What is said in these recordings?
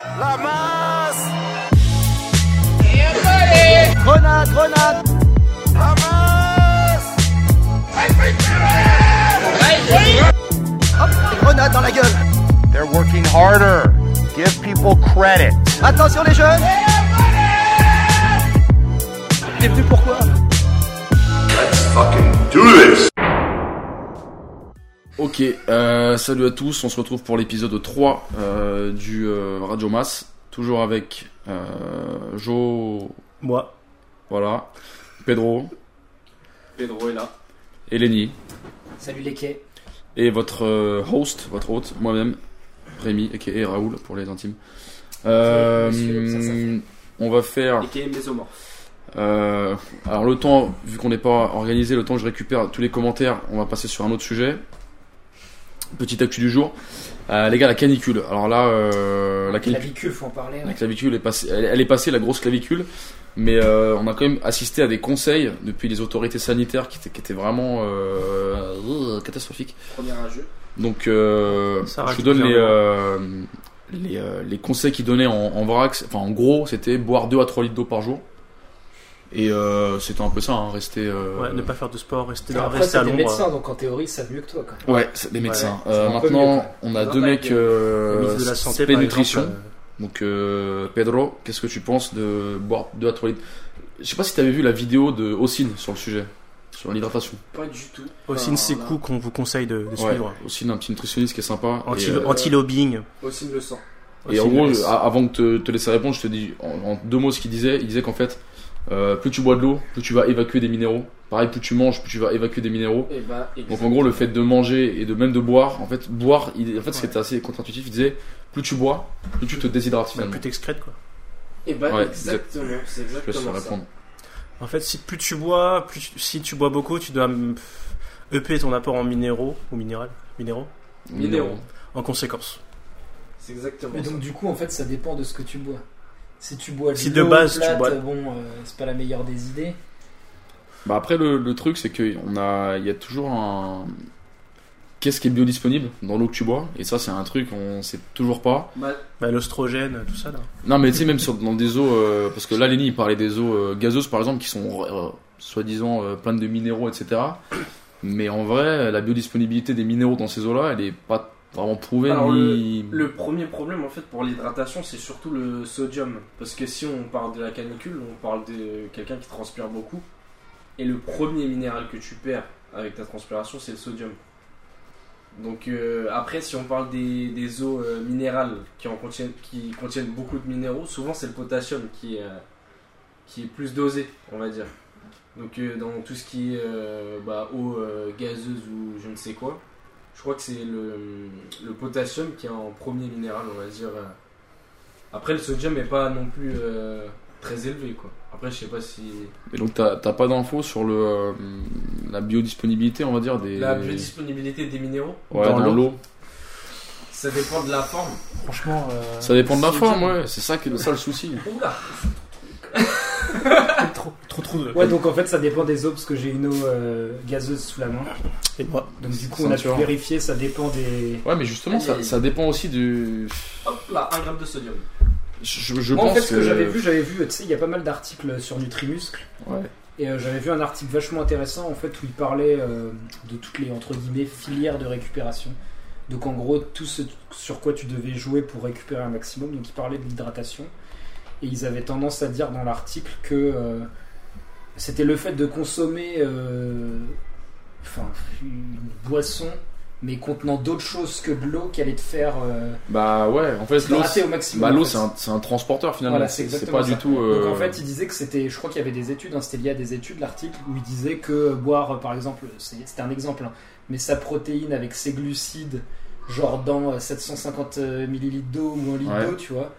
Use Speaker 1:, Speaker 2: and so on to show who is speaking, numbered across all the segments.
Speaker 1: La masse Grenade, grenade La masse Hop, grenade dans la gueule
Speaker 2: They're working harder. Give people credit.
Speaker 1: Attention les jeunes T'es venu pourquoi
Speaker 3: Ok, euh, salut à tous, on se retrouve pour l'épisode 3 euh, du euh, Radio Mass, toujours avec euh, Jo,
Speaker 1: Moi.
Speaker 3: voilà, Pedro
Speaker 4: Pedro est là.
Speaker 3: et Lenny,
Speaker 5: Salut les quais.
Speaker 3: et votre euh, host, votre hôte, moi-même, Rémi, et Raoul pour les intimes. Euh,
Speaker 5: Monsieur, ça, ça fait.
Speaker 3: on va faire
Speaker 4: Et qui est mésomorphe.
Speaker 3: Euh, alors le temps, vu qu'on n'est pas organisé, le temps que je récupère tous les commentaires, on va passer sur un autre sujet. Petite actu du jour. Euh, les gars, la canicule. Alors là, euh, la, canicule,
Speaker 5: Clavicule, faut en parler. hein.
Speaker 3: la
Speaker 5: ouais.
Speaker 3: clavicule est passée, elle, elle est passée, la grosse clavicule. Mais euh, on a quand même assisté à des conseils depuis les autorités sanitaires qui étaient, qui étaient vraiment euh, euh, catastrophiques.
Speaker 4: Premier jeu.
Speaker 3: Donc, euh,
Speaker 6: Ça
Speaker 3: je vous
Speaker 6: rajoute
Speaker 3: donne les,
Speaker 6: bien.
Speaker 3: euh, les, euh, les conseils qu'il donnait en, en vrac. Enfin, en gros, c'était boire 2 à 3 litres d'eau par jour. Et euh, c'était un peu ça, hein, rester. euh,
Speaker 6: Ouais, ne pas faire de sport, rester,
Speaker 5: Alors, Après,
Speaker 6: rester à hein.
Speaker 5: c'est des
Speaker 6: l'ombre.
Speaker 5: médecins, donc en théorie, ils savent mieux que toi. Quoi.
Speaker 3: Ouais, c'est les médecins.
Speaker 5: Ouais,
Speaker 3: Euh,
Speaker 5: c'est un peu
Speaker 3: maintenant,
Speaker 5: mieux, quoi.
Speaker 3: on a
Speaker 5: Ça
Speaker 3: deux
Speaker 5: va pas
Speaker 3: mecs
Speaker 5: être bien.
Speaker 6: Le
Speaker 3: euh,
Speaker 6: ministre de la Santé,
Speaker 3: spé
Speaker 6: par
Speaker 3: nutrition.
Speaker 6: exemple, euh,
Speaker 3: Donc, euh, Pedro, qu'est-ce que tu penses de boire 2 à 3 litres Je sais pas si t'avais vu la vidéo de Ossine sur le sujet, sur l'hydratation.
Speaker 4: Pas du tout.
Speaker 6: aussi
Speaker 4: Enfin,
Speaker 6: de ces
Speaker 4: là,
Speaker 6: coups qu'on vous conseille de, de
Speaker 3: Ouais,
Speaker 6: suivre.
Speaker 3: Ossine, un petit nutritionniste qui est sympa. Et,
Speaker 6: Anti-
Speaker 3: euh,
Speaker 6: Anti-lobbying.
Speaker 4: Aussi le sang.
Speaker 3: Et en
Speaker 6: Aussi, euh,
Speaker 3: gros, ah,
Speaker 6: le-
Speaker 3: a- avant que te, te laisser répondre, je te dis en, en deux mots ce qu'il disait. Il disait qu'en fait, euh, plus tu bois de l'eau, plus tu vas évacuer des minéraux. Pareil, plus tu manges, plus tu vas évacuer des minéraux.
Speaker 4: Et bah,
Speaker 3: Donc en gros, le fait de manger et de même de boire, en fait, boire, il- en fait, c'était assez contre-intuitif. Il disait, plus tu bois, plus tu te déshydrates
Speaker 6: bah,
Speaker 3: finalement.
Speaker 6: plus t'excrètes quoi.
Speaker 4: Et bah,
Speaker 3: Ouais,
Speaker 4: exactement. C'est
Speaker 3: Je te laisse
Speaker 4: exactement ça.
Speaker 3: répondre.
Speaker 6: En fait, si plus tu bois, plus tu- si tu bois beaucoup, tu dois mm, pff, EP ton apport en minéraux ou minéral, minéraux
Speaker 4: Minéraux.
Speaker 6: en conséquence.
Speaker 4: C'est exactement
Speaker 5: Mais
Speaker 4: ça.
Speaker 5: donc, du coup, en fait, ça dépend de ce que tu bois. Si tu bois
Speaker 6: Si
Speaker 5: l'eau
Speaker 6: de base, tu
Speaker 5: plate,
Speaker 6: bois-
Speaker 5: bon, euh, c'est pas la meilleure des idées.
Speaker 3: Bah après, le, le truc, c'est que on a, il y a toujours un. Qu'est-ce qui est biodisponible dans l'eau que tu bois Et ça, c'est un truc, on sait toujours pas.
Speaker 4: Bah,
Speaker 6: Bah, l'ostrogène, tout ça là.
Speaker 3: Non, mais tu sais, même sur, dans des eaux, euh, parce que là, Lenny, il parlait des eaux euh, gazeuses, par exemple, qui sont euh, soi-disant euh, pleines de minéraux, etc. Mais en vrai, la biodisponibilité des minéraux dans ces eaux-là, elle est pas vraiment prouvée.
Speaker 4: Alors,
Speaker 3: ni...
Speaker 4: le premier problème en fait pour l'hydratation, c'est surtout le sodium. Parce que si on parle de la canicule, on parle de quelqu'un qui transpire beaucoup. Et le premier minéral que tu perds avec ta transpiration, c'est le sodium. Donc euh, après, si on parle des, des eaux euh, minérales qui, en contiennent, qui contiennent beaucoup de minéraux, souvent c'est le potassium qui est, euh, qui est plus dosé, on va dire. Donc euh, dans tout ce qui est euh, bah, eau euh, gazeuse ou je ne sais quoi, je crois que c'est le, le potassium qui est en premier minéral, on va dire. euh. Après, le sodium n'est pas non plus euh, très élevé, quoi. Après, je sais pas si...
Speaker 3: Et donc, t'as t'as pas d'infos sur le, euh, la biodisponibilité, on va dire, des.
Speaker 4: La biodisponibilité des minéraux,
Speaker 3: Ouais,
Speaker 6: dans
Speaker 3: dans,
Speaker 6: l'eau.
Speaker 3: l'eau.
Speaker 4: ça dépend de la forme.
Speaker 5: Franchement, euh,
Speaker 3: Ça dépend de la
Speaker 4: C'est
Speaker 3: forme,
Speaker 4: bien.
Speaker 3: ouais. C'est ça, qui est- ça le souci.
Speaker 4: Oula
Speaker 6: Ah, Trop, trop, trop. De...
Speaker 5: ouais, donc en fait, ça dépend des eaux parce que j'ai une eau euh, gazeuse sous la main.
Speaker 6: Et moi,
Speaker 5: Donc, du coup, on a pu
Speaker 3: Ceinture.
Speaker 5: vérifier, ça dépend des.
Speaker 3: Ouais, mais justement, ça, ça dépend aussi du.
Speaker 4: Hop là, 1 gramme de sodium.
Speaker 3: Je, je
Speaker 5: Moi,
Speaker 3: pense
Speaker 5: en fait, ce que,
Speaker 3: que-
Speaker 5: j'avais vu, j'avais vu, euh, tu sais, il y a pas mal d'articles sur Nutrimuscle.
Speaker 3: Ouais.
Speaker 5: Et euh, j'avais vu un article vachement intéressant en fait où il parlait euh, de toutes les entre guillemets filières de récupération. Donc en gros tout ce sur quoi tu devais jouer pour récupérer un maximum. Donc il parlait de l'hydratation et ils avaient tendance à dire dans l'article que euh, c'était le fait de consommer euh, enfin une boisson mais contenant d'autres choses que de l'eau qui allait te faire euh,
Speaker 3: Bah ouais, en fait, l'eau.
Speaker 5: t'hydrater
Speaker 3: c'est-
Speaker 5: au maximum.
Speaker 3: Bah,
Speaker 5: en
Speaker 3: l'eau,
Speaker 5: fait.
Speaker 3: c'est un, c'est un transporteur finalement.
Speaker 5: Voilà,
Speaker 3: c'est
Speaker 5: c'est
Speaker 3: c'est
Speaker 5: exactement
Speaker 3: pas
Speaker 5: ça.
Speaker 3: du tout.
Speaker 5: Donc
Speaker 3: euh,
Speaker 5: en fait, il disait que c'était, je crois qu'il y avait des études, hein, c'était lié à des études, l'article, où il disait que boire, euh, par exemple, c'est- c'était un exemple, hein, mais sa protéine avec ses glucides, genre dans euh, 750 millilitres d'eau ou un litre
Speaker 3: Ouais.
Speaker 5: d'eau, tu vois,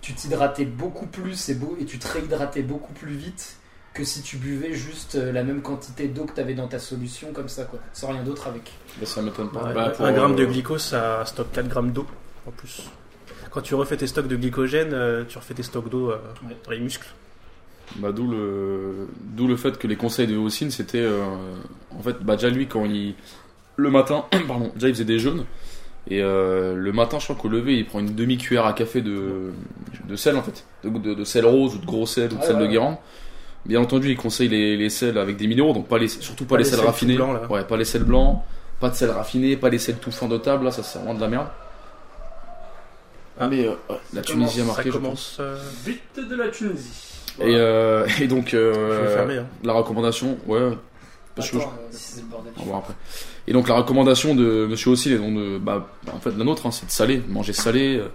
Speaker 5: tu t'hydratais beaucoup plus et, beau, et tu te réhydratais beaucoup plus vite que si tu buvais juste euh, la même quantité d'eau que tu avais dans ta solution, comme ça, quoi, sans rien d'autre avec.
Speaker 3: Bah, ça m'étonne pas.
Speaker 6: ouais,
Speaker 3: Bah, pour,
Speaker 6: un gramme de
Speaker 3: euh,
Speaker 6: glucose, ça stocke 4 grammes d'eau en plus. Quand tu refais tes stocks de glycogène, euh, tu refais tes stocks d'eau euh,
Speaker 5: Ouais.
Speaker 6: dans les muscles.
Speaker 3: bah, d'où le d'où le fait que les conseils de Hossein c'était euh, en fait bah déjà lui quand il le matin pardon déjà il faisait des jeûnes Et euh, le matin, je crois qu'au lever, il prend une demi-cuillère à café de, de sel, en fait. De, de, de sel rose ou de gros sel ou de
Speaker 5: Ah,
Speaker 3: sel de
Speaker 5: ouais.
Speaker 3: Guérande. Bien entendu, il conseille les, les sels avec des minéraux, donc pas les, surtout pas,
Speaker 6: Pas
Speaker 3: les,
Speaker 6: les
Speaker 3: sels
Speaker 6: sels
Speaker 3: raffinés.
Speaker 6: tout blancs, là.
Speaker 3: ouais, pas les sels blancs, pas de sel raffiné, pas les sels tout fins de table, là, ça c'est vraiment de la merde.
Speaker 6: Ah.
Speaker 3: mais euh, ouais, la Tunisie a marqué,
Speaker 6: ça
Speaker 3: je pense.
Speaker 6: commence. euh,
Speaker 4: But de la Tunisie.
Speaker 3: Et, euh, et donc, euh,
Speaker 6: je vais fermer. hein.
Speaker 3: la recommandation, ouais, parce que je-
Speaker 5: Attends, euh, c'est le bordel.
Speaker 3: on va voir après. Et donc la recommandation de Monsieur aussi, et donc de, bah, en fait la nôtre, hein, c'est de saler, manger salé, euh,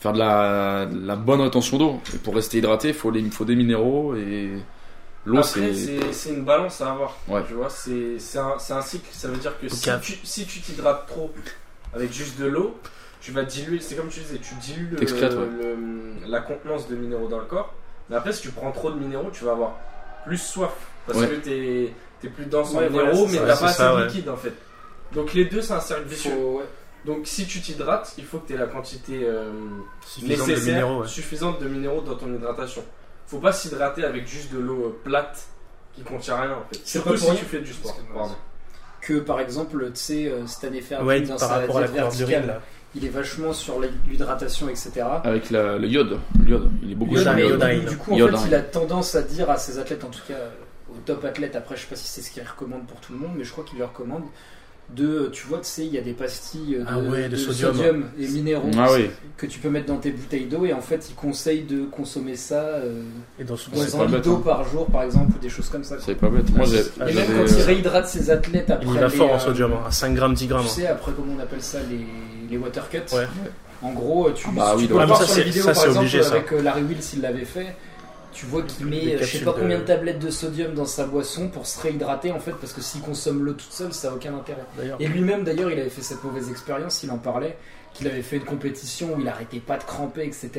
Speaker 3: faire de la, de la bonne rétention d'eau. Et pour rester hydraté, il faut, les- faut des minéraux et l'eau,
Speaker 4: Après,
Speaker 3: c'est
Speaker 4: c'est c'est une balance à avoir.
Speaker 3: Ouais.
Speaker 4: Tu vois, c'est c'est un, c'est un cycle. Ça veut dire que si
Speaker 6: Ok.
Speaker 4: tu si tu t'hydrates trop avec juste de l'eau, tu vas diluer. C'est comme tu disais, tu dilues le-
Speaker 3: T'excrètes, ouais.
Speaker 4: le- la contenance de minéraux dans le corps. Mais après, si tu prends trop de minéraux, tu vas avoir plus soif parce
Speaker 3: Ouais.
Speaker 4: que t'es es plus dense en
Speaker 5: Ouais, voilà,
Speaker 4: minéraux,
Speaker 5: c'est
Speaker 4: mais
Speaker 6: ça,
Speaker 4: t'as
Speaker 6: ouais,
Speaker 4: pas
Speaker 6: c'est ça,
Speaker 4: assez de
Speaker 6: ouais.
Speaker 4: liquide en fait. Donc les deux, c'est un cercle vicieux.
Speaker 5: Faut- ouais.
Speaker 4: Donc si tu t'hydrates, il faut que tu aies la quantité euh,
Speaker 6: Suffisant de
Speaker 4: nécessaire,
Speaker 6: minéraux, ouais.
Speaker 4: suffisante de minéraux dans ton hydratation. Faut pas s'hydrater avec juste de l'eau euh, plate qui contient rien en fait.
Speaker 5: C'est
Speaker 4: Surtout
Speaker 5: pas pour
Speaker 4: si
Speaker 5: rien.
Speaker 4: tu fais du sport.
Speaker 5: Parce que-
Speaker 4: Pardon.
Speaker 5: Que par exemple, tu sais, euh, cette année faire un
Speaker 6: Ouais,
Speaker 5: truc dans
Speaker 6: par
Speaker 5: sa
Speaker 6: rapport à la
Speaker 5: diète
Speaker 6: couleur d'urine,
Speaker 5: verticale,
Speaker 6: là.
Speaker 5: il est vachement sur l'hy- l'hydratation, etc.
Speaker 3: avec la- le iode. Le iode, il est beaucoup
Speaker 6: Iodine,
Speaker 3: sur le
Speaker 6: iodine.
Speaker 5: Du coup, en
Speaker 3: Iodine.
Speaker 5: fait, il a tendance à dire à ses athlètes, en tout cas euh, aux top athlètes, après, je sais pas si c'est ce qu'il recommande pour tout le monde, mais je crois qu'il leur recommande de, euh, tu vois, tu sais, il y a des pastilles euh, de,
Speaker 6: Ah ouais, de sodium.
Speaker 5: et minéraux
Speaker 3: Ah oui,
Speaker 5: que tu peux mettre dans tes bouteilles d'eau, et en fait, il conseille de consommer ça euh,
Speaker 6: Et dans ce
Speaker 3: Ouais, c'est
Speaker 5: dans
Speaker 3: pas
Speaker 5: un litre
Speaker 3: bête,
Speaker 5: d'eau
Speaker 3: hein.
Speaker 5: par jour, par exemple, ou des choses comme ça. quoi.
Speaker 3: c'est pas bête. Moi, j'ai-
Speaker 6: Ah,
Speaker 5: Et
Speaker 3: j'avais,
Speaker 5: même quand il
Speaker 3: euh,
Speaker 5: réhydrate ses athlètes après.
Speaker 6: Il va
Speaker 5: les,
Speaker 6: fort en
Speaker 5: euh,
Speaker 6: sodium, hein, à 5 grammes, 10 grammes.
Speaker 5: Tu
Speaker 6: hein.
Speaker 5: sais, après, comment on appelle ça, les, les water cuts.
Speaker 6: Ouais.
Speaker 5: En gros, euh, tu,
Speaker 3: bah
Speaker 5: tu
Speaker 3: oui,
Speaker 5: peux le
Speaker 3: donc-
Speaker 5: voir
Speaker 6: Ah, mais ça,
Speaker 5: sur les
Speaker 6: c'est-
Speaker 5: vidéos,
Speaker 6: ça,
Speaker 5: par
Speaker 6: c'est
Speaker 5: exemple,
Speaker 6: obligé, ça.
Speaker 5: avec euh, Larry Wills, il l'avait fait. Tu vois qu'il
Speaker 6: Des
Speaker 5: met euh, je sais
Speaker 6: capsules
Speaker 5: pas
Speaker 6: de-
Speaker 5: combien de tablettes de sodium dans sa boisson pour se réhydrater en fait, parce que s'il consomme l'eau toute seule, ça n'a aucun intérêt.
Speaker 6: D'ailleurs.
Speaker 5: Et lui-même d'ailleurs, il avait fait cette mauvaise expérience, il en parlait, qu'il avait fait une compétition où il arrêtait pas de cramper, etc.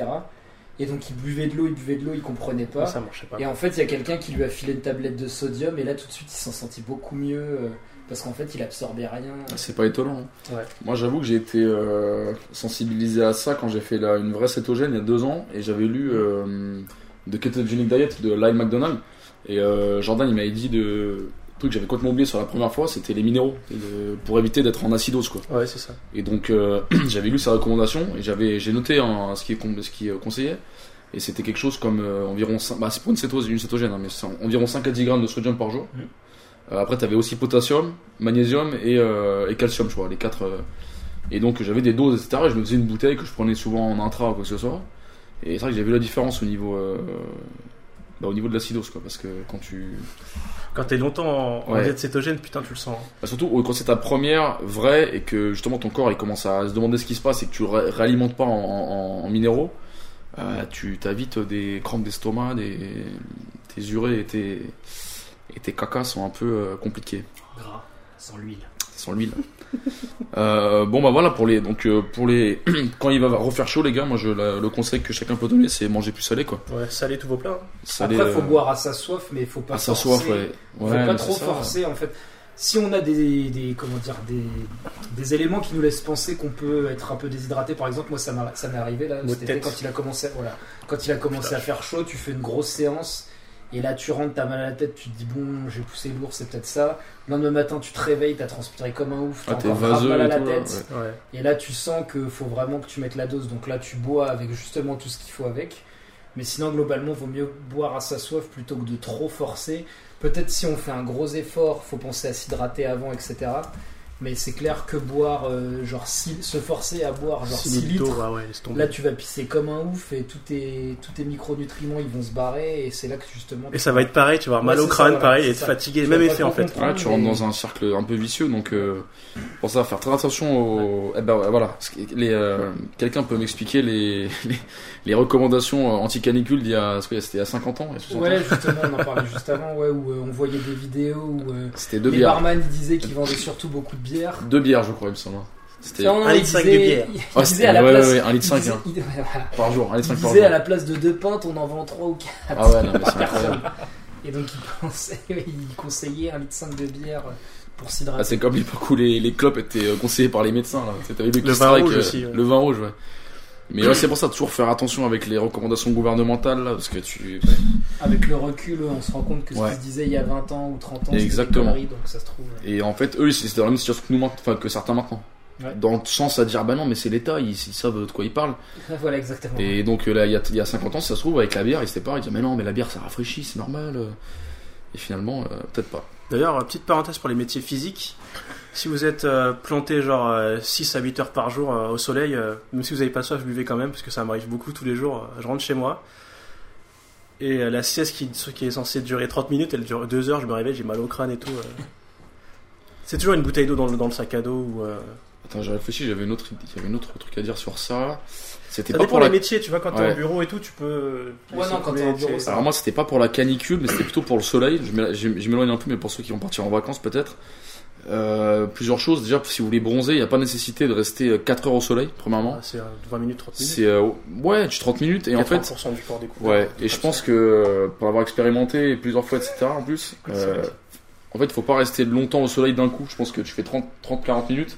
Speaker 5: Et donc il buvait de l'eau, il buvait de l'eau, il comprenait pas.
Speaker 6: Ça marchait pas.
Speaker 5: Et en fait, il y a quelqu'un qui lui a filé une tablette de sodium, et là tout de suite, il s'en sentit beaucoup mieux euh, parce qu'en fait, il absorbait rien.
Speaker 3: Ah, C'est pas étonnant. hein.
Speaker 6: Ouais.
Speaker 3: Moi, j'avoue que j'ai été euh, sensibilisé à ça quand j'ai fait la- une vraie cétogène il y a deux ans et j'avais lu euh, de Ketogenic Diet de Lyle McDonald. Et euh, Jordan, il m'avait dit de. un truc que j'avais complètement oublié sur la première fois, c'était les minéraux et de- pour éviter d'être en acidose quoi.
Speaker 6: Ouais, c'est ça.
Speaker 3: Et donc euh, j'avais lu sa recommandation et j'avais j'ai noté hein, ce qui con- ce qui euh, conseillait et c'était quelque chose comme euh, environ 5, bah c'est pour une cétose une cétogène hein, mais c'est en- environ 5 à 10 grammes de sodium par jour.
Speaker 6: Mhm.
Speaker 3: Euh, après t'avais aussi potassium, magnésium et, euh, et calcium je crois les quatre euh, et donc j'avais des doses etc et je me faisais une bouteille que je prenais souvent en intra ou quoi que ce soit et c'est vrai que j'ai vu la différence au niveau euh, bah, au niveau de l'acidose quoi parce que quand tu
Speaker 6: Quand t'es longtemps en, en
Speaker 3: Ouais.
Speaker 6: diète cétogène, putain, tu le sens. hein.
Speaker 3: bah, surtout quand c'est ta première vraie et que justement ton corps il commence à se demander ce qui se passe et que tu ré- réalimentes pas en, en- en minéraux, euh, tu t'as vite des crampes d'estomac, des tes urées et tes et tes cacas sont un peu euh, compliqués
Speaker 5: Gras, sans l'huile.
Speaker 3: sans l'huile. Euh, bon bah voilà pour les donc euh, pour les quand il va refaire chaud les gars, moi je la- le conseil que chacun peut donner c'est manger plus salé quoi.
Speaker 6: Ouais, saler tous vos plats. hein.
Speaker 3: Salé,
Speaker 5: Après, faut
Speaker 3: euh,
Speaker 5: boire à sa soif, mais faut pas
Speaker 3: à sa
Speaker 5: forcer.
Speaker 3: soif ouais.
Speaker 5: Faut
Speaker 3: Ouais,
Speaker 5: pas
Speaker 3: mais
Speaker 5: trop
Speaker 3: c'est ça.
Speaker 5: forcer en fait. Si on a des, des- comment dire des, des éléments qui nous laissent penser qu'on peut être un peu déshydraté, par exemple, moi ça m'a- ça m'est arrivé là
Speaker 6: Maux de
Speaker 5: cet été,
Speaker 6: tête.
Speaker 5: quand il a commencé voilà quand il a commencé à faire chaud, tu fais une grosse séance et là tu rentres, t'as mal à la tête, tu te dis bon j'ai poussé lourd, c'est peut-être ça. Le lendemain matin tu te réveilles, t'as transpiré comme un ouf, t'as
Speaker 3: Ah, t'es
Speaker 5: encore grave
Speaker 3: vaseux
Speaker 5: mal à
Speaker 3: et
Speaker 5: la
Speaker 3: tout, là,
Speaker 5: tête.
Speaker 3: ouais.
Speaker 6: Ouais.
Speaker 5: Et là, tu sens que faut vraiment que tu mettes la dose. Donc là, tu bois avec justement tout ce qu'il faut avec. Mais sinon, globalement, vaut mieux boire à sa soif plutôt que de trop forcer. Peut-être si on fait un gros effort, faut penser à s'hydrater avant, etc. Mais c'est clair que boire, euh, genre, six- se forcer à boire, genre, 6
Speaker 6: Six litres
Speaker 5: Ah, bah, litres,
Speaker 6: d'eau, ouais, ouais, laisse tomber.
Speaker 5: là, tu vas pisser comme un ouf et tous tes, tous tes micronutriments, ils vont se barrer. Et c'est là que justement.
Speaker 6: Et ça va être pareil, tu vas avoir mal
Speaker 5: Ouais,
Speaker 6: au
Speaker 5: c'est ça,
Speaker 6: crâne,
Speaker 5: voilà,
Speaker 6: pareil,
Speaker 5: c'est
Speaker 6: et être
Speaker 5: ça.
Speaker 6: fatigué.
Speaker 5: Tu
Speaker 6: Même
Speaker 5: vas pas
Speaker 6: effet, en
Speaker 5: trop
Speaker 6: fait.
Speaker 5: comprendre,
Speaker 3: Ouais, Ah, tu rentres
Speaker 5: mais-
Speaker 3: dans un cercle un peu vicieux, donc euh, pour ça, faire très attention au. Eh ben voilà, ce qui- les, euh, quelqu'un peut m'expliquer les, les, les recommandations euh, anti-canicule d'il y a, ce que c'était il y a 50 ans, il y a 60 ans
Speaker 5: Ouais, justement, on en parlait juste avant, ouais, où euh, on voyait des vidéos où euh,
Speaker 3: C'était deux
Speaker 5: les
Speaker 3: bières.
Speaker 5: barman ils disaient qu'ils vendaient surtout beaucoup de bière.
Speaker 3: Deux bières, je crois, il me semble. hein. C'était.
Speaker 5: Non, non,
Speaker 6: Un
Speaker 5: il
Speaker 6: litre cinq
Speaker 5: disait-
Speaker 6: de bière.
Speaker 5: il
Speaker 3: Ouais,
Speaker 5: disait
Speaker 3: c'était-
Speaker 5: à la
Speaker 3: Ah, ouais,
Speaker 5: place-
Speaker 3: ouais, ouais, un litre
Speaker 5: il
Speaker 3: cinq,
Speaker 5: disait-
Speaker 3: hein.
Speaker 5: il- ouais, voilà.
Speaker 3: Par jour, un litre
Speaker 5: Il
Speaker 3: cinq par
Speaker 5: disait
Speaker 3: jour.
Speaker 5: à la place de deux pintes, on en vend trois ou quatre.
Speaker 3: Ah ouais, non, mais c'est incroyable.
Speaker 5: Et donc il, pensait, il conseillait un litre 5 de bière pour
Speaker 3: Ah,
Speaker 5: s'hydrater.
Speaker 3: c'est comme l'époque où les, les clopes étaient euh, conseillées par les médecins. Là. Tu sais, t'avais des
Speaker 6: Le
Speaker 3: petits
Speaker 6: vin
Speaker 3: strikes,
Speaker 6: rouge
Speaker 3: euh,
Speaker 6: aussi, ouais.
Speaker 3: Le vin rouge, ouais. Mais ouais, c'est pour ça de toujours faire attention avec les recommandations gouvernementales, là, parce que tu.
Speaker 5: Avec le recul, on se rend compte que ce
Speaker 3: Ouais.
Speaker 5: qui se disait il y a 20 ans ou 30 ans, c'était des
Speaker 3: Exactement.
Speaker 5: conneries, donc ça se trouve.
Speaker 3: Et en fait, eux, ils- c'était dans la même situation que nous, maintenant- enfin, que certains maintenant.
Speaker 5: Ouais.
Speaker 3: Dans le sens à dire, bah non, mais c'est l'État, ils, ils savent de quoi ils parlent.
Speaker 5: euh, voilà, exactement.
Speaker 3: Et donc euh, là, il y a, il y a 50 ans, si ça se trouve, avec la bière, ils étaient pareils, ils disaient, mais non, mais la bière, ça rafraîchit, c'est normal. euh. Et finalement, euh, peut-être pas.
Speaker 6: D'ailleurs, euh, petite parenthèse pour les métiers physiques. Si vous êtes euh, planté genre 6 à 8 heures par jour euh, au soleil, euh, même si vous n'avez pas soif, buvez quand même, parce que ça m'arrive beaucoup tous les jours. euh, je rentre chez moi. Et euh, la sieste qui, qui est censée durer 30 minutes, elle dure 2 heures, je me réveille, j'ai mal au crâne et tout. euh. C'est toujours une bouteille d'eau dans le, dans le sac à dos. Ou, euh,
Speaker 3: Attends, j'ai réfléchi, j'avais une autre, idée- j'avais une autre truc à dire sur ça. C'était
Speaker 6: Ça
Speaker 3: pas
Speaker 6: dépend
Speaker 3: pour
Speaker 6: des
Speaker 3: la.
Speaker 6: métiers, tu vois, quand t'es
Speaker 3: Ouais.
Speaker 6: au bureau et tout, tu peux.
Speaker 5: Ouais, non, quand t'es au bureau, ça-
Speaker 3: Alors moi, c'était pas pour la canicule, mais c'était plutôt pour le soleil. Je m'éla- Je je m'éloigne un peu, mais pour ceux qui vont partir en vacances, peut-être. Euh, plusieurs choses. Déjà, si vous voulez bronzer, il n'y a pas nécessité de rester 4 heures au soleil, premièrement.
Speaker 6: Ah, C'est euh, 20 minutes, 30 minutes.
Speaker 3: C'est euh, ouais, tu 30 minutes et en fait
Speaker 6: 80% du corps découvert.
Speaker 3: ouais, et je pense que euh, pour avoir expérimenté plusieurs fois etc en plus
Speaker 6: Ouais, c'est
Speaker 3: euh,
Speaker 6: vrai.
Speaker 3: en fait, faut pas rester longtemps au soleil d'un coup, je pense que tu fais 30 30 40 minutes.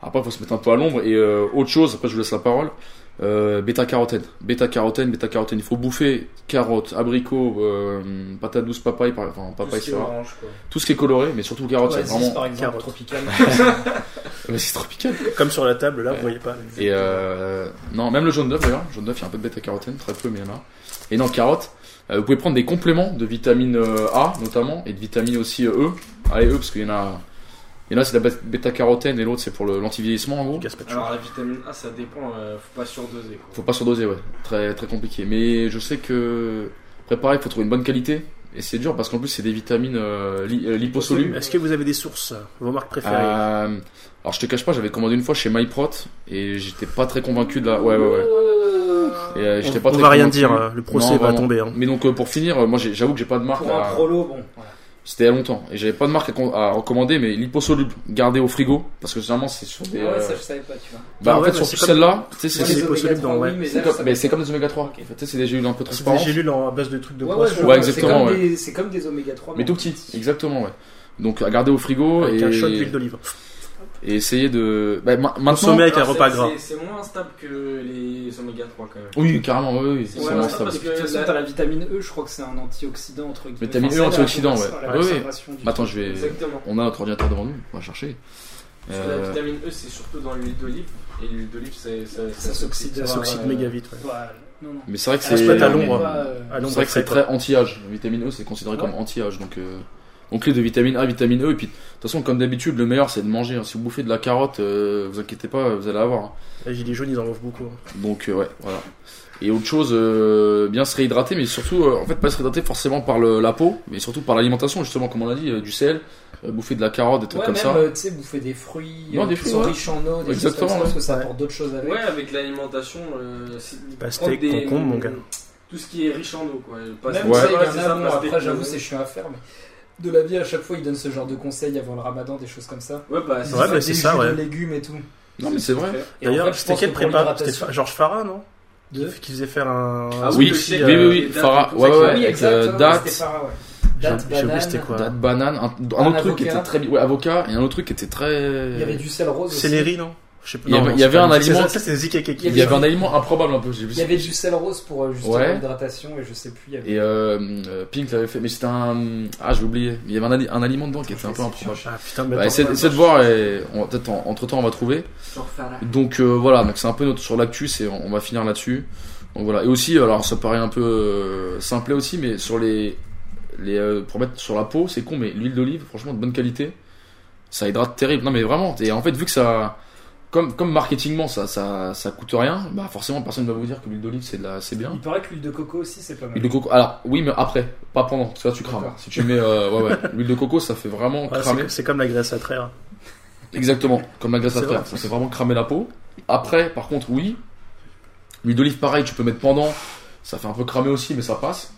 Speaker 3: Après faut se mettre un peu à l'ombre et euh, autre chose, après je vous laisse la parole. Euh, bêta carotène, bêta carotène, bêta carotène, il faut bouffer carottes, abricots, euh, patates douces, papaye, par- enfin papaye,
Speaker 4: c'est
Speaker 3: ça va.
Speaker 4: orange, quoi.
Speaker 3: tout ce qui est coloré, mais surtout carottes,
Speaker 5: Ouais,
Speaker 3: c'est
Speaker 5: six,
Speaker 3: vraiment
Speaker 5: par exemple,
Speaker 6: Carotte.
Speaker 5: tropical.
Speaker 3: Ouais, c'est tropical.
Speaker 6: Comme sur la table, là, vous voyez pas. mais-
Speaker 3: Et euh, non, même le jaune d'œuf d'ailleurs, jaune d'œuf, il y a un peu de bêta-carotène, très peu, mais il y en a. Et non, carotte, euh, vous pouvez prendre des compléments de vitamine euh, A notamment, et de vitamine aussi euh, E, A et E, parce qu'il y en a. Il y en a, c'est de la bê- bêta-carotène, et l'autre, c'est pour le- l'anti-vieillissement en gros.
Speaker 6: Gaspacho.
Speaker 4: Alors la vitamine A, ça dépend, euh, faut pas surdoser. Quoi.
Speaker 3: Faut pas surdoser, ouais, très, très compliqué. Mais je sais que. Après, pareil, faut trouver une bonne qualité, et c'est dur parce qu'en plus, c'est des vitamines euh, li- euh, liposolubles.
Speaker 6: Est-ce que vous avez des sources, vos marques préférées
Speaker 3: Euh, alors, je te cache pas, j'avais commandé une fois chez MyProt, et j'étais pas très convaincu de la. Bah, Ouais, ouais, ouais. Et, euh, j'étais pas
Speaker 6: On
Speaker 3: très
Speaker 6: va rien
Speaker 3: convaincu.
Speaker 6: dire, euh, le procès
Speaker 3: Non,
Speaker 6: va
Speaker 3: vraiment.
Speaker 6: tomber. hein.
Speaker 3: Mais donc euh, pour finir, euh, moi j'ai- j'avoue que j'ai pas de marque.
Speaker 5: Pour un
Speaker 3: à-
Speaker 5: prolo, bon. voilà.
Speaker 3: C'était il y a longtemps et j'avais pas de marque à, con- à recommander, mais liposoluble, gardez au frigo parce que généralement c'est sur des.
Speaker 5: Ah ouais,
Speaker 3: euh,
Speaker 5: ça je savais pas, tu vois.
Speaker 3: Bah
Speaker 6: Ah
Speaker 3: en
Speaker 6: ouais,
Speaker 3: fait
Speaker 6: mais
Speaker 3: sur
Speaker 6: c'est
Speaker 3: celle-là, tu sais
Speaker 6: Moi,
Speaker 3: c'est
Speaker 6: les
Speaker 3: c'est
Speaker 5: oméga
Speaker 6: possibles dans-
Speaker 5: 3,
Speaker 6: ouais.
Speaker 5: oui, mais là,
Speaker 3: c'est comme,
Speaker 5: ça-
Speaker 3: mais c'est comme des oméga 3. Tu sais c'est des gélules un peu
Speaker 6: C'est des
Speaker 3: transparentes.
Speaker 6: gélules en à base de trucs de
Speaker 5: Ouais, ouais,
Speaker 6: poisson.
Speaker 5: je
Speaker 3: Ouais,
Speaker 5: vois,
Speaker 3: exactement,
Speaker 5: c'est comme
Speaker 3: ouais.
Speaker 5: des- C'est comme des oméga 3.
Speaker 3: Mais tout petit, exactement ouais. Donc à garder au frigo
Speaker 6: Avec un shot
Speaker 3: et,
Speaker 6: d'huile d'olive.
Speaker 3: et essayer de. Bah, ma- maintenant.
Speaker 6: Consommer avec un
Speaker 4: Alors,
Speaker 6: repas
Speaker 4: c'est-
Speaker 6: gras.
Speaker 4: c'est- C'est moins stable que les oméga 3 quand même.
Speaker 3: Oui carrément oui, oui c'est
Speaker 4: Ouais,
Speaker 3: vraiment
Speaker 4: non,
Speaker 3: stable.
Speaker 4: parce
Speaker 5: parce
Speaker 4: que
Speaker 5: que de toute façon,
Speaker 4: la-
Speaker 5: t'as la vitamine E, je crois que c'est un antioxydant entre guillemets.
Speaker 3: Vitamine
Speaker 5: Enfin,
Speaker 3: E,
Speaker 5: c'est la
Speaker 3: antioxydant,
Speaker 5: concentration-
Speaker 3: ouais.
Speaker 5: la
Speaker 3: Ouais, ouais.
Speaker 5: concentration du-
Speaker 3: Bah, attends je vais.
Speaker 4: Exactement.
Speaker 3: On a notre ordinateur devant nous, on va chercher.
Speaker 4: Parce que La
Speaker 3: Euh,
Speaker 4: vitamine E, c'est surtout dans l'huile d'olive. Et l'huile d'olive, c'est- ça, euh,
Speaker 5: Ça s'oxyde.
Speaker 6: Ça s'oxyde
Speaker 5: Ouais.
Speaker 6: méga vite. ouais.
Speaker 5: Voilà. Non, non.
Speaker 3: Mais c'est vrai que
Speaker 6: Elle
Speaker 3: c'est.
Speaker 6: se met à
Speaker 5: Mais
Speaker 6: l'ombre.
Speaker 5: pas, euh,
Speaker 6: Ah non,
Speaker 3: C'est vrai que c'est
Speaker 6: bah, ça,
Speaker 3: très anti-âge. La vitamine E, c'est considéré comme anti-âge. Donc, euh, donc clé de vitamine A, vitamine E. Et puis, de toute façon, comme d'habitude, le meilleur, c'est de manger. hein. Si vous bouffez de la carotte, euh, vous inquiétez pas, vous allez avoir. hein.
Speaker 6: Les gilets jaunes, ils en offrent beaucoup. hein.
Speaker 3: Donc, euh, ouais, voilà. Et autre chose, euh, bien se réhydrater, mais surtout, euh, en fait, pas se réhydrater forcément par le- la peau, mais surtout par l'alimentation, justement, comme on a dit, euh, du sel, euh, bouffer de la carotte, des trucs
Speaker 5: Ouais,
Speaker 3: comme
Speaker 5: même,
Speaker 3: ça.
Speaker 5: euh, tu sais, bouffer des fruits
Speaker 3: Non,
Speaker 5: euh,
Speaker 3: des
Speaker 5: qui
Speaker 3: fruits,
Speaker 5: sont
Speaker 3: ouais.
Speaker 5: riches en eau, des choses
Speaker 3: Exactement,
Speaker 5: comme ça, parce que
Speaker 3: ouais.
Speaker 5: ça
Speaker 6: Ouais.
Speaker 5: apporte d'autres choses avec.
Speaker 4: Ouais, avec l'alimentation, euh, c'est-
Speaker 6: Pastèque,
Speaker 4: prendre des-
Speaker 6: concombre, mon gars.
Speaker 4: Tout ce qui est riche en eau, quoi.
Speaker 5: Même
Speaker 3: Ouais.
Speaker 5: ça, il y en a,
Speaker 4: ah, c'est ça,
Speaker 5: bon,
Speaker 4: pastèque,
Speaker 5: après, j'avoue,
Speaker 4: euh,
Speaker 5: c'est chiant à faire, mais de la vie, à chaque fois, ils donnent ce genre de conseils avant le ramadan, des choses comme ça.
Speaker 4: Ouais, bah, c'est
Speaker 6: Ouais,
Speaker 4: ça.
Speaker 6: bah, c'est
Speaker 5: Des
Speaker 6: ça,
Speaker 5: jus
Speaker 6: ouais.
Speaker 5: de légumes et tout.
Speaker 3: Non, mais c'est vrai.
Speaker 5: Et en
Speaker 6: D'ailleurs,
Speaker 5: fait, je
Speaker 6: c'était
Speaker 5: pense que
Speaker 6: quel
Speaker 5: pour
Speaker 6: prépa C'était
Speaker 5: l'hydratation
Speaker 6: Fa- Georges Farah, non
Speaker 5: de-
Speaker 6: Qui faisait faire un.
Speaker 4: Ah
Speaker 3: oui,
Speaker 4: le chèque,
Speaker 3: oui, oui,
Speaker 4: euh,
Speaker 3: oui,
Speaker 4: les dates,
Speaker 3: Farah,
Speaker 4: tout ça,
Speaker 3: ouais, ouais,
Speaker 4: qui-
Speaker 3: ouais. avec, euh,
Speaker 5: exactement,
Speaker 3: date.
Speaker 5: c'était Farah, ouais.
Speaker 6: J'ai
Speaker 5: Date,
Speaker 6: j'ai oublié, c'était
Speaker 5: banane,
Speaker 6: quoi
Speaker 3: Date banane, un, un
Speaker 5: Un
Speaker 3: autre truc qui
Speaker 5: avocat.
Speaker 3: était très bien. Ouais, avocat, et un autre truc qui était très.
Speaker 5: Il y avait du sel rose aussi.
Speaker 6: Céleri, non Je sais pas.
Speaker 3: Il y
Speaker 6: Non,
Speaker 3: avait- il
Speaker 6: non,
Speaker 3: y
Speaker 6: c'est
Speaker 3: avait
Speaker 6: pas-
Speaker 3: un
Speaker 6: c'est-
Speaker 3: aliment-
Speaker 6: Ça, c'est zikakeki.
Speaker 5: Il
Speaker 3: Il y avait un aliment improbable un peu, j'ai vu
Speaker 5: Il y
Speaker 3: ça.
Speaker 5: avait du sel rose pour euh, justement
Speaker 3: Ouais.
Speaker 5: l'hydratation et je sais plus. il y avait-
Speaker 3: Et euh, euh, Pink l'avait fait, mais c'était un. Ah, j'ai oublié. Il y avait un, ali- un aliment dedans qui était un peu improbable.
Speaker 6: Ah putain, mais.
Speaker 3: Bah,
Speaker 6: attends,
Speaker 3: essaie,
Speaker 6: attends.
Speaker 3: essaie de voir et on- peut-être entre temps on va trouver.
Speaker 4: Genre Farah.
Speaker 3: Donc euh, voilà, donc c'est un peu notre sur l'actu, c'est on, on va finir là-dessus. Donc voilà. Et aussi, alors ça paraît un peu euh, simplet aussi, mais sur les les euh, pour mettre sur la peau, c'est con, mais l'huile d'olive, franchement de bonne qualité, ça hydrate terrible. Non mais vraiment. Et en fait, vu que ça comme comme marketingment ça ça ça coûte rien, bah forcément personne ne va vous dire que l'huile d'olive c'est de la c'est bien.
Speaker 5: Il paraît que l'huile de coco aussi, c'est pas mal.
Speaker 3: Huile de coco. Alors oui, mais après, pas pendant, parce que là tu crames.
Speaker 5: D'accord.
Speaker 3: Si tu mets euh, ouais, ouais. l'huile de coco, ça fait vraiment
Speaker 6: Ouais,
Speaker 3: cramer.
Speaker 6: c'est- C'est comme la graisse à traire.
Speaker 3: Exactement, comme la graisse à
Speaker 6: C'est
Speaker 3: terre,
Speaker 6: vrai.
Speaker 3: ça fait vraiment cramer la peau. Après, par contre, oui, l'huile d'olive, pareil, tu peux mettre pendant, ça fait un peu cramer aussi, mais ça passe.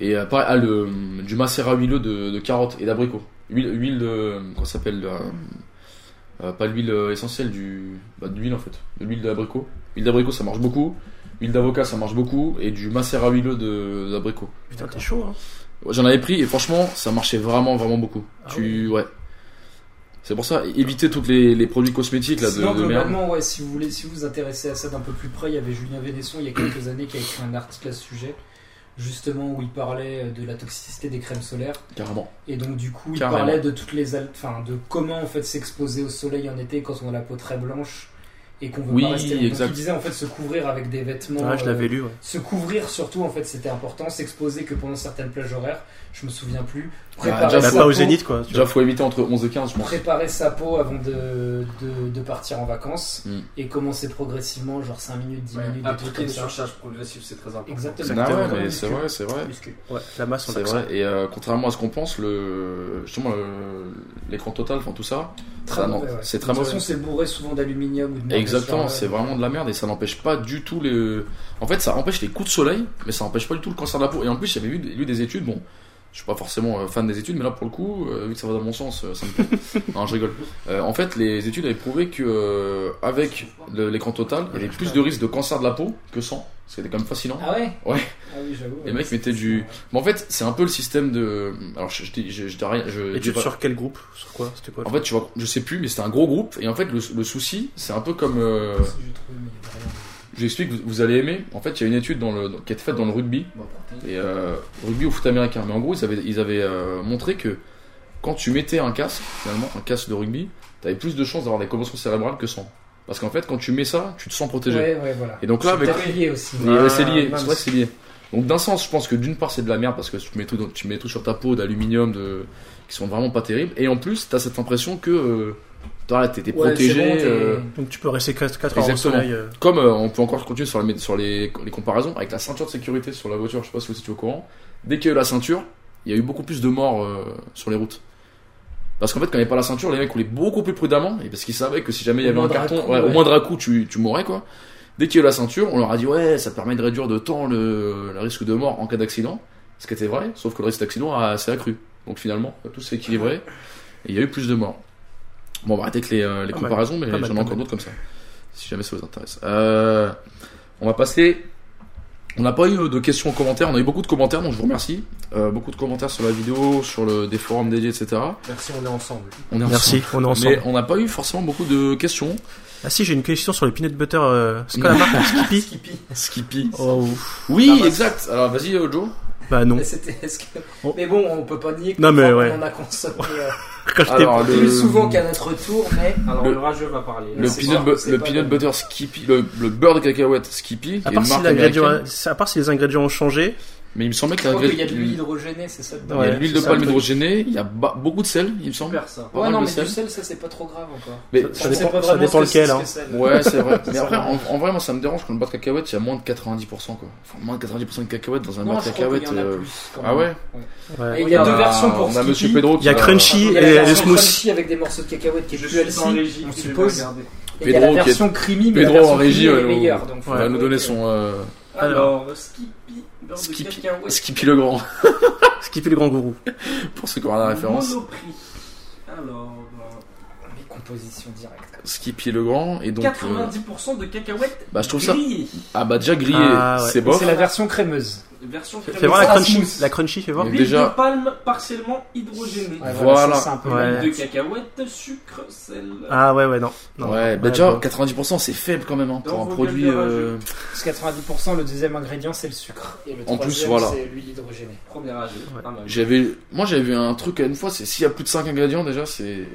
Speaker 3: Et euh, pareil, ah, le, hum, du macérat huileux de, de carottes et d'abricots. Huile, huile de. Comment ça s'appelle euh, euh, Pas l'huile euh, essentielle, du, bah, de l'huile en fait, de l'huile d'abricot. Huile d'abricot, ça marche beaucoup. Huile d'avocat, ça marche beaucoup. Et du macérat huileux de- d'abricot.
Speaker 6: Putain, t'es chaud, hein.
Speaker 3: Ouais, J'en avais pris et franchement, ça marchait vraiment, vraiment beaucoup.
Speaker 6: Ah
Speaker 3: tu, ouais. C'est pour ça, évitez tous les, les produits cosmétiques là de,
Speaker 5: Sinon,
Speaker 3: de merde.
Speaker 5: globalement, ouais, si vous voulez, si vous vous intéressez à ça d'un peu plus près, il y avait Julien Vénesson il y a quelques années qui a écrit un article à ce sujet. justement où il parlait euh, de la toxicité des crèmes solaires.
Speaker 3: Carrément.
Speaker 5: Et donc du coup, il
Speaker 3: Carrément.
Speaker 5: parlait de toutes les, al- enfin, de comment en fait s'exposer au soleil en été quand on a la peau très blanche et qu'on veut
Speaker 3: Oui,
Speaker 5: pas rester. longtemps.
Speaker 3: exact.
Speaker 5: Donc, il disait en fait se couvrir avec des vêtements.
Speaker 6: Ah, je
Speaker 5: euh,
Speaker 6: l'avais lu, ouais.
Speaker 5: se couvrir surtout en fait c'était important, s'exposer que pendant certaines plages horaires, je me souviens plus.
Speaker 3: Ah,
Speaker 5: Préparer,
Speaker 3: déjà,
Speaker 6: Bah,
Speaker 5: sa,
Speaker 6: pas
Speaker 5: peau,
Speaker 6: au zénith, quoi. tu vois.
Speaker 3: Déjà, faut éviter entre 11 et 15, je pense.
Speaker 5: préparer sa peau avant de, de, de partir en vacances
Speaker 3: Mm.
Speaker 5: et commencer progressivement, genre 5 minutes, 10 minutes, des trucs
Speaker 4: Appliquer
Speaker 5: comme
Speaker 4: une
Speaker 5: ça.
Speaker 4: surcharge progressive, c'est très important.
Speaker 5: Exactement.
Speaker 3: Ah ouais,
Speaker 6: Exactement,
Speaker 3: mais c'est vrai, c'est vrai.
Speaker 6: Ouais, la masse, on
Speaker 3: C'est
Speaker 6: a que ça.
Speaker 3: vrai. Et euh, contrairement à ce qu'on pense, le justement le- l'écran total, enfin tout ça, ça, non, c'est très
Speaker 5: De toute
Speaker 3: mauvais.
Speaker 5: façon, c'est bourré souvent d'aluminium ou de merdes
Speaker 3: Exactement,
Speaker 5: sur
Speaker 3: c'est
Speaker 5: le-
Speaker 3: vraiment de la merde et ça n'empêche pas du tout les. En fait, ça empêche les coups de soleil, mais ça n'empêche pas du tout le cancer de la peau. Et en plus, j'avais vu, lu des études, bon, je suis pas forcément euh, fan des études, mais là pour le coup, euh, vu que ça va dans mon sens, euh, ça me plaît. non, je rigole. Euh, en fait, les études avaient prouvé que euh, avec le- l'écran total, il y avait plus de risque de cancer de la peau que sans. C'était quand même fascinant.
Speaker 5: Ah ouais
Speaker 3: Ouais.
Speaker 5: Ah oui, j'avoue.
Speaker 3: Les
Speaker 5: ouais,
Speaker 3: mecs
Speaker 5: c'est-
Speaker 3: mettaient du- Mais en fait, c'est un peu le système de. Alors, je, je, dis- je, je dis rien. Je, dis
Speaker 6: Et tu
Speaker 3: pas-
Speaker 6: sur quel groupe Sur quoi C'était quoi
Speaker 3: En fait, tu vois, je sais plus, mais c'était un gros groupe. Et en fait, le, le souci, c'est un peu comme. euh,
Speaker 5: Si je trouve, mais il y a rien.
Speaker 3: je vous explique, vous, vous allez aimer. En fait, il y a une étude dans le, dans- qui a été faite dans le rugby. Et euh, rugby au foot américain. Mais en gros, ils avaient, ils avaient euh, montré que quand tu mettais un casque, finalement, un casque de rugby, t'avais plus de chances d'avoir des commotions cérébrales que sans. Parce qu'en fait, quand tu mets ça, tu te sens protégé.
Speaker 5: Ouais, ouais, voilà.
Speaker 3: Et donc là, avec.
Speaker 5: T'as Ah, lié aussi.
Speaker 3: Et, euh, c'est lié,
Speaker 6: mince.
Speaker 3: c'est vrai que c'est lié. Donc d'un sens, je pense que d'une part c'est de la merde parce que tu mets tout, dans- tu mets tout sur ta peau d'aluminium de... qui sont vraiment pas terribles. Et en plus, t'as cette impression que euh, toi, t'es t'es
Speaker 5: Ouais, c'est
Speaker 3: protégé.
Speaker 5: bon, t'es-
Speaker 3: euh,
Speaker 6: Donc tu peux rester 4, heures au
Speaker 3: Exactement.
Speaker 6: soleil. euh,
Speaker 3: Comme euh, on peut encore continuer sur, les, sur les, les comparaisons avec la ceinture de sécurité sur la voiture, je sais pas si vous étiez au courant. Dès qu'il y a eu la ceinture, il y a eu beaucoup plus de morts euh, sur les routes. Parce qu'en fait, quand il n'y avait pas la ceinture, les mecs roulaient beaucoup plus prudemment, et parce qu'ils savaient que si jamais il y
Speaker 5: Au
Speaker 3: avait un
Speaker 5: moindre
Speaker 3: carton,
Speaker 5: à-coup,
Speaker 3: ouais, au
Speaker 5: ouais.
Speaker 3: moindre à coup, tu, tu mourrais quoi. Dès qu'il y a eu la ceinture, on leur a dit ouais, ça permet de réduire de temps le, le risque de mort en cas d'accident, ce qui était vrai, sauf que le risque d'accident a- s'est accru. Donc finalement, tout s'est équilibré, et il y a eu plus de morts. Bon, on va arrêter avec les, euh, les
Speaker 6: Pas mal.
Speaker 3: comparaisons, mais
Speaker 6: Pas mal,
Speaker 3: j'en ai
Speaker 6: pas
Speaker 3: encore
Speaker 6: mal.
Speaker 3: d'autres comme ça, si jamais ça vous intéresse. Euh, on va passer. On n'a pas eu de questions en commentaire, on a eu beaucoup de commentaires, donc je vous remercie. Euh, beaucoup de commentaires sur la vidéo, sur le, des forums dédiés, etc.
Speaker 4: Merci, on est ensemble.
Speaker 3: On est
Speaker 6: Merci, on
Speaker 3: ensemble.
Speaker 6: est ensemble.
Speaker 3: Mais on n'a pas eu forcément beaucoup de questions.
Speaker 6: Ah si, j'ai une question sur le peanut butter. euh, C'est quoi la marque Skippy
Speaker 3: Skippy.
Speaker 6: Oh, ouf.
Speaker 3: Oui,
Speaker 5: Damas.
Speaker 3: exact. Alors vas-y, euh, Joe.
Speaker 6: Bah non.
Speaker 5: Mais, c'était- est-ce que-
Speaker 6: Oh.
Speaker 5: mais bon, on peut pas nier que
Speaker 6: Non, mais
Speaker 5: parfois,
Speaker 6: ouais.
Speaker 5: on en a consommé euh,
Speaker 6: Quand j'étais
Speaker 3: Alors, le-
Speaker 5: plus souvent qu'à notre tour, mais
Speaker 4: Alors,
Speaker 3: Le-
Speaker 4: le, rageux va parler.
Speaker 3: Le
Speaker 5: c'est
Speaker 3: peanut,
Speaker 5: pas-
Speaker 3: bu-
Speaker 5: c'est
Speaker 3: le
Speaker 5: pas
Speaker 3: peanut
Speaker 5: bon.
Speaker 3: butter Skippy, le, le beurre de cacahuète Skippy, qui
Speaker 6: à
Speaker 3: est une
Speaker 6: part, si
Speaker 3: marque
Speaker 6: l'ingrédient-
Speaker 3: américaine.
Speaker 6: à part si les ingrédients ont changé,
Speaker 3: Mais il me semblait que
Speaker 5: je crois qu'il y a de l'huile
Speaker 3: l'ingrédient-
Speaker 5: hydrogénée, c'est ça
Speaker 3: il
Speaker 5: dedans
Speaker 3: y a de
Speaker 6: Ouais,
Speaker 3: l'huile
Speaker 6: c'est
Speaker 3: de
Speaker 6: ça,
Speaker 3: palme
Speaker 6: le truc.
Speaker 3: hydrogénée, il y a ba- beaucoup de sel, il me semble.
Speaker 4: Super ça.
Speaker 3: Pas mal
Speaker 5: Ouais, non,
Speaker 3: de
Speaker 5: mais
Speaker 3: sel.
Speaker 5: du sel, ça c'est pas trop grave encore.
Speaker 3: Mais
Speaker 6: Ça-
Speaker 5: On
Speaker 6: ça
Speaker 5: sait
Speaker 6: dépend,
Speaker 5: pas
Speaker 6: ça
Speaker 5: vraiment
Speaker 6: dépend
Speaker 5: ce que
Speaker 6: lequel.
Speaker 5: c'est,
Speaker 6: hein.
Speaker 5: ce que c'est, là.
Speaker 3: Ouais, c'est vrai. Mais après, en, en vrai, moi, ça me dérange quand le beurre de cacahuète, il y a moins de 90%, quoi. Enfin, moins de 90% de cacahuètes dans un
Speaker 5: Non,
Speaker 3: beurre de
Speaker 5: je crois qu'il
Speaker 3: cacahuète.
Speaker 5: y en a
Speaker 3: euh,
Speaker 5: plus. quand
Speaker 3: Ah
Speaker 5: même.
Speaker 3: ouais
Speaker 5: Et
Speaker 6: Ouais.
Speaker 5: il y a
Speaker 3: On
Speaker 5: deux versions pour
Speaker 3: On a
Speaker 5: Skippy.
Speaker 3: Monsieur Pedro qui
Speaker 6: Il y a
Speaker 3: va-
Speaker 6: Crunchy
Speaker 5: Il y a
Speaker 6: et
Speaker 5: la
Speaker 6: le
Speaker 5: version
Speaker 6: smoothie.
Speaker 5: crunchy avec des morceaux de cacahuètes qui est
Speaker 4: Je
Speaker 5: plus
Speaker 4: suis en
Speaker 5: healthy,
Speaker 4: régie,
Speaker 5: on
Speaker 4: je vais
Speaker 5: suppose.
Speaker 4: regarder.
Speaker 5: Et il y a la
Speaker 3: Pedro qui est-
Speaker 5: version creamy, mais
Speaker 3: Pedro
Speaker 5: la
Speaker 3: en
Speaker 5: version
Speaker 3: régie,
Speaker 5: creamy est
Speaker 3: euh,
Speaker 5: meilleure. donc faut
Speaker 3: Il va
Speaker 5: avouer
Speaker 3: nous donner
Speaker 5: que-
Speaker 3: son euh,
Speaker 4: Alors, Skippy, beurre de
Speaker 3: Skippy,
Speaker 4: cacahuète.
Speaker 3: Skippy le Grand,
Speaker 6: Skippy le grand gourou.
Speaker 3: pour ceux qui auraient la référence.
Speaker 4: Monoprix. Alors, ben,
Speaker 5: Mais composition directe. quoi.
Speaker 3: Skippy le Grand, et donc. euh,
Speaker 4: 90% de cacahuètes
Speaker 3: bah, je trouve ça.
Speaker 4: grillées.
Speaker 3: Ah, bah, déjà grillé,
Speaker 6: Ah, ouais.
Speaker 3: c'est bof.
Speaker 5: C'est la version crémeuse.
Speaker 4: Version
Speaker 6: Fais voir la
Speaker 5: ça
Speaker 6: crunchy.
Speaker 5: smooth.
Speaker 6: La crunchy, fais voir.
Speaker 3: Mais-
Speaker 4: L'huile
Speaker 3: Déjà-
Speaker 4: de palme partiellement hydrogénée.
Speaker 5: Ouais,
Speaker 3: Voilà.
Speaker 5: ça, c'est un peu
Speaker 6: Ouais.
Speaker 5: la-
Speaker 4: De cacahuètes, sucre, sel.
Speaker 6: Ah ouais, ouais, non. non.
Speaker 3: Ouais, bah, déjà,
Speaker 6: bon.
Speaker 3: 90%, c'est faible quand même, hein, pour
Speaker 4: Dans
Speaker 3: un
Speaker 4: vos
Speaker 3: produit.
Speaker 4: gueules de
Speaker 3: euh,
Speaker 5: Parce que 90%, le deuxième ingrédient, c'est le sucre. Et le
Speaker 3: En plus,
Speaker 5: troisième,
Speaker 3: voilà.
Speaker 5: c'est l'huile hydrogénée.
Speaker 4: Premier âge.
Speaker 6: Ouais.
Speaker 4: Pas mal.
Speaker 3: J'avais. Moi, j'avais vu un truc une fois, c'est s'il y a plus de 5 ingrédients, déjà, c'est.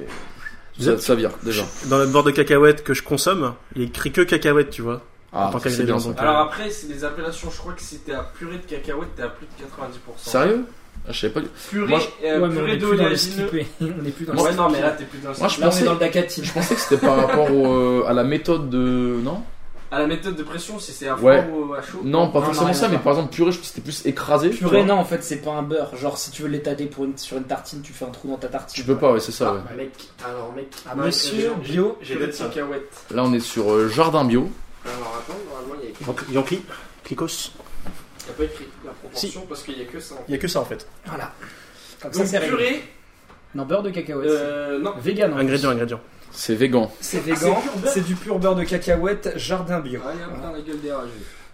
Speaker 6: Vous
Speaker 3: Ça,
Speaker 6: êtes-
Speaker 3: ça vire, déjà.
Speaker 6: Dans le beurre de cacahuète que je consomme, il est écrit que cacahuète, tu vois.
Speaker 3: Ah,
Speaker 6: tant
Speaker 3: c'est
Speaker 6: qu'ingrédient,
Speaker 3: bien ça.
Speaker 6: donc.
Speaker 4: Alors après, c'est les appellations, je crois que si t'es à purée de cacahuètes, t'es à plus de 90%.
Speaker 3: Sérieux Ah, Je savais pas. du-
Speaker 4: Purée,
Speaker 3: Moi,
Speaker 4: euh,
Speaker 5: Ouais, mais on
Speaker 4: purée
Speaker 5: est
Speaker 4: d'eau
Speaker 5: plus dans le
Speaker 4: oléagineux.
Speaker 5: skippé. On est plus dans le
Speaker 4: Ouais, non,
Speaker 5: skippé.
Speaker 4: mais là, t'es plus dans le
Speaker 3: Moi,
Speaker 4: skippé.
Speaker 3: je
Speaker 5: Là, on
Speaker 3: pensais-
Speaker 5: est dans le dacatine.
Speaker 3: Je pensais que c'était par rapport au, euh, à la méthode de. Non
Speaker 4: À la méthode de pression, si c'est à froid
Speaker 3: Ouais.
Speaker 4: ou à chaud.
Speaker 3: Non, pas
Speaker 5: Non,
Speaker 3: forcément
Speaker 5: non,
Speaker 3: ça,
Speaker 5: rien
Speaker 3: mais
Speaker 5: à
Speaker 3: par exemple, purée, je pense que c'était plus écrasé. tu
Speaker 5: Purée,
Speaker 3: vois.
Speaker 5: non, en fait, c'est pas un beurre. Genre, si tu veux l'étaler pour une, sur une tartine, tu fais un trou dans ta tartine.
Speaker 3: Tu peux pas, ouais, c'est ça, ouais.
Speaker 4: Ah, mec, alors, mec. bah,
Speaker 5: Ah, monsieur, bio.
Speaker 4: J'ai des cacahuètes.
Speaker 3: Là, on est sur euh, Jardin Bio.
Speaker 4: Alors, attends, normalement, il y a-
Speaker 6: Yankee, Clicos.
Speaker 4: il y a pas écrit la proportion parce qu'il y a que ça. en fait.
Speaker 6: Il y a que ça en fait.
Speaker 5: Voilà. Comme ça,
Speaker 4: Donc,
Speaker 5: c'est réglé.
Speaker 4: purée,
Speaker 5: Non, beurre de cacahuète.
Speaker 4: euh, non.
Speaker 5: c'est Vegan. en plus.
Speaker 6: Ingrédients, ingrédients.
Speaker 3: C'est vegan.
Speaker 5: C'est
Speaker 4: Ah, c'est
Speaker 5: vegan.
Speaker 4: pur beurre
Speaker 5: C'est du pur beurre de cacahuète, jardin bio.
Speaker 4: Ah, il y a plein la gueule des rageux.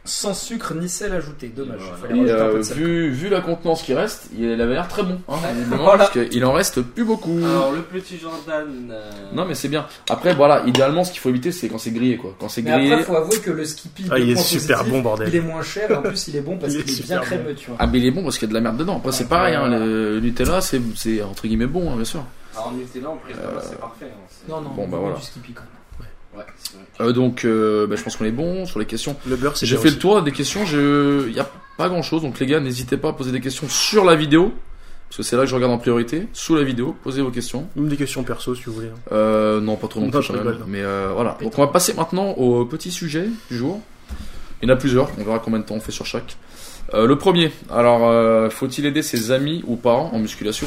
Speaker 5: sans sucre ni sel ajouté. Dommage.
Speaker 4: Et
Speaker 5: fallait
Speaker 3: Et
Speaker 5: rajouter un
Speaker 3: euh,
Speaker 5: peu de sel.
Speaker 3: vu, vu la contenance qui reste, il avait l'air très bon. Hein, visiblement,
Speaker 4: Voilà.
Speaker 3: parce qu'il en reste plus beaucoup.
Speaker 4: Alors, le petit Jordan. euh,
Speaker 3: Mm. Non mais c'est bien. Après voilà, idéalement ce qu'il faut éviter c'est quand c'est grillé quoi. Quand c'est
Speaker 5: Mais
Speaker 3: grillé.
Speaker 5: après, faut avouer que le Skippy,
Speaker 6: Ah,
Speaker 5: le
Speaker 6: il est
Speaker 5: point
Speaker 6: super
Speaker 5: positif,
Speaker 6: bon, bordel.
Speaker 5: Il est moins cher et en plus il est bon parce
Speaker 6: Il est
Speaker 5: qu'il est, bien
Speaker 6: super
Speaker 5: crémeux, tu vois.
Speaker 3: Ah mais il est bon parce qu'il y a de la merde dedans. Après c'est pareil, hein, le Nutella c'est c'est entre guillemets bon hein, bien sûr.
Speaker 4: Alors, Nutella en prise de main, c'est parfait. hein, c'est-
Speaker 5: Non, non,
Speaker 3: Bon, bah
Speaker 5: vraiment
Speaker 3: voilà.
Speaker 5: du Skippy quand même.
Speaker 4: Ouais, c'est vrai.
Speaker 3: Euh, donc euh, bah, je pense qu'on est bon sur les questions.
Speaker 6: Le beurre, c'est
Speaker 3: J'ai
Speaker 6: bien
Speaker 3: fait
Speaker 6: aussi.
Speaker 3: le tour des questions. Je... Il n'y a pas grand chose. Donc les gars, n'hésitez pas à poser des questions sur la vidéo. Parce que c'est là que je regarde en priorité. Sous la vidéo, posez vos questions.
Speaker 6: Même des questions perso, si vous voulez. hein.
Speaker 3: Euh, non, pas trop non
Speaker 6: Non,
Speaker 3: plus.
Speaker 6: je
Speaker 3: quand même.
Speaker 6: rigole, non.
Speaker 3: Mais euh, voilà. Donc on va passer maintenant au petit sujet du jour. Il y en a plusieurs. On verra combien de temps on fait sur chaque. Euh, le premier, alors euh, faut-il aider ses amis ou parents en musculation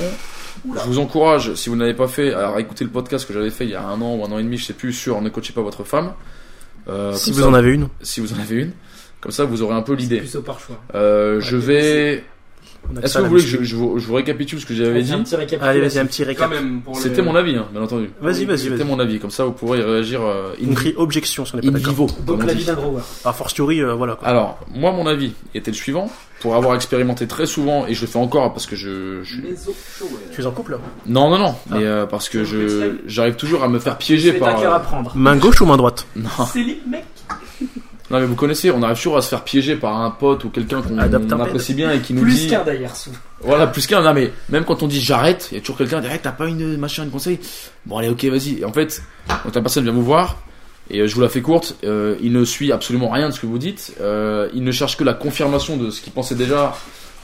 Speaker 3: Je vous encourage, si vous n'avez pas fait, à écouter le podcast que j'avais fait il y a un an ou un an et demi, je sais plus, sur Ne coachez pas votre femme. Euh,
Speaker 6: Si
Speaker 3: comme
Speaker 6: vous
Speaker 3: ça-
Speaker 6: en avez une,
Speaker 3: si vous en avez une. Comme ça, vous aurez un peu
Speaker 5: C'est
Speaker 3: l'idée.
Speaker 5: plus au par choix.
Speaker 3: Euh, je
Speaker 5: Ouais,
Speaker 3: vais.
Speaker 6: on a que
Speaker 3: Est-ce
Speaker 6: ça
Speaker 3: que
Speaker 6: à la
Speaker 3: vous voulez que
Speaker 6: maison.
Speaker 3: je, je vous, je vous récapitule ce que j'avais
Speaker 5: Allez,
Speaker 3: dit
Speaker 5: un petit
Speaker 6: Allez, vas-y,
Speaker 5: récapitulatif.
Speaker 6: un petit
Speaker 4: Quand
Speaker 6: récap.
Speaker 4: même, pour le-
Speaker 3: C'était mon avis, hein, bien entendu.
Speaker 6: Vas-y, vas-y,
Speaker 3: C'était
Speaker 6: vas-y.
Speaker 3: mon avis, comme ça vous pourrez y réagir euh, in,
Speaker 6: On crie objection si on n'est
Speaker 3: in
Speaker 6: pas d'accord.
Speaker 3: vivo. comme
Speaker 5: Donc
Speaker 3: on
Speaker 5: la
Speaker 3: dit.
Speaker 5: vie d'un grower.
Speaker 6: A fortiori, euh, voilà. quoi.
Speaker 3: Alors, moi, mon avis était le suivant. Pour avoir expérimenté très souvent, et je le fais encore parce que je. je...
Speaker 4: Les autres choses, ouais.
Speaker 6: Tu es en couple là
Speaker 3: Non, non, non, mais
Speaker 6: Ah.
Speaker 3: euh, parce que je j'arrive toujours à me
Speaker 4: Ah,
Speaker 3: faire piéger
Speaker 5: C'est un
Speaker 3: par.
Speaker 5: cœur
Speaker 3: euh, Ah.
Speaker 5: à prendre.
Speaker 6: Main gauche ou main droite
Speaker 3: Non.
Speaker 4: C'est libre, mec.
Speaker 3: non, mais vous connaissez, on arrive toujours à se faire piéger par un pote ou quelqu'un qu'on
Speaker 6: Adapte un peu.
Speaker 3: apprécie bien et qui nous
Speaker 5: Plus
Speaker 3: dit.
Speaker 5: qu'un d'ailleurs, souvent.
Speaker 3: Voilà, plus qu'un. Non, mais même quand on dit j'arrête, il y a toujours quelqu'un qui dit hey, t'as pas une machin, une conseil. Bon, allez, ok, vas-y. Et en fait, quand la personne vient vous voir, et euh, je vous la fais courte, euh, il ne suit absolument rien de ce que vous dites. euh, il ne cherche que la confirmation de ce qu'il pensait déjà.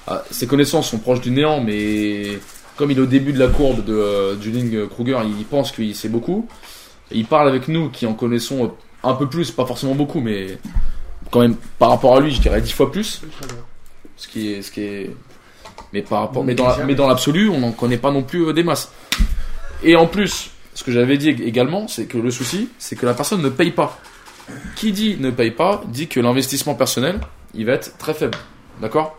Speaker 3: Ah, ses connaissances sont proches du néant, mais comme il est au début de la courbe de euh, du Dunning Kruger, il pense qu'il sait beaucoup. Et il parle avec nous qui en connaissons euh, un peu plus, pas forcément beaucoup, mais quand même par rapport à lui, je dirais 10 fois plus. Ce qui est, ce qui est, mais par rapport, mais dans, la- mais dans l'absolu, on n'en connaît pas non plus euh, des masses. Et en plus, ce que j'avais dit ég- également, c'est que le souci, c'est que la personne ne paye pas. Qui dit ne paye pas, dit que l'investissement personnel, il va être très faible. D'accord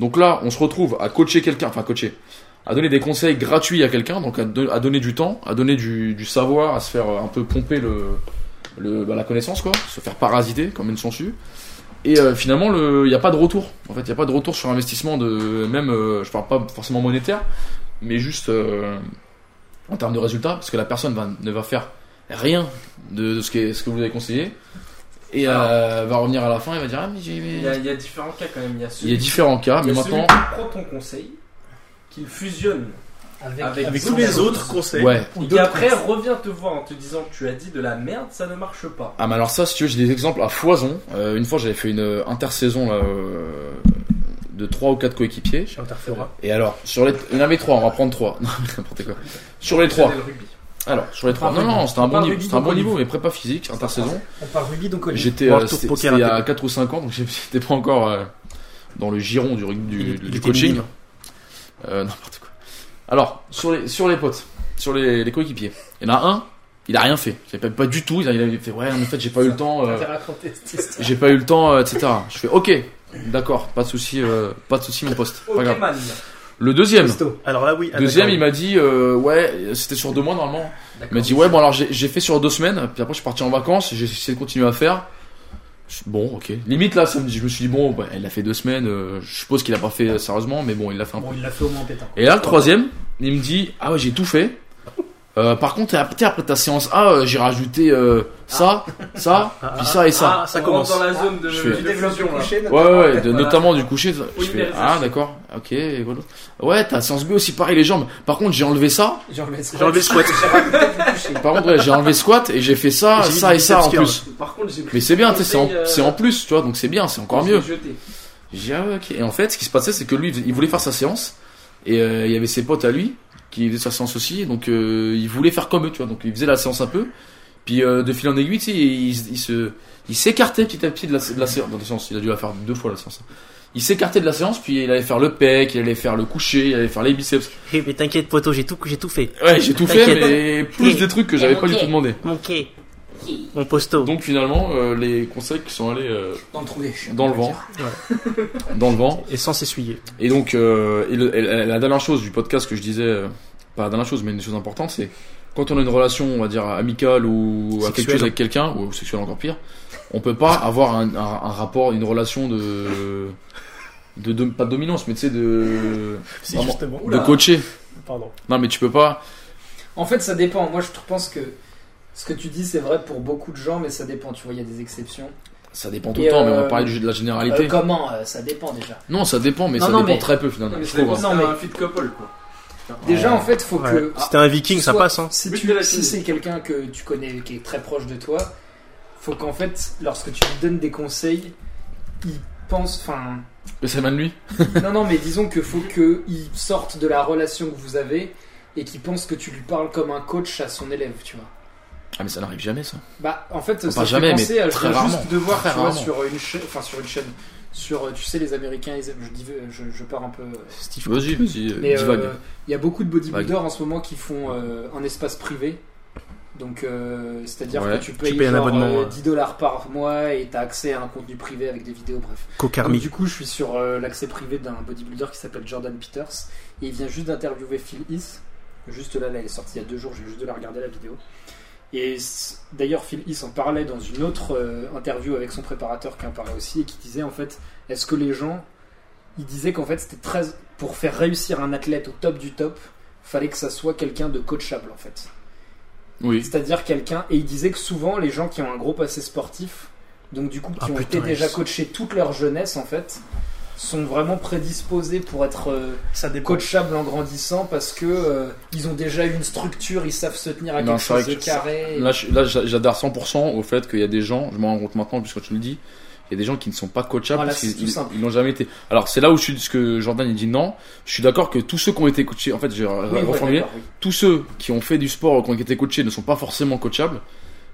Speaker 3: Donc là, on se retrouve à coacher quelqu'un, enfin coacher, à donner des conseils gratuits à quelqu'un, donc à, don- à donner du temps, à donner du, du savoir, à se faire euh, un peu pomper le, le- bah, la connaissance, quoi, se faire parasiter comme une sangsue. Et euh, finalement, le- il n'y a pas de retour. En fait, il n'y a pas de retour sur investissement de même, euh, je parle pas forcément monétaire, mais juste euh, en termes de résultats, parce que la personne va- ne va faire rien de, de ce, que, ce que vous avez conseillé. Et euh, va revenir à la fin et va dire Ah, mais j'ai.
Speaker 4: Il y, a, il y a différents cas quand même. Il y a celui,
Speaker 3: Il y a différents cas, mais
Speaker 4: il y a
Speaker 3: maintenant.
Speaker 4: celui qui prend ton conseil, qu'il fusionne avec,
Speaker 6: Tous les autres conseils.
Speaker 3: Ouais.
Speaker 4: Et qui après revient te voir en te disant tu as dit de la merde, ça ne marche pas.
Speaker 3: Ah mais alors ça, si tu veux, j'ai des exemples à foison. Euh, une fois, j'avais fait une euh, intersaison là, euh, de trois ou quatre coéquipiers.
Speaker 6: Chez Interfera.
Speaker 3: Et alors, sur les, il y en avait trois, on va prendre trois. Non, mais n'importe quoi. Sur les trois.
Speaker 4: Fusionner le rugby.
Speaker 3: Alors, sur les trois.
Speaker 5: Pas
Speaker 3: Non, non, c'était un
Speaker 5: Pas
Speaker 3: bon niveau.
Speaker 5: rugby,
Speaker 3: C'était un
Speaker 5: donc
Speaker 3: bon
Speaker 5: on y
Speaker 3: niveau,
Speaker 5: va.
Speaker 3: mais prépa physique, intersaison.
Speaker 5: On part rugby donc Olivier.
Speaker 3: J'étais,
Speaker 6: World
Speaker 3: euh,
Speaker 6: Tour
Speaker 3: c'était
Speaker 6: Poker
Speaker 3: c'était il y a
Speaker 6: Academy.
Speaker 3: 4 ou 5 ans, donc j'étais pas encore euh, dans le giron du, rug- du,
Speaker 6: Il- il
Speaker 3: du
Speaker 6: était
Speaker 3: coaching.
Speaker 6: minime.
Speaker 3: Euh, N'importe quoi. Alors, sur les, sur les potes, sur les, les coéquipiers, il y en a un, il a rien fait. Il avait pas du tout, il avait fait, ouais, en fait, j'ai pas eu le temps. euh,
Speaker 5: T'as raconté cette histoire.
Speaker 3: j'ai pas eu le temps, euh, etc. Je fais ok, d'accord, pas de souci, euh, pas de souci, mon poste. Pas
Speaker 4: Ok,
Speaker 3: grave.
Speaker 4: man.
Speaker 3: Le deuxième,
Speaker 5: Costaud.
Speaker 6: Alors là, oui. ah,
Speaker 3: deuxième,
Speaker 6: d'accord.
Speaker 3: il m'a dit euh, ouais, c'était sur deux mois normalement. Il m'a dit ouais, bon alors j'ai j'ai fait sur deux semaines, puis après je suis parti en vacances, j'ai essayé de continuer à faire. Je- Bon, ok. Limite là, ça me dit- je me suis dit bon, bah, il a fait deux semaines. euh, je suppose qu'il a pas fait sérieusement, mais bon, il l'a fait un peu.
Speaker 5: Bon, il l'a fait au moins en pétant.
Speaker 3: Et là, le troisième, il me dit Ah ouais, j'ai tout fait. Euh, par contre, après, après ta séance A, euh, j'ai rajouté euh, ça, ça,
Speaker 6: Ah,
Speaker 3: puis ça et ça.
Speaker 6: Ah, ça
Speaker 4: On
Speaker 6: commence.
Speaker 4: rentre dans la zone de,
Speaker 3: Je fais-
Speaker 4: de fusion là.
Speaker 5: couché,
Speaker 3: Ouais,
Speaker 5: notamment.
Speaker 3: ouais, de-
Speaker 4: voilà.
Speaker 3: notamment du coucher. Je fais,
Speaker 4: Universalisation.
Speaker 3: ah, d'accord, ok. et voilà. Ouais, ta séance B aussi, pareil, les jambes. Par contre, j'ai enlevé ça.
Speaker 5: J'ai enlevé ce
Speaker 6: J'ai enlevé le squat.
Speaker 3: Par contre, ouais, j'ai enlevé squat et j'ai fait ça,
Speaker 6: J'ai mis
Speaker 3: ça
Speaker 6: du
Speaker 3: et ça en
Speaker 6: biceps curl.
Speaker 3: plus.
Speaker 4: Par contre, j'ai pris
Speaker 3: Mais c'est bien,
Speaker 4: le
Speaker 3: tu sais, c'est en,
Speaker 4: conseil, euh,
Speaker 3: c'est en plus, tu vois, donc c'est bien, c'est encore
Speaker 4: je l'ai
Speaker 3: mieux.
Speaker 4: jeté.
Speaker 3: J'ai dit, ah ouais, ok. Et en fait, ce qui se passait, c'est que lui, il voulait faire sa séance et euh, il y avait ses potes à lui qui faisaient sa séance aussi, donc euh, il voulait faire comme eux, tu vois. Donc il faisait la séance un peu, puis euh, de fil en aiguille, tu sais, il, il se, il s'écartait petit à petit de la, de la séance. Dans la séance, il a dû la faire deux fois la séance. Il s'écartait de la séance, puis il allait faire le pec, il allait faire le coucher, il allait faire les biceps.
Speaker 6: Eh, Mais t'inquiète, poteau, j'ai tout, j'ai tout fait.
Speaker 3: Ouais, j'ai tout fait,
Speaker 6: T'inquiète.
Speaker 3: mais plus de trucs que j'avais pas du tout demandé.
Speaker 6: Mon quai. Mon posto.
Speaker 3: Donc finalement, euh, les conseils qui sont allés euh,
Speaker 5: Dans le trou des chiens.
Speaker 3: dans le vent, dans le vent.
Speaker 6: Et sans s'essuyer.
Speaker 3: Et donc, euh, et le- et la, la dernière chose du podcast que je disais, euh, pas la dernière chose, mais une chose importante, c'est quand on a une relation, on va dire amicale ou à quelque
Speaker 6: Sexuelle.
Speaker 3: chose avec quelqu'un, ou sexuelle encore pire, on peut pas avoir un, un- un rapport, une relation de, de, de- pas de dominance, mais tu sais de
Speaker 6: Si,
Speaker 3: Vraiment.
Speaker 6: justement.
Speaker 3: de coacher.
Speaker 6: Pardon.
Speaker 3: Non, mais tu peux pas.
Speaker 5: En fait, ça dépend. Moi, je te- pense que ce que tu dis, c'est vrai pour beaucoup de gens, mais ça dépend. Tu vois, il y a des exceptions.
Speaker 3: Ça dépend tout
Speaker 5: Et
Speaker 3: le temps, mais on va
Speaker 5: euh,
Speaker 3: parler du jeu de la généralité.
Speaker 5: Euh, comment euh, Ça dépend déjà.
Speaker 3: Non, ça dépend, mais
Speaker 5: Non,
Speaker 3: ça
Speaker 5: non,
Speaker 3: dépend
Speaker 5: mais-
Speaker 3: très peu finalement.
Speaker 4: Non, mais
Speaker 3: je
Speaker 4: c'est
Speaker 3: trouve,
Speaker 4: pas
Speaker 3: hein.
Speaker 5: Non, mais-
Speaker 4: un fit couple quoi.
Speaker 5: Déjà, en fait, faut que.
Speaker 3: Ah,
Speaker 6: Ouais. Si t'es un viking, ça
Speaker 5: soit-
Speaker 6: passe. Hein.
Speaker 5: Si,
Speaker 4: Mais
Speaker 5: tu-
Speaker 4: je te la
Speaker 5: si
Speaker 4: finis.
Speaker 5: c'est quelqu'un que tu connais, qui est très proche de toi, faut qu'en fait, lorsque tu lui donnes des conseils, il pense. Enfin.
Speaker 3: Mais ça émane de lui.
Speaker 5: non, non, mais disons que faut qu'il sorte de la relation que vous avez et qu'il pense que tu lui parles comme un coach à son élève, tu vois.
Speaker 3: Ah, mais ça n'arrive jamais ça.
Speaker 5: Bah, en fait, ça
Speaker 3: Enfin,
Speaker 5: me
Speaker 3: jamais,
Speaker 5: fait penser
Speaker 3: mais
Speaker 5: à, je
Speaker 3: très
Speaker 5: viens
Speaker 3: rarement.
Speaker 5: juste de voir,
Speaker 3: Très
Speaker 5: tu vois,
Speaker 3: rarement.
Speaker 5: sur une, cha- enfin, sur une chaîne, sur, euh, tu sais, les Américains, ils aiment- je, dis, je, je pars un peu...
Speaker 6: Steve.
Speaker 3: Vas-y, vas-y, euh,
Speaker 5: Mais euh,
Speaker 3: divague.
Speaker 5: il y a beaucoup de bodybuilders en ce moment qui font euh, un espace privé. Donc, euh, c'est-à-dire
Speaker 3: Ouais,
Speaker 5: que tu payes,
Speaker 6: tu payes un
Speaker 5: genre,
Speaker 6: abonnement,
Speaker 5: euh,
Speaker 6: ouais.
Speaker 5: 10 dollars par mois et t'as accès à un contenu privé avec des vidéos, bref. Donc,
Speaker 6: Cocarmi.
Speaker 5: du coup, je suis sur euh, l'accès privé d'un bodybuilder qui s'appelle Jordan Peters et il vient juste d'interviewer Phil Heath. Juste là, là, elle est sortie il y a deux jours, j'ai juste de la regarder la vidéo. Et c- d'ailleurs, Phil Heath en parlait dans une autre euh, interview avec son préparateur qui en parlait aussi et qui disait en fait, est-ce que les gens. Il disait qu'en fait, c'était très. Pour faire réussir un athlète au top du top, fallait que ça soit quelqu'un de coachable en fait.
Speaker 3: Oui.
Speaker 5: C'est-à-dire quelqu'un, et il disait que souvent les gens qui ont un gros passé sportif, donc du coup qui
Speaker 6: Ah,
Speaker 5: ont été
Speaker 6: putain, ils
Speaker 5: déjà
Speaker 6: sont-
Speaker 5: coachés toute leur jeunesse en fait, sont vraiment prédisposés pour être euh,
Speaker 6: Ça dépend.
Speaker 5: coachables en grandissant parce que euh, ils ont déjà une structure, ils savent se tenir à
Speaker 3: Non,
Speaker 5: quelque
Speaker 3: c'est vrai
Speaker 5: chose de
Speaker 3: que
Speaker 5: carré.
Speaker 3: Là, je- là, j'a- j'adhère 100% au fait qu'il y a des gens, je m'en rends compte maintenant puisque tu le dis, il y a des gens qui ne sont pas coachables
Speaker 5: Voilà,
Speaker 3: parce
Speaker 5: c'est
Speaker 3: qu'ils
Speaker 5: tout
Speaker 3: ils-
Speaker 5: simple.
Speaker 3: ils l'ont jamais été. Alors, c'est là où je suis, ce que Jordan il dit non. Je suis d'accord que tous ceux qui ont été coachés, en fait, je vais
Speaker 5: Oui, ouais,
Speaker 3: reformuler,
Speaker 5: d'accord, oui.
Speaker 3: tous ceux qui ont fait du sport ou qui ont été coachés ne sont pas forcément coachables.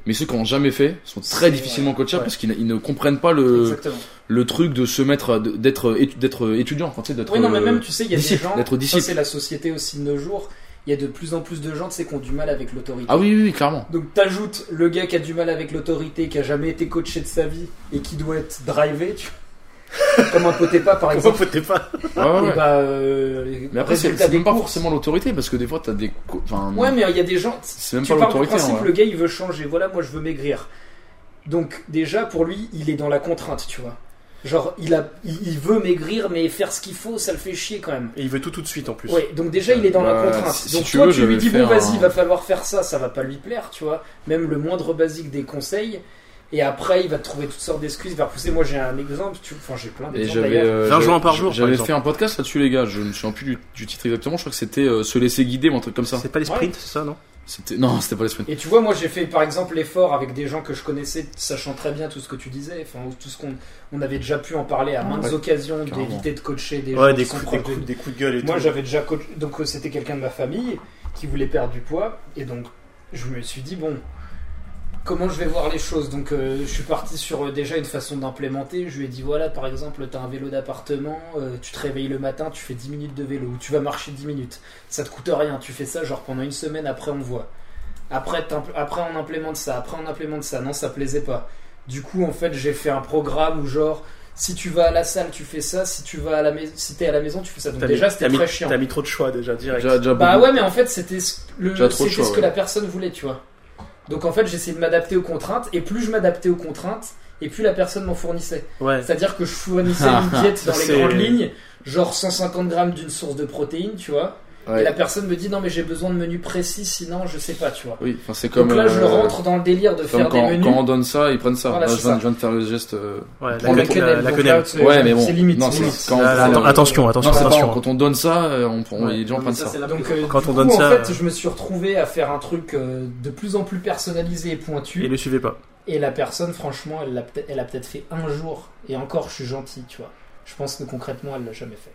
Speaker 3: Mais ceux qui n'ont jamais fait sont
Speaker 5: C'est-
Speaker 3: très difficilement coachables
Speaker 5: ouais.
Speaker 3: parce qu'ils ils ne comprennent pas le,
Speaker 5: Exactement.
Speaker 3: le truc de se mettre, de- d'être étu- d'être étudiant, enfin, tu sais, d'être
Speaker 5: Oui, non, mais
Speaker 3: euh,
Speaker 5: même, tu sais, il y a des
Speaker 3: disciple,
Speaker 5: gens,
Speaker 3: d'être
Speaker 5: ça
Speaker 3: disciple.
Speaker 5: c'est la société aussi de nos jours, il y a de plus en plus de gens, tu sais, qui ont du mal avec l'autorité.
Speaker 3: Ah oui, oui, oui, clairement.
Speaker 5: Donc t'ajoutes le gars qui a du mal avec l'autorité, qui a jamais été coaché de sa vie et qui doit être drivé, tu vois. comme un potépa par exemple.
Speaker 6: Pourquoi faut pas
Speaker 3: Ouais, ouais,
Speaker 5: Et
Speaker 3: ouais.
Speaker 5: bah, euh,
Speaker 3: Mais après, c'est
Speaker 5: résultat
Speaker 3: c'est
Speaker 5: des
Speaker 3: même pas
Speaker 5: courses.
Speaker 3: forcément l'autorité parce que des fois, t'as des. co- Enfin,
Speaker 5: Ouais, mais il y a des gens.
Speaker 3: c'est même
Speaker 5: tu
Speaker 3: pas
Speaker 5: parles du
Speaker 3: l'autorité.
Speaker 5: principe,
Speaker 3: en vrai.
Speaker 5: le gars il veut changer. Voilà, moi je veux maigrir. Donc déjà pour lui, il est dans la contrainte, tu vois. Genre il a, il, il veut maigrir, mais faire ce qu'il faut, ça le fait chier quand même.
Speaker 6: Et il veut tout tout de suite en plus.
Speaker 5: Ouais, donc déjà il est dans la
Speaker 3: Bah,
Speaker 5: contrainte.
Speaker 3: si- si
Speaker 5: donc
Speaker 3: tu
Speaker 5: toi
Speaker 3: veux,
Speaker 5: tu
Speaker 3: je
Speaker 5: lui
Speaker 3: vais
Speaker 5: dis bon
Speaker 3: faire
Speaker 5: vas-y,
Speaker 3: un-
Speaker 5: va falloir faire ça, ça va pas lui plaire, tu vois. Même le moindre basique des conseils. Et après il va te trouver toutes sortes d'excuses, il va repousser. Moi j'ai un exemple, tu... enfin j'ai plein
Speaker 3: Et
Speaker 5: d'exemples
Speaker 3: j'avais
Speaker 5: d'ailleurs.
Speaker 3: euh,
Speaker 6: 20
Speaker 3: j'avais-
Speaker 6: joueurs par jour, par
Speaker 3: J'avais
Speaker 6: exemple.
Speaker 3: fait un podcast là-dessus, les gars. Je me souviens plus du, du titre exactement. Je crois que c'était euh, se laisser guider ou un truc comme ça.
Speaker 6: C'est pas les sprints, c'est ça, non
Speaker 3: C'était non, c'était pas les sprints.
Speaker 5: Et tu vois, moi j'ai fait par exemple l'effort avec des gens que je connaissais, sachant très bien tout ce que tu disais, enfin tout ce qu'on on avait déjà pu en parler à maintes
Speaker 3: Ouais,
Speaker 5: occasions,
Speaker 3: carrément.
Speaker 5: d'éviter de coacher des gens
Speaker 6: Ouais,
Speaker 5: qui
Speaker 6: des
Speaker 5: sont
Speaker 6: coups,
Speaker 5: proches
Speaker 6: des,
Speaker 5: de
Speaker 6: coups, des coups de gueule et
Speaker 5: Moi,
Speaker 6: tout.
Speaker 5: j'avais déjà coach. Donc, euh, c'était quelqu'un de ma famille qui voulait perdre du poids. Et donc, je me suis dit, bon, comment je vais voir les choses Donc, euh, je suis parti sur euh, déjà une façon d'implémenter. Je lui ai dit, voilà, par exemple, t'as un vélo d'appartement, euh, tu te réveilles le matin, tu fais 10 minutes de vélo, ou tu vas marcher 10 minutes. Ça te coûte rien, tu fais ça genre pendant une semaine, après on voit. Après, t'impl- après on implémente ça, après on implémente ça. Non, ça plaisait pas. Du coup, en fait, j'ai fait un programme où genre. Si tu vas à la salle, tu fais ça. Si tu vas à la maison, si t'es à la maison, tu fais ça. Donc
Speaker 6: T'as
Speaker 5: déjà,
Speaker 6: mis-
Speaker 5: c'était
Speaker 6: t'as mis-
Speaker 5: très chiant.
Speaker 6: T'as mis trop de choix déjà direct.
Speaker 3: Déjà, déjà
Speaker 5: Bah
Speaker 3: beaucoup.
Speaker 5: ouais, mais en fait, c'était ce, le-
Speaker 3: T'as trop de
Speaker 5: c'était
Speaker 3: choix,
Speaker 5: ce que
Speaker 3: ouais.
Speaker 5: la personne voulait, tu vois. Donc en fait, j'essayais de m'adapter aux contraintes, et plus je m'adaptais aux contraintes, et plus la personne m'en fournissait.
Speaker 6: Ouais.
Speaker 5: C'est-à-dire que je fournissais une diète dans les
Speaker 6: C'est-
Speaker 5: grandes lignes, genre 150 grammes d'une source de protéines, tu vois.
Speaker 3: Ouais.
Speaker 5: Et la personne me dit non, mais j'ai besoin de menus précis, sinon je sais pas, tu vois.
Speaker 3: Oui, enfin, c'est comme.
Speaker 5: Donc là, je
Speaker 3: euh,
Speaker 5: rentre dans le délire de
Speaker 3: comme
Speaker 5: faire
Speaker 3: quand,
Speaker 5: des menus.
Speaker 3: quand on donne ça, ils prennent ça.
Speaker 5: Voilà,
Speaker 3: Là,
Speaker 5: c'est
Speaker 3: je, viens,
Speaker 5: ça.
Speaker 3: je viens de faire le geste. euh,
Speaker 6: Ouais,
Speaker 3: Prends
Speaker 6: la,
Speaker 3: le-
Speaker 6: quenelle, la, la
Speaker 5: donc
Speaker 6: quenelle.
Speaker 5: là, c'est-
Speaker 3: Ouais, mais bon.
Speaker 5: c'est limite.
Speaker 3: Non,
Speaker 5: c'est-
Speaker 3: c'est quand
Speaker 6: Là, là,
Speaker 3: on-
Speaker 6: atten- attention, attention,
Speaker 3: Non, c'est pas
Speaker 6: attention.
Speaker 3: quand on donne ça, euh, on, prend- les gens prennent ça.
Speaker 4: c'est la
Speaker 5: Donc,
Speaker 4: prise.
Speaker 5: euh,
Speaker 6: Quand
Speaker 5: du
Speaker 6: on
Speaker 5: coup,
Speaker 6: donne
Speaker 5: en
Speaker 6: ça,
Speaker 5: fait,
Speaker 6: euh,
Speaker 5: je me suis retrouvé à faire un truc euh, de plus en plus personnalisé et pointu.
Speaker 6: Et le suivez pas.
Speaker 5: Et la personne, franchement, elle l'a peut-être, elle a peut-être fait un jour. Et encore, je suis gentil, tu vois. Je pense que concrètement, elle l'a jamais fait.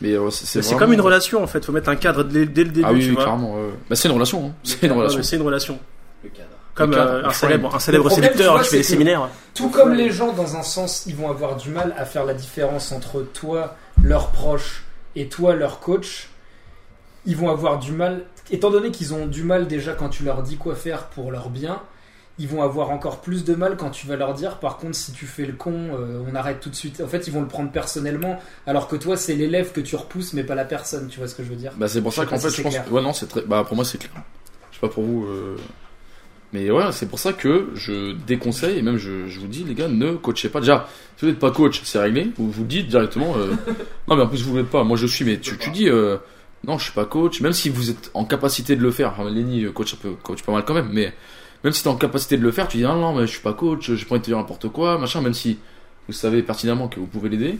Speaker 3: Mais euh, c'est- c'est
Speaker 6: Mais C'est
Speaker 3: vraiment-
Speaker 6: comme une relation en fait, faut mettre un cadre dès, dès le début,
Speaker 3: Ah oui,
Speaker 6: tu
Speaker 3: oui,
Speaker 6: vois.
Speaker 3: clairement. euh, Bah, c'est une relation. hein. C'est une
Speaker 6: Ouais,
Speaker 3: relation.
Speaker 6: mais c'est une relation.
Speaker 4: Le cadre.
Speaker 6: Comme
Speaker 3: Le cadre,
Speaker 6: euh,
Speaker 3: le
Speaker 6: un
Speaker 3: frame.
Speaker 6: célèbre, un célèbre
Speaker 5: problème, tu
Speaker 6: séducteur
Speaker 5: vois,
Speaker 6: qui fait des
Speaker 5: c'est que-
Speaker 6: séminaires.
Speaker 5: Tout comme les gens, dans un sens, ils vont avoir du mal à faire la différence entre toi, leur proche, et toi, leur coach. Ils vont avoir du mal, étant donné qu'ils ont du mal déjà quand tu leur dis quoi faire pour leur bien, ils vont avoir encore plus de mal quand tu vas leur dire par contre si tu fais le con euh, on arrête tout de suite en fait ils vont le prendre personnellement alors que toi c'est l'élève que tu repousses mais pas la personne tu vois ce que je veux dire
Speaker 3: Bah, c'est pour
Speaker 5: Je
Speaker 3: ça
Speaker 5: sais
Speaker 3: qu'en
Speaker 5: pas
Speaker 3: fait,
Speaker 5: si
Speaker 3: je
Speaker 5: c'est
Speaker 3: pense.
Speaker 5: clair.
Speaker 3: Ouais, non, c'est très. Bah, pour moi, c'est clair. Je sais pas pour vous. euh, Mais ouais, c'est pour ça que je déconseille et même je, je vous dis, les gars, ne coachez pas. Déjà, si vous n'êtes pas coach, c'est réglé. Vous vous le dites directement. euh, non, mais en plus, vous ne l'êtes pas. Moi, je suis, mais tu, tu dis. euh, Non, je suis pas coach. Même si vous êtes en capacité de le faire. Enfin, Lenny euh, coach, un peu, coach pas mal quand même. Mais même si tu es en capacité de le faire, tu dis, ah, non, mais je suis pas coach. J'ai pas envie de te dire n'importe quoi. Machin, même si vous savez pertinemment que vous pouvez l'aider.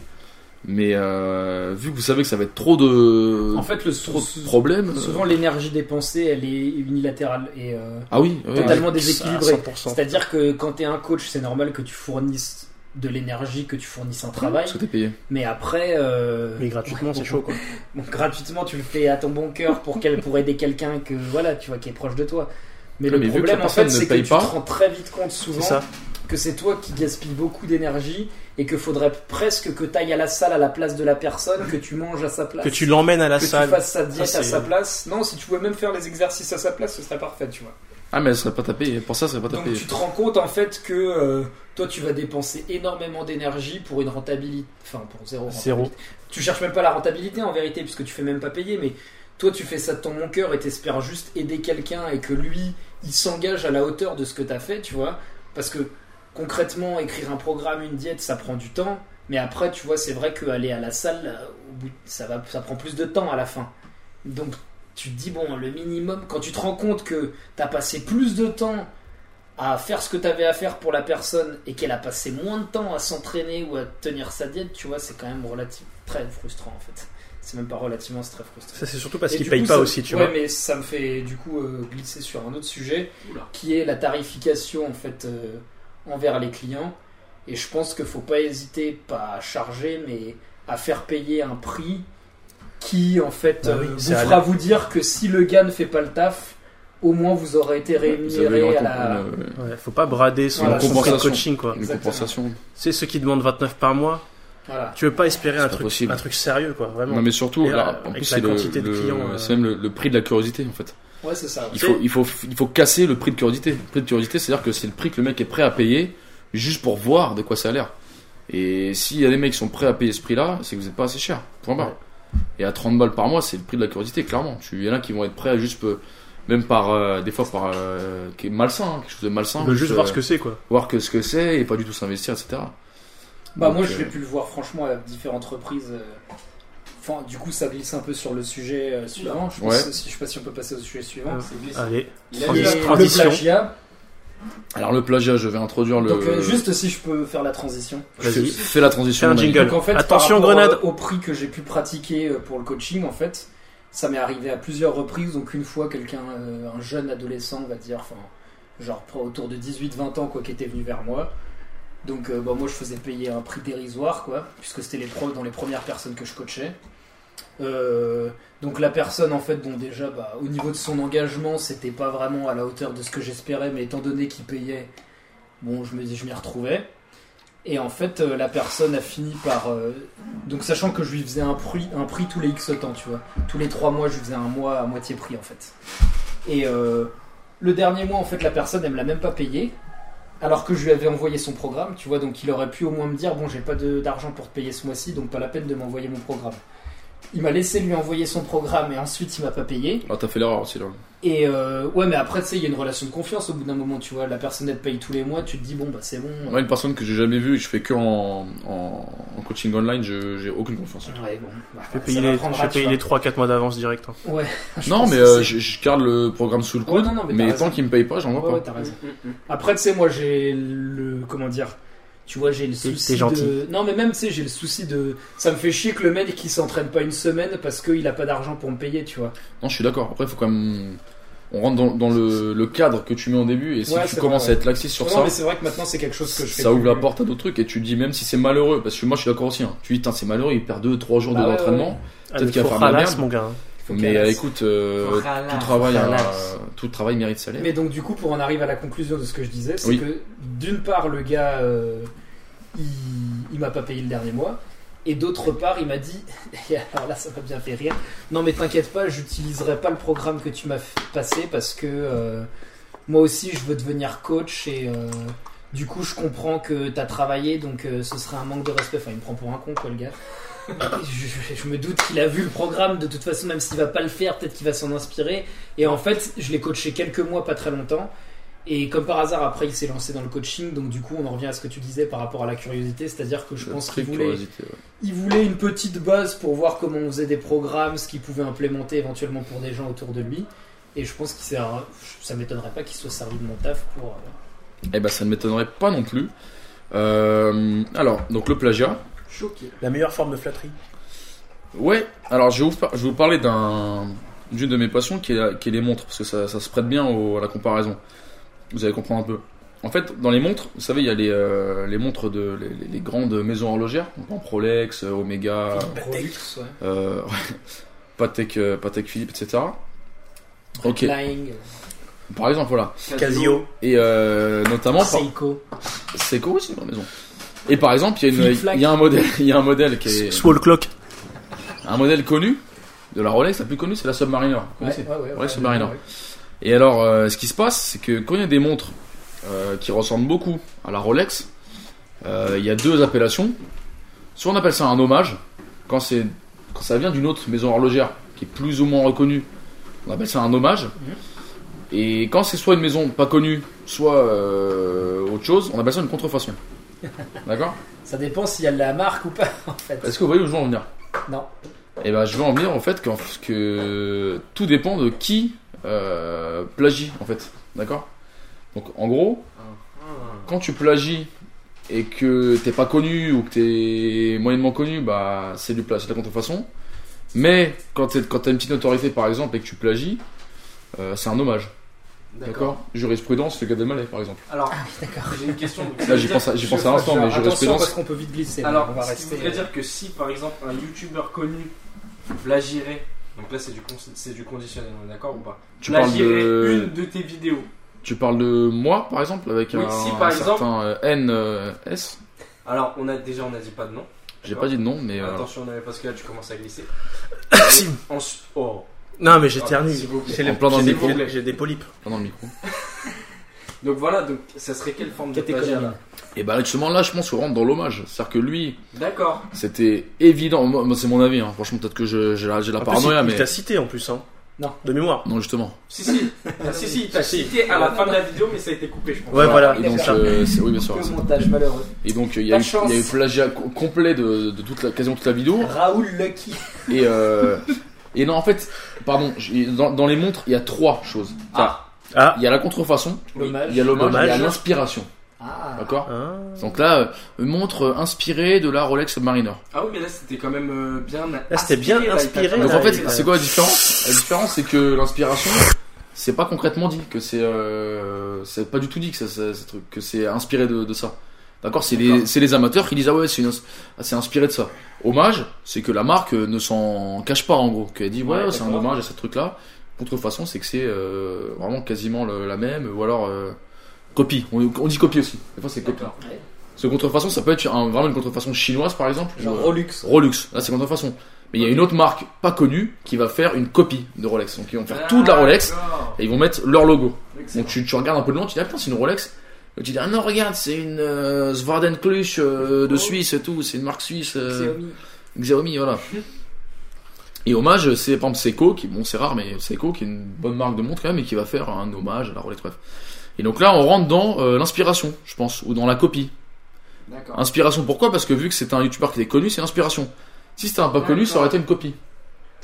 Speaker 3: Mais euh, vu que vous savez que ça va être trop de
Speaker 5: en fait le
Speaker 3: trop de problèmes. euh,
Speaker 5: souvent l'énergie dépensée elle est unilatérale et euh,
Speaker 3: Ah oui, oui, oui.
Speaker 5: totalement
Speaker 6: à
Speaker 3: Ah,
Speaker 5: déséquilibrée
Speaker 6: 100%.
Speaker 5: c'est-à-dire que quand t'es un coach c'est normal que tu fournisses de l'énergie que tu fournisses un travail
Speaker 3: parce que t'es payé.
Speaker 5: mais après euh,
Speaker 6: Mais gratuitement, c'est chaud quoi.
Speaker 5: Bon, gratuitement, tu le fais à ton bon cœur pour, qu'elle- pour aider quelqu'un que voilà, tu vois, qui est proche de toi. Mais
Speaker 3: Ouais,
Speaker 5: le
Speaker 3: mais vu que la
Speaker 5: problème, en
Speaker 3: personne
Speaker 5: fait,
Speaker 3: ne
Speaker 5: c'est que
Speaker 3: paye
Speaker 5: tu
Speaker 3: pas-
Speaker 5: te rends très vite compte
Speaker 6: C'est
Speaker 5: souvent
Speaker 6: ça.
Speaker 5: que c'est toi qui gaspille beaucoup d'énergie et que faudrait presque que tu ailles à la salle à la place de la personne, que tu manges à sa place,
Speaker 6: Que tu l'emmènes à la
Speaker 5: que tu
Speaker 6: salle.
Speaker 5: fasses sa diète
Speaker 6: Ça,
Speaker 5: à
Speaker 6: c'est-
Speaker 5: sa place. Non, si tu pouvais même faire les exercices à sa place, ce serait parfait, tu vois.
Speaker 3: Ah mais elle serait pas tapée, pour ça elle serait pas tapée.
Speaker 5: Donc tu te rends compte en fait que euh, toi tu vas dépenser énormément d'énergie pour une rentabilité, enfin pour zéro. rentabilité.
Speaker 6: Zéro.
Speaker 5: Tu cherches même pas la rentabilité en vérité puisque tu fais même pas payer, mais toi tu fais ça de ton bon cœur et t'espères juste aider quelqu'un et que lui il s'engage à la hauteur de ce que t'as fait, tu vois. Parce que concrètement écrire un programme, une diète, ça prend du temps, mais après tu vois c'est vrai qu'aller à la salle, euh, au bout- ça va, ça prend plus de temps à la fin. Donc tu te dis bon le minimum quand tu te rends compte que t'as passé plus de temps à faire ce que tu avais à faire pour la personne et qu'elle a passé moins de temps à s'entraîner ou à tenir sa diète, tu vois, c'est quand même relative, très frustrant en fait. C'est même pas relativement, c'est très frustrant.
Speaker 6: Ça, c'est surtout parce
Speaker 5: Et
Speaker 6: qu'ils
Speaker 5: du
Speaker 6: payent
Speaker 5: coup,
Speaker 6: pas
Speaker 5: ça-
Speaker 6: aussi, tu
Speaker 5: ouais,
Speaker 6: vois.
Speaker 5: mais ça me fait du coup euh, glisser sur un autre sujet
Speaker 4: Oula.
Speaker 5: qui est la tarification en fait euh, envers les clients. Et je pense qu'il faut pas hésiter, pas à charger, mais à faire payer un prix qui en fait
Speaker 6: Bah
Speaker 5: euh,
Speaker 6: oui,
Speaker 5: vous
Speaker 6: c'est à
Speaker 5: fera vous dire que si le gars ne fait pas le taf, au moins vous aurez été
Speaker 3: Vous avez une,
Speaker 5: rémunéré à la.
Speaker 3: récom- une-
Speaker 6: Ouais, faut pas brader son,
Speaker 5: Voilà,
Speaker 6: son frais de
Speaker 3: compensation.
Speaker 6: coaching quoi.
Speaker 3: une
Speaker 5: Exactement.
Speaker 3: compensation.
Speaker 6: C'est ceux qui demandent 29 par mois.
Speaker 5: Voilà.
Speaker 6: Tu veux pas espérer
Speaker 3: C'est
Speaker 6: un
Speaker 3: pas
Speaker 6: truc,
Speaker 3: possible.
Speaker 6: un truc sérieux quoi, vraiment.
Speaker 3: Non mais surtout,
Speaker 6: Et
Speaker 3: là, en plus
Speaker 6: avec la
Speaker 3: c'est le,
Speaker 6: quantité de
Speaker 3: le-
Speaker 6: clients, euh,
Speaker 3: c'est même le, le prix de la curiosité en fait.
Speaker 5: Ouais, c'est ça.
Speaker 3: Il
Speaker 6: C'est-
Speaker 3: faut, il faut, il faut casser le prix de curiosité. Le prix de curiosité, c'est-à-dire que c'est le prix que le mec est prêt à payer juste pour voir de quoi ça a l'air. Et s'il y a des mecs qui sont prêts à payer ce prix-là, c'est que vous n'êtes pas assez cher. Point barre.
Speaker 6: Ouais.
Speaker 3: Et à 30 balles par mois, c'est le prix de la curiosité, clairement. Tu- Il y en a qui vont être prêts à juste, peu- même par, euh, des fois par, euh, qui est malsain, hein, quelque chose de malsain.
Speaker 6: Ils veulent juste
Speaker 3: euh,
Speaker 6: voir ce que c'est quoi.
Speaker 3: voir que ce que c'est et pas du tout s'investir, etc.
Speaker 5: Bah
Speaker 3: Donc,
Speaker 5: moi je
Speaker 3: euh,
Speaker 5: l'ai pu le voir franchement à différentes reprises. euh, Enfin, du coup ça glisse un peu sur le sujet euh, suivant. Je, pense
Speaker 3: Ouais.
Speaker 5: que si- je sais pas si on peut passer au sujet suivant.
Speaker 6: Euh,
Speaker 5: C'est glissé.
Speaker 6: Allez,
Speaker 4: Il
Speaker 5: Qui
Speaker 4: a
Speaker 6: Transi-
Speaker 5: est
Speaker 4: dit-
Speaker 5: le
Speaker 6: transition.
Speaker 5: plagiat.
Speaker 3: Alors le plagiat, je vais introduire le.
Speaker 5: Donc euh, juste si je peux faire la transition.
Speaker 3: Vas-y,
Speaker 6: Vas-y.
Speaker 3: fais la transition.
Speaker 6: Fais un
Speaker 3: Mike.
Speaker 6: jingle. Gueule.
Speaker 5: Donc en fait,
Speaker 6: Attention,
Speaker 5: par rapport,
Speaker 6: grenade.
Speaker 5: euh, au prix que j'ai pu pratiquer euh, pour le coaching, en fait, ça m'est arrivé à plusieurs reprises. Donc une fois, quelqu'un, euh, un jeune adolescent, on va dire, enfin, genre pro- autour de 18-20 ans, quoi, qui était venu vers moi. Donc euh, bon, moi, je faisais payer un prix dérisoire, quoi, puisque c'était les pro- dans les premières personnes que je coachais. Euh, donc la personne en fait bon déjà bah, au niveau de son engagement c'était pas vraiment à la hauteur de ce que j'espérais mais étant donné qu'il payait bon je me dis je m'y retrouvais et en fait, euh, la personne a fini par. euh, donc, sachant que je lui faisais un prix, un prix tous les X temps, tu vois. Tous les 3 mois, je lui faisais un mois à moitié prix, en fait. Et euh, le dernier mois, en fait, la personne, elle me l'a même pas payé. Alors que je lui avais envoyé son programme, tu vois. Donc, il aurait pu au moins me dire Bon, j'ai pas de- d'argent pour te payer ce mois-ci, donc pas la peine de m'envoyer mon programme. Il m'a laissé lui envoyer son programme et ensuite il m'a pas payé.
Speaker 3: Ah, t'as fait l'erreur aussi là.
Speaker 5: Et euh, ouais, mais après, tu sais, il y a une relation de confiance au bout d'un moment, tu vois. La personne, elle te paye tous les mois, tu te dis Bon, bah c'est bon.
Speaker 3: Moi, une personne que j'ai jamais vue, je fais que en, en, en coaching online, je- j'ai aucune confiance.
Speaker 5: Ouais, bon, bah,
Speaker 6: je vais
Speaker 5: ça
Speaker 6: payer
Speaker 5: va
Speaker 6: les,
Speaker 5: prendre
Speaker 6: je vais
Speaker 5: un, tu
Speaker 6: payer
Speaker 5: vois.
Speaker 6: les 3-4 mois d'avance direct. hein.
Speaker 5: Je
Speaker 3: non,
Speaker 5: pense
Speaker 3: mais
Speaker 5: que
Speaker 3: euh,
Speaker 5: c'est-
Speaker 3: je, je garde le programme sous le
Speaker 5: Ouais,
Speaker 3: coude,
Speaker 5: non, non, mais t'as
Speaker 3: mais
Speaker 5: raison.
Speaker 3: tant qu'il me paye pas, j'en vois
Speaker 5: Ouais, ouais,
Speaker 3: pas.
Speaker 5: t'as raison.
Speaker 4: Mm, mm, mm.
Speaker 5: Après, tu sais, moi, j'ai le. Comment dire Tu vois, j'ai le
Speaker 6: T'es-
Speaker 5: souci.
Speaker 6: t'es gentil.
Speaker 5: De... Non, mais même, tu sais, j'ai le souci de. Ça me fait chier que le mec qui s'entraîne pas une semaine parce qu'il a pas d'argent pour me payer, tu vois.
Speaker 3: Non, je suis d'accord. Après, faut quand même. On rentre dans, dans le, le cadre que tu mets au début, et si
Speaker 5: Ouais,
Speaker 3: tu
Speaker 5: c'est
Speaker 3: commences
Speaker 5: vrai,
Speaker 3: à être laxiste sur
Speaker 5: non,
Speaker 3: ça,
Speaker 5: mais c'est vrai que maintenant, c'est quelque chose que je fais.
Speaker 3: ça ouvre la
Speaker 5: plus.
Speaker 3: porte à d'autres trucs, et tu dis même si c'est malheureux, parce que moi je suis d'accord aussi, hein. tu dis, Putain, c'est malheureux, il perd 2-3 jours
Speaker 5: Bah ouais,
Speaker 3: d'entraînement,
Speaker 6: Ah,
Speaker 3: Peut-être
Speaker 6: mais
Speaker 3: qu'il va
Speaker 6: faut
Speaker 3: faire de la
Speaker 6: ralasse,
Speaker 3: merde.
Speaker 6: mon gars. hein.
Speaker 5: Faut
Speaker 3: mais
Speaker 5: qu'elle
Speaker 3: euh,
Speaker 5: reste.
Speaker 3: écoute, euh, tout, travail, a- tout travail mérite salaire.
Speaker 5: Mais donc, du coup, pour en arriver à la conclusion de ce que je disais, c'est
Speaker 3: Oui.
Speaker 5: que d'une part, le gars, euh, il, il m'a pas payé le dernier mois. Et d'autre part, il m'a dit, et alors là, ça m'a bien fait rire. Non, mais t'inquiète pas, j'utiliserai pas le programme que tu m'as f- passé parce que euh, moi aussi je veux devenir coach et euh, du coup je comprends que t'as travaillé donc euh, ce serait un manque de respect. Enfin, il me prend pour un con quoi le gars. je, je- je me doute qu'il a vu le programme de toute façon, même s'il va pas le faire, peut-être qu'il va s'en inspirer. Et en fait, je l'ai coaché quelques mois, pas très longtemps. Et comme par hasard, après, il s'est lancé dans le coaching. Donc du coup, on en revient à ce que tu disais par rapport à la curiosité, c'est-à-dire que je
Speaker 3: La
Speaker 5: pense qu'il
Speaker 3: stricte
Speaker 5: voulait
Speaker 3: curiosité, ouais.
Speaker 5: il voulait une petite base pour voir comment on faisait des programmes, ce qu'il pouvait implémenter éventuellement pour des gens autour de lui. Et je pense qu'il s'est, ça m'étonnerait pas qu'il soit servi de mon taf pour. euh,
Speaker 3: Eh ben, ça ne m'étonnerait pas non plus. Euh, alors, donc le plagiat.
Speaker 5: Choqué.
Speaker 6: La meilleure forme de flatterie.
Speaker 3: Ouais, alors je vais vous, par- je vais vous parler d'un, d'une de mes passions qui est, la- qui est les montres, parce que ça, ça se prête bien au- à la comparaison. Vous allez comprendre un peu. En fait, dans les montres, vous savez, il y a les, euh, les montres de les, les- les grandes maisons horlogères, donc en Prolex, euh, Omega,
Speaker 5: Rolex, ouais.
Speaker 3: euh, Patek, euh, Patek Philippe, etc. Ok,
Speaker 5: Flying,
Speaker 3: par exemple, voilà.
Speaker 6: Casio.
Speaker 3: Et euh, notamment, par-
Speaker 5: Seiko.
Speaker 3: c'est quoi aussi dans la maison Et par exemple, il y, a une-
Speaker 5: Flip Flac.
Speaker 3: il y a un modèle, il y a un modèle qui est
Speaker 6: Swall Clock.
Speaker 3: un modèle connu de la Rolex, la plus connue, c'est la Submariner. Vous
Speaker 5: Ouais,
Speaker 3: connaissez
Speaker 5: ouais, ouais, ouais,
Speaker 3: Submariner.
Speaker 5: ouais.
Speaker 3: Et alors, euh, ce qui se passe, c'est que quand il y a des montres euh, qui ressemblent beaucoup à la Rolex, euh, il y a deux appellations. Soit on appelle ça un hommage, quand, c'est, quand ça vient d'une autre maison horlogère qui est plus ou moins reconnue, on appelle ça un hommage.
Speaker 5: Mhm.
Speaker 3: Et quand c'est soit une maison pas connue, soit euh, autre chose, on appelle ça une contrefaçon. D'accord
Speaker 5: Ça dépend s'il y a de la marque ou pas, en fait.
Speaker 3: Est-ce que vous voyez où je veux en venir
Speaker 5: Non.
Speaker 3: Eh ben, je veux en venir en fait qu'en- que tout dépend de qui euh, plagie en fait, d'accord Donc en gros, quand tu plagies et que t'es pas connu ou que t'es moyennement connu, bah c'est du pla- c'est de la contrefaçon. Mais quand t'es- quand t'as une petite notoriété par exemple et que tu plagies, euh, c'est un hommage, d'accord Jurisprudence, le gars de Malais par exemple.
Speaker 4: Alors,
Speaker 5: Ah, d'accord.
Speaker 4: j'ai une question. Donc, ça
Speaker 3: Là
Speaker 4: veut
Speaker 3: j'y
Speaker 4: dire-
Speaker 3: pense, à- j'y pense à
Speaker 5: Je-
Speaker 3: l'instant, mais
Speaker 5: attention, parce
Speaker 3: jurisprudence.
Speaker 5: qu'on peut vite glisser.
Speaker 4: Alors,
Speaker 5: on va
Speaker 4: ce qui
Speaker 5: rester. euh,
Speaker 4: voudrait dire que si par exemple un youtubeur connu plagierait, donc là c'est du, con- c'est du conditionnel, on est d'accord ou pas
Speaker 3: Tu parles
Speaker 4: Plagierait
Speaker 3: de,
Speaker 4: une de tes vidéos.
Speaker 3: tu parles de moi par exemple avec
Speaker 4: Oui,
Speaker 3: un,
Speaker 4: si, par
Speaker 3: un
Speaker 4: exemple-
Speaker 3: certain euh, NS.
Speaker 4: Alors, on a déjà on a dit pas de nom.
Speaker 3: J'ai pas dit de nom, mais. euh,
Speaker 4: Attention, non, mais parce que là tu commences à glisser.
Speaker 6: Si.
Speaker 4: Ensuite, oh,
Speaker 6: Non, mais
Speaker 4: Ah,
Speaker 6: j'éternue.
Speaker 4: s'il vous plaît.
Speaker 6: J'ai les-
Speaker 3: En plein dans
Speaker 6: j'ai
Speaker 3: le
Speaker 6: des-
Speaker 3: micro.
Speaker 6: j'ai- J'ai des polypes.
Speaker 3: pas dans le micro.
Speaker 4: Donc voilà, donc ça serait quelle forme de
Speaker 5: Catégorie.
Speaker 4: plagiat là
Speaker 3: Et bah, justement, là, je pense qu'on rentre dans l'hommage. C'est-à-dire que lui,
Speaker 4: D'accord.
Speaker 3: c'était évident. Moi, moi, c'est mon avis, hein. franchement, peut-être que je- j'ai la, j'ai la
Speaker 6: En plus,
Speaker 3: paranoïa,
Speaker 6: il- Il
Speaker 3: Ah, mais.
Speaker 6: t'a cité en plus, hein.
Speaker 5: Non.
Speaker 6: De mémoire.
Speaker 3: Non, justement.
Speaker 4: Si, si, Ah, si, si, t'as
Speaker 6: Si, si.
Speaker 4: cité à la fin de la vidéo, mais ça a été coupé, je pense.
Speaker 6: Ouais, voilà.
Speaker 3: Et donc,
Speaker 6: c'est ça.
Speaker 3: euh, c'est- oui, bien sûr.
Speaker 5: Le
Speaker 3: c'est-
Speaker 5: montage malheureux.
Speaker 3: Et donc, euh, il y, a
Speaker 5: Pas
Speaker 3: eu-
Speaker 5: de chance.
Speaker 3: il y a eu plagiat co- complet de, de toute la, quasiment toute la vidéo.
Speaker 5: Raoul Lucky.
Speaker 3: Et, euh, et non, en fait, pardon, j'ai- dans, dans les montres, il y a trois choses.
Speaker 4: Ah.
Speaker 6: Ah.
Speaker 3: Il y a la contrefaçon,
Speaker 5: L'hommage.
Speaker 3: il y a l'hommage, il y a
Speaker 6: L'hommage.
Speaker 3: l'inspiration.
Speaker 5: Ah.
Speaker 3: D'accord
Speaker 6: Ah.
Speaker 3: Donc là, euh, montre euh, inspirée de la Rolex Submariner.
Speaker 4: Ah oui, mais là c'était quand même euh, bien.
Speaker 6: Là, c'était bien
Speaker 4: là, euh,
Speaker 6: inspiré.
Speaker 4: il t'a-
Speaker 3: Donc en
Speaker 6: Ouais,
Speaker 3: fait,
Speaker 6: ouais.
Speaker 3: c'est quoi la différence La différence, c'est que l'inspiration, c'est pas concrètement dit, que c'est euh, c'est pas du tout dit que ça, ça- ce truc, que c'est inspiré de, de ça. D'accord, c'est les,
Speaker 4: D'accord.
Speaker 3: c'est les amateurs qui disent ah ouais, c'est une ins- ah, c'est inspiré de ça. Hommage, c'est que la marque euh, ne s'en cache pas en gros, qu'elle dit ouais,
Speaker 4: Ouais,
Speaker 3: c'est un
Speaker 4: d'accord.
Speaker 3: hommage à ce truc-là. Contrefaçon, c'est que c'est euh, vraiment quasiment le- la même, ou alors euh, copie. On, on dit copie aussi. Des fois, c'est copie.
Speaker 4: D'accord.
Speaker 3: Parce que contrefaçon, ça peut être un- vraiment une contrefaçon chinoise par exemple.
Speaker 5: Genre
Speaker 3: ou, euh,
Speaker 5: Rolux.
Speaker 3: Rolex, là c'est contrefaçon. Mais il y a une autre marque pas connue qui va faire une copie de Rolex. Donc ils vont faire tout de la Rolex
Speaker 4: Ah, D'accord.
Speaker 3: et ils vont mettre leur logo.
Speaker 4: Excellent.
Speaker 3: Donc tu, tu regardes un peu de loin, tu dis ah putain c'est une Rolex. Et tu dis ah non regarde c'est une euh, Schwarzenklusch, euh, de
Speaker 4: Oh.
Speaker 3: Suisse et tout, c'est une marque suisse. euh,
Speaker 5: Xiaomi.
Speaker 3: Xiaomi voilà. Et hommage c'est par exemple Seiko qui bon c'est rare mais Seiko qui est une bonne marque de montre quand même et qui va faire un hommage à la Rolex bref. Et donc là on rentre dans euh, l'inspiration je pense ou dans la copie.
Speaker 4: D'accord.
Speaker 3: Inspiration, pourquoi Parce que vu que c'était un youtubeur qui était connu, c'est l'inspiration. Si c'était un pas connu, ça aurait été une copie. Vous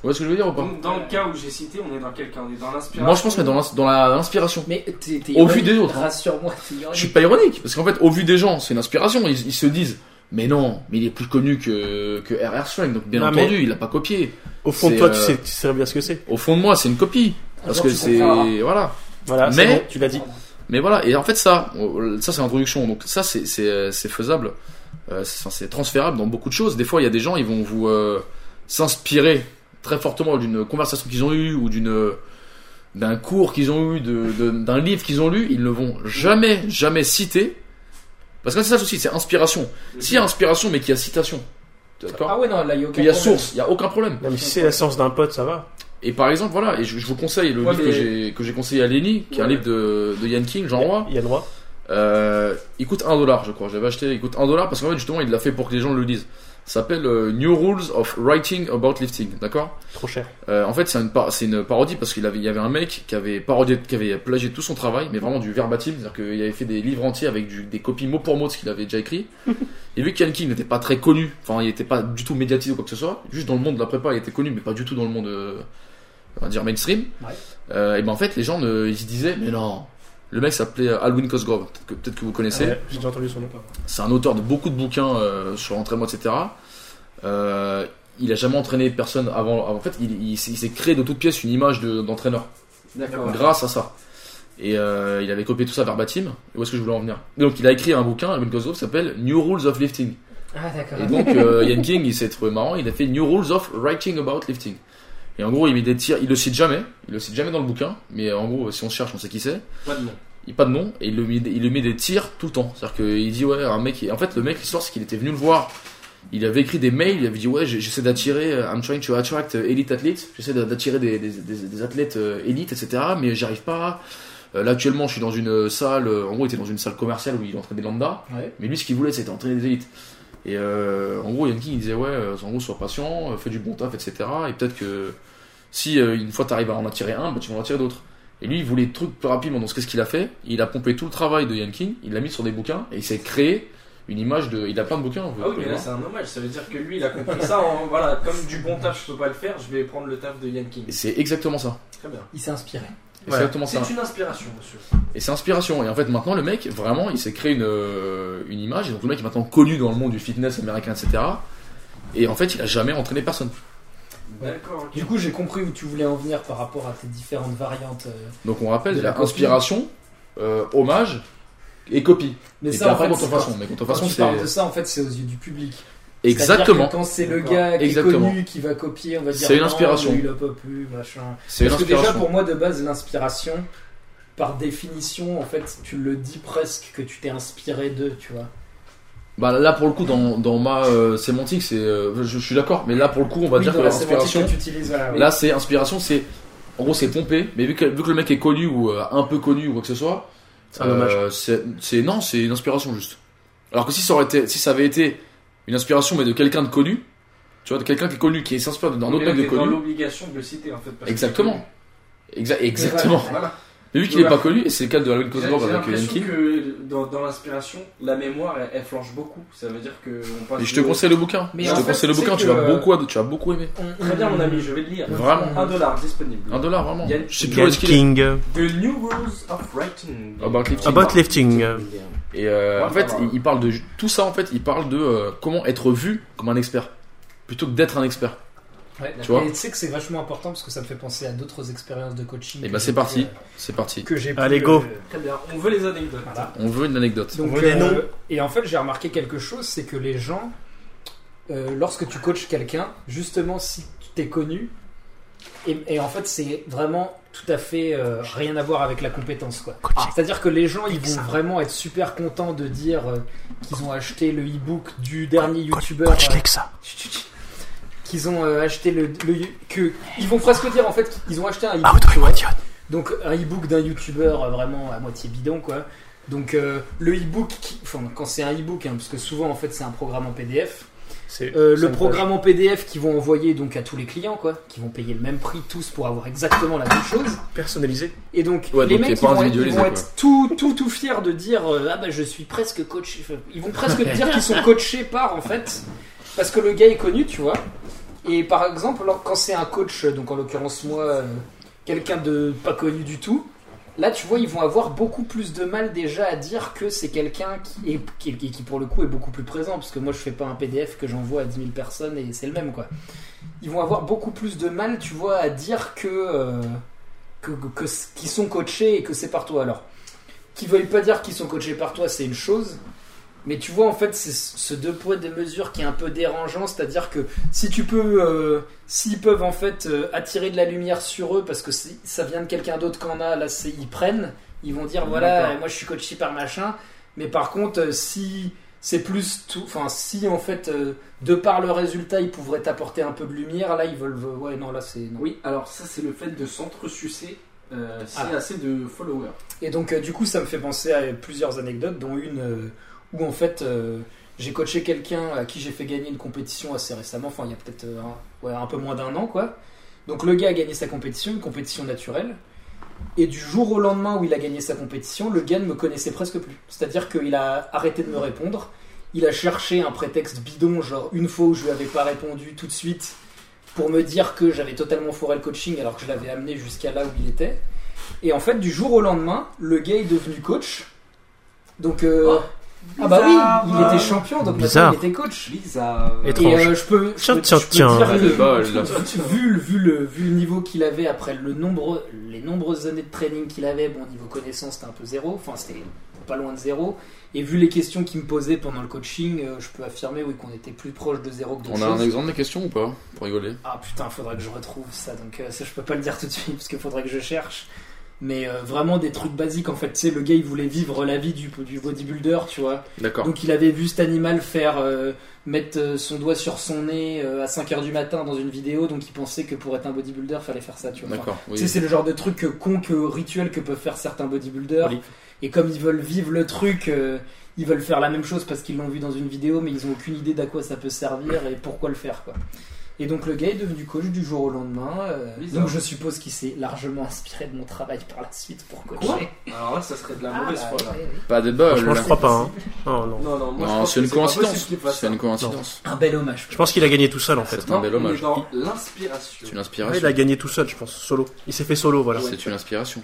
Speaker 3: voyez ce que je veux dire ou pas
Speaker 4: Donc dans le cas où j'ai cité, on est dans quel cas On est dans l'inspiration.
Speaker 3: Moi je pense, mais dans l'ins- dans la- l'inspiration.
Speaker 5: Mais t'es, t'es
Speaker 3: Au vu
Speaker 5: ironique,
Speaker 3: des autres, hein.
Speaker 5: Rassure-moi, t'es ironique.
Speaker 3: Je suis pas ironique, parce qu'en fait, au vu des gens, c'est une inspiration. Ils, ils se disent, mais non, mais il est plus connu que, que RR Strang, donc bien
Speaker 6: Non, mais-
Speaker 3: entendu, il a pas copié.
Speaker 6: Au fond de
Speaker 3: c'est,
Speaker 6: toi, tu
Speaker 3: euh,
Speaker 6: sais, tu sais bien ce que c'est.
Speaker 3: Au fond de moi, c'est une copie. Parce
Speaker 5: Alors,
Speaker 3: que
Speaker 5: tu
Speaker 3: c'est.
Speaker 5: comprends. hein.
Speaker 3: Voilà.
Speaker 6: Voilà, c'est
Speaker 3: Mais-
Speaker 6: bon, tu l'as dit.
Speaker 3: Mais voilà, et en fait ça, on- ça c'est l'introduction, donc ça c'est- c'est c'est faisable, Euh, c'est c'est transférable dans beaucoup de choses. Des fois il y a des gens, ils vont vous euh, s'inspirer très fortement d'une conversation qu'ils ont eue ou d'une d'un cours qu'ils ont eu, de- de- d'un livre qu'ils ont lu, ils ne vont jamais, jamais citer. Parce que c'est ça le souci, c'est inspiration. S'il y a inspiration mais qu'il y a citation,
Speaker 5: Ah
Speaker 3: d'accord
Speaker 5: ouais, non, là, il y a aucun
Speaker 3: Qu'il y a
Speaker 5: problème.
Speaker 3: source, il n'y a aucun problème.
Speaker 6: Non, mais si c'est l'essence d'un pote, ça va.
Speaker 3: Et par exemple, voilà, et je, je vous conseille le
Speaker 4: Ouais,
Speaker 3: livre
Speaker 4: mais-
Speaker 3: que j'ai- que j'ai conseillé à Lenny, qui est un
Speaker 4: Ouais.
Speaker 3: livre de, de Yann King, Jean Roy.
Speaker 6: Il y a le droit.
Speaker 3: Euh, il coûte 1 dollar, je crois. Je l'avais acheté, il coûte 1 dollar parce qu'en fait, justement, il l'a fait pour que les gens le lisent. Ça s'appelle euh, New Rules of Writing About Lifting, d'accord
Speaker 6: Trop cher.
Speaker 3: euh, en fait, c'est une, par- c'est une parodie parce qu'il avait, il y avait un mec qui avait parodié, qui avait plagié tout son travail, mais vraiment du verbatim, c'est-à-dire qu'il avait fait des livres entiers avec du- des copies mot pour mot de ce qu'il avait déjà écrit. Et vu qu'Ian King n'était pas très connu, enfin, il n'était pas du tout médiatisé ou quoi que ce soit, juste dans le monde de la prépa, il était connu, mais pas du tout dans le monde, euh, on va dire mainstream.
Speaker 5: Ouais.
Speaker 3: Euh, et ben en fait, les gens, ne, ils se disaient, mais non. Le mec s'appelait Alwin Cosgrove, peut-être que, peut-être que vous connaissez.
Speaker 6: Ah Ouais, J'ai déjà entendu son nom.
Speaker 3: C'est un auteur de beaucoup de bouquins euh, sur l'entraînement, etc. Euh, il a jamais entraîné personne avant. avant- En fait, il, il s'est il s'est créé de toutes pièces une image de- d'entraîneur
Speaker 4: D'accord.
Speaker 3: grâce à ça. Et euh, il avait copié tout ça verbatim. Et où est-ce que je voulais en venir Donc, il a écrit un bouquin, Alvin Cosgrove, qui s'appelle New Rules of Lifting.
Speaker 5: Ah, d'accord.
Speaker 3: Et donc, euh, Ian King, il s'est trouvé marrant, il a fait New Rules of Writing About Lifting. Et en gros, il met des tirs, il le cite jamais, il le cite jamais dans le bouquin, mais en gros, si on cherche, on sait qui c'est
Speaker 4: Pas de nom.
Speaker 3: il pas de nom et il lui met, il lui met des tirs tout le temps. C'est-à-dire qu'il dit ouais un mec. En fait le mec l'histoire c'est qu'il était venu le voir. Il avait écrit des mails. Il avait dit ouais j'ai- j'essaie d'attirer. euh, I'm trying to attract euh, elite athletes. J'essaie d'a- d'attirer des, des, des- des athlètes euh, élites etc. Mais j'arrive pas. Euh, Là actuellement je suis dans une euh, salle. euh, En gros il était dans une salle commerciale où il entraînait des lambda.
Speaker 5: Ouais.
Speaker 3: Mais lui, ce qu'il voulait, c'était entraîner des élites. Et euh, en gros, Yann King, il disait Ouais, euh, en gros, sois patient, euh, fais du bon taf, etc. Et peut-être que si euh, une fois t'arrives à en attirer un, bah, tu vas en attirer d'autres. Et lui, il voulait des trucs plus rapidement. Donc, qu'est-ce qu'il a fait Il a pompé tout le travail de Yann King, il l'a mis sur des bouquins et il s'est créé une image de. Il a plein de bouquins. vous
Speaker 4: Ah oui,
Speaker 3: pouvez
Speaker 4: mais là
Speaker 3: voir.
Speaker 4: c'est un hommage, ça veut dire que lui il a compris ça en voilà, comme du bon taf je peux pas le faire, je vais prendre le taf de Yann
Speaker 3: Et
Speaker 4: King.
Speaker 3: c'est exactement ça.
Speaker 4: Très bien.
Speaker 5: Il s'est inspiré.
Speaker 3: Et
Speaker 6: Ouais.
Speaker 3: C'est exactement ça.
Speaker 4: C'est une inspiration, monsieur.
Speaker 3: Et c'est inspiration. Et en fait, maintenant, le mec, vraiment, il s'est créé une, euh, une image. Et donc, le mec est maintenant connu dans le monde du fitness américain, etc. Et en fait, il a jamais entraîné personne.
Speaker 4: D'accord. ok.
Speaker 5: Du coup, j'ai compris où tu voulais en venir par rapport à tes différentes variantes. euh,
Speaker 3: Donc on rappelle,
Speaker 5: De
Speaker 3: il y
Speaker 5: la
Speaker 3: a
Speaker 5: copie.
Speaker 3: inspiration, euh, hommage et copie.
Speaker 5: Mais
Speaker 3: et
Speaker 5: ça,
Speaker 3: puis
Speaker 5: en
Speaker 3: après,
Speaker 5: fait,
Speaker 3: contrefaçon. Mais
Speaker 5: Quand
Speaker 3: contrefaçon,
Speaker 5: tu parles de
Speaker 3: c'est.
Speaker 5: ça, en fait, c'est aux yeux du public. C'est-à-dire
Speaker 3: Exactement.
Speaker 5: que Quand c'est le
Speaker 4: D'accord.
Speaker 5: gars qui
Speaker 3: Exactement.
Speaker 5: est connu, qui va copier, on va dire
Speaker 3: C'est une
Speaker 5: non,
Speaker 3: inspiration.
Speaker 5: lui, il a pas pu, machin.
Speaker 3: C'est
Speaker 5: Parce que déjà,
Speaker 3: l'inspiration.
Speaker 5: pour moi, de base, l'inspiration, par définition, en fait, tu le dis presque que tu t'es inspiré d'eux, tu vois.
Speaker 3: Bah, là, pour le coup, dans, dans ma euh, sémantique, c'est. euh, je, je suis d'accord, mais là, pour le coup, on va
Speaker 5: Oui,
Speaker 3: dire
Speaker 5: dans
Speaker 3: que
Speaker 5: la sémantique
Speaker 3: l'inspiration.
Speaker 5: que tu utilises, voilà, Ah oui.
Speaker 3: Là, c'est inspiration, c'est. En gros, c'est pompé, mais vu que, vu que le mec est connu ou euh, un peu connu ou quoi que ce soit,
Speaker 6: C'est un hommage.
Speaker 3: euh, c'est c'est- non, c'est une inspiration juste. Alors que si ça aurait été, si ça avait été une inspiration mais de quelqu'un de connu, tu vois, de quelqu'un qui est connu, qui s'inspire d'un
Speaker 4: Mais
Speaker 3: autre
Speaker 4: là,
Speaker 3: mec de
Speaker 4: t'es dans
Speaker 3: connu,
Speaker 4: l'obligation de le citer en fait. parce que-
Speaker 3: Exactement. Exa- exactement.
Speaker 4: Voilà.
Speaker 3: Mais vu qu'il n'est
Speaker 4: Voilà.
Speaker 3: pas connu, et c'est le cas de Alvin
Speaker 4: J'ai j'ai
Speaker 3: Cosgrove avec
Speaker 4: l'impression
Speaker 3: Yankee,
Speaker 4: que dans, dans l'inspiration, la mémoire elle, elle flanche beaucoup. Ça veut dire que on passe.
Speaker 3: et je te
Speaker 4: de-
Speaker 3: conseille le bouquin.
Speaker 5: Mais
Speaker 3: je
Speaker 5: en
Speaker 3: te
Speaker 5: fait,
Speaker 3: conseille le
Speaker 5: tu sais
Speaker 3: bouquin, tu
Speaker 5: que,
Speaker 3: vas,
Speaker 5: euh,
Speaker 3: beaucoup, ad- tu vas beaucoup aimer.
Speaker 4: Très bien, mon ami, je vais le lire.
Speaker 3: Vraiment.
Speaker 4: Un dollar disponible.
Speaker 3: Un dollar, vraiment.
Speaker 4: Yann-
Speaker 3: Je sais plus où
Speaker 6: Yann
Speaker 3: est-ce qu'il est.
Speaker 6: King.
Speaker 4: The New Rules of Writing.
Speaker 3: About lifting.
Speaker 6: About lifting.
Speaker 3: Et euh, en fait,
Speaker 4: Voilà.
Speaker 3: il- il parle de tout ça. En fait, il parle de euh, comment être vu comme un expert plutôt que d'être un expert.
Speaker 5: Ouais,
Speaker 3: tu vois.
Speaker 5: Et tu sais que c'est vachement important parce que ça me fait penser à d'autres expériences de coaching.
Speaker 3: Et
Speaker 5: que
Speaker 3: bah,
Speaker 5: j'ai
Speaker 3: c'est
Speaker 5: pu,
Speaker 3: parti.
Speaker 5: euh,
Speaker 3: C'est parti.
Speaker 5: Que j'ai pu,
Speaker 6: Allez, go.
Speaker 5: euh,
Speaker 4: Très bien, on veut les anecdotes.
Speaker 5: voilà.
Speaker 3: On veut une anecdote.
Speaker 5: Donc, euh,
Speaker 6: On veut les noms.
Speaker 5: et en fait, j'ai remarqué quelque chose, c'est que les gens, euh, lorsque tu coaches quelqu'un, justement, si tu t'es connu, et, et en fait, c'est vraiment tout à fait euh, rien à voir avec la compétence, quoi. Ah. C'est-à-dire que les gens, ils vont vraiment être super contents de dire euh, qu'ils ont acheté le e-book du dernier youtubeur. euh, chut, chut, chut. qu'ils ont euh, acheté le, le- que ils vont presque dire en fait qu'ils ont acheté un e-book tu vois. donc un e-book d'un youtubeur euh, vraiment à moitié bidon quoi donc euh, le e-book qui- enfin quand c'est un e-book hein, parce que souvent en fait c'est un programme en PDF
Speaker 6: C'est
Speaker 5: Euh, le
Speaker 6: cinq
Speaker 5: programme en PDF qu'ils vont envoyer donc à tous les clients quoi qui vont payer le même prix tous pour avoir exactement la même chose
Speaker 6: pages personnalisé.
Speaker 5: et donc,
Speaker 3: Ouais,
Speaker 5: les
Speaker 3: donc,
Speaker 5: mecs,
Speaker 3: t'es
Speaker 5: ils
Speaker 3: pas
Speaker 5: vont, être, ils
Speaker 3: individualisé,
Speaker 5: vont
Speaker 3: quoi.
Speaker 5: être tout, tout, tout fiers de dire euh, Ah bah je suis presque coach. Enfin, Ils vont presque te dire qu'ils sont coachés par en fait. Parce que le gars est connu, tu vois. Et par exemple, lors- quand c'est un coach, donc en l'occurrence moi, euh, quelqu'un de pas connu du tout, là tu vois, ils vont avoir beaucoup plus de mal déjà à dire que c'est quelqu'un qui, est, qui, qui, qui, pour le coup est beaucoup plus présent. Parce que moi je fais pas un PDF que j'envoie à 10 000 personnes et c'est le même quoi. Ils vont avoir beaucoup plus de mal, tu vois, à dire que. euh, que, que- que- qui sont coachés et que c'est par toi. Alors, qui veulent pas dire qu'ils sont coachés par toi, c'est une chose. Mais tu vois, en fait, c'est ce ce deux poids deux mesures qui est un peu dérangeant. C'est-à-dire que si tu peux, euh, s'ils peuvent en fait euh, attirer de la lumière sur eux parce que si ça vient de quelqu'un d'autre qu'en a, là, c'est- ils prennent. Ils vont dire voilà,
Speaker 4: D'accord.
Speaker 5: moi je suis coaché par machin. Mais par contre, euh, si C'est plus tout. Enfin, si en fait, euh, de par le résultat, ils pourraient t'apporter un peu de lumière, là, ils veulent. euh, Ouais, non, là, c'est. non.
Speaker 7: Oui, alors ça, c'est le fait de s'entresucer euh, si
Speaker 5: Ah.
Speaker 7: assez de followers.
Speaker 5: Et donc, euh, du coup, ça me fait penser à plusieurs anecdotes, dont une euh, où en fait, euh, j'ai coaché quelqu'un à qui j'ai fait gagner une compétition assez récemment, enfin, il y a peut-être euh, un, ouais, un peu moins d'un an, quoi. Donc, le gars a gagné sa compétition, une compétition naturelle. Et du jour au lendemain où il a gagné sa compétition, le gars ne me connaissait presque plus. C'est-à-dire qu'il a arrêté de me répondre. Il a cherché un prétexte bidon, genre une fois où je lui avais pas répondu tout de suite pour me dire que j'avais totalement foiré le coaching alors que je l'avais amené jusqu'à là où il était. Et en fait, du jour au lendemain, le gars est devenu coach. Donc, euh,
Speaker 3: Oh,
Speaker 5: ah bah oui, il était champion, donc
Speaker 6: Bizarre.
Speaker 5: maintenant il était coach.
Speaker 7: Lisa. euh,
Speaker 6: Et-
Speaker 5: Et
Speaker 6: Étrange.
Speaker 5: euh, je peux, je
Speaker 6: Tiens,
Speaker 5: peux-
Speaker 6: tiens,
Speaker 5: je peux
Speaker 6: tiens.
Speaker 5: dire
Speaker 3: Ouais,
Speaker 5: que-
Speaker 3: le bas, elle l'a-
Speaker 5: vu, le- vu le, vu le niveau qu'il avait après le nombre, les nombreuses années de training qu'il avait, bon, niveau connaissance, c'était un peu zéro, enfin, c'était pas loin de zéro. Et vu les questions qu'il me posait pendant le coaching, euh, je peux affirmer, oui, qu'on était plus proche de zéro que d'autres
Speaker 3: On a un
Speaker 5: choses.
Speaker 3: exemple des questions ou pas Pour rigoler.
Speaker 5: Ah putain, faudrait que je retrouve ça. Donc euh, ça, je peux pas le dire tout de suite parce qu'il faudrait que je cherche. Mais euh, vraiment des trucs basiques en fait. Tu sais, le gars il voulait vivre la vie du, du bodybuilder, tu vois.
Speaker 3: D'accord.
Speaker 5: Donc il avait vu cet animal faire euh, mettre euh, son doigt sur son nez euh, à 5h du matin dans une vidéo, donc il pensait que pour être un bodybuilder fallait faire ça, tu vois. Enfin,
Speaker 3: D'accord.
Speaker 5: tu sais,
Speaker 3: Oui.
Speaker 5: c'est le genre de truc euh, con que rituel que peuvent faire certains bodybuilders.
Speaker 6: Oui.
Speaker 5: Et comme ils veulent vivre le truc, euh, ils veulent faire la même chose parce qu'ils l'ont vu dans une vidéo, mais ils ont aucune idée d'à quoi ça peut servir et pourquoi le faire, quoi. Et donc le gars est devenu coach du jour au lendemain. euh,
Speaker 7: Bizarre.
Speaker 5: donc je suppose qu'il s'est largement inspiré de mon travail par la suite pour coacher.
Speaker 7: Quoi Alors là, ça serait de
Speaker 5: Ah
Speaker 7: la mauvaise foi.
Speaker 5: Ouais, ouais.
Speaker 3: Pas des balles.
Speaker 6: Franchement, je crois pas. hein. Non, non.
Speaker 7: Non, non, moi, je
Speaker 3: Non,
Speaker 7: pense
Speaker 3: c'est
Speaker 7: que
Speaker 3: une
Speaker 7: pas
Speaker 3: coïncidence.
Speaker 7: possible qu'il fasse
Speaker 3: C'est
Speaker 7: ça.
Speaker 3: une coïncidence.
Speaker 5: Un bel hommage.
Speaker 6: Je pense qu'il a gagné tout seul en fait.
Speaker 3: C'est un bel
Speaker 7: on est
Speaker 3: hommage.
Speaker 7: dans l'inspiration.
Speaker 3: C'est une
Speaker 6: Ouais, il a
Speaker 3: inspiration.
Speaker 6: gagné tout seul, je pense, solo. Il s'est fait solo, voilà.
Speaker 3: C'est une inspiration.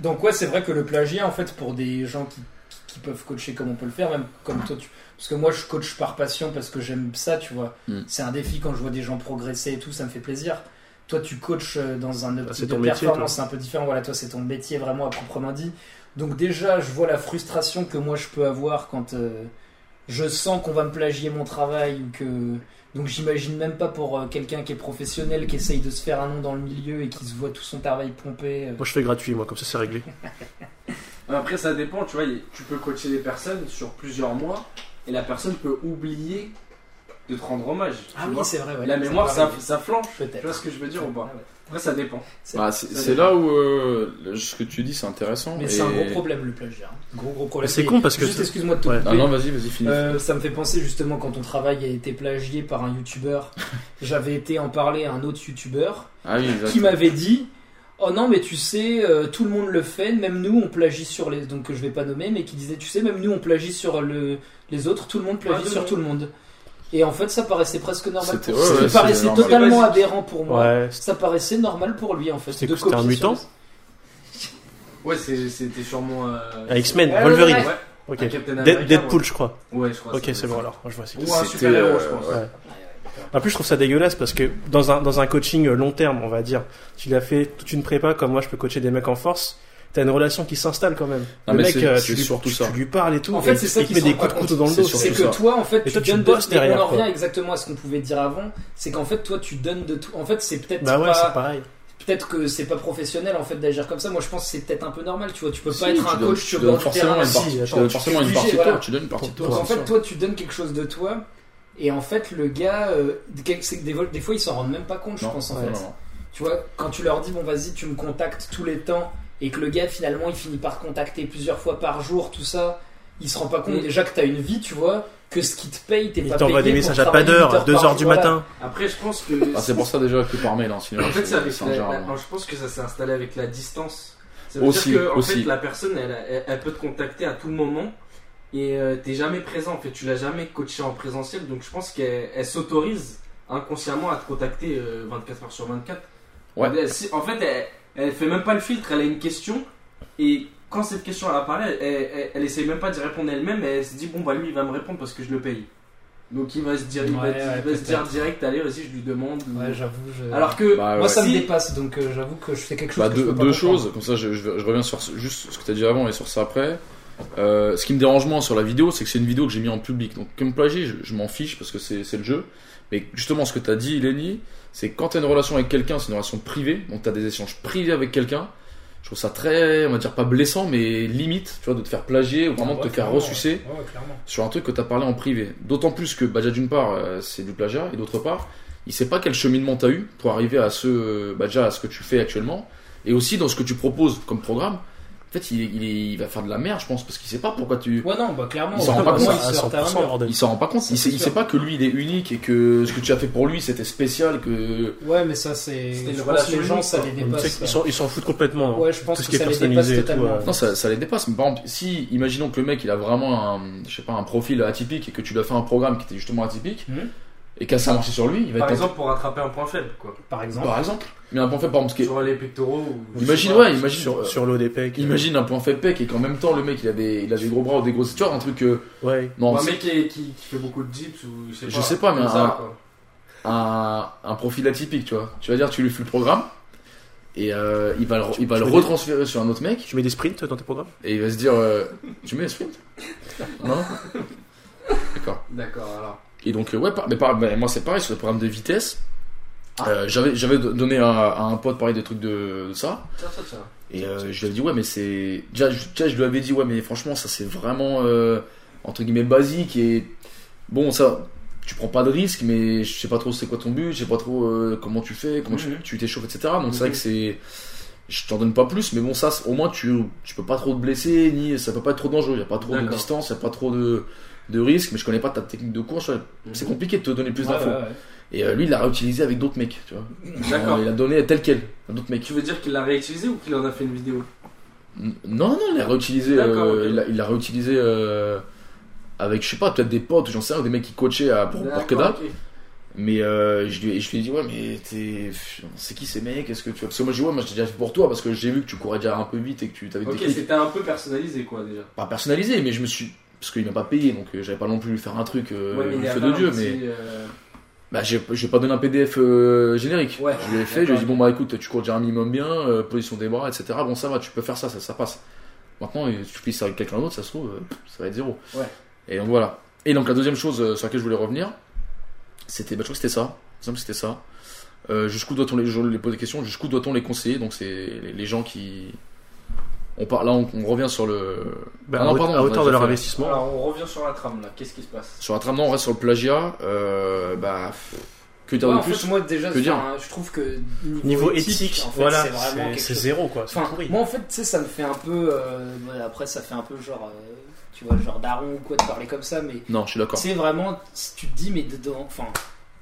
Speaker 5: Donc ouais, c'est vrai que le plagiat, en fait, pour des gens qui, qui- qui peuvent coacher comme on peut le faire, même comme toi, tu... parce que moi je coach par passion parce que j'aime ça, tu vois.
Speaker 3: Mm.
Speaker 5: C'est un défi quand je vois des gens progresser et tout, ça me fait plaisir. Toi, tu coaches euh, dans un optique
Speaker 6: Ah, c'est
Speaker 5: de
Speaker 6: ton métier,
Speaker 5: performance, c'est un peu différent. Voilà, toi, c'est ton métier vraiment à proprement dit. Donc déjà, je vois la frustration que moi je peux avoir quand euh, je sens qu'on va me plagier mon travail ou que donc j'imagine même pas pour euh, quelqu'un qui est professionnel, qui essaye de se faire un nom dans le milieu et qui se voit tout son travail pompé. euh,
Speaker 6: Moi, je fais gratuit, moi, comme ça, c'est réglé.
Speaker 4: Après, ça dépend, tu vois, y- tu peux coacher des personnes sur plusieurs mois et la personne peut oublier de te rendre hommage. tu
Speaker 5: Ah oui,
Speaker 4: vois.
Speaker 5: c'est vrai. Ouais,
Speaker 4: La mémoire,
Speaker 5: peut
Speaker 4: ça,
Speaker 5: arriver.
Speaker 4: ça flanche. Tu vois
Speaker 5: peut-être.
Speaker 4: ce que je veux dire ou pas
Speaker 5: Ah ouais.
Speaker 4: Après, ça dépend.
Speaker 3: Bah, c'est c'est là où euh, le- ce que tu dis c'est intéressant.
Speaker 5: Mais
Speaker 3: et-
Speaker 5: c'est un gros problème le plagiat. hein. Gros gros problème.
Speaker 6: Mais c'est
Speaker 5: Et
Speaker 6: con parce que
Speaker 5: Juste,
Speaker 6: ça-
Speaker 5: excuse-moi de te
Speaker 6: Ouais.
Speaker 5: couper.
Speaker 3: Ah non, vas-y, vas-y, finis.
Speaker 5: Euh, ça me fait penser justement quand ton travail a été plagié par un youtubeur. J'avais été en parler à un autre youtubeur
Speaker 3: Ah oui, exact.
Speaker 5: qui m'avait dit Oh non, mais tu sais, euh, tout le monde le fait, même nous on plagie sur les. Donc que je vais pas nommer, mais qui disait Tu sais, même nous on plagie sur le... les autres, tout le monde plagie
Speaker 4: Ouais,
Speaker 5: sur
Speaker 4: non.
Speaker 5: tout le monde. Et en fait, ça paraissait presque normal.
Speaker 3: Ah, C'était-
Speaker 5: Pour...
Speaker 3: ouais,
Speaker 5: ça
Speaker 3: ouais,
Speaker 5: me
Speaker 3: c'est
Speaker 5: paraissait
Speaker 3: normal.
Speaker 5: totalement
Speaker 4: C'est basique.
Speaker 5: aberrant pour moi.
Speaker 6: Ouais.
Speaker 5: Ça paraissait normal pour lui en fait.
Speaker 6: C'était
Speaker 5: de
Speaker 6: c'était un
Speaker 5: copier sur
Speaker 6: mutant
Speaker 4: Ouais, c'est- c'était sûrement. euh,
Speaker 6: Un X-Men,
Speaker 7: Ouais,
Speaker 6: Wolverine.
Speaker 7: ouais, ouais.
Speaker 6: Ok.
Speaker 4: un Captain
Speaker 6: Dead-
Speaker 4: America,
Speaker 6: Deadpool, je crois.
Speaker 4: Ouais, Ouais, je crois.
Speaker 6: Ok,
Speaker 4: que
Speaker 6: c'est bon, alors. Je vois, c'est-
Speaker 4: Ou un
Speaker 3: C'était,
Speaker 4: super héros, je
Speaker 3: euh,
Speaker 4: pense.
Speaker 3: ouais.
Speaker 6: En plus, je trouve ça dégueulasse parce que dans un, dans un coaching long terme, on va dire, tu l'as fait toute une prépa, comme moi, je peux coacher des mecs en force, t'as une relation qui s'installe quand même.
Speaker 3: Ah,
Speaker 6: Le
Speaker 3: mais
Speaker 6: mec,
Speaker 3: c'est-
Speaker 6: euh,
Speaker 3: c'est
Speaker 6: tu, lui,
Speaker 3: surtout
Speaker 6: tu-
Speaker 3: ça.
Speaker 6: tu lui parles et tout.
Speaker 5: En fait,
Speaker 6: et
Speaker 5: c'est ça
Speaker 6: il te
Speaker 5: qu'ils
Speaker 6: met
Speaker 5: sont
Speaker 6: des
Speaker 5: pas
Speaker 6: coups de couteau dans le
Speaker 3: C'est
Speaker 6: dos.
Speaker 3: surtout
Speaker 5: C'est que
Speaker 3: ça.
Speaker 5: toi, en fait,
Speaker 6: Et
Speaker 5: tu
Speaker 6: toi, tu
Speaker 5: donnes
Speaker 6: bosses
Speaker 5: de... mais
Speaker 6: derrière,
Speaker 5: On en
Speaker 6: quoi.
Speaker 5: revient exactement à ce qu'on pouvait dire avant. C'est qu'en fait, toi, tu donnes de tout. En fait, c'est peut-être
Speaker 6: Bah ouais,
Speaker 5: pas-
Speaker 6: c'est pareil.
Speaker 5: Peut-être que c'est pas professionnel en fait d'agir comme ça. Moi, je pense que c'est peut-être un peu normal. Tu vois, tu peux
Speaker 3: Si,
Speaker 5: pas être
Speaker 3: tu
Speaker 5: un
Speaker 3: donnes-
Speaker 5: coach
Speaker 3: tu
Speaker 5: sur
Speaker 3: donnes
Speaker 5: le
Speaker 3: forcément
Speaker 5: terrain.
Speaker 3: une partie,
Speaker 6: si,
Speaker 3: tu
Speaker 6: attends,
Speaker 3: donnes
Speaker 6: tu
Speaker 3: forcément une
Speaker 5: figes,
Speaker 3: partie de
Speaker 5: voilà.
Speaker 3: toi, tu donnes une partie de
Speaker 5: Donc
Speaker 3: toi.
Speaker 5: en fait, toi, tu donnes quelque chose de toi. Et en fait, le gars, euh, quel- c'est que des, des fois, ils s'en rendent même pas compte, je
Speaker 3: Non,
Speaker 5: pense en
Speaker 3: non,
Speaker 5: fait.
Speaker 3: non, non.
Speaker 5: Tu vois, quand tu leur dis bon vas-y, tu me contactes tous les temps et que le gars finalement il finit par te contacter plusieurs fois par jour, tout ça, il se rend pas compte
Speaker 4: Mm.
Speaker 5: déjà que t'as une vie, tu vois, que ce qui te paye, t'es
Speaker 6: Il
Speaker 5: pas
Speaker 6: t'envoie
Speaker 5: payé
Speaker 6: des
Speaker 5: pour
Speaker 6: messages à pas
Speaker 5: travailler
Speaker 6: d'heure,
Speaker 5: huit
Speaker 6: à
Speaker 5: heures
Speaker 6: 2
Speaker 5: par
Speaker 6: heures du
Speaker 5: jour, voilà.
Speaker 6: matin.
Speaker 4: Après, je pense que.
Speaker 3: Ah, c'est pour ça déjà que par mail, hein, sinon.
Speaker 4: En fait, c'est avec
Speaker 3: c'est
Speaker 4: la-
Speaker 3: un genre,
Speaker 4: la-
Speaker 3: hein.
Speaker 4: je pense que ça s'est installé avec la distance. Ça veut
Speaker 3: Aussi,
Speaker 4: dire que, en
Speaker 3: aussi.
Speaker 4: fait, la personne, elle, elle- elle peut te contacter à tout moment et euh, t'es jamais présent. En fait, tu l'as jamais coaché en présentiel, donc je pense qu'elle elle s'autorise inconsciemment à te contacter euh, 24 heures sur 24.
Speaker 3: Ouais.
Speaker 4: Elle- si- en fait, elle, elle fait même pas le filtre. Elle a une question et quand cette question elle apparaît, elle, elle, elle essaye même pas d'y répondre elle-même. Elle se dit bon bah lui il va me répondre parce que je le paye. Donc il va se dire, il va,
Speaker 5: Ouais,
Speaker 4: il va
Speaker 5: ouais,
Speaker 4: se dire direct allez vas-y je lui demande.
Speaker 5: Ouais, j'avoue. je-
Speaker 4: Alors que
Speaker 3: Bah,
Speaker 5: moi,
Speaker 3: ouais.
Speaker 5: ça me
Speaker 4: Si-
Speaker 5: dépasse, donc euh, j'avoue que je fais quelque chose.
Speaker 3: Bah,
Speaker 5: que je
Speaker 3: deux
Speaker 5: peux pas
Speaker 3: deux
Speaker 5: comprendre.
Speaker 3: choses, comme ça je, je- je reviens sur ce- juste ce que tu as dit avant et sur ça après. Euh, ce qui me dérange moins sur la vidéo, c'est que c'est une vidéo que j'ai mis en public. Donc, comme plagier, je, je m'en fiche parce que c'est c'est le jeu. Mais justement, ce que tu as dit, Lenny, c'est que quand tu as une relation avec quelqu'un, c'est une relation privée. Donc, tu as des échanges privés avec quelqu'un. Je trouve ça très, on va dire pas blessant, mais limite, tu vois, de te faire plagier ou vraiment de
Speaker 5: Ah, Ouais,
Speaker 3: te faire
Speaker 5: clairement,
Speaker 3: ressucer
Speaker 5: Ouais, ouais, clairement.
Speaker 3: sur un truc que t'as parlé en privé. D'autant plus que, bah, déjà d'une part, euh, c'est du plagiat, et d'autre part, il sait pas quel cheminement t'as eu pour arriver à ce, euh, bah, déjà, à ce que tu fais actuellement, et aussi dans ce que tu proposes comme programme. En fait, il, il, il va faire de la merde, je pense, parce qu'il sait pas pourquoi tu.
Speaker 5: Ouais, non, bah clairement.
Speaker 3: Ils s'en rendent
Speaker 5: vraiment,
Speaker 3: pas compte,
Speaker 5: ils
Speaker 6: à
Speaker 5: sortent à
Speaker 6: 100%,
Speaker 5: un mur.
Speaker 6: bordel.
Speaker 3: Il s'en rend pas compte, il
Speaker 5: C'est
Speaker 3: sait, il
Speaker 5: sûr.
Speaker 3: sait pas que lui il est unique et que ce que tu as fait pour lui c'était spécial, que.
Speaker 5: Ouais, mais ça, c'est.
Speaker 4: C'était une
Speaker 5: Je pense que
Speaker 4: relation
Speaker 5: les gens,
Speaker 4: unique,
Speaker 5: ça
Speaker 4: quoi.
Speaker 5: les
Speaker 6: Tu sais
Speaker 5: dépasse.
Speaker 6: qu'ils
Speaker 5: ça.
Speaker 6: s'en- ils s'en foutent complètement. hein.
Speaker 5: Ouais, je
Speaker 6: Tout
Speaker 5: pense
Speaker 6: ce
Speaker 5: que
Speaker 6: qui est
Speaker 5: ça les dépasse
Speaker 6: personnalisé et tout,
Speaker 5: totalement.
Speaker 6: ouais.
Speaker 3: Non, ça, ça les dépasse. Mais par exemple, si, imaginons que le mec il a vraiment un, je sais pas, un profil atypique et que tu lui as fait un programme qui était justement atypique
Speaker 5: Mhm.
Speaker 3: et que ça a marché sur lui, il va
Speaker 7: Par
Speaker 3: être.
Speaker 7: exemple, pour rattraper un point faible, quoi.
Speaker 6: euh.
Speaker 5: Par exemple.
Speaker 3: Par exemple. Mais un point faible, par exemple, ce qui est-
Speaker 7: Sur les pectoraux ou.
Speaker 3: Imagine,
Speaker 7: je sais pas.
Speaker 3: ouais, imagine,
Speaker 6: Sur,
Speaker 3: euh,
Speaker 6: sur l'eau des pecs. euh,
Speaker 3: imagine un point faible pec et qu'en même temps le mec il a des, il a des gros bras ou des grosses. Tu vois, un truc. euh,
Speaker 6: Ouais.
Speaker 3: non,
Speaker 7: Ou un
Speaker 3: c'est-
Speaker 7: mec qui, qui- qui fait beaucoup de dips ou je sais pas.
Speaker 3: Je sais pas, mais
Speaker 7: comme
Speaker 3: un-
Speaker 7: ça, quoi.
Speaker 3: un, un profil atypique, tu vois. Tu vas dire, tu lui fais le programme et euh, il va le, il va
Speaker 6: tu
Speaker 3: le
Speaker 6: veux dire-
Speaker 3: retransférer sur un autre mec
Speaker 6: Tu mets des sprints dans tes programmes
Speaker 3: et il va se dire, euh, tu mets le sprint Non D'accord.
Speaker 7: D'accord, alors.
Speaker 3: Et donc, euh, ouais, par- mais par- bah, moi c'est pareil sur le programme de vitesse.
Speaker 6: Ah.
Speaker 3: Euh, j'avais j'avais donné à, à un pote pareil des trucs de, de ça
Speaker 7: Tiens, tiens, tiens.
Speaker 3: Et euh, je lui avais dit, ouais, mais c'est. Déjà, je, déjà, je lui avais dit, ouais, mais franchement, ça c'est vraiment, euh, entre guillemets, basique. Et bon, ça, tu prends pas de risque, mais je sais pas trop c'est quoi ton but, je sais pas trop euh, comment tu fais, comment tu-
Speaker 4: Mhm.
Speaker 3: tu t'échauffes, etc. Donc c'est vrai que c'est. Je t'en donne pas plus, mais bon, ça, c'est- au moins, tu, tu peux pas trop te blesser, ni ça peut pas être trop dangereux. Y a pas trop de
Speaker 7: D'accord.
Speaker 3: distance, y a pas trop de, de risque, mais je connais pas ta technique de course. ouais. C'est compliqué de te donner plus
Speaker 5: Ouais,
Speaker 3: d'infos.
Speaker 5: ouais, ouais.
Speaker 3: Et euh, lui, il l'a réutilisé avec d'autres mecs, tu vois.
Speaker 7: D'accord.
Speaker 3: Il l'a donné tel quel, à d'autres mecs.
Speaker 7: Tu veux dire qu'il l'a réutilisé ou qu'il en a fait une vidéo
Speaker 3: N- Non, non, il l'a réutilisé.
Speaker 7: D'accord,
Speaker 3: euh,
Speaker 7: ok.
Speaker 3: il l'a- Il l'a réutilisé euh, avec, je sais pas, peut-être des potes, ou j'en sais rien, ou des mecs qui coachaient à pour, pour que dalle.
Speaker 7: D'accord, ok.
Speaker 3: Mais euh, je, lui, je lui ai dit, ouais, mais t'es. pff, C'est qui ces mecs Est-ce que tu. Parce que moi, je dis, ouais, moi, j'ai déjà fait pour toi, parce que j'ai vu que tu courais déjà un peu vite et que tu t'avais
Speaker 7: Ok,
Speaker 3: des techniques.
Speaker 7: c'était un peu personnalisé, quoi, déjà.
Speaker 3: Pas personnalisé, mais je me suis. Parce qu'il m'a pas payé, donc euh, j'avais pas non plus lui faire un truc, euh,
Speaker 7: Ouais, mais il
Speaker 3: le
Speaker 7: a
Speaker 3: feu
Speaker 7: fait
Speaker 3: de
Speaker 7: un
Speaker 3: Dieu, mais.
Speaker 7: petit, euh,
Speaker 3: Bah, j'ai j'ai pas donné un PDF euh, générique.
Speaker 7: Ouais.
Speaker 3: Je l'ai fait, je lui ai dit, bon, bah écoute, tu cours déjà un minimum bien, euh, position des bras, etc. Bon, ça va, tu peux faire ça, ça, ça passe. Maintenant, euh, tu fais ça avec quelqu'un d'autre, ça se trouve, euh, ça va être zéro.
Speaker 7: Ouais.
Speaker 3: Et donc voilà. Et donc, la deuxième chose euh, sur laquelle je voulais revenir, c'était, bah, je crois que c'était ça. Il me semble que c'était ça. Euh, jusqu'où doit-on les, je les pose des questions, jusqu'où doit-on les conseiller Donc, c'est les, les gens qui. On parle, là, on, on revient sur le.
Speaker 6: Bah,
Speaker 3: Ah non,
Speaker 6: à haute-
Speaker 3: pardon,
Speaker 6: à
Speaker 3: on a
Speaker 6: hauteur de
Speaker 3: déjà
Speaker 6: leur
Speaker 3: fait.
Speaker 6: investissement.
Speaker 4: Alors on revient sur la trame là, qu'est-ce qui se passe
Speaker 3: Sur la trame, non, on reste sur le plagiat. Euh, bah. pff, Que dire
Speaker 5: Ouais,
Speaker 3: de
Speaker 5: en
Speaker 3: plus
Speaker 5: fait, moi déjà,
Speaker 3: que dire
Speaker 5: enfin, je trouve que niveau,
Speaker 6: Niveau éthique,
Speaker 5: en fait,
Speaker 6: voilà,
Speaker 5: c'est vraiment
Speaker 6: c'est-
Speaker 5: quelque
Speaker 6: c'est
Speaker 5: chose.
Speaker 6: zéro quoi. C'est
Speaker 5: Enfin,
Speaker 6: pourri.
Speaker 5: moi en fait, tu sais, ça me fait un peu. euh, voilà, après, ça fait un peu genre, euh, tu vois, genre daron ou quoi de parler comme ça, mais
Speaker 3: Non, je suis d'accord.
Speaker 5: C'est vraiment, si tu te dis, mais dedans, enfin,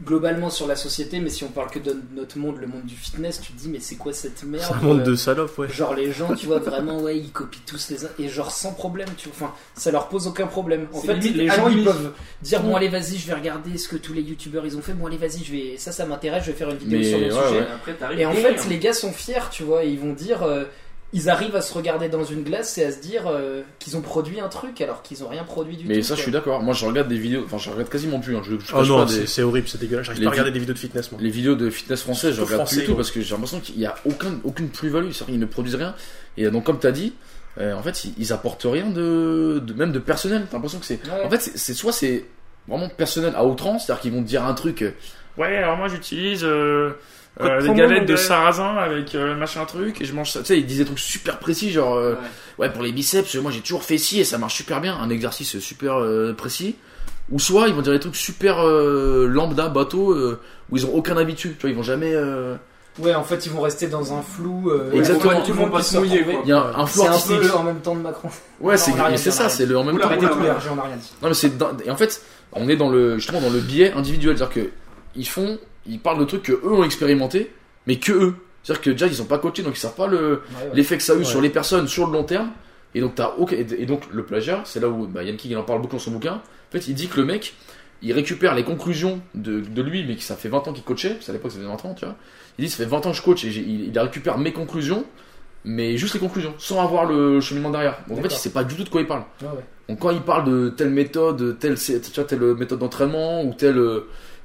Speaker 5: globalement sur la société, mais si on parle que de notre monde, le monde du fitness, tu te dis, mais c'est quoi cette merde
Speaker 6: C'est un monde
Speaker 5: euh,
Speaker 6: de salopes, ouais.
Speaker 5: Genre les gens, tu vois, vraiment, ouais, ils copient tous les uns, et genre sans problème, tu vois, enfin, ça leur pose aucun problème. En
Speaker 7: C'est
Speaker 5: fait,
Speaker 7: limite
Speaker 5: les gens, ils
Speaker 7: admis.
Speaker 5: peuvent dire, bon, allez, vas-y, je vais regarder ce que tous les youtubeurs ils ont fait, bon, allez, vas-y, je vais, ça, ça m'intéresse, je vais faire une vidéo
Speaker 3: Mais
Speaker 5: sur le
Speaker 3: ouais,
Speaker 5: sujet.
Speaker 3: ouais.
Speaker 7: Et Après, t'arrives.
Speaker 5: Et en
Speaker 7: derrière.
Speaker 5: fait, les gars sont fiers, tu vois, et ils vont dire. euh, ils arrivent à se regarder dans une glace et à se dire euh, qu'ils ont produit un truc alors qu'ils ont rien produit du tout.
Speaker 3: Mais ça, je
Speaker 5: quoi.
Speaker 3: suis d'accord. Moi, je regarde des vidéos. Enfin, je regarde quasiment plus. hein. Je, je
Speaker 6: Oh
Speaker 3: cache
Speaker 6: non,
Speaker 3: pas des-
Speaker 6: c'est- c'est horrible, c'est dégueulasse. J'arrive
Speaker 3: Les
Speaker 6: pas à regarder des vidéos de fitness, moi.
Speaker 3: les vidéos de fitness français, je
Speaker 6: Surtout
Speaker 3: regarde plus
Speaker 6: français,
Speaker 3: du tout
Speaker 6: ouais.
Speaker 3: parce que j'ai l'impression qu'il n'y a aucun, aucune plus-value. C'est-à-dire qu'ils ne produisent rien. Et donc, comme tu as dit, euh, en fait, ils, ils apportent rien de, de- même de personnel. T'as l'impression que c'est.
Speaker 5: Ouais.
Speaker 3: En fait, c'est c'est soit c'est vraiment personnel à outrance, c'est-à-dire qu'ils vont te dire un truc. euh, ouais, alors moi, j'utilise. euh, euh, des galettes de sarrasin avec euh, machin truc et je mange ça. Tu sais, ils disent des trucs super précis, genre euh, ouais. pour les biceps, euh, moi j'ai toujours fait ci et ça marche super bien, un exercice super euh, précis. Ou soit ils vont dire des trucs super euh, lambda, bateau, euh, où ils ont aucun habitude, tu vois, ils vont jamais. euh,
Speaker 5: Ouais, en fait, ils vont rester dans un flou. euh,
Speaker 3: Exactement.
Speaker 5: ouais, tout le monde peut
Speaker 7: Ils vont
Speaker 5: se
Speaker 7: pas se mouiller,
Speaker 5: retrouver.
Speaker 7: quoi.
Speaker 3: Il y a un, un flou
Speaker 5: C'est un peu
Speaker 3: artistique.
Speaker 5: le en même temps de Macron.
Speaker 3: Ouais, c'est
Speaker 5: Non, on a rien
Speaker 3: c'est
Speaker 5: dit, on
Speaker 3: ça,
Speaker 5: a
Speaker 3: c'est le en même
Speaker 7: Oula,
Speaker 3: temps.
Speaker 7: arrêtez
Speaker 5: Arrêtez
Speaker 7: de
Speaker 5: de
Speaker 7: courir,
Speaker 5: courir, j'en ai rien dit.
Speaker 3: Non, mais c'est dans- et en fait, on est dans le justement dans le biais individuel, c'est-à-dire que ils font, ils parlent de trucs que eux ont expérimenté, mais que eux. C'est-à-dire que déjà ils sont pas coachés, donc ils savent pas le l'effet que ça a eu
Speaker 6: Ouais.
Speaker 3: sur les personnes sur le long terme. Et donc, t'as ok, et donc le plagiat, c'est là où bah, Yann King il en parle beaucoup dans son bouquin. En fait, il dit que le mec, il récupère les conclusions de, de lui, mais que ça fait 20 ans qu'il coachait, parce qu'à l'époque ça faisait 20 ans, tu vois. Il dit, ça fait 20 ans que je coach et j'ai- il, il récupère mes conclusions, mais juste les conclusions, sans avoir le cheminement derrière. Donc en fait,
Speaker 5: D'accord.
Speaker 3: il sait pas du tout de quoi il parle.
Speaker 5: Ouais, ouais.
Speaker 3: Donc quand il parle de telle méthode, telle, tu vois, telle méthode d'entraînement, ou telle,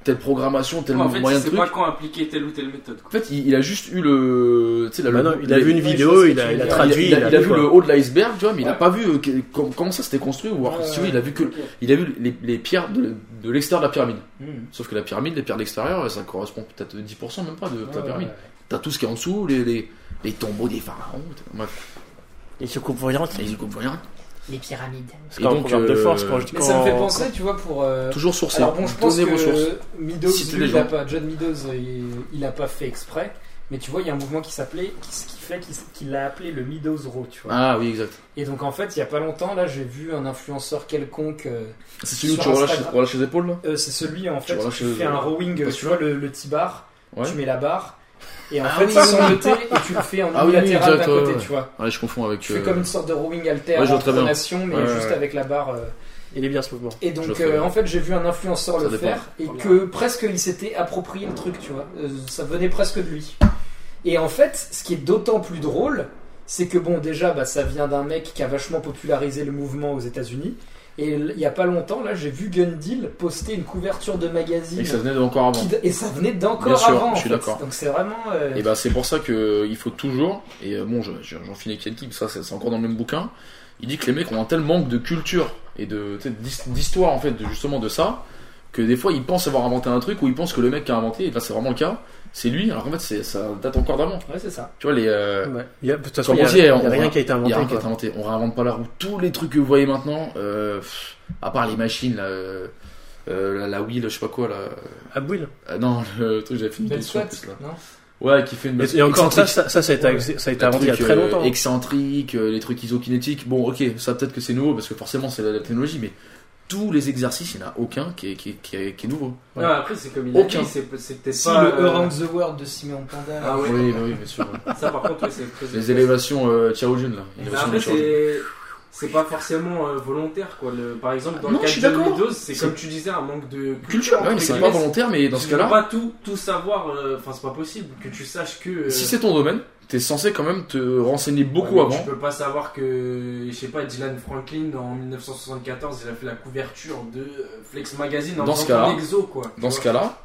Speaker 3: telle programmation, tel
Speaker 7: Ouais, En fait,
Speaker 3: moyen
Speaker 7: il
Speaker 3: de
Speaker 7: sait
Speaker 3: truc.
Speaker 7: pas quand appliquer telle ou telle méthode, quoi.
Speaker 3: En fait, il, il a juste eu le. tu sais, la-
Speaker 6: Bah
Speaker 3: le-
Speaker 6: non, il a
Speaker 3: les-
Speaker 6: vu une
Speaker 5: ouais, je
Speaker 6: vidéo,
Speaker 5: sais ce
Speaker 6: il
Speaker 5: que
Speaker 6: a,
Speaker 5: tu
Speaker 6: il a
Speaker 5: veux dire.
Speaker 6: traduit,
Speaker 3: il a, il a vu
Speaker 6: quoi.
Speaker 3: le haut de l'iceberg, tu vois, mais il a
Speaker 5: Ouais.
Speaker 3: pas vu euh, que- com- comment ça c'était construit, ou alors,
Speaker 5: Ouais,
Speaker 3: si
Speaker 5: ouais,
Speaker 3: oui, il a vu que, il a vu les, les pierres de, de l'extérieur de la pyramide.
Speaker 5: Mmh.
Speaker 3: Sauf que la pyramide, les pierres de l'extérieur, ça correspond peut-être 10% même pas de ta
Speaker 5: Ouais,
Speaker 3: pyramide.
Speaker 5: ouais, ouais.
Speaker 3: T'as tout ce qui est en dessous, les, les, les tombeaux des pharaons, t'es- bref,
Speaker 8: Les soucoupes voyantes.
Speaker 3: les coupes rien.
Speaker 8: Les pyramides.
Speaker 6: C'est quand
Speaker 3: Et
Speaker 6: même un
Speaker 3: donc,
Speaker 6: programme de
Speaker 3: euh,
Speaker 6: force quand je dis
Speaker 5: Mais ça me fait
Speaker 6: quand-
Speaker 5: penser, tu vois, pour. euh,
Speaker 3: Toujours sourcé.
Speaker 5: Alors bon, je pense
Speaker 3: Donnez vos sources.
Speaker 5: que Meadows,
Speaker 3: Citez
Speaker 5: lui,
Speaker 3: les
Speaker 5: il a
Speaker 3: gens.
Speaker 5: pas, John Meadows, il, il a pas fait exprès. Mais tu vois, il y a un mouvement qui s'appelait, qui, qui fait qu'il qu'il l'a appelé le Meadows Row, tu vois.
Speaker 3: Ah oui, exact.
Speaker 5: Et donc en fait, il y a pas longtemps, là, j'ai vu un influenceur quelconque. euh,
Speaker 3: C'est celui où tu
Speaker 5: Sur
Speaker 3: relâches,
Speaker 5: Instagram.
Speaker 3: relâches les épaules là
Speaker 5: euh, c'est celui en fait
Speaker 3: vois,
Speaker 5: qui
Speaker 3: je-
Speaker 5: fait un rowing,
Speaker 3: pas
Speaker 5: euh, tu
Speaker 3: sûr.
Speaker 5: vois le, le T-bar,
Speaker 3: Ouais.
Speaker 5: tu mets la barre et en
Speaker 3: Ah
Speaker 5: fait
Speaker 3: oui,
Speaker 5: ils
Speaker 3: oui,
Speaker 5: sont
Speaker 3: oui.
Speaker 5: notés et tu le fais en
Speaker 3: Ah oui, oui,
Speaker 5: unilatéral
Speaker 3: exact,
Speaker 5: d'un
Speaker 3: ouais,
Speaker 5: côté,
Speaker 3: ouais.
Speaker 5: tu vois.
Speaker 3: Ouais, je confonds avec.
Speaker 5: Tu fais
Speaker 3: euh,
Speaker 5: comme une sorte de rowing alter
Speaker 3: ouais, je vois très bien.
Speaker 5: pronation, mais
Speaker 3: Ouais, ouais,
Speaker 5: juste
Speaker 3: ouais.
Speaker 5: avec la barre. euh,
Speaker 6: Il est bien ce mouvement. Oh
Speaker 5: Et
Speaker 3: Je le
Speaker 5: donc,
Speaker 3: fais.
Speaker 5: euh, en fait, j'ai vu un influenceur
Speaker 3: Ça
Speaker 5: le
Speaker 3: dépend.
Speaker 5: faire et que presque il s'était approprié le truc, tu vois. Euh, ça venait presque de lui. Et en fait, ce qui est d'autant plus drôle, c'est que bon, déjà, bah, ça vient d'un mec qui a vachement popularisé le mouvement aux États-Unis. Et l- il y a pas longtemps, là, j'ai vu Gun Deal poster une couverture de magazine
Speaker 3: Et ça venait d'encore avant.
Speaker 5: qui d- et ça venait
Speaker 3: Bien
Speaker 5: d'encore
Speaker 3: sûr,
Speaker 5: avant. en
Speaker 3: je suis
Speaker 5: fait.
Speaker 3: d'accord.
Speaker 5: Donc c'est vraiment. euh,
Speaker 3: Et ben c'est pour ça que euh, il faut toujours et euh, bon je- je- j'en finis avec l'équipe ça c'est c'est encore dans le même bouquin. Il dit que les mecs ont un tel manque de culture et de tu sais, d'his- d'histoire en fait de, justement de ça que des fois ils pensent avoir inventé un truc ou ils pensent que le mec qui a inventé et là c'est vraiment le cas c'est lui alors qu'en fait c'est- ça date encore d'avant.
Speaker 5: Ouais, c'est ça.
Speaker 3: Tu vois les euh,
Speaker 6: Ouais. Il y a- De toute façon,
Speaker 3: Comme
Speaker 6: il y a,
Speaker 3: on dit,
Speaker 6: il y a
Speaker 3: on-
Speaker 6: rien qui a été
Speaker 3: il y
Speaker 6: inventé.
Speaker 3: a rien qui
Speaker 6: quoi.
Speaker 3: est inventé. On réinvente pas la roue. Tous les trucs que vous voyez maintenant euh, pff, à part les machines là, euh, euh, la, la wheel je sais pas quoi là
Speaker 6: Ah, Bouille.
Speaker 3: euh, non le truc j'avais fait une
Speaker 5: Belle
Speaker 3: question en
Speaker 5: squat,
Speaker 3: plus là.
Speaker 5: non
Speaker 3: Ouais qui fait une
Speaker 6: Et, et encore
Speaker 3: excentrique.
Speaker 6: ça, ça, ça, ça a été, ça a été
Speaker 3: Les
Speaker 6: inventé il y a
Speaker 3: trucs,
Speaker 6: très
Speaker 3: euh,
Speaker 6: longtemps. hein.
Speaker 3: excentriques, euh, les trucs isokinétiques. Bon, ok, ça peut-être que c'est nouveau parce que forcément c'est la, la technologie, mais tous les exercices, il n'y en a aucun qui est, qui est- qui est- qui est nouveau.
Speaker 4: Non, après, c'est comme il a
Speaker 3: Aucun.
Speaker 4: dit, c'est c'est peut-être
Speaker 5: Si
Speaker 4: pas.
Speaker 5: le
Speaker 4: euh,
Speaker 5: Around the World de Simeon Panda.
Speaker 4: Ah ouais,
Speaker 3: Oui, bah oui, bien sûr.
Speaker 4: ça par contre, ouais, c'est très-
Speaker 3: les élévations euh, Tiaojun, là.
Speaker 4: Mais
Speaker 3: Élévations
Speaker 4: Après,
Speaker 3: de Tiaojun.
Speaker 4: c'est. C'est pas forcément euh, volontaire quoi. Le- par exemple, dans
Speaker 3: Non,
Speaker 4: le
Speaker 3: je suis
Speaker 4: cas de
Speaker 3: d'accord.
Speaker 4: Windows, c'est
Speaker 3: C'est-
Speaker 4: comme tu disais un manque de
Speaker 3: Culture, ouais, mais
Speaker 4: entre
Speaker 3: c'est pas
Speaker 4: guillemets,
Speaker 3: volontaire, mais dans
Speaker 4: Tu
Speaker 3: ce
Speaker 4: peux
Speaker 3: cas-là,
Speaker 4: pas tout, tout savoir, euh, enfin c'est pas possible que tu saches que. euh,
Speaker 3: si c'est ton domaine, t'es censé quand même te renseigner beaucoup
Speaker 4: ouais, mais
Speaker 3: avant.
Speaker 4: Tu peux pas savoir que, je sais pas, Dylan Franklin en 1974, il a fait la couverture de euh, Flex Magazine en
Speaker 3: Dans ce
Speaker 4: faisant
Speaker 3: cas-là-
Speaker 4: un exo quoi. tu
Speaker 3: Dans ce
Speaker 4: vois.
Speaker 3: cas-là,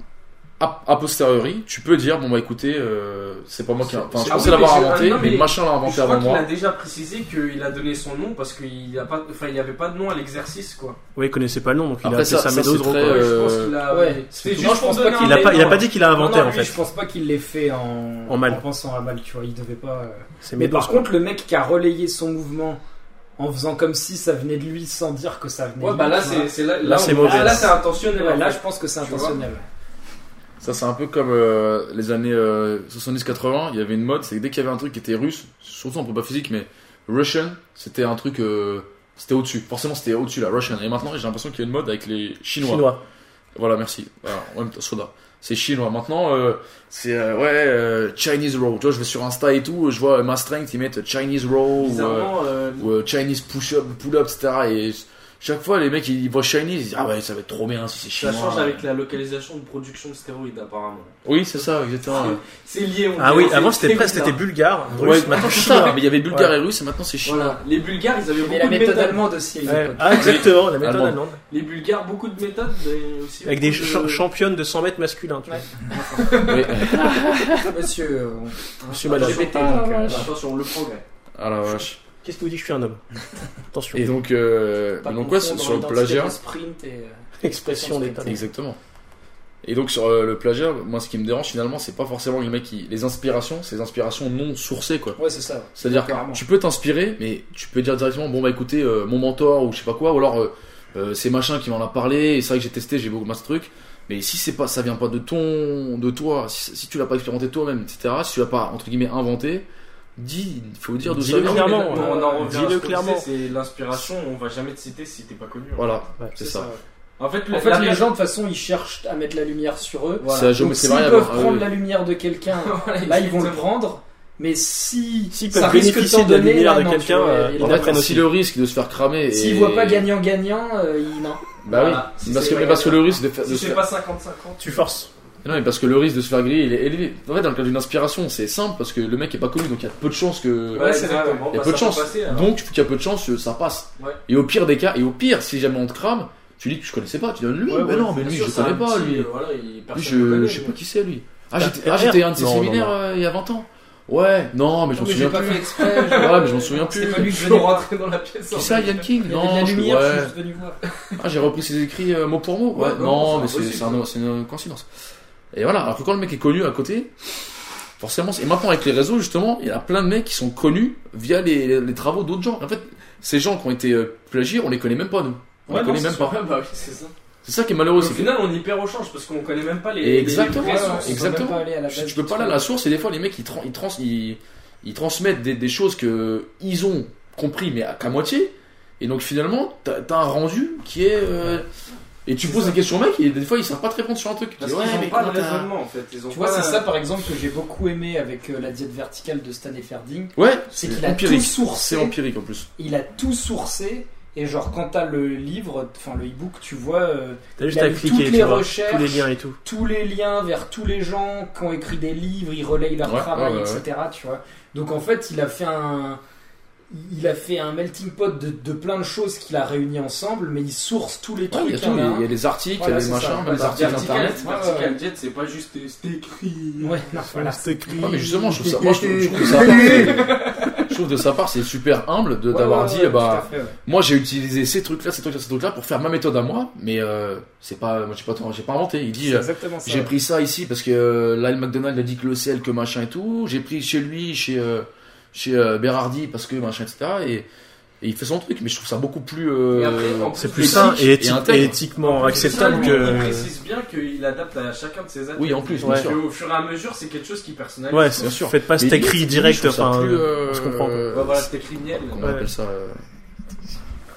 Speaker 3: a, a posteriori, tu peux dire, bon bah écoutez, euh, c'est pas moi qui. a- Enfin, je pensais
Speaker 4: Ah oui, mais
Speaker 3: l'avoir
Speaker 4: c'est-
Speaker 3: inventé,
Speaker 4: ah, non,
Speaker 3: mais
Speaker 4: mais
Speaker 3: machin l'a
Speaker 4: Je
Speaker 3: inventé
Speaker 4: crois
Speaker 3: avant
Speaker 4: qu'il
Speaker 3: moi.
Speaker 4: a déjà précisé qu'il a donné son nom parce qu'il a pas, enfin il avait pas de nom à l'exercice quoi.
Speaker 6: Oui, il connaissait pas le nom, donc il a
Speaker 3: Après,
Speaker 6: appelé
Speaker 3: ça-
Speaker 6: ça,
Speaker 3: ça,
Speaker 6: Meadows
Speaker 3: c'est
Speaker 6: Row,
Speaker 3: très,
Speaker 6: quoi.
Speaker 3: euh,
Speaker 4: je pense qu'il a.
Speaker 5: ouais.
Speaker 4: C'était
Speaker 5: Non,
Speaker 4: juste
Speaker 5: je
Speaker 4: pour
Speaker 5: pense pas
Speaker 4: donner
Speaker 5: qu'il
Speaker 4: un
Speaker 6: Il a pas, il a
Speaker 4: nom.
Speaker 6: pas dit qu'il a inventé
Speaker 5: Non, non,
Speaker 6: en
Speaker 5: lui,
Speaker 6: fait.
Speaker 5: Je pense pas qu'il l'ait fait en,
Speaker 6: En mal.
Speaker 5: pensant à mal, tu vois. Il devait pas. euh,
Speaker 6: C'est
Speaker 5: Mais
Speaker 6: Meadows
Speaker 5: par
Speaker 6: Row.
Speaker 5: contre, le mec qui a relayé son mouvement en faisant comme si ça venait de lui sans dire que ça venait de
Speaker 4: Ouais,
Speaker 5: lui.
Speaker 4: bah là
Speaker 5: tu vois.
Speaker 4: c'est c'est là,
Speaker 6: Là,
Speaker 4: là,
Speaker 6: c'est
Speaker 4: on-
Speaker 6: mauvais.
Speaker 4: ah, Là c'est intentionnel.
Speaker 5: Ouais,
Speaker 4: en
Speaker 5: là,
Speaker 4: fait.
Speaker 5: je pense que c'est
Speaker 4: Tu vois.
Speaker 5: intentionnel.
Speaker 3: Ça, c'est un peu comme euh, les années euh, 70-80, il y avait une mode, c'est que dès qu'il y avait un truc qui était russe, surtout en prépa physique, mais Russian, c'était un truc, euh, c'était au-dessus. Forcément, c'était au-dessus, là, Russian. Et maintenant, j'ai l'impression qu'il y a une mode avec les Chinois.
Speaker 6: Chinois.
Speaker 3: Voilà, merci. Voilà, en même temps, soda. C'est chinois. Maintenant, euh, c'est euh, ouais, euh, Chinese Row. Tu vois, je vais sur Insta et tout, je vois euh, ma strength, ils mettent Chinese Row ou, euh,
Speaker 4: Bizarrement, euh,
Speaker 3: ou, euh, Chinese Push-Up, Pull-Up, etc. Et chaque fois, les mecs, ils voient Chinese, ils disent Ah ouais, ça va être trop bien si c'est
Speaker 4: ça
Speaker 3: chinois.
Speaker 4: change avec la localisation de production de stéroïdes apparemment.
Speaker 3: Oui, c'est ça, exactement. ouais.
Speaker 4: C'est lié. on
Speaker 6: Ah
Speaker 4: dirait,
Speaker 6: oui,
Speaker 4: c'est hein.
Speaker 6: avant c'était
Speaker 4: très
Speaker 6: presque c'était
Speaker 4: bizarre.
Speaker 6: bulgare,
Speaker 3: Ouais,
Speaker 6: russe, maintenant
Speaker 3: c'est ça,
Speaker 6: chinois.
Speaker 3: mais il y avait bulgare et russe et maintenant c'est chinois.
Speaker 4: Voilà. Les Bulgares, ils avaient
Speaker 5: Mais
Speaker 4: beaucoup
Speaker 5: la
Speaker 4: de
Speaker 5: méthode
Speaker 4: méthodes.
Speaker 5: allemande aussi. elle est
Speaker 6: Ouais.
Speaker 5: pas-
Speaker 6: Ah exactement, la méthode
Speaker 3: Allemande.
Speaker 6: allemande.
Speaker 4: Les Bulgares, beaucoup de méthodes, mais aussi.
Speaker 6: Avec des
Speaker 4: beaucoup
Speaker 6: cha-
Speaker 4: de-
Speaker 6: championnes de 100 mètres masculins. tu vois.
Speaker 3: Mais-
Speaker 5: Monsieur, euh,
Speaker 4: Ah,
Speaker 6: Monsieur, madame.
Speaker 5: LGBT, donc, euh,
Speaker 4: Attention, le progrès.
Speaker 3: Ah la vache.
Speaker 6: Qu'est-ce qui vous dit que je suis un homme Attention.
Speaker 3: Et donc, euh,
Speaker 5: pas
Speaker 3: donc ouais,
Speaker 5: confondre
Speaker 3: sur le
Speaker 5: l'identité
Speaker 3: plagiat.
Speaker 5: de sprint et, euh,
Speaker 6: Expression d'état.
Speaker 3: Exactement. Et donc sur euh, le plagiat, moi ce qui me dérange finalement, c'est pas forcément les mecs qui. Les inspirations, c'est les inspirations non sourcées quoi.
Speaker 5: Ouais, c'est ça.
Speaker 3: C'est-à-dire,
Speaker 5: Carrément.
Speaker 3: tu peux t'inspirer, mais tu peux dire directement, bon bah écoutez, euh, mon mentor ou je sais pas quoi, ou alors euh, euh, c'est machin qui m'en a parlé, et c'est vrai que j'ai testé, j'ai beaucoup de ce truc. Mais si c'est pas, ça vient pas de ton, de toi, si, si tu l'as pas expérimenté toi-même, etc., si tu l'as pas entre guillemets inventé, dis, faut dire d'où ça
Speaker 6: Dis-le
Speaker 3: vient.
Speaker 6: clairement,
Speaker 4: Non,
Speaker 6: ouais.
Speaker 4: on en revient à ce
Speaker 6: Dis-le
Speaker 4: qu'on
Speaker 6: clairement.
Speaker 4: disait, C'est l'inspiration, on va jamais te citer si t'es pas connu. hein.
Speaker 3: Voilà,
Speaker 6: Ouais,
Speaker 3: c'est ça.
Speaker 4: En fait, le-
Speaker 5: En fait,
Speaker 4: la-
Speaker 5: les gens, de toute façon, ils cherchent à mettre la lumière sur eux.
Speaker 3: C'est la
Speaker 5: Donc,
Speaker 3: géométrie
Speaker 5: s'ils
Speaker 3: variable.
Speaker 5: peuvent
Speaker 3: Ah oui,
Speaker 5: prendre
Speaker 3: oui.
Speaker 5: la lumière de quelqu'un,
Speaker 4: Voilà,
Speaker 5: là, ils vont le
Speaker 4: exactement.
Speaker 5: prendre. Mais si
Speaker 6: S'ils
Speaker 5: ça
Speaker 6: peuvent
Speaker 5: risque de
Speaker 6: bénéficier
Speaker 5: t'en
Speaker 6: de la
Speaker 5: donner,
Speaker 6: lumière
Speaker 5: là,
Speaker 6: de
Speaker 5: non, tu
Speaker 6: quelqu'un,
Speaker 5: vois,
Speaker 6: euh,
Speaker 5: ils
Speaker 3: En
Speaker 5: la
Speaker 3: fait,
Speaker 5: prennent
Speaker 3: aussi le risque de se faire cramer.
Speaker 5: S'ils
Speaker 3: et-
Speaker 5: voient pas gagnant-gagnant, euh, ils... non.
Speaker 3: Bah
Speaker 4: Voilà.
Speaker 3: oui.
Speaker 4: Si
Speaker 3: parce
Speaker 4: c'est
Speaker 3: que, mais
Speaker 4: pas
Speaker 3: parce que le risque de, faire- de
Speaker 4: Si
Speaker 3: se
Speaker 4: c'est
Speaker 3: faire-
Speaker 4: pas 50-50,
Speaker 6: Tu forces.
Speaker 3: Non, mais parce que le risque de se faire griller, il est élevé. En fait, dans le cas d'une inspiration, c'est simple parce que le mec est pas connu, donc il y a peu de chances que.
Speaker 4: Ouais, c'est exactement.
Speaker 3: Il y a peu
Speaker 4: Bah,
Speaker 3: de
Speaker 4: ça peut
Speaker 3: chances.
Speaker 4: passer, alors.
Speaker 3: donc, il y a peu de chances, euh, ça passe.
Speaker 4: Ouais.
Speaker 3: Et au pire des cas, et au pire, si jamais on te crame, tu dis que je connaissais pas, tu dis lui,
Speaker 4: Ouais,
Speaker 3: mais
Speaker 4: ouais,
Speaker 3: non, mais
Speaker 4: bien
Speaker 3: lui,
Speaker 4: sûr,
Speaker 3: je
Speaker 4: c'est
Speaker 3: connais
Speaker 4: un
Speaker 3: pas,
Speaker 4: petit,
Speaker 3: lui.
Speaker 4: euh, Voilà, il-
Speaker 3: Lui,
Speaker 4: personne le
Speaker 3: je,
Speaker 4: connaît,
Speaker 3: je sais
Speaker 4: mais-
Speaker 3: pas qui c'est, lui. Ah,
Speaker 6: Bah,
Speaker 3: j'étais ah, j'étais à un de ses
Speaker 6: non, non,
Speaker 3: séminaires
Speaker 6: non.
Speaker 3: euh, il y a 20 ans. Ouais, non, mais je m'en
Speaker 5: Mais j'ai
Speaker 3: souviens
Speaker 5: pas
Speaker 3: plus.
Speaker 5: fait exprès. je-
Speaker 3: Ouais, mais je m'en souviens plus.
Speaker 5: C'est pas lui que
Speaker 4: Je
Speaker 5: je
Speaker 4: suis
Speaker 5: venais voir.
Speaker 4: rentré dans la pièce.
Speaker 3: Qui ça, Ian King
Speaker 5: Il y avait de
Speaker 3: Non,
Speaker 5: la
Speaker 3: je-
Speaker 5: lumière, je
Speaker 3: ouais.
Speaker 5: suis juste venu voir.
Speaker 3: Ah, j'ai repris ses écrits euh, mot pour mot. Ouais,
Speaker 4: Ouais,
Speaker 3: non,
Speaker 4: non,
Speaker 3: mais
Speaker 4: c'est
Speaker 3: c'est
Speaker 4: impossible.
Speaker 3: c'est un- c'est une coïncidence. Et voilà, alors que quand le mec est connu à côté, Forcément, c'est- et maintenant avec les réseaux, justement, il y a plein de mecs qui sont connus via les, les travaux d'autres gens. En fait, ces gens qui ont été euh, plagiés, on les connaît même pas, nous. On les connaît même pas.
Speaker 4: bah oui, c'est ça.
Speaker 3: C'est ça qui est malheureux.
Speaker 4: Au
Speaker 3: c'est que-
Speaker 4: final, on y perd au change parce qu'on connaît même pas les.
Speaker 3: Et
Speaker 4: les
Speaker 3: exactement,
Speaker 4: vraies sources.
Speaker 5: on peut
Speaker 3: exactement.
Speaker 5: même pas aller à la
Speaker 3: Tu,
Speaker 5: base
Speaker 3: tu peux
Speaker 5: du
Speaker 3: pas aller à
Speaker 5: truc.
Speaker 3: la source et des fois les mecs ils, tran- ils, trans- ils, ils transmettent des, des choses que ils ont compris mais à qu'à moitié et donc finalement t'as t'as un rendu qui est euh, et tu poses des questions au mec et des fois ils savent pas te répondre sur un truc.
Speaker 4: Parce
Speaker 3: Tu dis,
Speaker 4: qu'ils
Speaker 3: ouais,
Speaker 4: ont
Speaker 3: mais
Speaker 4: pas de
Speaker 3: comment t'as-
Speaker 4: raisonnement en fait. Ils ont
Speaker 5: Tu vois,
Speaker 4: pas-
Speaker 5: c'est ça par exemple que j'ai beaucoup aimé avec euh, la diète verticale de Stan Efferding.
Speaker 3: Ouais,
Speaker 5: C'est qu'il a
Speaker 3: empirique.
Speaker 5: tout sourcé.
Speaker 3: C'est empirique en plus.
Speaker 5: Il a tout sourcé. Et genre, quand t'as le livre, enfin le e-book, tu vois euh,
Speaker 6: T'as
Speaker 5: Il
Speaker 6: juste
Speaker 5: a
Speaker 6: à
Speaker 5: mis toutes
Speaker 6: cliquer,
Speaker 5: les
Speaker 6: tu vois,
Speaker 5: recherches.
Speaker 6: tous les liens et tout.
Speaker 5: tous les liens vers tous les gens qui ont écrit des livres, ils relayent leur
Speaker 3: Ouais,
Speaker 5: travail,
Speaker 3: ouais, ouais,
Speaker 5: etc. Tu vois. Donc en fait, il a fait un, il a fait un melting pot de, de plein de choses qu'il a réunies ensemble, mais il source tous les
Speaker 3: Ouais,
Speaker 5: trucs.
Speaker 3: il y a
Speaker 5: un
Speaker 3: tout, il y
Speaker 5: à
Speaker 3: a-
Speaker 5: un.
Speaker 3: il y a les articles, il y
Speaker 5: hein. Voilà,
Speaker 3: a les
Speaker 5: c'est
Speaker 3: machins,
Speaker 5: ça.
Speaker 3: même des articles
Speaker 4: Vertical-
Speaker 3: internet.
Speaker 4: Vertical Jet, c'est pas juste euh, c'est écrit.
Speaker 5: Ouais, non, voilà.
Speaker 3: Ouais, Ah, mais justement, je trouve ça, moi, je trouve, je trouve de sa part, c'est- je trouve de sa part, c'est super humble de
Speaker 5: Ouais,
Speaker 3: d'avoir
Speaker 5: ouais,
Speaker 3: dit,
Speaker 5: ouais,
Speaker 3: eh bah,
Speaker 5: tout à fait, ouais.
Speaker 3: Moi, j'ai utilisé ces trucs-là, ces trucs-là, ces trucs-là pour faire ma méthode à moi, mais euh, c'est pas, moi, j'ai pas, j'ai pas inventé. Il dit,
Speaker 5: C'est
Speaker 3: euh,
Speaker 5: exactement ça.
Speaker 3: j'ai pris ça ici parce que euh, là, le McDonald's a dit que le sel, que machin et tout. J'ai pris chez lui, chez euh, chez euh, Berardi parce que machin, etc. Et, et il fait son truc, mais je trouve ça beaucoup plus. euh,
Speaker 4: Et après, en
Speaker 6: C'est
Speaker 4: plus,
Speaker 6: plus sain
Speaker 4: éthique
Speaker 6: et,
Speaker 3: et
Speaker 6: éthi-
Speaker 3: intègre.
Speaker 6: et éthiquement acceptable
Speaker 4: Ça, lui, Il
Speaker 6: que.
Speaker 4: précise bien qu'il adapte à chacun de ses athlètes.
Speaker 3: Oui, en plus, bien
Speaker 4: Parce
Speaker 3: sûr.
Speaker 4: que Au fur et à mesure, c'est quelque chose qui personnalise.
Speaker 6: Ouais,
Speaker 3: Bien sûr.
Speaker 6: faites pas
Speaker 3: Mais
Speaker 6: cet
Speaker 3: lui,
Speaker 6: écrit
Speaker 3: lui, je
Speaker 6: direct,
Speaker 3: trouve ça
Speaker 6: enfin,
Speaker 3: plus, euh,
Speaker 6: on se comprend. quoi.
Speaker 4: Bah voilà, c'était criminel.
Speaker 3: comment on
Speaker 6: Ouais.
Speaker 3: appelle ça euh,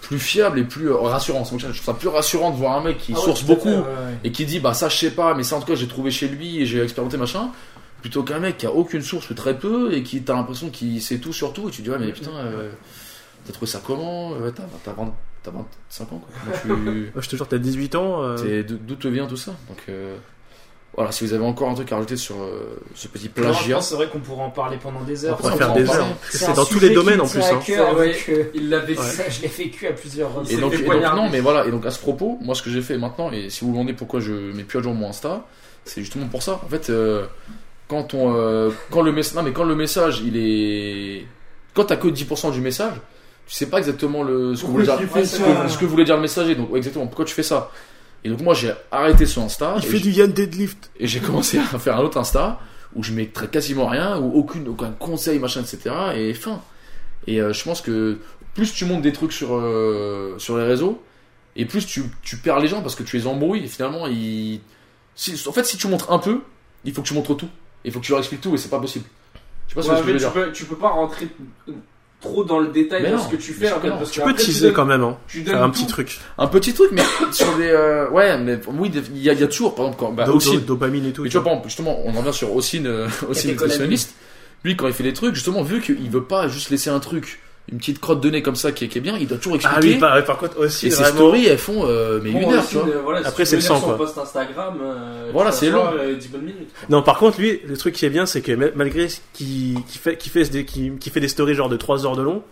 Speaker 3: plus fiable et plus euh, rassurant. C'est pour ça que Je trouve ça plus rassurant de voir un mec qui
Speaker 5: Ah ouais,
Speaker 3: source
Speaker 5: tout à fait,
Speaker 3: beaucoup
Speaker 5: ouais, ouais.
Speaker 3: et qui dit bah ça je sais pas mais ça en tout cas j'ai trouvé chez lui et j'ai expérimenté machin plutôt qu'un mec qui a aucune source ou très peu et qui t'as l'impression qu'il sait tout sur tout et tu te dis ouais mais putain euh, t'as trouvé ça comment Euh, t'as, t'as, 20 t'as 25 ans quoi Comment tu
Speaker 6: Moi, Je te jure, t'as 18 ans. euh,
Speaker 3: t'es- d'o- d'où te vient tout ça donc euh, voilà si vous avez encore un truc à rajouter sur euh, ce petit
Speaker 5: Non, je
Speaker 3: plagiat
Speaker 5: pense, C'est vrai qu'on pourrait en parler pendant des heures.
Speaker 6: On pourrait
Speaker 3: on
Speaker 6: faire
Speaker 3: pourra en
Speaker 6: des
Speaker 3: parler.
Speaker 6: heures. parce que
Speaker 5: un
Speaker 6: C'est dans tous
Speaker 5: sujet
Speaker 6: les
Speaker 5: qui
Speaker 6: domaines
Speaker 5: me
Speaker 6: en
Speaker 5: tient
Speaker 6: plus.
Speaker 5: à
Speaker 6: hein.
Speaker 5: cœur,
Speaker 4: Ouais.
Speaker 5: donc, euh,
Speaker 4: Il l'avait dit.
Speaker 5: ça, je l'ai vécu à plusieurs
Speaker 3: Et
Speaker 5: reprises.
Speaker 3: donc,
Speaker 4: fait
Speaker 3: et donc,
Speaker 4: poignarder.
Speaker 3: non, mais voilà. Et donc à ce propos, moi, ce que j'ai fait maintenant, et si vous vous demandez pourquoi je mets plus à jour mon Insta, c'est justement pour ça. En fait, euh, quand on, euh, quand le message, non, mais quand le message, il est, quand t'as que 10% du message, tu sais pas exactement le ce que voulait dire, ce que,
Speaker 6: euh,
Speaker 3: ce que voulait dire le messager. Donc ouais, exactement, pourquoi tu fais ça Et donc moi, j'ai arrêté ce Insta.
Speaker 6: Il
Speaker 3: et
Speaker 6: fait
Speaker 3: j'ai-
Speaker 6: du Yann Deadlift.
Speaker 3: et j'ai commencé à faire un autre Insta où je mets très- quasiment rien, ou aucune, aucun conseil, machin, etc. Et fin. Et euh, je pense que plus tu montes des trucs sur, euh, sur les réseaux, et plus tu, tu perds les gens parce que tu les embrouilles. Et finalement, ils... si- en fait, si tu montres un peu, il faut que tu montres tout. Il faut que tu leur expliques tout, et c'est pas possible. Je sais pas ce
Speaker 4: Ouais,
Speaker 3: que je
Speaker 4: mais
Speaker 3: veux
Speaker 4: tu
Speaker 3: dire.
Speaker 4: peux, tu peux pas rentrer trop dans le détail
Speaker 3: Mais
Speaker 4: de
Speaker 3: non,
Speaker 4: ce que tu
Speaker 3: mais
Speaker 4: fais.
Speaker 3: sûr
Speaker 4: en
Speaker 3: que
Speaker 4: fait,
Speaker 3: non.
Speaker 4: parce
Speaker 6: Tu
Speaker 4: que
Speaker 6: peux
Speaker 4: après,
Speaker 6: teaser
Speaker 4: donnes-
Speaker 6: quand même, hein.
Speaker 4: Tu donnes
Speaker 6: Faire un petit
Speaker 4: tout.
Speaker 6: truc.
Speaker 3: Un petit truc, mais sur des. euh, ouais, mais oui, il y a, il y a toujours, par exemple, quand. bah,
Speaker 6: Do-
Speaker 3: aussi,
Speaker 6: do- Dopamine et tout.
Speaker 3: Mais tu vois, par exemple, justement, on revient sur Ossine, euh, Ossine,
Speaker 5: des collabs.
Speaker 3: nutritionniste. Lui, quand il fait des trucs, justement, vu qu'il veut pas juste laisser un truc, une petite crotte de nez comme ça qui est, qui est bien, il doit toujours
Speaker 6: Ah
Speaker 3: expliquer.
Speaker 6: oui, par, ouais, par contre, aussi,
Speaker 3: et ses
Speaker 6: vraiment.
Speaker 3: stories, elles font euh, mais
Speaker 4: Bon,
Speaker 3: une heure,
Speaker 4: aussi,
Speaker 3: tu vois.
Speaker 4: euh, voilà, si
Speaker 6: Après,
Speaker 4: tu
Speaker 6: c'est
Speaker 4: veux
Speaker 6: le
Speaker 4: lire
Speaker 6: sang,
Speaker 4: son
Speaker 6: quoi.
Speaker 4: post Instagram. euh,
Speaker 3: Voilà,
Speaker 4: tu
Speaker 3: c'est
Speaker 4: t'assois,
Speaker 3: long.
Speaker 4: euh, 10 bonnes minutes. quoi.
Speaker 6: Non, par contre, lui, le truc qui est bien, c'est que ma- malgré ce qui, qui fait, qui, fait, des- qui, qui fait des stories genre de 3 heures de long,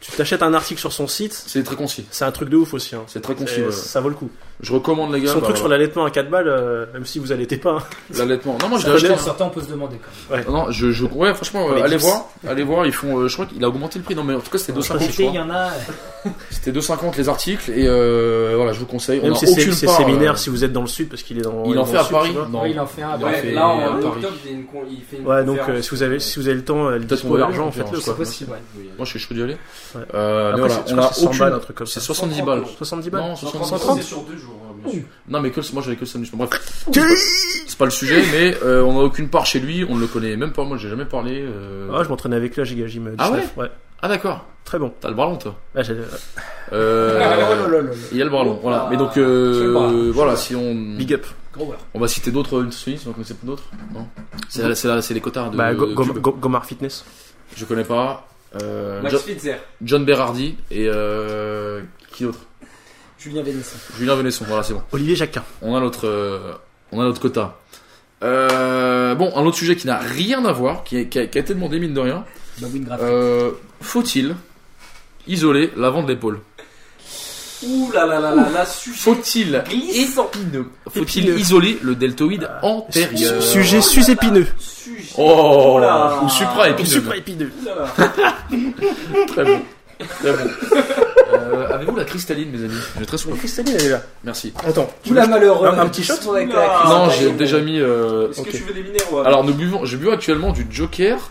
Speaker 6: tu t'achètes un article sur son site,
Speaker 3: C'est très concis.
Speaker 6: c'est un truc de ouf aussi. Hein.
Speaker 3: C'est très concis.
Speaker 6: C'est-
Speaker 3: ouais.
Speaker 6: Ça vaut le coup.
Speaker 3: Je recommande les gars.
Speaker 6: Son
Speaker 3: bah,
Speaker 6: truc sur l'allaitement à 4 balles, euh, même si vous allaitez pas, hein,
Speaker 3: l'allaitement. Non, moi je l'ai
Speaker 6: Ça
Speaker 3: acheté.
Speaker 6: relève.
Speaker 5: Certains, on peut se demander quand même.
Speaker 3: hein. Non, je, je- ouais, franchement, euh,
Speaker 6: Les
Speaker 3: allez
Speaker 6: tips.
Speaker 3: voir, allez voir. Ils font, euh, je crois qu'il a augmenté le prix. Non, mais en tout cas, c'était 2,50. je
Speaker 5: Écoutez, il y
Speaker 3: crois.
Speaker 5: en a.
Speaker 3: C'était 2,50 les articles. Et euh, voilà, je vous conseille.
Speaker 6: même
Speaker 3: on a
Speaker 6: ses, sé-
Speaker 3: aucune
Speaker 6: ses
Speaker 3: part,
Speaker 6: séminaires,
Speaker 3: euh,
Speaker 6: si vous êtes dans le sud, parce qu'il est dans.
Speaker 3: il
Speaker 6: dans
Speaker 3: en
Speaker 6: le
Speaker 3: fait à
Speaker 6: sud,
Speaker 3: Paris.
Speaker 6: tu vois.
Speaker 3: dans-
Speaker 5: Ouais, il en fait un.
Speaker 3: Il en
Speaker 5: ouais.
Speaker 3: fait-
Speaker 4: Ouais, là, en
Speaker 3: euh,
Speaker 4: octobre, il y a une con- il fait une
Speaker 6: Ouais, donc euh,
Speaker 4: conférence.
Speaker 6: si vous avez si vous avez le temps, euh, le
Speaker 3: Peut-être qu'on
Speaker 6: dispo,
Speaker 3: va y aller,
Speaker 6: l'argent,
Speaker 3: on fait
Speaker 6: faites-le
Speaker 3: un-
Speaker 5: C'est
Speaker 6: quoi.
Speaker 5: possible. ouais.
Speaker 3: Moi, je suis chaud d'y aller.
Speaker 6: Ouais.
Speaker 3: Euh, mais
Speaker 6: Après,
Speaker 3: voilà,
Speaker 6: c'est- je
Speaker 3: on
Speaker 6: crois
Speaker 3: a
Speaker 6: que c'est 100
Speaker 3: aucune-
Speaker 6: balles, un truc comme
Speaker 3: C'est
Speaker 6: ça.
Speaker 3: 70 balles.
Speaker 6: 70 balles.
Speaker 3: Non,
Speaker 4: 130,
Speaker 3: 70.
Speaker 4: c'est sur deux jours. hein, bien sûr.
Speaker 3: Non, mais que le- moi j'avais que le samedi. Bref, c'est pas le sujet, mais euh, on a aucune part chez lui, on ne le connaît même pas. Moi, j'ai jamais parlé. euh.
Speaker 6: Ah, je m'entraînais avec lui à Giga Gym
Speaker 3: Ah
Speaker 6: 19, ouais.
Speaker 3: Ah, d'accord.
Speaker 6: Très bon.
Speaker 3: T'as le bras long, toi.
Speaker 6: Ah, j'ai-
Speaker 3: Euh,
Speaker 5: Ah, là, là, là, là, là.
Speaker 3: Il y a le bras long, voilà.
Speaker 5: Ah,
Speaker 3: Mais donc,
Speaker 5: je sais
Speaker 3: euh,
Speaker 5: pas, je sais
Speaker 3: voilà,
Speaker 5: pas.
Speaker 3: si on,
Speaker 6: Big up.
Speaker 5: Gros work.
Speaker 3: on va citer d'autres nutritionnistes, on va connaître d'autres. Non. C'est, c'est, la- c'est les cotards de.
Speaker 6: Bah, Go-
Speaker 3: de
Speaker 6: Go-
Speaker 3: Cube.
Speaker 6: Go- Gomar Fitness.
Speaker 3: Je connais pas. Euh,
Speaker 4: Max
Speaker 3: Jo-
Speaker 4: Fitzer.
Speaker 3: John Berardi et euh, qui d'autre
Speaker 5: Julien Vénissin.
Speaker 3: Julien Venesson, voilà, c'est bon.
Speaker 6: Olivier Jacquin.
Speaker 3: on a notre, euh, on a notre quota. Euh, bon, un autre sujet qui n'a rien à voir, qui a, qui a- qui a été demandé mine de rien.
Speaker 5: Babouine graphique.
Speaker 3: Euh, Faut-il isoler l'avant de l'épaule
Speaker 4: Ouh là là là là, là, sujet
Speaker 3: Faut-il
Speaker 4: glissant.
Speaker 3: épineux Faut-il
Speaker 6: Épineux.
Speaker 3: isoler le deltoïde
Speaker 6: Su-
Speaker 3: antérieur
Speaker 6: Sujet sus-épineux.
Speaker 4: Sujet.
Speaker 3: Oh
Speaker 4: Oula.
Speaker 3: Ou supra
Speaker 6: Supra-épineux.
Speaker 3: Très bon. Très bon. Euh, Avez-vous la cristalline, mes amis J'ai très soif.
Speaker 6: Cristalline, elle est là.
Speaker 3: Merci.
Speaker 6: Attends.
Speaker 5: Ou la malheureuse.
Speaker 6: Un- un petit shot
Speaker 5: Ils sont avec la
Speaker 4: Oula.
Speaker 5: crise.
Speaker 3: non, j'ai déjà mis. euh,
Speaker 4: Est-ce
Speaker 6: ok.
Speaker 4: que tu veux des minéraux avec
Speaker 3: Alors, nous buvons. Je bu actuellement du Joker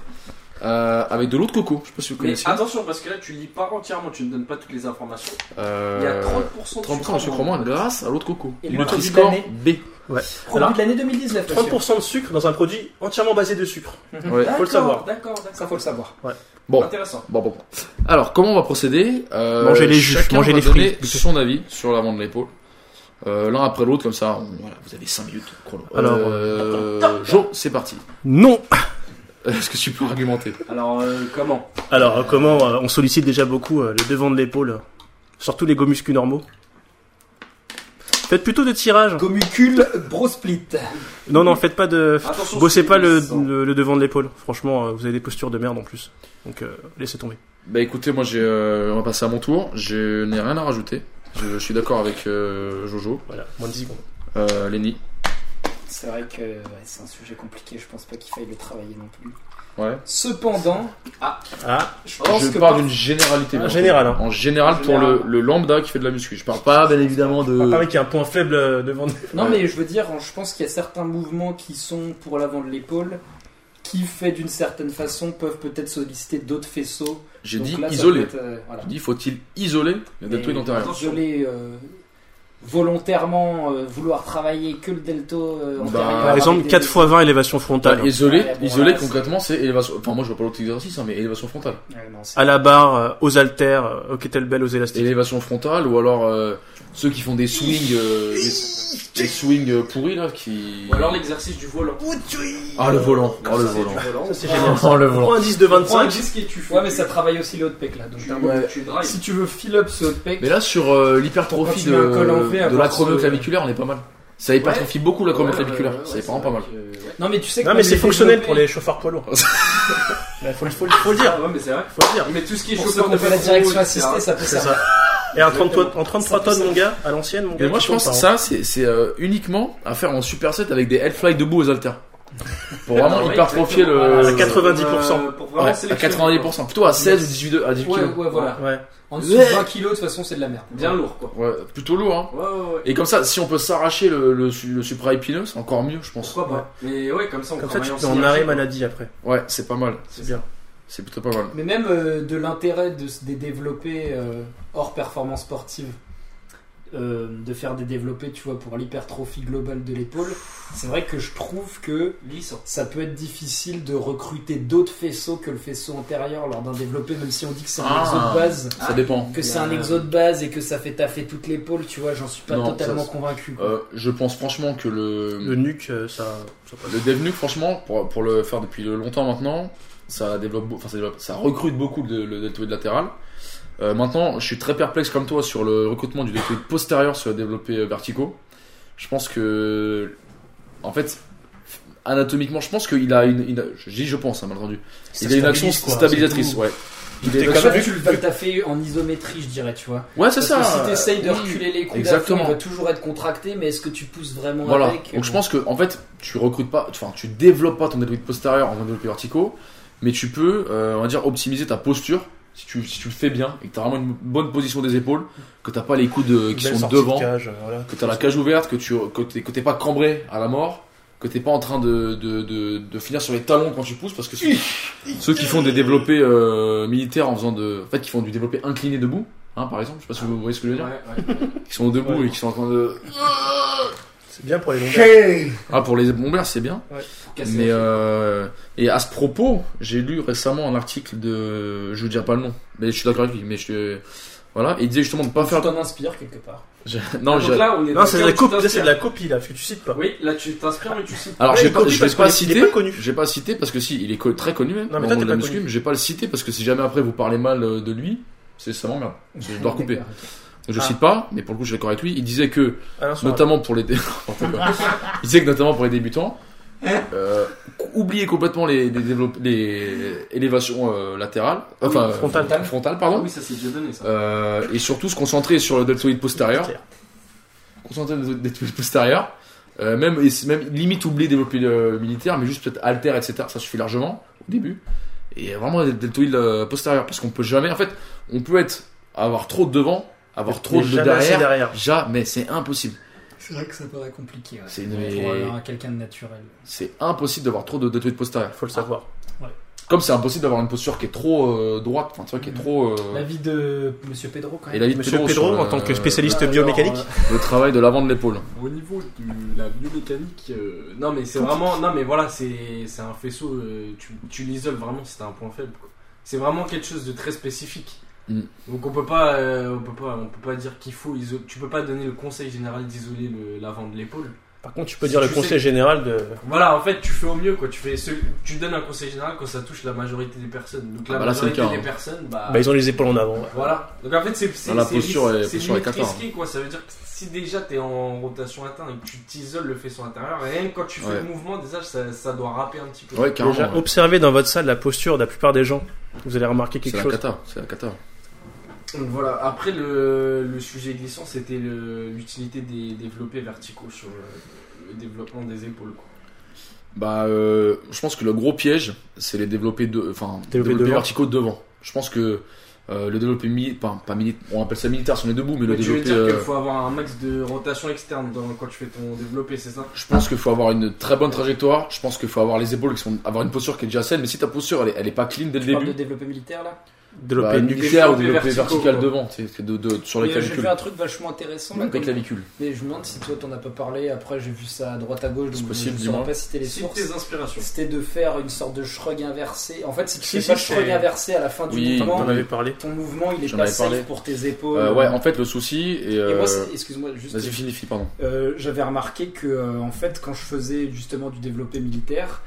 Speaker 3: euh, avec de l'eau de coco. Je sais pas si vous
Speaker 4: Mais ah,
Speaker 3: connaissez.
Speaker 4: attention, parce que là, tu lis pas entièrement, tu ne donnes pas toutes les informations.
Speaker 3: Euh,
Speaker 4: Il y a 30% de
Speaker 3: 30% de sucre en moins grâce à l'eau de coco.
Speaker 5: Et
Speaker 3: Le
Speaker 5: le produit
Speaker 3: Nutri-Score
Speaker 5: d'année.
Speaker 3: B.
Speaker 5: Produit de l'année 2019. monsieur.
Speaker 6: 30% de sucre dans un produit entièrement basé de sucre.
Speaker 3: Ouais.
Speaker 6: Faut le savoir.
Speaker 4: D'accord, d'accord.
Speaker 5: Ça, faut le savoir. Oh.
Speaker 3: Bon,
Speaker 4: Intéressant.
Speaker 3: Bon, bon, bon. Alors, comment on va procéder Euh,
Speaker 6: Mangez les jus,
Speaker 3: chacun
Speaker 6: mangez
Speaker 3: va
Speaker 6: les fruits.
Speaker 3: donner son avis sur l'avant de l'épaule. Euh, L'un après l'autre, comme ça, on- voilà, vous avez 5 minutes. chrono.
Speaker 6: Alors,
Speaker 3: euh, Jo, c'est parti.
Speaker 6: Non
Speaker 3: Est-ce que tu peux argumenter
Speaker 4: Alors, euh, comment
Speaker 6: Alors, euh, comment euh, on sollicite déjà beaucoup euh, le devant de l'épaule, euh, surtout les gomuscu normaux Faites plutôt de tirage.
Speaker 5: Gomucule bro split.
Speaker 6: Non, non, faites pas de.
Speaker 4: Attention,
Speaker 6: Bossez
Speaker 4: c'est
Speaker 6: pas le,
Speaker 4: glissant.
Speaker 6: le- le devant de l'épaule. Franchement, euh, vous avez des postures de merde en plus. Donc, euh, laissez tomber.
Speaker 3: Bah écoutez, moi, j'ai, euh, on va passer à mon tour. Je n'ai rien à rajouter. Je, je suis d'accord avec euh, Jojo,
Speaker 6: Voilà, moins de 10 secondes.
Speaker 3: euh, Lenny.
Speaker 5: C'est vrai que ouais, c'est un sujet compliqué. Je pense pas qu'il faille le travailler non plus.
Speaker 3: Ouais.
Speaker 5: Cependant,
Speaker 6: Ah,
Speaker 5: je pense
Speaker 3: je
Speaker 5: que
Speaker 3: parle
Speaker 5: par-
Speaker 3: d'une généralité.
Speaker 6: En
Speaker 3: bien sûr.
Speaker 6: général, hein.
Speaker 3: En général,
Speaker 4: En
Speaker 3: pour
Speaker 4: général.
Speaker 3: le, le lambda qui fait de la muscu. Je parle pas, bien évidemment, de. Ah,
Speaker 6: pareil qu'il y a un point faible euh, devant de
Speaker 5: Non, mais je veux dire, je pense qu'il y a certains mouvements qui sont pour l'avant de l'épaule, qui fait d'une certaine façon peuvent peut-être solliciter d'autres faisceaux.
Speaker 3: J'ai
Speaker 5: Donc
Speaker 3: dit
Speaker 5: là, ça
Speaker 3: isolé.
Speaker 5: peut être, euh, voilà.
Speaker 3: J'ai dit, faut-il isoler le
Speaker 5: Mais
Speaker 3: deltoïde antérieur
Speaker 5: Isolé euh, volontairement, euh, vouloir travailler que le delto euh,
Speaker 3: Bah,
Speaker 5: antérieur
Speaker 6: Par
Speaker 5: avec
Speaker 6: exemple,
Speaker 5: des-
Speaker 6: 4 x 20 élévation frontale.
Speaker 3: Bah, isolé,
Speaker 5: Ouais, bon,
Speaker 3: isolé
Speaker 5: là, c'est-
Speaker 3: concrètement, c'est élévation. Enfin, moi je vois pas l'autre exercice, hein, mais élévation frontale.
Speaker 5: Ouais, non, c'est-
Speaker 6: À la barre, euh, aux haltères, euh, au kettlebell, aux élastiques.
Speaker 3: Élévation frontale, ou alors euh, ceux qui font des swings, euh, des, des swings euh, pourris là, qui.
Speaker 4: Ou alors l'exercice du volant.
Speaker 3: Ah le volant, ah le
Speaker 4: C'est
Speaker 3: volant.
Speaker 4: du volant.
Speaker 6: C'est génial.
Speaker 3: Oh le
Speaker 6: Prends
Speaker 3: volant.
Speaker 6: un 10 de
Speaker 4: Prends un
Speaker 6: 25.
Speaker 4: disque et tu fais.
Speaker 5: Ouais, mais
Speaker 4: du-
Speaker 5: ça travaille aussi le haut de pec là. Donc,
Speaker 4: tu,
Speaker 5: t'as un moment-
Speaker 4: tu drives.
Speaker 5: Ah, si tu veux fill up ce haut de pec,
Speaker 3: Mais là sur euh, l'hypertrophie
Speaker 5: Quand tu
Speaker 3: de,
Speaker 5: mets un col en V, à
Speaker 3: de
Speaker 5: part
Speaker 3: l'acromioclaviculaire, on est pas mal. Ça hypertrophie beaucoup l'acromioclaviculaire,
Speaker 4: Ouais, ouais,
Speaker 3: ça
Speaker 4: ouais,
Speaker 3: est vraiment pas mal.
Speaker 4: vrai que- ouais.
Speaker 5: non mais tu sais que
Speaker 6: Non, mais c'est fonctionnel pour
Speaker 5: les
Speaker 6: les chauffards poids lourds. Bah, faut, le- faut le- faut le dire.
Speaker 4: Ah ouais, mais c'est vrai.
Speaker 6: Faut le dire.
Speaker 4: Mais tout ce qui est
Speaker 5: pour ceux
Speaker 4: chauffeur
Speaker 5: qui
Speaker 4: de
Speaker 5: ont fait la
Speaker 4: patron,
Speaker 5: direction
Speaker 4: etc.,
Speaker 5: assistée, ça peut
Speaker 6: C'est
Speaker 5: servir.
Speaker 6: ça. Et en 33,
Speaker 5: Ça
Speaker 6: en 33
Speaker 5: peut
Speaker 6: tonnes,
Speaker 5: servir.
Speaker 6: mon gars, à l'ancienne, mon gars.
Speaker 3: Et moi
Speaker 6: tu
Speaker 3: je pense que
Speaker 6: tournes
Speaker 3: ça c'est c'est, euh, uniquement à faire en superset avec des headfly debout aux haltères. Pour vraiment
Speaker 4: Ouais,
Speaker 3: hypertrophier
Speaker 4: exactement.
Speaker 3: le.
Speaker 6: À 80. 90%.
Speaker 4: Euh, Pour
Speaker 3: Ouais,
Speaker 4: vraiment
Speaker 3: à
Speaker 4: sélectionner,
Speaker 3: 90%. Plutôt à 16 ou 18 à 18
Speaker 5: Ouais,
Speaker 3: kilos.
Speaker 5: ouais, voilà.
Speaker 6: par an. Ouais.
Speaker 5: En dessous de 20 kilos, de toute façon, c'est de la merde.
Speaker 4: quoi. Bien lourd, quoi.
Speaker 3: Ouais, plutôt lourd hein.
Speaker 4: Ouais, ouais, ouais.
Speaker 3: Et comme ça, si on peut s'arracher le, le, su- le supra-épineux, c'est encore mieux, je pense.
Speaker 4: Pourquoi pas Mais ouais, comme ça, on
Speaker 6: Comme ça,
Speaker 4: travaille
Speaker 6: tu
Speaker 4: en
Speaker 6: peux en
Speaker 4: synergie,
Speaker 6: arrêt
Speaker 4: quoi.
Speaker 6: maladie après.
Speaker 3: Ouais, c'est pas mal.
Speaker 6: C'est bien.
Speaker 3: C'est plutôt pas mal.
Speaker 5: Mais même euh, de l'intérêt de s- des développer euh, hors performance sportive, euh, de faire des développés, tu vois, pour l'hypertrophie globale de l'épaule, c'est vrai que je trouve que
Speaker 4: Glissant.
Speaker 5: ça peut être difficile de recruter d'autres faisceaux que le faisceau antérieur lors d'un développé, même si on dit que c'est un
Speaker 3: Ah.
Speaker 5: exo de base.
Speaker 3: Ça dépend.
Speaker 5: Que c'est un exo de base et que ça fait taffer toute l'épaule, tu vois, j'en suis pas
Speaker 3: Non,
Speaker 5: totalement
Speaker 3: ça,
Speaker 5: convaincu. quoi.
Speaker 3: Euh, je pense franchement que le,
Speaker 6: Le
Speaker 3: le,
Speaker 6: nuque, euh, ça, ça passe.
Speaker 3: Devnuc, franchement, pour, pour le faire depuis longtemps maintenant, ça développe, beau- enfin, ça, développe- ça recrute beaucoup de- le deltoïde latéral. Euh, maintenant, je suis très perplexe comme toi sur le recrutement du deltoïde postérieur sur le développé euh, verticaux. Je pense que, en fait, anatomiquement, je pense qu'il a une, une- je dis je pense, hein, mal entendu.
Speaker 6: Ça
Speaker 3: Il a une action
Speaker 6: stabilise, quoi,
Speaker 3: stabilisatrice,
Speaker 6: c'est
Speaker 3: ouais. Il a une
Speaker 5: Comme
Speaker 3: action-
Speaker 5: ça, tu le vas le taffer en isométrie, je dirais, tu vois.
Speaker 3: Ouais, c'est ça. euh,
Speaker 5: Parce que si t'essayes de
Speaker 3: Oui.
Speaker 5: reculer les coudes,
Speaker 3: Exactement.
Speaker 5: à fond, il va toujours être contracté, mais est-ce que tu pousses vraiment
Speaker 3: Voilà.
Speaker 5: avec euh,
Speaker 3: Donc je pense que en fait, tu recrutes pas, enfin tu développes pas ton deltoïde postérieur en développés verticaux, mais tu peux, euh, on va dire, optimiser ta posture si tu si tu le fais bien et que t'as vraiment une bonne position des épaules, que t'as pas les coudes euh,
Speaker 6: Une
Speaker 3: qui
Speaker 6: belle
Speaker 3: sont
Speaker 6: sortie de
Speaker 3: devant,
Speaker 6: cage, euh, voilà.
Speaker 3: que t'as la cage ouverte, que tu que t'es que t'es pas cambré à la mort, que t'es pas en train de de, de de finir sur les talons quand tu pousses parce que ceux, ceux qui font des développés euh, militaires en faisant de, en fait, qui font du développé incliné debout, hein, par exemple, je sais pas si vous voyez ce que je veux
Speaker 4: Ouais,
Speaker 3: dire,
Speaker 4: ouais.
Speaker 3: qui sont debout
Speaker 6: Ouais.
Speaker 3: et qui sont en train de
Speaker 6: C'est bien pour les longueurs.
Speaker 3: ah pour les bombers c'est bien.
Speaker 4: Casser
Speaker 3: Mais
Speaker 4: la-
Speaker 3: euh, et à ce propos, j'ai lu récemment un article de, je vous dirai pas le nom, mais je suis d'accord avec lui. Mais je, voilà, il disait justement de pas
Speaker 5: que
Speaker 3: faire.
Speaker 5: tu t'en inspires quelque part.
Speaker 3: je-
Speaker 4: Ah,
Speaker 3: non,
Speaker 4: donc
Speaker 3: j'ai-
Speaker 4: là, on est
Speaker 6: Non,
Speaker 4: dans
Speaker 6: c'est
Speaker 4: le
Speaker 6: de
Speaker 4: cas
Speaker 6: la
Speaker 4: où tu
Speaker 6: copie, là,
Speaker 4: t'inspires.
Speaker 6: c'est de la copie, là, parce que tu cites pas.
Speaker 4: Oui, là, tu t'inspires, mais tu cites.
Speaker 3: alors
Speaker 6: Ouais,
Speaker 3: j'ai
Speaker 6: il
Speaker 3: pas,
Speaker 6: copie
Speaker 3: je vais
Speaker 6: parce
Speaker 3: pas
Speaker 6: qu'il est- il est
Speaker 3: citer.
Speaker 6: pas connu.
Speaker 3: J'ai pas cité parce que si, il est co- très connu même.
Speaker 6: Non, mais
Speaker 3: dans
Speaker 6: toi, t'es
Speaker 3: la
Speaker 6: pas
Speaker 3: muscu,
Speaker 6: connu.
Speaker 3: mais J'ai pas le cité parce que si jamais après vous parlez mal euh, de lui, c'est ça m'emmerde. Je dois recouper.
Speaker 5: D'accord.
Speaker 3: Donc je
Speaker 6: Ah.
Speaker 3: cite pas, mais pour le coup je suis d'accord avec lui. Il disait que
Speaker 6: Alain Soral.
Speaker 3: notamment pour les dé- N'importe quoi. il disait que notamment pour les débutants
Speaker 6: Hein
Speaker 3: euh, cou- oubliez complètement les, les, développ- les élévations euh, latérales enfin
Speaker 6: Oui, frontales.
Speaker 3: euh, frontales,
Speaker 4: Ah
Speaker 3: pardon
Speaker 4: oui, ça c'est déjà donné, ça.
Speaker 3: Euh, et surtout se concentrer sur le deltoïde postérieur
Speaker 6: Clair.
Speaker 3: concentrer sur le deltoïde postérieur Euh, même, et c'est même limite oublier développer le militaire mais juste peut-être alter etc ça suffit largement au début et vraiment le deltoïde euh, postérieur parce qu'on peut jamais en fait on peut être avoir trop de devant, avoir trop
Speaker 6: Mais
Speaker 3: de
Speaker 6: jamais assez
Speaker 3: derrière,
Speaker 6: derrière.
Speaker 3: Jamais, c'est impossible.
Speaker 9: C'est vrai que ça paraît compliqué. ouais.
Speaker 3: C'est
Speaker 9: Pour
Speaker 3: une-
Speaker 9: avoir quelqu'un de naturel.
Speaker 3: C'est impossible d'avoir trop de de de postérieur.
Speaker 6: Faut le savoir.
Speaker 3: Comme c'est impossible d'avoir une posture qui est trop euh, droite, enfin tu vois, qui est trop. euh,
Speaker 9: L'avis de Monsieur Pedro quand
Speaker 3: Et
Speaker 9: même.
Speaker 3: la vie de
Speaker 6: Monsieur Pedro,
Speaker 3: sur,
Speaker 6: en tant que
Speaker 3: euh,
Speaker 6: spécialiste
Speaker 4: alors,
Speaker 6: biomécanique,
Speaker 3: Le travail de l'avant de l'épaule.
Speaker 4: Au niveau de la biomécanique, euh, non mais c'est vraiment, non mais voilà, c'est c'est un faisceau, euh, tu, tu l'isoles vraiment si t'as un point faible. quoi. C'est vraiment quelque chose de très spécifique.
Speaker 3: Mm.
Speaker 4: Donc on peut pas, euh, on peut pas, on peut pas dire qu'il faut isoler. Tu peux pas donner le conseil général d'isoler le- l'avant de l'épaule.
Speaker 6: par contre, tu peux
Speaker 4: si
Speaker 6: dire le
Speaker 4: tu
Speaker 6: conseil
Speaker 4: sais-
Speaker 6: général de.
Speaker 4: Voilà, en fait, tu fais au mieux quoi. Tu fais, ce- tu donnes un conseil général quand ça touche la majorité des personnes. Donc la
Speaker 3: Ah bah là, c'est le
Speaker 4: majorité
Speaker 3: cas,
Speaker 4: des
Speaker 3: hein.
Speaker 4: personnes, bah,
Speaker 6: Bah, ils ont les épaules en avant. ouais.
Speaker 4: voilà. Donc en fait, c'est c'est
Speaker 3: Dans la
Speaker 4: c'est
Speaker 3: posture,
Speaker 4: ris-
Speaker 3: elle-
Speaker 4: c'est
Speaker 3: posture hein.
Speaker 4: limite
Speaker 3: avec Qatar.
Speaker 4: risqué quoi. Ça veut dire que si déjà t'es en rotation interne et que tu t'isoles le faisceau intérieur, rien que quand tu fais
Speaker 3: Ouais.
Speaker 4: le mouvement, déjà ça, ça doit râper un petit peu.
Speaker 3: Ouais, carrément.
Speaker 6: Déjà,
Speaker 3: ouais.
Speaker 6: observez dans votre salle la posture de la plupart des gens. Vous allez remarquer
Speaker 3: C'est
Speaker 6: quelque
Speaker 3: la
Speaker 6: chose.
Speaker 3: cata, c'est la cata.
Speaker 4: Donc voilà. Après le, le sujet glissant, c'était le- l'utilité des développés verticaux sur euh, le, le développement des épaules. quoi.
Speaker 3: Bah, euh, je pense que le gros piège, c'est les développés de, enfin,
Speaker 6: Développés
Speaker 3: développés
Speaker 6: devant.
Speaker 3: verticaux devant. Je pense que euh, le développé mi, enfin, pas militaire, on appelle ça militaire si on est debout, mais, le
Speaker 4: Mais tu veux
Speaker 3: développé.
Speaker 4: dire qu'il
Speaker 3: euh,
Speaker 4: faut avoir un max de rotation externe dans- quand tu fais ton développé, c'est ça
Speaker 3: Je pense qu'il faut avoir une très bonne trajectoire. Je pense qu'il faut avoir les épaules qui sont, avoir une posture qui est déjà saine. Mais si ta posture elle est, elle est pas clean dès le
Speaker 5: Tu parles de
Speaker 3: début,
Speaker 5: développé militaire là
Speaker 6: Développer
Speaker 3: bah,
Speaker 6: une nuque.
Speaker 3: militaire ou
Speaker 4: Développé
Speaker 3: développé
Speaker 4: verticaux,
Speaker 3: vertical
Speaker 4: quoi.
Speaker 3: devant, tu sais, de, de, sur les
Speaker 5: Mais, euh, J'ai vu
Speaker 3: clavicules.
Speaker 5: un truc vachement intéressant là.
Speaker 3: Avec les
Speaker 5: comme-
Speaker 3: clavicules.
Speaker 5: Mais je me demande si toi t'en as pas parlé. Après j'ai vu ça à droite à gauche.
Speaker 3: C'est
Speaker 5: Donc je
Speaker 3: possible,
Speaker 5: ne saurais
Speaker 3: dis-moi.
Speaker 5: pas citer les
Speaker 4: Cite
Speaker 5: sources.
Speaker 4: tes inspirations.
Speaker 5: C'était de faire une sorte de shrug inversé. En fait, si tu
Speaker 6: Si,
Speaker 5: fais
Speaker 6: si,
Speaker 5: pas le
Speaker 6: c'est-
Speaker 5: shrug inversé à la fin du
Speaker 3: Oui,
Speaker 6: On en
Speaker 5: mouvement,
Speaker 6: avait parlé.
Speaker 5: ton mouvement il est
Speaker 3: J'en
Speaker 5: pas
Speaker 3: avais parlé.
Speaker 5: safe pour tes épaules.
Speaker 3: Euh, ouais, en fait, le souci est.
Speaker 5: Et
Speaker 3: euh,
Speaker 5: moi, c'est- excuse-moi, juste,
Speaker 3: Vas-y, finis, finis, pardon.
Speaker 5: euh, j'avais remarqué que euh, en fait, quand je faisais justement du développé militaire,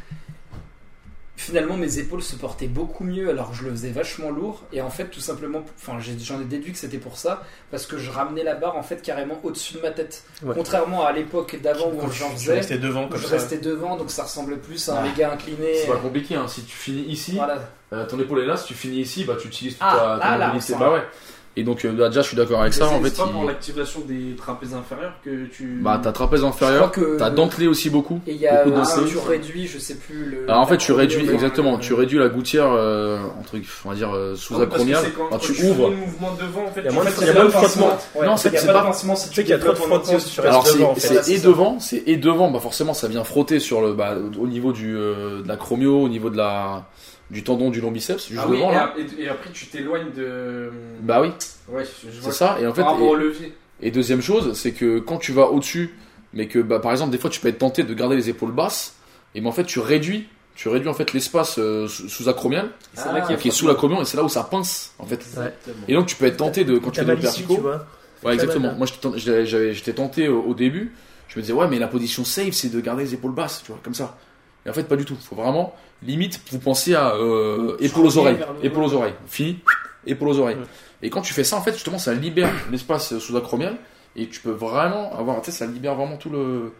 Speaker 5: finalement mes épaules se portaient beaucoup mieux alors que je le faisais vachement lourd. Et en fait, tout simplement, enfin, j'ai- j'en ai déduit que c'était pour ça parce que je ramenais la barre en fait carrément au-dessus de ma tête.
Speaker 6: Ouais.
Speaker 5: Contrairement à l'époque d'avant où
Speaker 6: Quand
Speaker 5: j'en
Speaker 6: je
Speaker 5: faisais,
Speaker 6: restais devant
Speaker 5: je
Speaker 6: comme ça.
Speaker 5: restais devant donc ça ressemblait plus à un
Speaker 3: Ah.
Speaker 5: méga incliné.
Speaker 3: C'est pas compliqué, hein. si tu finis ici,
Speaker 5: Voilà.
Speaker 3: euh, ton épaule est là, si tu finis ici, bah tu utilises toute
Speaker 5: Ah,
Speaker 3: ta, ta
Speaker 5: ah, là,
Speaker 3: mobilité.
Speaker 5: on sent.
Speaker 3: Bah ouais. Et donc, euh, là, déjà, je suis d'accord avec
Speaker 4: Mais
Speaker 3: ça.
Speaker 4: c'est-
Speaker 3: En fait,
Speaker 4: c'est pas
Speaker 3: il-
Speaker 4: pour l'activation des trapèzes inférieurs que tu.
Speaker 3: bah t'as trapèze
Speaker 5: Je
Speaker 3: inférieur,
Speaker 5: crois que-
Speaker 3: t'as dentelé aussi beaucoup.
Speaker 5: Et il y a
Speaker 3: Beaucoup de
Speaker 5: un,
Speaker 3: danseuses.
Speaker 5: tu réduis, je sais plus le.
Speaker 3: Alors en fait, tu
Speaker 5: la-
Speaker 3: réduis
Speaker 5: le-
Speaker 3: exactement,
Speaker 5: le-
Speaker 3: tu réduis la gouttière euh, entre, on va dire euh,
Speaker 4: Ah
Speaker 3: sous
Speaker 4: oui, parce que
Speaker 3: acromiale.
Speaker 4: c'est quand-
Speaker 3: Enfin,
Speaker 4: quand
Speaker 3: tu
Speaker 4: fais
Speaker 3: ouvres.
Speaker 4: le mouvement devant, en fait,
Speaker 6: Il y a
Speaker 4: tu
Speaker 6: moins
Speaker 4: fais
Speaker 6: de-
Speaker 4: ça
Speaker 6: il y a
Speaker 4: dans
Speaker 6: moins de
Speaker 4: le pincement.
Speaker 6: frottement.
Speaker 3: Non, c'est- c'est pas-
Speaker 5: pincement si
Speaker 6: Tu sais qu'il y a trop de
Speaker 5: développes en
Speaker 6: frottement
Speaker 5: entier.
Speaker 6: si tu
Speaker 3: Alors
Speaker 6: restes devant en
Speaker 3: c'est-
Speaker 6: fait.
Speaker 4: Ah,
Speaker 3: c'est et devant, c'est et devant, bah forcément ça vient frotter sur le bah, au niveau du euh, de la chromio, au niveau de la du tendon du long biceps, juste
Speaker 4: Ah oui,
Speaker 3: devant
Speaker 4: et,
Speaker 3: là.
Speaker 4: ap- et- et après tu t'éloignes de.
Speaker 3: Bah oui,
Speaker 4: ouais, je, je
Speaker 3: c'est
Speaker 4: vois.
Speaker 3: ça. Et en fait,
Speaker 4: Par rapport
Speaker 3: et-
Speaker 4: au levier.
Speaker 3: Et deuxième chose, c'est que quand tu vas au-dessus, mais que bah, par exemple, des fois tu peux être tenté de garder les épaules basses, et mais en fait tu réduis, tu réduis en fait l'espace euh, sous sous acromial,
Speaker 5: C'est
Speaker 4: Ah,
Speaker 5: là qu'il y a
Speaker 3: qui est sous l'acromion, et c'est là où ça pince en fait.
Speaker 4: Exactement.
Speaker 3: Et donc tu peux être tenté de quand tu
Speaker 6: T'as
Speaker 3: fais des
Speaker 6: mal ici, tu
Speaker 3: verticaux.
Speaker 6: vois.
Speaker 3: Ouais,
Speaker 6: T'as
Speaker 3: exactement.
Speaker 6: mal,
Speaker 3: Moi j'étais tenté- j'avais- j'avais- j'étais tenté au, au début, je me disais ouais, mais la position safe c'est de garder les épaules basses, tu vois, comme ça. Et en fait, pas du tout. Faut vraiment, limite, vous pensez à euh, épaules aux oreilles. Épaules aux oreilles. Fini, épaules aux oreilles.
Speaker 6: Ouais.
Speaker 3: Et quand tu fais ça, en fait, justement, ça libère l'espace sous-acromial et tu peux vraiment avoir, tu sais, ça libère vraiment tout le,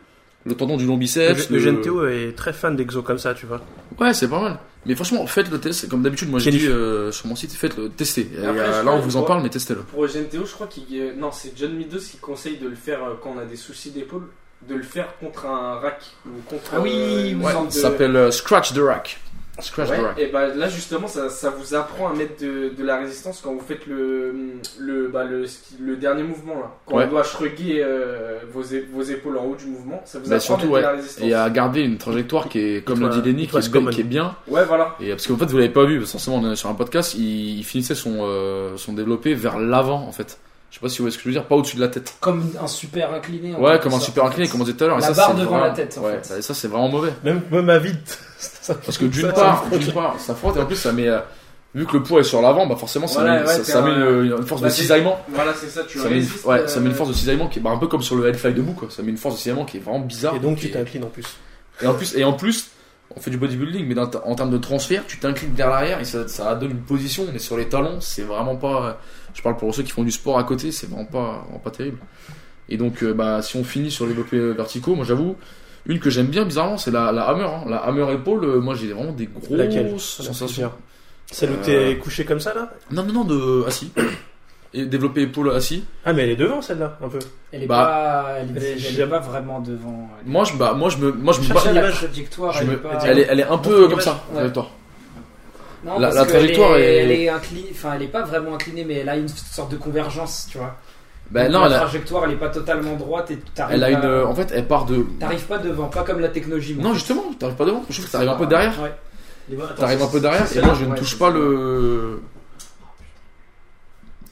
Speaker 3: le tendon du long biceps.
Speaker 6: Le GNTO est très fan d'exo comme ça, tu vois.
Speaker 3: Ouais, c'est pas mal. Mais franchement, faites le test. Comme d'habitude, moi, je
Speaker 6: Kenny.
Speaker 3: dis euh, sur mon site, faites le tester. Et,
Speaker 4: après,
Speaker 3: euh,
Speaker 4: je
Speaker 3: là,
Speaker 4: crois
Speaker 3: on
Speaker 4: que
Speaker 3: vous
Speaker 4: je
Speaker 3: en
Speaker 4: vois-
Speaker 3: parle, mais testez-le.
Speaker 4: Pour GNTO, je crois qu'il. y a- Non, c'est John Meadows qui conseille de le faire euh, quand on a des soucis d'épaule, de le faire contre un rack ou contre.
Speaker 5: Ah oui,
Speaker 4: euh, une
Speaker 3: Ouais,
Speaker 4: sorte de-
Speaker 3: ça s'appelle euh, Scratch the Rack. Scratch the
Speaker 4: Ouais,
Speaker 3: Rack.
Speaker 4: et bah là justement ça, ça vous apprend à mettre de, de la résistance quand vous faites le le, bah, le, ski- le dernier mouvement là. Quand
Speaker 3: Ouais.
Speaker 4: on doit shrugger euh, vos, é- vos épaules en haut du mouvement, ça vous
Speaker 3: Bah,
Speaker 4: apprend
Speaker 3: surtout,
Speaker 4: à mettre de la résistance.
Speaker 3: Et à garder une trajectoire qui est, comme
Speaker 6: Il
Speaker 3: le
Speaker 6: faut-
Speaker 3: dit Lenny,
Speaker 6: il
Speaker 3: qui,
Speaker 6: faut
Speaker 3: est
Speaker 6: se
Speaker 3: bien-
Speaker 6: common.
Speaker 3: qui est bien.
Speaker 4: Ouais voilà.
Speaker 3: Et parce qu'en fait, vous l'avez pas vu, parce que forcément, on est sur un podcast, il, il finissait son, euh, son développé vers l'avant, en fait. Je sais pas si vous voyez ce que je veux dire, pas au-dessus de la tête.
Speaker 5: Comme un super incliné. en
Speaker 3: Ouais,
Speaker 5: quelque
Speaker 3: comme un
Speaker 5: sorte,
Speaker 3: super
Speaker 5: en fait.
Speaker 3: incliné, comme on disait tout à l'heure. et
Speaker 5: La
Speaker 3: ça,
Speaker 5: barre
Speaker 3: c'est
Speaker 5: devant
Speaker 3: vraiment-
Speaker 5: la tête, en
Speaker 3: ouais,
Speaker 5: fait.
Speaker 3: Et ça, c'est vraiment mauvais.
Speaker 6: Même, même à vide. Ça-
Speaker 3: Parce que
Speaker 6: ça-
Speaker 3: d'une
Speaker 6: ça-
Speaker 3: part, d'une part, ça frotte, et en plus, ça met. euh, Vu que le poids est sur l'avant, bah forcément, ça
Speaker 4: Voilà,
Speaker 3: met,
Speaker 4: ouais,
Speaker 3: ça-
Speaker 4: t'es
Speaker 3: ça met
Speaker 4: un-
Speaker 5: euh,
Speaker 3: une, une force
Speaker 4: Bah,
Speaker 3: de
Speaker 4: c'est-
Speaker 3: cisaillement.
Speaker 4: Voilà c'est ça, tu
Speaker 3: Ça met, une,
Speaker 4: résistes,
Speaker 3: ouais,
Speaker 4: euh,
Speaker 3: ça met une force de cisaillement qui est bah, un peu comme sur le headfly debout, quoi. Ça met une force de cisaillement qui est vraiment bizarre.
Speaker 6: Et donc tu
Speaker 3: Et-
Speaker 6: t'inclines en plus.
Speaker 3: et en plus, et en plus, on fait du bodybuilding, mais dans- en termes de transfert, tu t'inclines vers l'arrière et ça, ça donne une position. On est sur les talons, c'est vraiment pas. euh, Je parle pour ceux qui font du sport à côté, c'est vraiment pas, vraiment pas terrible. Et donc, euh, bah, si on finit sur les développés euh, verticaux, moi j'avoue, une que j'aime bien bizarrement, c'est la, la hammer. hein. La hammer épaule, euh, moi j'ai vraiment des grosses
Speaker 6: Laquelle
Speaker 3: sensations.
Speaker 6: Celle où t'es couché comme ça là
Speaker 3: Non, non, non, de assis. Et développer épaule assis.
Speaker 6: Ah mais elle est devant celle-là, un peu.
Speaker 5: Elle est
Speaker 3: Bah,
Speaker 5: pas, elle,
Speaker 6: elle est
Speaker 5: est- elle est
Speaker 6: jamais-
Speaker 5: pas vraiment devant. Elle est-
Speaker 3: Moi je, bah, moi, je me, moi, je me
Speaker 6: Cherche
Speaker 3: bats-
Speaker 5: Déjà,
Speaker 6: une
Speaker 5: la
Speaker 6: image.
Speaker 5: trajectoire,
Speaker 3: je
Speaker 5: elle
Speaker 3: me-
Speaker 5: est pas.
Speaker 3: elle, est, elle est un peu
Speaker 6: une
Speaker 3: comme
Speaker 6: image.
Speaker 3: ça,
Speaker 5: Ouais.
Speaker 3: avec toi.
Speaker 5: Non,
Speaker 3: La-
Speaker 5: parce
Speaker 3: la
Speaker 5: que
Speaker 3: trajectoire
Speaker 5: elle est,
Speaker 3: est-
Speaker 5: elle est inclinée, enfin elle est pas vraiment inclinée, mais elle a une sorte de convergence, tu vois.
Speaker 3: Ben
Speaker 5: Donc,
Speaker 3: non,
Speaker 5: la
Speaker 3: elle a,
Speaker 5: trajectoire elle est pas totalement droite et t'arrives.
Speaker 3: elle a une.
Speaker 5: à-
Speaker 3: euh, En fait, elle part de.
Speaker 5: T'arrives pas devant, pas comme la technologie.
Speaker 3: Non, justement, t'arrives pas devant. Je trouve que t'arrives un
Speaker 5: Ah.
Speaker 3: peu derrière.
Speaker 5: Ouais.
Speaker 3: T'arrives un peu derrière et moi, je ne touche pas le.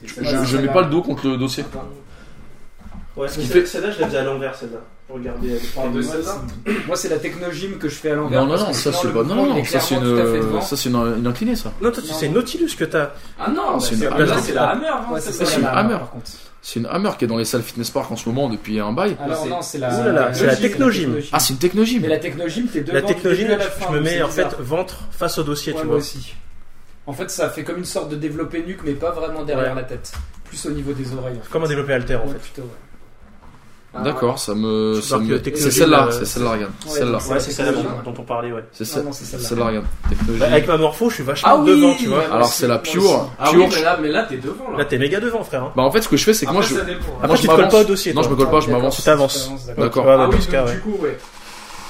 Speaker 3: Je,
Speaker 5: Ouais,
Speaker 3: je
Speaker 5: c'est
Speaker 3: mets
Speaker 5: là.
Speaker 3: pas le dos contre le dossier.
Speaker 6: Ouais,
Speaker 3: Ce qui
Speaker 6: celle-
Speaker 3: fait-
Speaker 6: celle-là, je la faisais à l'envers, celle-là. Pour regarder.
Speaker 5: Moi, c'est- Moi, c'est la technogym que je fais à l'envers.
Speaker 3: Non, non,
Speaker 5: parce
Speaker 3: non,
Speaker 5: que
Speaker 3: ça
Speaker 5: sinon,
Speaker 3: c'est
Speaker 5: le
Speaker 3: pas. Non,
Speaker 5: mouvement,
Speaker 3: non,
Speaker 5: il est
Speaker 3: non, ça c'est
Speaker 5: clairement tout à fait
Speaker 3: une. euh,
Speaker 5: devant.
Speaker 3: Ça c'est une, une inclinée, ça.
Speaker 6: Non, toi, tu-
Speaker 5: Non.
Speaker 6: c'est Nautilus que t'as.
Speaker 4: Ah non,
Speaker 3: c'est
Speaker 4: c'est
Speaker 3: une
Speaker 4: pas- là,
Speaker 3: hammer.
Speaker 4: c'est la hammer. hein,
Speaker 5: Ouais,
Speaker 4: ça,
Speaker 5: c'est
Speaker 4: c'est
Speaker 5: ça,
Speaker 3: c'est une
Speaker 5: la-
Speaker 3: hammer.
Speaker 5: par contre.
Speaker 3: C'est une hammer qui est dans les salles fitness park en ce moment depuis un bail.
Speaker 5: Alors
Speaker 4: c'est-
Speaker 5: non, c'est la.
Speaker 6: Ouh là là, c'est la technogym.
Speaker 3: Ah, c'est une technologie.
Speaker 5: Mais la technogym, t'es devant.
Speaker 6: La
Speaker 5: du
Speaker 6: technologie,
Speaker 5: début à la fin,
Speaker 6: je me
Speaker 5: donc
Speaker 6: mets
Speaker 5: c'est
Speaker 6: en fait
Speaker 5: bizarre.
Speaker 6: ventre face au dossier,
Speaker 5: Ouais,
Speaker 6: tu
Speaker 5: moi
Speaker 6: vois.
Speaker 5: aussi. En fait, ça fait comme une sorte de développé nuque, mais pas vraiment derrière la tête. Plus au niveau des oreilles. en fait.
Speaker 6: Comme un développé alter en
Speaker 5: Ouais,
Speaker 6: fait.
Speaker 5: plutôt, ouais. Ah,
Speaker 3: D'accord, ça me.
Speaker 6: Je
Speaker 3: ça
Speaker 6: marque
Speaker 3: me-
Speaker 6: le technologie,
Speaker 3: C'est celle-là,
Speaker 6: euh,
Speaker 3: c'est celle-là, regarde. Celle-là.
Speaker 5: c'est
Speaker 6: Ouais,
Speaker 5: la
Speaker 6: c'est celle-là
Speaker 5: technologie.
Speaker 6: dont dont on parlait, ouais.
Speaker 3: C'est
Speaker 5: Non,
Speaker 3: celle-
Speaker 5: non, c'est
Speaker 3: c'est
Speaker 5: celle-là.
Speaker 3: celle-là, regarde.
Speaker 6: Bah,
Speaker 3: Technologie.
Speaker 6: avec ma morpho, je suis vachement
Speaker 4: Ah oui,
Speaker 6: devant, tu vois.
Speaker 4: ouais,
Speaker 3: Alors c'est la
Speaker 5: Moi aussi.
Speaker 3: pure.
Speaker 4: Ah oui,
Speaker 3: Pure.
Speaker 4: mais là, mais là, t'es devant là.
Speaker 6: Là, t'es méga devant, frère. hein.
Speaker 3: Bah en fait, ce que je fais, c'est que moi
Speaker 4: Après,
Speaker 3: je. Ah,
Speaker 4: ça dépend.
Speaker 3: Moi,
Speaker 6: Après,
Speaker 3: je
Speaker 6: tu te colles
Speaker 3: m'avance.
Speaker 6: pas au dossier.
Speaker 3: Non, je
Speaker 6: toi.
Speaker 3: me colle pas, je
Speaker 5: D'accord,
Speaker 3: m'avance.
Speaker 5: tu
Speaker 6: t'avances.
Speaker 5: t'avances, d'accord.
Speaker 3: D'accord.
Speaker 6: Ouais, ouais,
Speaker 4: Ah oui,
Speaker 6: dans ce cas,
Speaker 4: donc,
Speaker 6: ouais.
Speaker 4: du coup, ouais.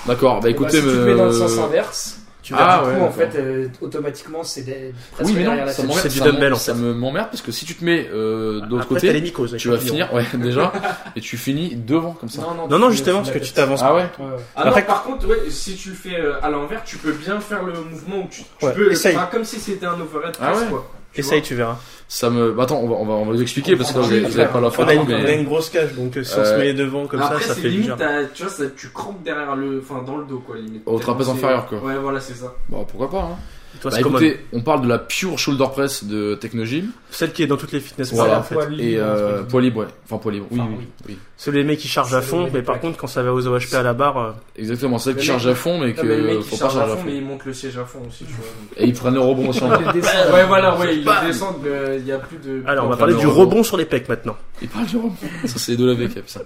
Speaker 3: D'accord, bah
Speaker 5: Et bah,
Speaker 3: écoutez.
Speaker 5: si tu te mets dans le
Speaker 3: euh,
Speaker 5: sens inverse, bah,
Speaker 6: Tu
Speaker 3: Ah,
Speaker 5: du coup,
Speaker 3: ouais,
Speaker 5: en fait,
Speaker 3: d'accord.
Speaker 5: euh, automatiquement, c'est des- presque
Speaker 3: Oui, mais
Speaker 5: derrière
Speaker 3: non,
Speaker 5: la
Speaker 3: ça
Speaker 5: tête.
Speaker 3: m'emmerde.
Speaker 6: C'est du
Speaker 3: ça m'emmerde-
Speaker 6: dumbbell, en
Speaker 3: Ça
Speaker 6: fait.
Speaker 3: me m'emmerde parce que si tu te mets euh, de l'autre
Speaker 6: Après, t'as les
Speaker 3: côté,
Speaker 6: mycoses. avec
Speaker 3: tu
Speaker 6: le
Speaker 3: vas
Speaker 6: client.
Speaker 3: finir, ouais, déjà, et tu finis devant comme ça.
Speaker 5: Non, non,
Speaker 6: Non,
Speaker 5: tu
Speaker 6: non,
Speaker 5: mets
Speaker 6: justement,
Speaker 5: sur la
Speaker 6: parce que tu
Speaker 5: tête.
Speaker 6: t'avances.
Speaker 3: Ah ouais.
Speaker 5: Ouais, ouais.
Speaker 4: Ah
Speaker 6: Après-
Speaker 4: non, par contre, ouais, si tu le fais euh, à l'envers, tu peux bien faire le mouvement où tu, tu
Speaker 6: Ouais,
Speaker 4: peux. euh,
Speaker 6: essaye.
Speaker 4: enfin, comme si c'était un overhead
Speaker 3: Ah
Speaker 4: press,
Speaker 3: ouais.
Speaker 4: quoi. Tu
Speaker 6: Essaye,
Speaker 4: vois.
Speaker 6: tu verras.
Speaker 3: Ça me. bah, Attends, on va, on va, on va vous expliquer parce que là, vous avez, vous avez pas la
Speaker 6: On a
Speaker 3: photo,
Speaker 6: une, on a
Speaker 3: mais.
Speaker 6: une grosse cage, donc euh, si on se
Speaker 3: Euh,
Speaker 6: met devant comme ça,
Speaker 4: Après,
Speaker 6: ça
Speaker 4: c'est
Speaker 6: fait
Speaker 4: limite,
Speaker 6: bizarre.
Speaker 4: t'as- tu vois, ça, tu crampes derrière le. Enfin, dans le dos, quoi, limite.
Speaker 3: Au trapèze
Speaker 4: Tellement c'est-
Speaker 3: inférieur, quoi.
Speaker 4: Ouais, voilà, c'est ça.
Speaker 3: Bon, pourquoi pas, hein.
Speaker 6: Toi,
Speaker 3: Bah
Speaker 6: c'est comme
Speaker 3: écoutez, on parle de la pure shoulder press de Technogym.
Speaker 6: celle qui est dans toutes les fitness
Speaker 3: Voilà.
Speaker 6: parlers, en fait.
Speaker 10: Poil
Speaker 3: Et
Speaker 5: hein,
Speaker 10: libre, entre
Speaker 3: euh,
Speaker 10: guillemets.
Speaker 3: poids libre, ouais. Enfin, poids libre, oui,
Speaker 10: Enfin,
Speaker 3: oui, oui.
Speaker 6: C'est les mecs qui chargent à
Speaker 10: C'est
Speaker 6: fond,
Speaker 10: les
Speaker 6: mais par
Speaker 10: mecs.
Speaker 6: contre, quand ça va aux OHP à la barre, euh,
Speaker 3: Exactement, c'est celle qui
Speaker 4: Le mec-
Speaker 3: charge à fond, mais
Speaker 4: Non, mais le
Speaker 3: que
Speaker 4: mec il
Speaker 3: faut pas
Speaker 4: charge à
Speaker 3: charger à
Speaker 4: fond, mais
Speaker 3: fond.
Speaker 4: il monte le siège à fond aussi, tu vois. donc.
Speaker 3: Et ils prennent le rebond aussi hein. en même temps.
Speaker 4: ouais, voilà, ouais, ils le descendent, mais euh, il n'y a plus de.
Speaker 6: Alors, on va
Speaker 3: Enfin,
Speaker 6: parler
Speaker 3: le
Speaker 6: du
Speaker 3: rebond.
Speaker 6: rebond sur les pecs maintenant.
Speaker 3: Et pas Jérôme. Ça, c'est les deux la VK, ça.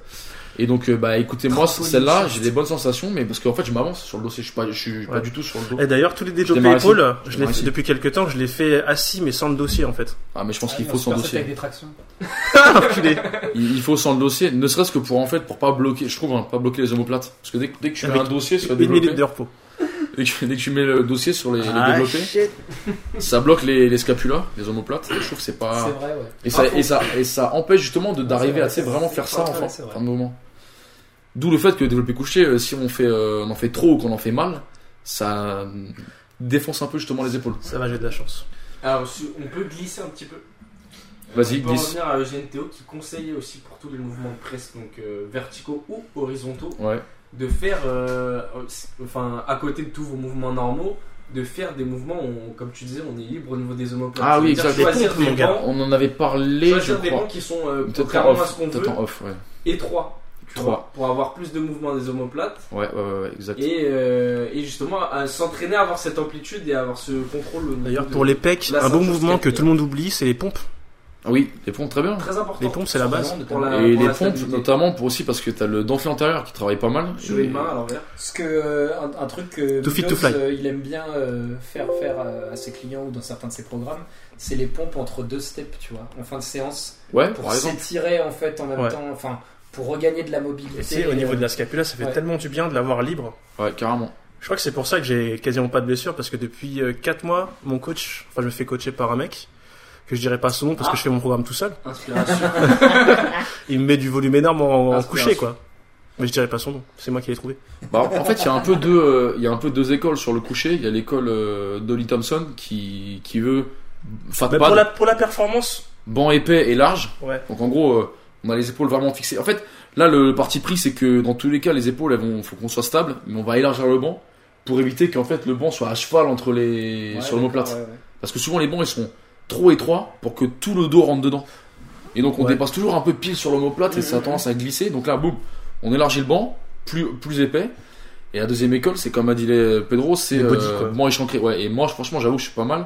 Speaker 3: Et donc, euh, bah, écoutez, moi, celle-là, j'ai des bonnes sensations, mais parce qu'en fait, je m'avance sur le dossier. Je suis pas, je suis pas
Speaker 6: Ouais.
Speaker 3: du tout sur le dos.
Speaker 6: Et d'ailleurs, tous les développés
Speaker 3: démarre ici.
Speaker 6: épaules, je
Speaker 3: Je
Speaker 6: l'ai
Speaker 3: démarre
Speaker 6: fait
Speaker 3: ici.
Speaker 6: depuis quelques temps, je l'ai fait assis mais sans le dossier en fait.
Speaker 3: Ah, mais je pense
Speaker 10: Ah,
Speaker 3: qu'il
Speaker 10: non,
Speaker 3: faut
Speaker 10: c'est
Speaker 3: sans
Speaker 10: pas
Speaker 3: le
Speaker 10: ça, c'est
Speaker 3: dossier.
Speaker 10: avec des tractions.
Speaker 6: Enculé.
Speaker 3: Il, il faut sans le dossier, ne serait-ce que pour, en fait, pour pas bloquer, je trouve, hein, pas bloquer les omoplates. Parce que dès, que- dès que tu mets
Speaker 6: Avec
Speaker 3: un dossier sur les
Speaker 6: Une minute de
Speaker 3: développés,
Speaker 6: repos.
Speaker 3: dès que, dès que tu mets le dossier sur les, les
Speaker 1: Ah
Speaker 2: Ah,
Speaker 3: développés, ça bloque les, les scapulas, les omoplates. Et Je trouve que c'est pas.
Speaker 10: C'est vrai, ouais.
Speaker 3: Et ça, et, ça, et ça empêche justement de d'arriver à tu sais, vraiment faire ça en
Speaker 10: Ouais,
Speaker 3: fin,
Speaker 10: c'est vrai.
Speaker 3: fin de moment. D'où le fait que développer couché, euh, si on, fait, euh, on en fait trop ou qu'on en fait mal, ça euh, défonce un peu justement les épaules.
Speaker 6: Ça va, j'ai de la chance.
Speaker 4: Alors, si- on peut glisser un petit peu.
Speaker 3: Vas-y,
Speaker 4: On peut
Speaker 3: glisse.
Speaker 4: revenir à Eugène Théo qui conseillait aussi pour tous les mouvements de presse, donc euh, verticaux ou horizontaux,
Speaker 3: Ouais.
Speaker 4: de faire, euh, enfin, à côté de tous vos mouvements normaux, de faire des mouvements où, on- comme tu disais, on est libre au niveau des omoplates.
Speaker 3: Ah oui,
Speaker 4: C'est-à-dire
Speaker 3: exact, les
Speaker 4: Choisir
Speaker 6: pompes,
Speaker 4: des
Speaker 6: mon gars.
Speaker 4: bancs,
Speaker 3: On en avait parlé, je
Speaker 4: choisir des bancs
Speaker 3: crois.
Speaker 4: qui sont, euh,
Speaker 3: Peut-être en
Speaker 4: contrairement à ce
Speaker 3: off.
Speaker 4: qu'on veut,
Speaker 3: Peut-être en off, ouais.
Speaker 4: étroits. tu
Speaker 3: Trois.
Speaker 4: vois, Pour avoir plus de mouvements des omoplates
Speaker 3: Ouais, ouais, ouais, ouais, exact.
Speaker 4: et, euh, et justement à s'entraîner à avoir cette amplitude et à avoir ce contrôle. au niveau
Speaker 6: D'ailleurs,
Speaker 4: de-
Speaker 6: pour les pecs,
Speaker 4: la
Speaker 6: un bon
Speaker 4: ceinture
Speaker 6: mouvement que
Speaker 4: scapulière.
Speaker 6: tout le monde oublie, c'est les pompes.
Speaker 3: Ah oui, les pompes, très bien.
Speaker 4: Très important.
Speaker 6: Les pompes, Ah bah, c'est la base.
Speaker 4: Pour la-
Speaker 3: Et
Speaker 4: pour
Speaker 3: les
Speaker 4: la
Speaker 3: pompes,
Speaker 4: stabilité.
Speaker 3: notamment pour aussi parce que t'as le denflé antérieur qui travaille pas mal.
Speaker 4: Soulever
Speaker 3: Et-
Speaker 4: une main à l'envers.
Speaker 5: Ce que euh, un, un truc que
Speaker 6: To fit, to
Speaker 5: Minos,
Speaker 6: fly.
Speaker 5: euh, il aime bien euh, faire faire euh, à ses clients ou dans certains de ses programmes, c'est les pompes entre deux steps, tu vois, en fin de séance,
Speaker 3: Ouais,
Speaker 5: pour
Speaker 3: par exemple.
Speaker 5: s'étirer en fait en même
Speaker 6: Ouais.
Speaker 5: temps, enfin pour regagner de la mobilité.
Speaker 6: Et c'est au niveau de la scapula, ça fait
Speaker 5: ouais.
Speaker 6: tellement du bien de l'avoir libre.
Speaker 3: Ouais, carrément.
Speaker 6: Je crois que c'est pour ça que j'ai quasiment pas de blessure parce que depuis 4 mois, mon coach, enfin je me fais coacher par un mec que je dirais pas son nom parce que je fais mon programme tout seul.
Speaker 4: Inspiration.
Speaker 6: Il me met du volume énorme en, en
Speaker 4: Inspiration.
Speaker 6: couché quoi. Mais je dirais pas son nom, c'est moi qui l'ai trouvé.
Speaker 3: Bah, en fait, il y a un peu deux, euh, il y a un peu deux écoles sur le coucher. Il y a l'école euh, Dolly Thompson qui, qui veut fat
Speaker 6: Mais
Speaker 3: pad,
Speaker 6: pour la, pour la performance,
Speaker 3: banc épais et large.
Speaker 6: ouais.
Speaker 3: Donc en gros, euh, on a les épaules vraiment fixées. En fait, là, le parti pris, c'est que dans tous les cas, les épaules, elles vont, faut qu'on soit stable, mais on va élargir le banc pour éviter qu'en fait le banc soit à cheval entre les, sur le mot plate. Parce que souvent les bancs, ils sont trop étroits pour que tout le dos rentre dedans. Et donc on
Speaker 6: Ouais.
Speaker 3: dépasse toujours un peu pile sur l'omoplate et ça a tendance à glisser. Donc là, boum, on élargit le banc, plus, plus épais. Et la deuxième école, c'est comme a dit les- Pedro, c'est
Speaker 6: Le body, quoi.
Speaker 3: euh, banc échancré. Ouais, et moi, je- franchement, j'avoue, je suis pas mal.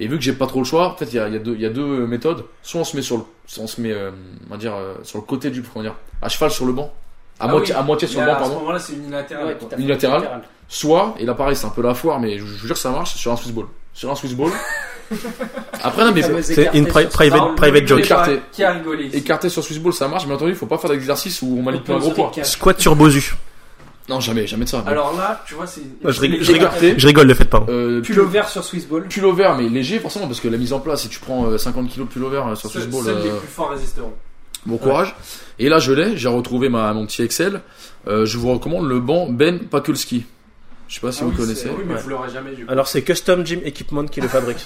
Speaker 3: Et vu que j'ai pas trop le choix, en fait, il y a, il y a deux- il y a deux méthodes. Soit on se met sur le, soit on se met, euh, on va dire, euh, sur le côté du, comment dire, à cheval sur le banc, à
Speaker 4: Ah
Speaker 3: moitié,
Speaker 4: oui.
Speaker 3: à moitié sur le
Speaker 4: Là,
Speaker 3: banc,
Speaker 4: À ce
Speaker 3: pardon.
Speaker 4: moment-là, c'est unilatéral.
Speaker 5: Ouais,
Speaker 4: quoi.
Speaker 5: tout à fait.
Speaker 3: Unilatéral.
Speaker 5: Latéral.
Speaker 3: Soit, et là pareil, c'est un peu la foire, mais je je vous jure que ça marche sur un Swiss ball. Sur un Swiss ball. Après, non, mais
Speaker 5: Fameux
Speaker 6: C'est
Speaker 5: écarté
Speaker 6: une
Speaker 5: sur-
Speaker 6: pri-
Speaker 4: Ah, on
Speaker 6: private,
Speaker 4: le
Speaker 6: private
Speaker 4: rigolait
Speaker 6: joke.
Speaker 4: pas.
Speaker 3: Écarté.
Speaker 4: Qui a rigolé ici
Speaker 3: écarté sur Swiss ball, ça marche. Mais entendu, il faut pas faire d'exercice où on manipule un gros poids.
Speaker 6: Squat sur Bosu.
Speaker 3: Non, jamais, jamais de ça.
Speaker 4: Alors là, tu vois, c'est.
Speaker 6: Je rigole, je
Speaker 3: je
Speaker 6: rigole,
Speaker 3: écarté,
Speaker 6: je rigole, le faites pas. hein.
Speaker 3: euh,
Speaker 5: Pull
Speaker 3: pull,
Speaker 5: over sur Swiss Ball.
Speaker 3: pull over, mais léger forcément, parce que la mise en place, si tu prends euh, 50 kilos de pull over euh, sur
Speaker 4: Seuls
Speaker 3: Fishball,
Speaker 4: seuls les
Speaker 3: euh,
Speaker 4: plus forts résisteront.
Speaker 3: bon courage. Et là, je l'ai, j'ai retrouvé ma, mon petit Excel. Euh, je vous recommande le banc Ben Pakulski. Je sais pas si
Speaker 4: Ah
Speaker 3: vous
Speaker 4: oui,
Speaker 3: connaissez.
Speaker 4: c'est- Oui, mais
Speaker 6: Ouais. Ah,
Speaker 4: vous l'aurez jamais vu.
Speaker 6: Alors c'est Custom Gym Equipment qui le fabrique.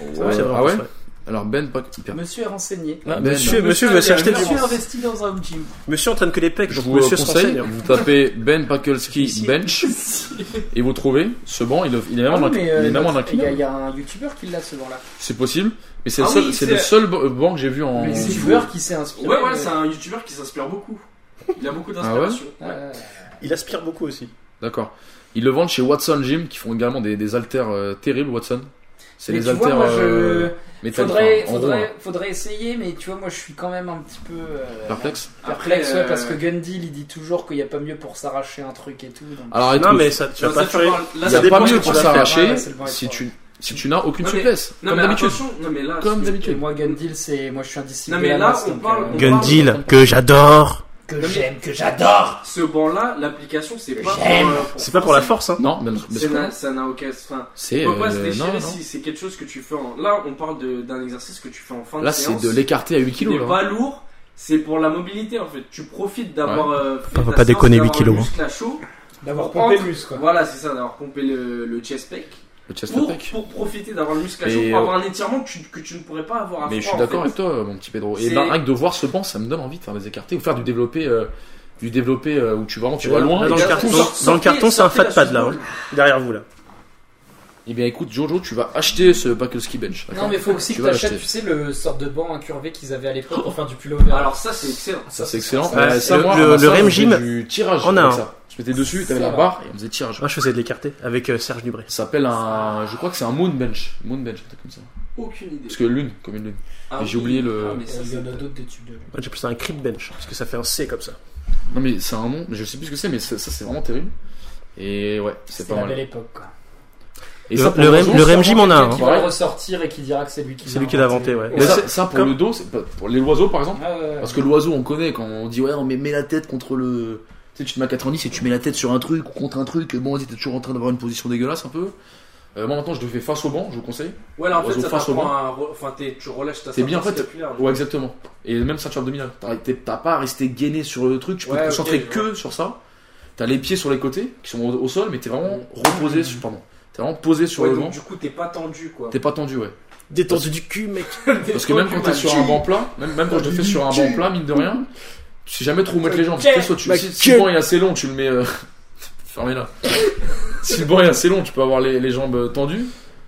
Speaker 3: Ouais.
Speaker 6: C'est vraiment
Speaker 3: Ah ouais
Speaker 6: chouette.
Speaker 3: Alors Ben Pakulski.
Speaker 10: Monsieur est renseigné.
Speaker 6: Ah,
Speaker 3: Ben,
Speaker 6: monsieur,
Speaker 3: non.
Speaker 6: monsieur veut s'acheter du
Speaker 10: Monsieur investi dans un gym.
Speaker 6: Monsieur entraîne que les pecs,
Speaker 3: Je
Speaker 6: donc
Speaker 3: vous
Speaker 6: monsieur se
Speaker 3: conseille,
Speaker 6: renseigne.
Speaker 3: vous tapez Ben Pakulski
Speaker 6: Ici.
Speaker 3: bench et vous trouvez ce banc. Il, il est vraiment,
Speaker 5: Ah
Speaker 3: en
Speaker 5: non,
Speaker 3: inclin-
Speaker 5: mais, euh,
Speaker 3: il est vraiment en
Speaker 5: notre- Il y, a-
Speaker 3: incliné.
Speaker 5: il y a un youtubeur qui l'a ce vent là.
Speaker 3: C'est possible, mais c'est
Speaker 4: Ah
Speaker 3: le seul,
Speaker 4: oui,
Speaker 3: c'est
Speaker 4: c'est-
Speaker 3: le seul ba- banc que j'ai vu en.
Speaker 5: Le youtubeur qui s'est inspiré.
Speaker 4: Ouais, ouais,
Speaker 5: de-
Speaker 4: c'est un youtubeur qui s'inspire beaucoup. Il a beaucoup
Speaker 3: Ah ouais
Speaker 4: d'inspiration. Ouais.
Speaker 5: Euh,
Speaker 6: Il aspire beaucoup aussi.
Speaker 3: D'accord. Ils le vendent chez Watson Gym, qui font également des, des haltères euh, terribles. Watson, c'est
Speaker 5: mais
Speaker 3: les
Speaker 5: tu vois,
Speaker 3: haltères
Speaker 5: moi, je-
Speaker 3: euh, métalliques,
Speaker 5: faudrait,
Speaker 3: enfin, en
Speaker 5: faudrait,
Speaker 3: rond, hein. là.
Speaker 5: faudrait essayer, mais tu vois, moi je suis quand même un petit peu euh,
Speaker 3: hein. perplexe.
Speaker 5: perplexe, ouais,
Speaker 4: Après, euh,
Speaker 5: parce que Gundy il dit toujours qu'il n'y a pas mieux pour s'arracher un truc et tout. donc-
Speaker 3: Alors,
Speaker 6: non
Speaker 3: écoute,
Speaker 6: mais Ah, ça, tu
Speaker 4: Là,
Speaker 6: vas pas
Speaker 4: ça, tu
Speaker 6: faire.
Speaker 4: parles- là,
Speaker 3: il
Speaker 6: ça
Speaker 3: n'y a
Speaker 4: tu
Speaker 6: dépend
Speaker 3: pas
Speaker 4: parles-
Speaker 6: ce
Speaker 3: mieux
Speaker 6: que
Speaker 3: pour
Speaker 6: tu vas faire.
Speaker 5: Ouais,
Speaker 3: s'arracher
Speaker 5: ouais, c'est le bon
Speaker 3: si
Speaker 5: effort.
Speaker 3: tu si tu n'as aucune
Speaker 4: Non, mais-
Speaker 3: souplesse,
Speaker 4: Non,
Speaker 3: comme
Speaker 4: mais
Speaker 3: d'habitude.
Speaker 4: attention, non, mais là.
Speaker 3: Comme
Speaker 4: c'est-
Speaker 5: Et
Speaker 3: d'habitude.
Speaker 5: moi, Gun Deal, c'est. Moi, je suis un disciple
Speaker 4: Non, mais
Speaker 5: de la
Speaker 4: là,
Speaker 5: masse,
Speaker 4: on
Speaker 5: donc,
Speaker 4: parle-
Speaker 5: euh,
Speaker 4: on parle-
Speaker 6: Gundil, que j'adore.
Speaker 10: Que j'aime, que j'adore.
Speaker 4: Ce banc-là, l'application, c'est pas. pour,
Speaker 10: J'aime.
Speaker 4: euh,
Speaker 6: C'est pas pour la force, hein.
Speaker 3: Non, mais- mais
Speaker 4: C'est na- Ça n'a aucun. Enfin,
Speaker 3: c'est
Speaker 4: on peut pas se
Speaker 3: euh, non,
Speaker 4: déchirer
Speaker 3: non.
Speaker 4: si c'est quelque chose que tu fais en. Là, on parle de- d'un exercice que tu fais en fin
Speaker 3: Là,
Speaker 4: de
Speaker 3: c'est
Speaker 4: séance.
Speaker 3: de l'écarter à 8
Speaker 4: qui n'est
Speaker 3: kilos. hein, là.
Speaker 4: pas lourd. C'est pour la mobilité en fait. Tu profites d'avoir. euh, fait
Speaker 6: Faut
Speaker 4: ta
Speaker 6: pas
Speaker 4: séance,
Speaker 6: déconner
Speaker 4: d'avoir
Speaker 6: 8 kilos, hein.
Speaker 4: le muscle à chaud.
Speaker 5: D'avoir
Speaker 4: Entre-
Speaker 5: pompé le muscle, quoi.
Speaker 4: Voilà, c'est ça, d'avoir pompé le, le chest pack.
Speaker 3: Le chest
Speaker 4: Pour,
Speaker 3: pack.
Speaker 4: pour profiter d'avoir le muscle à chaud,
Speaker 3: Et,
Speaker 4: pour
Speaker 3: euh,
Speaker 4: avoir un étirement que tu, que tu ne pourrais pas avoir à
Speaker 3: Mais je
Speaker 4: froid,
Speaker 3: suis
Speaker 4: en
Speaker 3: d'accord
Speaker 4: fait.
Speaker 3: avec toi, mon petit Pedro. Et
Speaker 4: C'est-
Speaker 3: ben, rien que de voir ce banc, ça me donne envie de faire des écartés ou faire du développé, euh, du développé euh, où tu vraiment tu vas
Speaker 6: Là,
Speaker 3: loin.
Speaker 6: dans
Speaker 3: et
Speaker 6: le
Speaker 3: tu
Speaker 6: carton,
Speaker 3: pousses.
Speaker 4: sortez-
Speaker 6: dans le carton, c'est un
Speaker 4: sortez
Speaker 6: fat
Speaker 4: la
Speaker 6: pad là, hein.
Speaker 4: seconde.
Speaker 6: derrière vous là.
Speaker 3: Eh bien, écoute, Jojo, tu vas acheter ce Pakulski bench. d'accord
Speaker 10: Non, mais faut aussi
Speaker 3: Tu
Speaker 10: que
Speaker 3: vas
Speaker 10: t'achètes, tu
Speaker 3: l'acheter.
Speaker 10: sais, le sort de banc incurvé qu'ils avaient à l'époque
Speaker 3: Oh.
Speaker 10: pour faire du pullover.
Speaker 4: Alors ça, c'est excellent.
Speaker 3: Ça, c'est excellent.
Speaker 6: Ouais,
Speaker 3: Euh, ça,
Speaker 6: le-
Speaker 3: moi,
Speaker 6: le-
Speaker 3: avant
Speaker 6: le
Speaker 3: ça,
Speaker 6: Rem
Speaker 3: on faisait
Speaker 6: Gym,
Speaker 3: du tirage.
Speaker 6: on a
Speaker 3: avec
Speaker 6: un.
Speaker 3: ça. Je mettais dessus, t'avais
Speaker 5: Ça
Speaker 3: la
Speaker 5: va.
Speaker 3: barre et on faisait tirage.
Speaker 6: Moi je faisais de l'écarté avec euh, Serge Dubré.
Speaker 3: Ça s'appelle un. Je crois que c'est un moon bench. Moon bench, un truc comme ça.
Speaker 4: Aucune idée.
Speaker 3: Parce que lune, comme une lune.
Speaker 4: Ah
Speaker 3: mais j'ai
Speaker 4: oui.
Speaker 3: oublié le-
Speaker 4: Ah, mais ça,
Speaker 5: Il y
Speaker 4: c'est-
Speaker 5: en a d'autres des tubes de.
Speaker 6: Moi j'ai plus un creep bench parce que ça fait un C comme ça.
Speaker 3: Non, mais c'est un nom, je sais plus ce que c'est, mais ça, ça, c'est vraiment terrible. Et ouais, c'est
Speaker 5: C'était
Speaker 3: pas
Speaker 5: la
Speaker 3: mal.
Speaker 5: belle époque, quoi.
Speaker 3: Et
Speaker 6: Le-
Speaker 3: ça, pour
Speaker 6: le Rem-
Speaker 3: dos,
Speaker 6: le
Speaker 3: ça-
Speaker 6: Rem Gym en a un.
Speaker 5: Qui va
Speaker 6: hein.
Speaker 3: Ouais.
Speaker 5: le ressortir et qui dira que c'est lui qui
Speaker 6: C'est lui qui l'a inventé, ouais.
Speaker 3: Et
Speaker 6: Mais
Speaker 3: ça,
Speaker 6: c'est-
Speaker 3: ça, pour
Speaker 6: comme-
Speaker 3: le dos, c'est pas- pour les oiseaux par exemple.
Speaker 5: Ah, ouais, ouais.
Speaker 3: Parce que l'oiseau, on connaît quand on dit ouais, on met, mets la tête contre le. Tu sais, tu te mets à 90 et tu mets la tête sur un truc ou contre un truc. Bon, vas-y, t'es toujours en train d'avoir une position dégueulasse un peu. Euh, moi maintenant, je le fais face au banc, je vous conseille.
Speaker 4: Ouais, là, en fait,
Speaker 3: Oiseau
Speaker 4: ça
Speaker 3: face au
Speaker 4: t'apprend un... re- Enfin, t'es- tu relâches ta
Speaker 3: T'es bien, en
Speaker 4: sympathie
Speaker 3: fait.
Speaker 4: capillaire.
Speaker 3: Ouais, exactement. Et même ceinture abdominale. T'as t'es- t'as pas à rester gainé sur le truc, tu peux
Speaker 4: Ouais,
Speaker 3: te
Speaker 4: ok,
Speaker 3: concentrer
Speaker 4: je
Speaker 3: que sur ça. T'as les pieds sur les côtés qui sont au, au sol, mais t'es vraiment reposé sur. Pardon. T'es vraiment posé sur
Speaker 4: Ouais,
Speaker 3: le
Speaker 4: donc
Speaker 3: banc.
Speaker 4: du coup, t'es pas tendu, quoi.
Speaker 3: T'es pas tendu, ouais.
Speaker 6: Détendu du cul, mec.
Speaker 3: Parce que même quand t'es sur un banc plat, même, même quand je le fais sur un banc plat, mine de rien, tu sais jamais trop où mettre les jambes. Parce que soit tu, si, si le banc est assez long, tu le mets. euh, Fermez-la. si le banc est assez long, tu peux avoir les, les jambes euh, tendues.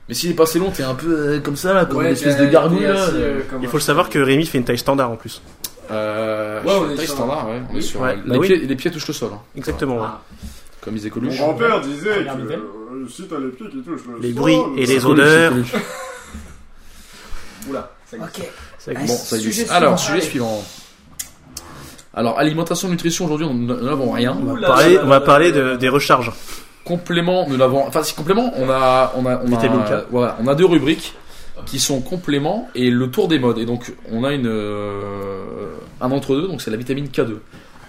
Speaker 3: Mais s'il est pas assez long, t'es un peu euh, comme ça, là, comme
Speaker 4: Ouais,
Speaker 3: une espèce
Speaker 4: t'es-
Speaker 3: de gargouille.
Speaker 4: t'es
Speaker 3: là.
Speaker 4: assis, euh, comme
Speaker 6: Il
Speaker 4: un-
Speaker 6: faut le savoir que Rémi fait une taille standard en plus.
Speaker 3: Euh,
Speaker 4: Ouais,
Speaker 3: je
Speaker 4: on
Speaker 3: fais
Speaker 4: est
Speaker 3: taille
Speaker 4: sur-
Speaker 3: standard, ouais. On est
Speaker 4: Oui.
Speaker 3: sur,
Speaker 6: Ouais, Bah
Speaker 3: les,
Speaker 6: oui.
Speaker 3: pieds, les pieds touchent le sol, hein.
Speaker 6: Exactement. ouais.
Speaker 4: Ah.
Speaker 3: comme ils écoluches.
Speaker 5: Mon grand-père
Speaker 7: disait euh,
Speaker 5: Première que, nouvelle.
Speaker 7: si t'as les pieds qui touchent le
Speaker 6: Les bruits et les odeurs.
Speaker 3: Bon,
Speaker 4: Oula, ça existe.
Speaker 10: Ok.
Speaker 6: Ça existe.
Speaker 3: ça y
Speaker 10: Sujet
Speaker 3: est. Alors,
Speaker 10: suivant.
Speaker 3: sujet suivant. Alors, alimentation, nutrition, aujourd'hui, nous nous n'avons rien.
Speaker 6: On va
Speaker 4: Oula,
Speaker 6: parler,
Speaker 4: là,
Speaker 6: on va
Speaker 4: là,
Speaker 6: parler
Speaker 4: là, là,
Speaker 6: de,
Speaker 4: là.
Speaker 6: des recharges.
Speaker 3: complément, nous l'avons. Enfin, si complément, on a, on a, on a,
Speaker 6: Vitamine K.
Speaker 3: voilà, on a deux rubriques qui sont complément et le tour des modes. Et donc, on a une, euh, un entre deux. Donc, c'est la vitamine K2.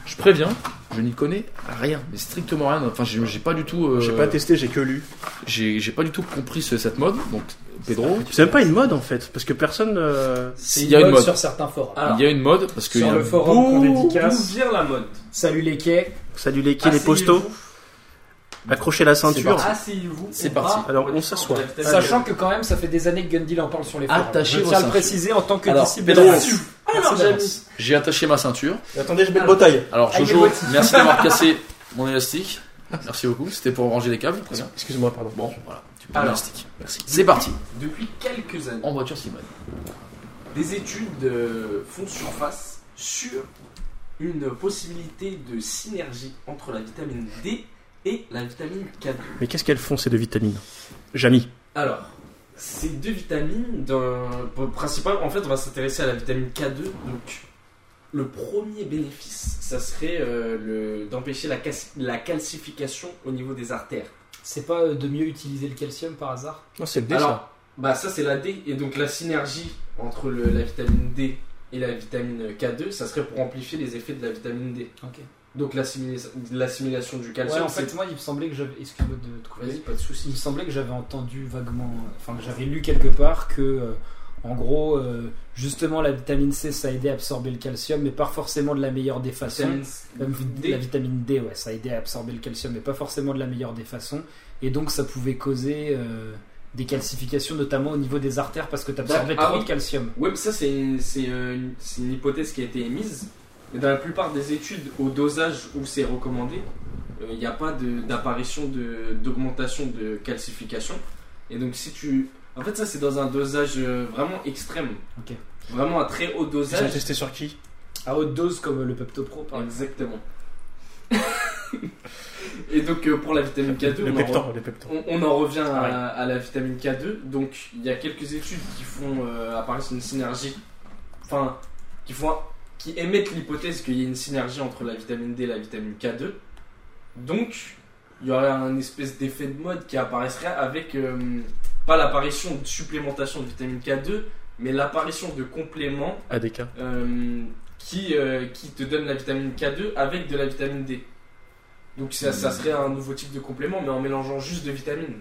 Speaker 3: Je préviens, je n'y connais rien, mais strictement rien. Enfin, j'ai j'ai pas du tout, euh,
Speaker 6: J'ai pas testé, j'ai que lu.
Speaker 3: j'ai j'ai pas du tout compris ce- cette mode. Donc, Pedro,
Speaker 6: C'est même pas une mode en fait, parce que personne. euh,
Speaker 5: C'est
Speaker 3: il y a une mode.
Speaker 5: sur certains forums.
Speaker 4: Alors,
Speaker 3: il y a une mode parce que il y
Speaker 5: sur
Speaker 3: a
Speaker 5: le forum qu'on
Speaker 4: D'où
Speaker 5: dédicace.
Speaker 4: vient la mode
Speaker 5: Salut les quais.
Speaker 6: Salut les quais, les
Speaker 4: Asseyez-vous.
Speaker 6: postos, accrochez la ceinture.
Speaker 4: Asseyez-vous.
Speaker 3: C'est
Speaker 4: on
Speaker 3: parti.
Speaker 4: va-
Speaker 6: Alors, on
Speaker 4: va-
Speaker 6: s'assoit.
Speaker 4: va-
Speaker 5: Sachant que quand même, ça fait des années que Gundy en parle sur les forums.
Speaker 3: Attachez
Speaker 5: Je
Speaker 3: vos
Speaker 5: tiens à le
Speaker 3: ceintures.
Speaker 5: préciser en tant que
Speaker 3: Alors,
Speaker 5: disciple.
Speaker 3: Pedro.
Speaker 5: d'Alsace.
Speaker 4: Alors,
Speaker 5: Merci
Speaker 4: j'aime.
Speaker 5: d'avance.
Speaker 3: j'ai attaché ma ceinture.
Speaker 6: Attendez, je mets le botaille.
Speaker 3: Alors,
Speaker 5: Ah, il est
Speaker 3: Jojo,
Speaker 5: motivé.
Speaker 3: merci d'avoir cassé mon élastique. Merci beaucoup. C'était pour ranger les câbles. Très bien.
Speaker 6: Excuse-moi, pardon.
Speaker 3: Bon, voilà. Tu
Speaker 5: Ah,
Speaker 3: prends
Speaker 4: Alors.
Speaker 3: l'élastique. Merci. C'est parti.
Speaker 4: Depuis quelques années,
Speaker 3: En voiture, Simon.
Speaker 4: des études euh, font surface sur une possibilité de synergie entre la vitamine D et la vitamine K2.
Speaker 6: Mais qu'est-ce qu'elles font ces deux vitamines Jamy.
Speaker 4: Alors, ces deux vitamines, d'un- principal, en fait, on va s'intéresser à la vitamine K2. Donc, le premier bénéfice, ça serait euh, le- d'empêcher la, cas- la calcification au niveau des artères.
Speaker 10: C'est pas euh, de mieux utiliser le calcium par hasard
Speaker 6: Non, c'est le D ça.
Speaker 4: Alors, bah ça c'est la D et donc la synergie entre le- la vitamine D et la vitamine K2, ça serait pour amplifier les effets de la vitamine D.
Speaker 10: Ok.
Speaker 4: Donc l'assimila- l'assimilation du
Speaker 10: Ouais,
Speaker 4: calcium,
Speaker 10: en
Speaker 4: c'est
Speaker 10: fait, moi, il me semblait que j'avais. Excuse-moi de te couper.
Speaker 4: Vas-y, pas de
Speaker 10: Il me
Speaker 4: soucis.
Speaker 10: semblait que j'avais entendu vaguement, enfin que j'avais lu quelque part que, euh, en gros, euh, justement la vitamine C ça aidait à absorber le calcium, mais pas forcément de la meilleure des façons. La vi- La vitamine D, ouais, ça aidait à absorber le calcium, mais pas forcément de la meilleure des façons. Et donc ça pouvait causer euh, des calcifications, notamment au niveau des artères, parce que t'absorbais
Speaker 4: Ah
Speaker 10: trop
Speaker 4: oui.
Speaker 10: de calcium.
Speaker 4: Ouais, mais ça, c'est une, c'est, euh, une- c'est une hypothèse qui a été émise. Mais dans la plupart des études, au dosage où c'est recommandé, euh, il n'y a pas de- d'apparition de- d'augmentation de, calcification. Et donc, si tu. En fait, ça, c'est dans un dosage euh, vraiment extrême.
Speaker 10: Ok.
Speaker 4: Vraiment un très
Speaker 6: Ils
Speaker 4: haut
Speaker 6: ont
Speaker 4: dosage.
Speaker 6: testé sur qui
Speaker 10: À haute dose, comme le Pepto Pro, par exemple.
Speaker 4: Exactement. Et donc, euh, pour la vitamine K2,
Speaker 6: Le
Speaker 4: on en
Speaker 6: peptan, le peptan.
Speaker 4: on, on en revient à, à la vitamine K2. Donc, il y a quelques études qui font euh, apparaître une synergie, enfin, qui font, qui émettent l'hypothèse qu'il y ait une synergie entre la vitamine D et la vitamine K2. Donc, il y aurait un espèce d'effet de mode qui apparaîtrait avec euh, pas l'apparition de supplémentation de vitamine K2, mais l'apparition de compléments
Speaker 6: ADK.
Speaker 4: euh, qui, euh, qui te donne la vitamine K2 avec de la vitamine D. Donc ça,
Speaker 3: Hmm.
Speaker 4: ça serait un nouveau type de complément, mais en mélangeant juste de vitamines.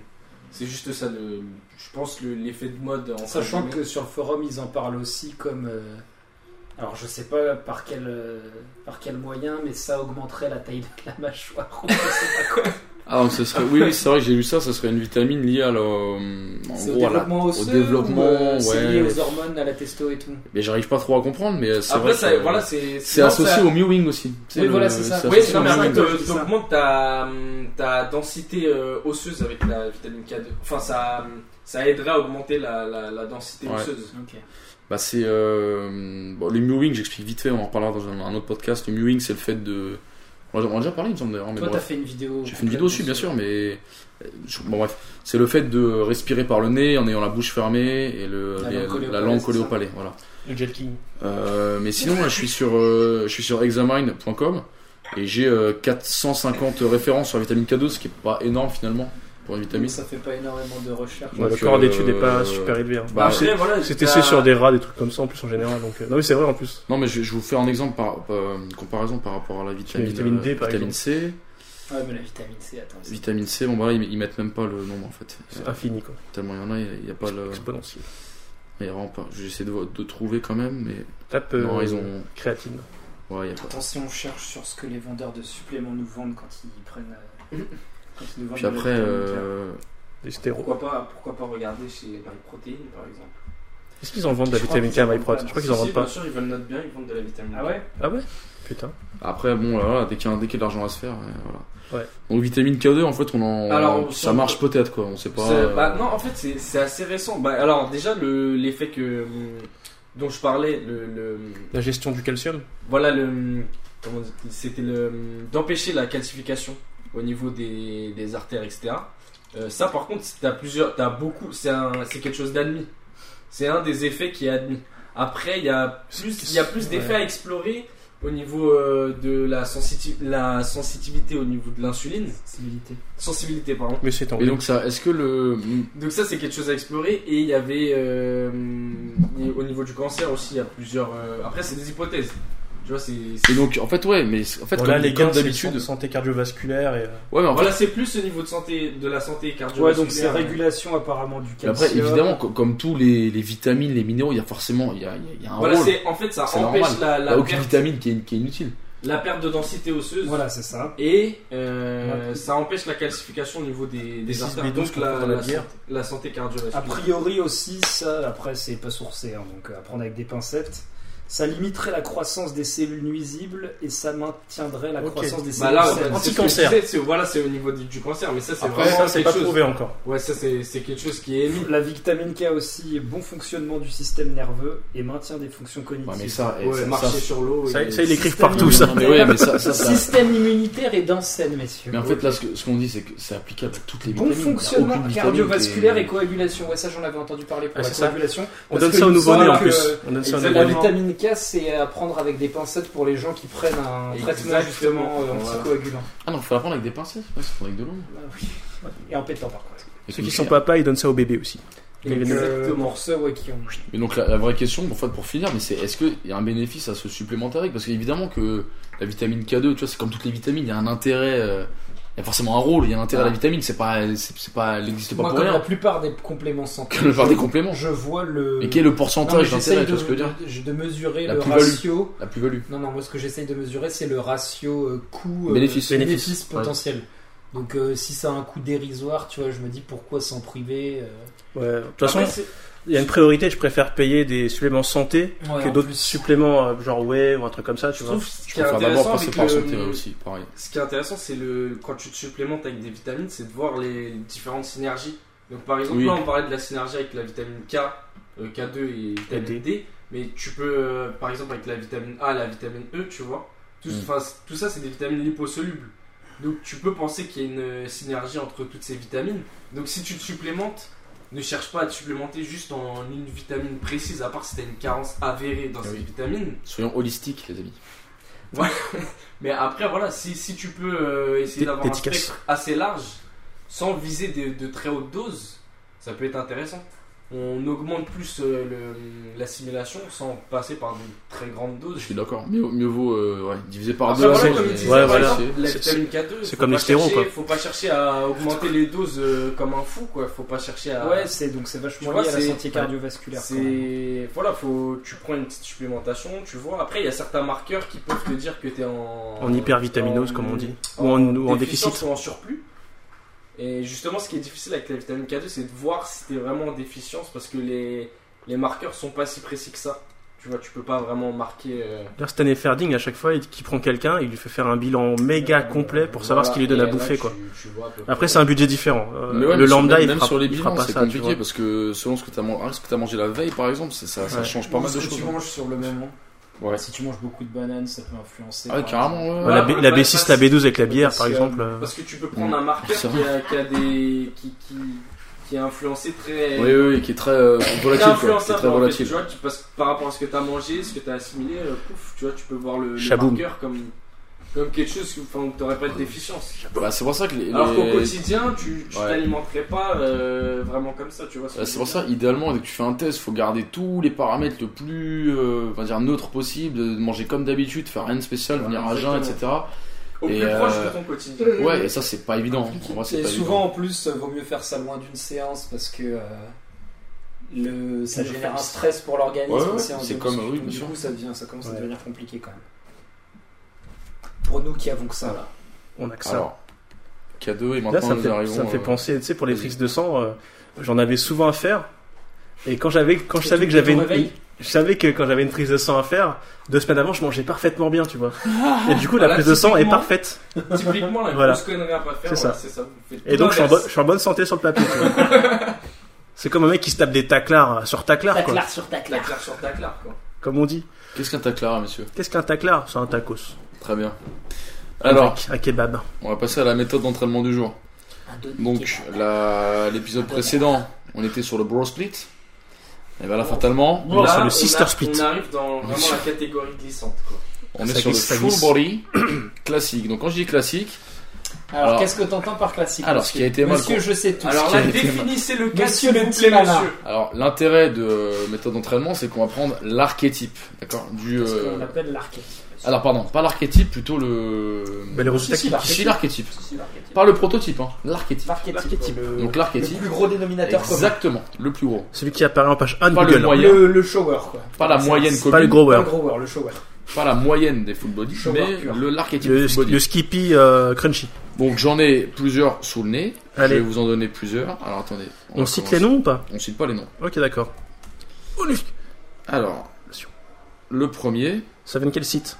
Speaker 4: C'est juste ça, le, je pense, le- l'effet de mode. En
Speaker 5: Sachant que sur le forum, ils en parlent aussi comme. euh, alors, je sais pas par quel, euh, par quel moyen, mais ça augmenterait la taille de la mâchoire. Je sais pas quoi.
Speaker 3: Ah, donc ce serait, oui, oui, c'est vrai que j'ai lu ça, ça serait une vitamine liée à la, euh, en
Speaker 5: C'est au
Speaker 3: gros, à la-
Speaker 5: développement osseux.
Speaker 3: au développement,
Speaker 5: ou, euh, C'est lié
Speaker 3: ouais.
Speaker 5: aux hormones, à la testo et tout.
Speaker 3: Mais j'arrive pas trop à comprendre, mais c'est
Speaker 4: Après,
Speaker 3: vrai
Speaker 4: ça,
Speaker 3: que
Speaker 4: voilà, c'est
Speaker 3: c'est
Speaker 4: non,
Speaker 3: associé
Speaker 4: ça-
Speaker 3: au mewing aussi. Tu sais,
Speaker 5: Oui,
Speaker 3: le-
Speaker 5: voilà, c'est ça.
Speaker 4: Oui,
Speaker 3: associé
Speaker 4: non,
Speaker 3: au
Speaker 4: mais en fait,
Speaker 3: mewing.
Speaker 4: euh, t'augmentes ta, ta densité euh, osseuse avec la vitamine K2. Enfin, ça, ça aiderait à augmenter la, la, la densité
Speaker 3: Ouais.
Speaker 4: osseuse.
Speaker 3: Bah, c'est euh, bon, le mewing, j'explique vite fait, on en reparlera dans un, un autre podcast. Le mewing, c'est le fait de. On en a déjà parlé, il me semble d'ailleurs. mais
Speaker 5: Toi,
Speaker 3: bref.
Speaker 5: t'as fait une vidéo.
Speaker 3: J'ai fait une vidéo dessus, bien sûr, mais. euh, je- Bon, bref. C'est le fait de respirer par le nez en ayant la bouche fermée et le,
Speaker 5: La
Speaker 3: les-
Speaker 5: langue collée
Speaker 3: la
Speaker 5: au palais,
Speaker 3: langue
Speaker 5: c'est
Speaker 3: collée au
Speaker 5: ça
Speaker 3: palais. Voilà.
Speaker 6: Le Jet King.
Speaker 3: Euh, mais sinon, là, je suis sur, euh, je suis sur examine.com et j'ai euh, 450 références sur la vitamine K2, ce qui est pas énorme finalement pour une vitamine.
Speaker 5: Ça fait pas énormément de recherches.
Speaker 3: Donc,
Speaker 6: le corps
Speaker 3: euh,
Speaker 6: d'étude n'est pas super élevé. hein.
Speaker 3: bah,
Speaker 4: Après, voilà,
Speaker 6: C'est
Speaker 4: t'as-
Speaker 6: testé sur des rats, des trucs comme ça en plus en général. Donc, euh, Non, mais c'est vrai en plus.
Speaker 3: Non, mais je, je vous fais un exemple par, par- une comparaison par rapport à la vitamine, euh,
Speaker 6: vitamine D, par
Speaker 3: vitamine
Speaker 6: exemple.
Speaker 3: C.
Speaker 5: Ah Ouais, mais la vitamine C, attends. c'est-
Speaker 3: Vitamine C, bon, bah là, ils, ils mettent même pas le nombre en fait.
Speaker 6: C'est infini quoi.
Speaker 3: Tellement il y en a, il n'y a pas le.
Speaker 6: Exponentiel.
Speaker 3: Il y a vraiment pas. J'essaie de, vo- de trouver quand même, mais.
Speaker 6: Tape euh,
Speaker 3: non, ils ont.
Speaker 6: créatine.
Speaker 3: Ouais, il y a pas.
Speaker 5: Attention, on cherche sur ce que les vendeurs de suppléments nous vendent quand ils prennent. euh, quand ils nous vendent
Speaker 3: Puis après,
Speaker 5: de la vitamine K.
Speaker 3: euh,
Speaker 6: Des stéros.
Speaker 4: Pourquoi pas, pourquoi pas regarder chez les protéines, par exemple
Speaker 6: Est-ce qu'ils en vendent de la
Speaker 5: Je crois
Speaker 6: vitamine K
Speaker 5: qu'ils en
Speaker 6: à
Speaker 5: vendent
Speaker 6: MyProd
Speaker 5: pas,
Speaker 6: Je crois
Speaker 4: Ah, Si,
Speaker 6: qu'ils en
Speaker 4: si,
Speaker 6: vendent pas.
Speaker 4: Bien sûr, ils veulent notre bien, ils vendent de la vitamine.
Speaker 5: Ah ouais
Speaker 6: Ah ouais Putain.
Speaker 3: Après, bon, là, voilà, dès qu'il y a, dès qu'il y a de l'argent à se faire, euh, voilà.
Speaker 6: Ouais.
Speaker 3: Donc, vitamine K2, en fait, on en.
Speaker 4: Alors,
Speaker 3: ça
Speaker 4: si-
Speaker 3: marche peut-être, quoi, on sait pas.
Speaker 4: C'est-
Speaker 3: euh,
Speaker 4: bah, non, en fait, c'est c'est assez récent. Bah, alors, déjà, le- l'effet que hum, dont je parlais, le, le-
Speaker 6: La gestion du calcium
Speaker 4: voilà, le hum, comment on dit- c'était le hum, d'empêcher la calcification au niveau des, des artères, etc. Euh, ça, par contre, t'as plusieurs, t'as beaucoup, c'est un- c'est quelque chose d'admis. C'est un des effets qui est admis. Après, il y a plus, il y a plus d'effets à explorer au niveau euh, de la, sensiti- la sensitivité au niveau de l'insuline,
Speaker 10: Sensibilité.
Speaker 4: sensibilité, pardon.
Speaker 6: Mais c'est en
Speaker 3: Et donc, ça, est-ce que le.
Speaker 4: Donc ça c'est quelque chose à explorer et il y avait euh, et au niveau du cancer aussi il y a plusieurs euh, après c'est des hypothèses tu vois c'est c'est-
Speaker 3: Et donc, en fait, ouais, mais en fait,
Speaker 6: Bon,
Speaker 3: comme,
Speaker 6: là, les
Speaker 3: comme
Speaker 6: gars, d'habitude,
Speaker 3: d'habitude.
Speaker 6: de santé cardiovasculaire et. euh,
Speaker 3: Ouais, mais en fait,
Speaker 4: voilà c'est plus au niveau de santé de la santé
Speaker 10: Ouais,
Speaker 4: cardiovasculaire
Speaker 10: donc c'est régulation apparemment du
Speaker 3: mais après,
Speaker 10: calcium.
Speaker 3: évidemment, co- comme tous les, les vitamines, les minéraux, il y a forcément. Il y a, il y a- il y a un
Speaker 4: Ah, voilà
Speaker 3: rôle.
Speaker 4: c'est en fait ça
Speaker 3: Ah, C'est normal.
Speaker 4: empêche la,
Speaker 3: Il
Speaker 4: la
Speaker 3: n'y a aucune
Speaker 4: perte,
Speaker 3: vitamine qui est, qui est inutile.
Speaker 4: la perte de densité osseuse
Speaker 10: Voilà, c'est ça.
Speaker 4: et euh, ça empêche la calcification au niveau des, des
Speaker 6: six
Speaker 4: artères
Speaker 6: B12
Speaker 4: donc
Speaker 6: qu'on
Speaker 4: la,
Speaker 6: prend dans la
Speaker 4: la
Speaker 6: bière.
Speaker 4: santé- la santé
Speaker 10: A
Speaker 4: cardiovasculaire
Speaker 10: priori aussi, ça, après c'est pas sourcé, hein, donc euh, à prendre avec des pincettes, ça limiterait la croissance des cellules nuisibles et ça maintiendrait la
Speaker 6: Ok.
Speaker 10: croissance des
Speaker 4: bah
Speaker 10: cellules
Speaker 4: là,
Speaker 10: saines.
Speaker 4: c'est ce que je
Speaker 6: Anti-cancer.
Speaker 4: disais, c'est- voilà, c'est au niveau du, du cancer, mais ça, c'est
Speaker 6: Après, ça,
Speaker 4: vraiment
Speaker 6: c'est
Speaker 4: quelque
Speaker 6: pas
Speaker 4: chose.
Speaker 6: prouvé encore.
Speaker 4: Ouais, ça, c'est c'est quelque chose qui est émis.
Speaker 10: La vitamine K aussi, bon fonctionnement du système nerveux et maintien des fonctions cognitives.
Speaker 3: Ouais, mais ça, eh,
Speaker 4: Ouais,
Speaker 3: ça-
Speaker 4: marcher
Speaker 3: ça-
Speaker 4: sur l'eau.
Speaker 6: Ça,
Speaker 4: et-
Speaker 6: ça, ils l'écrivent
Speaker 10: système
Speaker 6: partout, ça.
Speaker 3: Non, mais ouais, mais ça, ça, ça-
Speaker 5: Système immunitaire et dans scène, messieurs.
Speaker 3: Mais en fait, là, ce que- ce qu'on dit, c'est que c'est applicable à toutes les
Speaker 5: Bon
Speaker 3: vitamines. Il y a
Speaker 5: fonctionnement
Speaker 3: aucune vitamine qui est-
Speaker 5: cardiovasculaire et coagulation. Ouais, ça, j'en avais entendu parler pour
Speaker 6: Ah,
Speaker 5: la
Speaker 6: c'est ça.
Speaker 5: coagulation.
Speaker 6: On
Speaker 5: Parce
Speaker 6: donne
Speaker 5: que
Speaker 6: ça aux
Speaker 5: il me
Speaker 6: nouveau-nés en
Speaker 5: semble que-
Speaker 6: plus. On donne ça aux
Speaker 5: La
Speaker 4: Exactement.
Speaker 6: nouveau-nés.
Speaker 5: vitamine K, c'est à prendre avec des pincettes pour les gens qui prennent un traitement justement
Speaker 4: Exactement.
Speaker 5: euh,
Speaker 4: Voilà.
Speaker 5: anticoagulant.
Speaker 3: Ah non, faut la prendre avec des pincettes, ouais, c'est avec de l'eau.
Speaker 5: Et en pétant par contre.
Speaker 3: Et
Speaker 6: Ceux
Speaker 3: comme
Speaker 6: qui sont
Speaker 3: ça.
Speaker 6: papas, ils donnent ça aux bébés aussi.
Speaker 5: Donc, euh, pour ceux ouais, qui ont.
Speaker 3: Mais donc la, la vraie question, en fait, pour finir, mais c'est est-ce qu'il y a un bénéfice à ce supplémentaire Parce qu'évidemment que la vitamine K2, tu vois, c'est comme toutes les vitamines, il y a un intérêt, euh, il y a forcément un rôle, il y a un intérêt à la vitamine, c'est pas, c'est, c'est pas, elle n'existe pas
Speaker 5: Moi,
Speaker 3: pour
Speaker 5: comme la
Speaker 3: rien.
Speaker 5: plupart des compléments santé,
Speaker 3: Que le faire des compléments.
Speaker 5: je vois le.
Speaker 3: Et quel est le
Speaker 5: Non, mais
Speaker 3: pourcentage
Speaker 5: j'essaye
Speaker 3: d'intérêt,
Speaker 5: de,
Speaker 3: tu vois ce que je veux dire
Speaker 5: de- de mesurer
Speaker 3: La
Speaker 5: le
Speaker 3: plus-value.
Speaker 5: ratio.
Speaker 3: La plus-value.
Speaker 5: Non, non, moi ce que j'essaye de mesurer, c'est le ratio euh, coût euh,
Speaker 3: Bénéfice.
Speaker 5: bénéfice
Speaker 3: Bénéfice, ouais.
Speaker 5: potentiel. Donc euh, si ça a un coût dérisoire, tu vois, je me dis pourquoi s'en priver euh,
Speaker 6: Ouais. De toute façon,
Speaker 4: Après, c'est-
Speaker 6: il y a une priorité, je préfère payer des suppléments santé
Speaker 5: Ouais,
Speaker 6: que
Speaker 5: en
Speaker 6: d'autres
Speaker 5: plus.
Speaker 6: suppléments euh, genre whey ou un truc comme ça, tu
Speaker 4: je
Speaker 6: vois.
Speaker 4: trouve ce
Speaker 3: Je
Speaker 4: qui est
Speaker 3: préfère d'abord
Speaker 4: intéressant
Speaker 3: passer
Speaker 4: avec
Speaker 3: par
Speaker 4: le-
Speaker 3: santé ouais, aussi, pareil.
Speaker 4: Ce qui est intéressant, c'est le quand tu te supplémentes avec des vitamines, c'est de voir les différentes synergies. Donc par exemple,
Speaker 3: Oui.
Speaker 4: là on parlait de la synergie avec la vitamine K, euh, K2 et vitamine D. mais tu peux euh, par exemple avec la vitamine A, la vitamine E, tu vois. Tout,
Speaker 3: Mm.
Speaker 4: enfin, c'est- tout ça, c'est des vitamines liposolubles. Donc tu peux penser qu'il y a une euh, synergie entre toutes ces vitamines. Donc si tu te supplémentes, ne cherche pas à te supplémenter juste en une vitamine précise, à part si tu as une carence avérée dans
Speaker 3: Ah
Speaker 4: cette
Speaker 3: oui.
Speaker 4: vitamine.
Speaker 3: Soyons holistiques, les amis.
Speaker 4: Mais après, voilà, si, si tu peux euh, essayer
Speaker 6: T'es-
Speaker 4: d'avoir un
Speaker 6: t'efficace.
Speaker 4: spectre assez large, sans viser de, de très hautes doses, ça peut être intéressant. On augmente plus euh, le- l'assimilation sans passer par des très grandes doses.
Speaker 3: Je suis d'accord. Mieux, mieux vaut euh, ouais, diviser par
Speaker 4: Après,
Speaker 3: deux.
Speaker 4: voilà,
Speaker 3: c'est-
Speaker 4: comme il
Speaker 3: mais-
Speaker 4: disait,
Speaker 6: Ouais,
Speaker 4: par
Speaker 6: voilà.
Speaker 4: exemple, la
Speaker 6: C'est-
Speaker 4: vitamine K2,
Speaker 6: c'est
Speaker 4: faut
Speaker 6: comme
Speaker 4: pas
Speaker 6: les stérols,
Speaker 4: chercher-
Speaker 6: quoi.
Speaker 4: Faut pas chercher à augmenter les doses euh, comme un fou, quoi. Faut pas chercher à.
Speaker 5: Ouais, c'est donc c'est vachement
Speaker 4: vois,
Speaker 5: lié à la
Speaker 4: c'est-
Speaker 5: santé cardiovasculaire. quand même.
Speaker 4: C'est voilà, faut tu prends une petite supplémentation, tu vois. Après, il y a certains marqueurs qui peuvent te dire que t'es en
Speaker 6: En hypervitaminose,
Speaker 4: en-
Speaker 6: comme on dit. Ou en- ou en
Speaker 4: déficience
Speaker 6: déficit.
Speaker 4: ou en surplus. Et justement, ce qui est difficile avec la vitamine K2, c'est de voir si t'es vraiment en déficience parce que les les marqueurs sont pas si précis que ça. Tu vois, tu peux pas vraiment marquer. euh,
Speaker 6: D'ailleurs, Stanley Ferding, à chaque fois il- qu'il prend quelqu'un, il lui fait faire un bilan méga complet pour savoir
Speaker 4: euh, voilà.
Speaker 6: ce qu'il lui donne
Speaker 4: Et
Speaker 6: à
Speaker 4: là,
Speaker 6: bouffer,
Speaker 4: tu-
Speaker 6: quoi.
Speaker 4: tu vois à peu près.
Speaker 6: Après, c'est un budget différent. Euh,
Speaker 3: Mais ouais,
Speaker 6: le
Speaker 3: mais sur-
Speaker 6: lambda,
Speaker 3: même,
Speaker 6: il
Speaker 3: même
Speaker 6: fera,
Speaker 3: sur les
Speaker 6: il fera
Speaker 3: bilans,
Speaker 6: pas
Speaker 3: c'est
Speaker 6: ça, tu vois.
Speaker 3: compliqué parce que selon ce que t'as mangé, ce que t'as mangé la veille, par exemple, ça, ça, ça
Speaker 6: Ouais.
Speaker 3: change pas
Speaker 5: Ou
Speaker 3: mal de
Speaker 5: ce que
Speaker 3: choses. hein.
Speaker 5: tu manges sur le moment.
Speaker 3: Ouais.
Speaker 5: hein. Si tu manges beaucoup de bananes, ça peut influencer.
Speaker 3: Ah ouais,
Speaker 5: par
Speaker 3: carrément. ouais,
Speaker 6: Ouais,
Speaker 3: ouais.
Speaker 6: la,
Speaker 4: Voilà,
Speaker 6: B,
Speaker 4: on
Speaker 6: la
Speaker 4: va
Speaker 6: B6, la
Speaker 4: passer
Speaker 6: B12 avec la bière, par
Speaker 5: potassium.
Speaker 6: exemple. euh,
Speaker 4: Parce que tu peux prendre un marqueur
Speaker 3: C'est
Speaker 4: qui a, qui a des qui, qui, qui est influencé très
Speaker 3: Oui, oui, oui, qui est très euh,
Speaker 4: très
Speaker 3: volatile, quoi. Qui est
Speaker 4: influençable,
Speaker 3: très
Speaker 4: en fait,
Speaker 3: volatile.
Speaker 4: tu vois, tu- parce que par rapport à ce que tu as mangé, ce que tu as assimilé, euh, pouf, tu vois, tu peux voir le, le
Speaker 6: Shaboum.
Speaker 4: marqueur comme comme quelque chose que enfin, tu n'aurais pas de déficience.
Speaker 3: Bah, c'est pour ça que les,
Speaker 4: Alors qu'au
Speaker 3: les-
Speaker 4: quotidien, tu tu
Speaker 3: Ouais.
Speaker 4: t'alimenterais pas euh, vraiment comme ça, tu vois. ce que
Speaker 3: Euh,
Speaker 4: je
Speaker 3: C'est
Speaker 4: veux
Speaker 3: pour ça,
Speaker 4: dire.
Speaker 3: idéalement, dès que tu fais un test, faut garder tous les paramètres le plus euh, on va dire, neutre possible, de manger comme d'habitude, faire rien de spécial,
Speaker 4: Ouais,
Speaker 3: venir à jeun, etc.
Speaker 4: exactement. Au
Speaker 3: Et,
Speaker 4: plus proche
Speaker 3: euh,
Speaker 4: de ton quotidien.
Speaker 3: Ouais, et ça, c'est pas évident. En vrai, c'est
Speaker 5: Et
Speaker 3: pas
Speaker 5: souvent,
Speaker 3: évident.
Speaker 5: en plus, euh, vaut mieux faire ça loin d'une séance parce que euh, le, ça
Speaker 6: Je
Speaker 5: génère un
Speaker 6: pense.
Speaker 5: stress pour l'organisme.
Speaker 3: Ouais, ouais,
Speaker 5: en séance
Speaker 3: c'est
Speaker 5: de
Speaker 3: comme-
Speaker 5: muscu.
Speaker 3: oui,
Speaker 5: Donc,
Speaker 3: bien
Speaker 5: du
Speaker 3: sûr.
Speaker 5: coup, ça, devient, ça commence à
Speaker 6: Ouais.
Speaker 5: devenir compliqué quand même. Pour nous qui avons que ça, là.
Speaker 6: on a que ça.
Speaker 3: Alors, K2 et maintenant
Speaker 6: Là, ça me
Speaker 3: nous
Speaker 6: fait,
Speaker 3: arrivons,
Speaker 6: ça me fait
Speaker 3: euh,
Speaker 6: penser, tu sais, pour les
Speaker 3: vas-y.
Speaker 6: prises de sang, euh, j'en avais souvent à faire. Et quand j'avais, quand je
Speaker 5: Et
Speaker 6: savais
Speaker 5: tu
Speaker 6: que
Speaker 5: fais
Speaker 6: j'avais
Speaker 5: ton
Speaker 6: une,
Speaker 5: réveil
Speaker 6: je savais que quand j'avais une prise de sang à faire, deux semaines avant, je mangeais parfaitement bien, tu vois. Et du coup, la
Speaker 4: Ah, Voilà,
Speaker 6: prise de sang est
Speaker 4: typiquement.
Speaker 6: parfaite.
Speaker 4: Typiquement, la
Speaker 6: Voilà.
Speaker 4: grosse connerie à pas faire,
Speaker 6: C'est ça.
Speaker 4: voilà, c'est ça. vous faites
Speaker 6: Et
Speaker 4: tout
Speaker 6: donc, je suis, en
Speaker 4: l'inverse.
Speaker 6: bonne, je suis en bonne santé sur le papier, tu vois. C'est comme un mec qui se tape des taclars euh, sur taclars, quoi.
Speaker 11: Taclar sur
Speaker 4: La
Speaker 11: taclar.
Speaker 4: claire sur ta claire, quoi.
Speaker 6: Comme on dit.
Speaker 3: Qu'est-ce qu'un taclara, monsieur
Speaker 6: Qu'est-ce qu'un taclar C'est un tacos.
Speaker 3: Très bien. Alors,
Speaker 6: Avec un kebab.
Speaker 3: on va passer à la méthode d'entraînement du jour.
Speaker 11: Un dos de
Speaker 3: Donc, euh,
Speaker 11: Mickey.
Speaker 3: la- l'épisode précédent, on était sur le bro split. Et ben là, fatalement,
Speaker 6: On est sur le
Speaker 4: on
Speaker 6: sister
Speaker 4: a-
Speaker 6: split.
Speaker 4: On arrive dans vraiment la catégorie glissante, quoi.
Speaker 3: on est
Speaker 6: Ça
Speaker 3: sur le
Speaker 6: glisse, ça
Speaker 3: full
Speaker 6: glisse.
Speaker 3: body classique. Donc, quand je dis classique,
Speaker 5: Alors,
Speaker 3: Alors-
Speaker 5: qu'est-ce que t'entends par classique
Speaker 3: alors ce
Speaker 5: monsieur
Speaker 3: qui a été mal
Speaker 5: Monsieur, je sais tout.
Speaker 4: Alors
Speaker 3: qui
Speaker 4: là,
Speaker 3: a été-
Speaker 4: définissez le cas,
Speaker 5: Monsieur
Speaker 4: s'il
Speaker 5: le
Speaker 4: vous
Speaker 5: petit
Speaker 4: plaît,
Speaker 5: malin.
Speaker 4: monsieur.
Speaker 3: Alors l'intérêt de euh, méthode d'entraînement, c'est qu'on va prendre l'archétype, d'accord Du
Speaker 5: ce
Speaker 3: euh,
Speaker 5: qu'on appelle l'archétype.
Speaker 3: alors pardon, pas l'archétype, plutôt le
Speaker 6: Bah, les résultats
Speaker 5: Si, si,
Speaker 6: qui-
Speaker 5: l'archétype.
Speaker 3: si l'archétype,
Speaker 5: Si, l'archétype.
Speaker 3: pas le prototype, hein, l'archétype.
Speaker 5: L'archétype.
Speaker 6: le-
Speaker 3: Donc
Speaker 5: Le
Speaker 3: l'archétype,
Speaker 5: plus gros dénominateur commun.
Speaker 3: exactement, le plus gros,
Speaker 6: Celui qui apparaît en page 1 de
Speaker 3: Pas le
Speaker 6: Google.
Speaker 3: moyen.
Speaker 5: Le, le shower, quoi.
Speaker 3: pas la moyenne
Speaker 6: Pas
Speaker 3: commune,
Speaker 5: Pas
Speaker 6: le grower.
Speaker 5: le grower, le shower.
Speaker 3: pas la moyenne des full body,
Speaker 5: Show
Speaker 3: mais
Speaker 5: pur.
Speaker 3: le l'archétype
Speaker 6: Le,
Speaker 3: full body.
Speaker 6: le skippy euh, crunchy.
Speaker 3: Donc j'en ai plusieurs sous le nez. Je
Speaker 6: Allez.
Speaker 3: vais vous en donner plusieurs. Alors attendez,
Speaker 6: On,
Speaker 3: va
Speaker 6: cite les
Speaker 3: commencer.
Speaker 6: noms ou pas
Speaker 3: On cite pas les noms.
Speaker 6: Ok, d'accord. Oh, lui.
Speaker 3: Alors le premier,
Speaker 6: Ça vient de quel site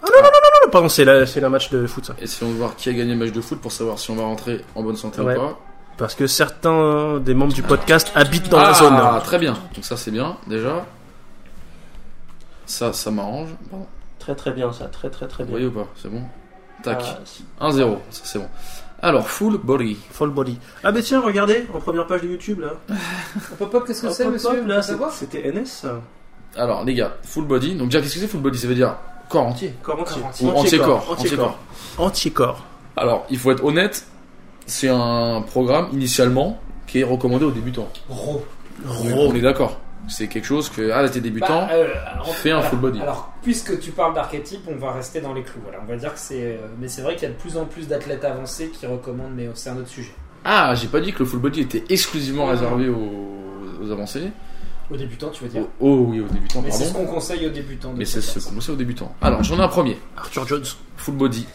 Speaker 6: Ah non, non, non, non, non, pardon, c'est la- c'est un match de foot ça.
Speaker 3: essayons de voir qui a gagné le match de foot pour savoir si on va rentrer en bonne santé
Speaker 6: Ouais.
Speaker 3: ou pas.
Speaker 6: Parce que certains des membres du podcast habitent dans la
Speaker 3: Ah,
Speaker 6: zone.
Speaker 3: très bien. Donc ça c'est bien déjà. Ça, ça m'arrange. Pardon.
Speaker 11: Très très bien ça, très très très
Speaker 3: Vous
Speaker 11: bien.
Speaker 3: voyez ou pas C'est bon. Tac.
Speaker 6: Euh.
Speaker 11: Ah, si.
Speaker 3: 1-0. Ça c'est bon. Alors full body.
Speaker 6: Full body. Ah, bah tiens, regardez, en première page de YouTube là.
Speaker 5: Pop-up, qu'est-ce que
Speaker 6: Hop,
Speaker 5: c'est,
Speaker 6: hop,
Speaker 5: monsieur
Speaker 6: hop, là,
Speaker 5: Faut savoir
Speaker 6: C'était NS ça.
Speaker 3: Alors les gars, full body. Donc déjà qu'est-ce que c'est full body Ça veut dire corps entier.
Speaker 6: Corps entier.
Speaker 5: Corps
Speaker 3: Ou entier corps.
Speaker 6: Entier corps. Entier corps.
Speaker 3: Alors il faut être honnête. C'est un programme initialement qui est recommandé aux débutants.
Speaker 5: Raw.
Speaker 6: Oh.
Speaker 3: On est d'accord. C'est quelque chose que, ah, t'es débutant,
Speaker 5: Bah, euh, alors,
Speaker 3: fais un
Speaker 5: alors-
Speaker 3: full body.
Speaker 5: Alors, puisque tu parles d'archétype, on va rester dans les clous. Voilà, on va dire que c'est. euh, Mais c'est vrai qu'il y a de plus en plus d'athlètes avancés qui recommandent, mais c'est un autre sujet.
Speaker 3: Ah, j'ai pas dit que le full body était exclusivement réservé aux, aux avancés.
Speaker 5: Aux débutants, tu veux dire
Speaker 3: Oh, oh oui, aux débutants,
Speaker 5: Mais c'est ce
Speaker 3: pardon.
Speaker 5: qu'on conseille aux débutants. de
Speaker 3: Mais c'est
Speaker 5: toute
Speaker 3: ce
Speaker 5: façon.
Speaker 3: qu'on sait aux débutants. Alors, j'en ai un premier.
Speaker 6: Arthur Jones.
Speaker 3: Full body.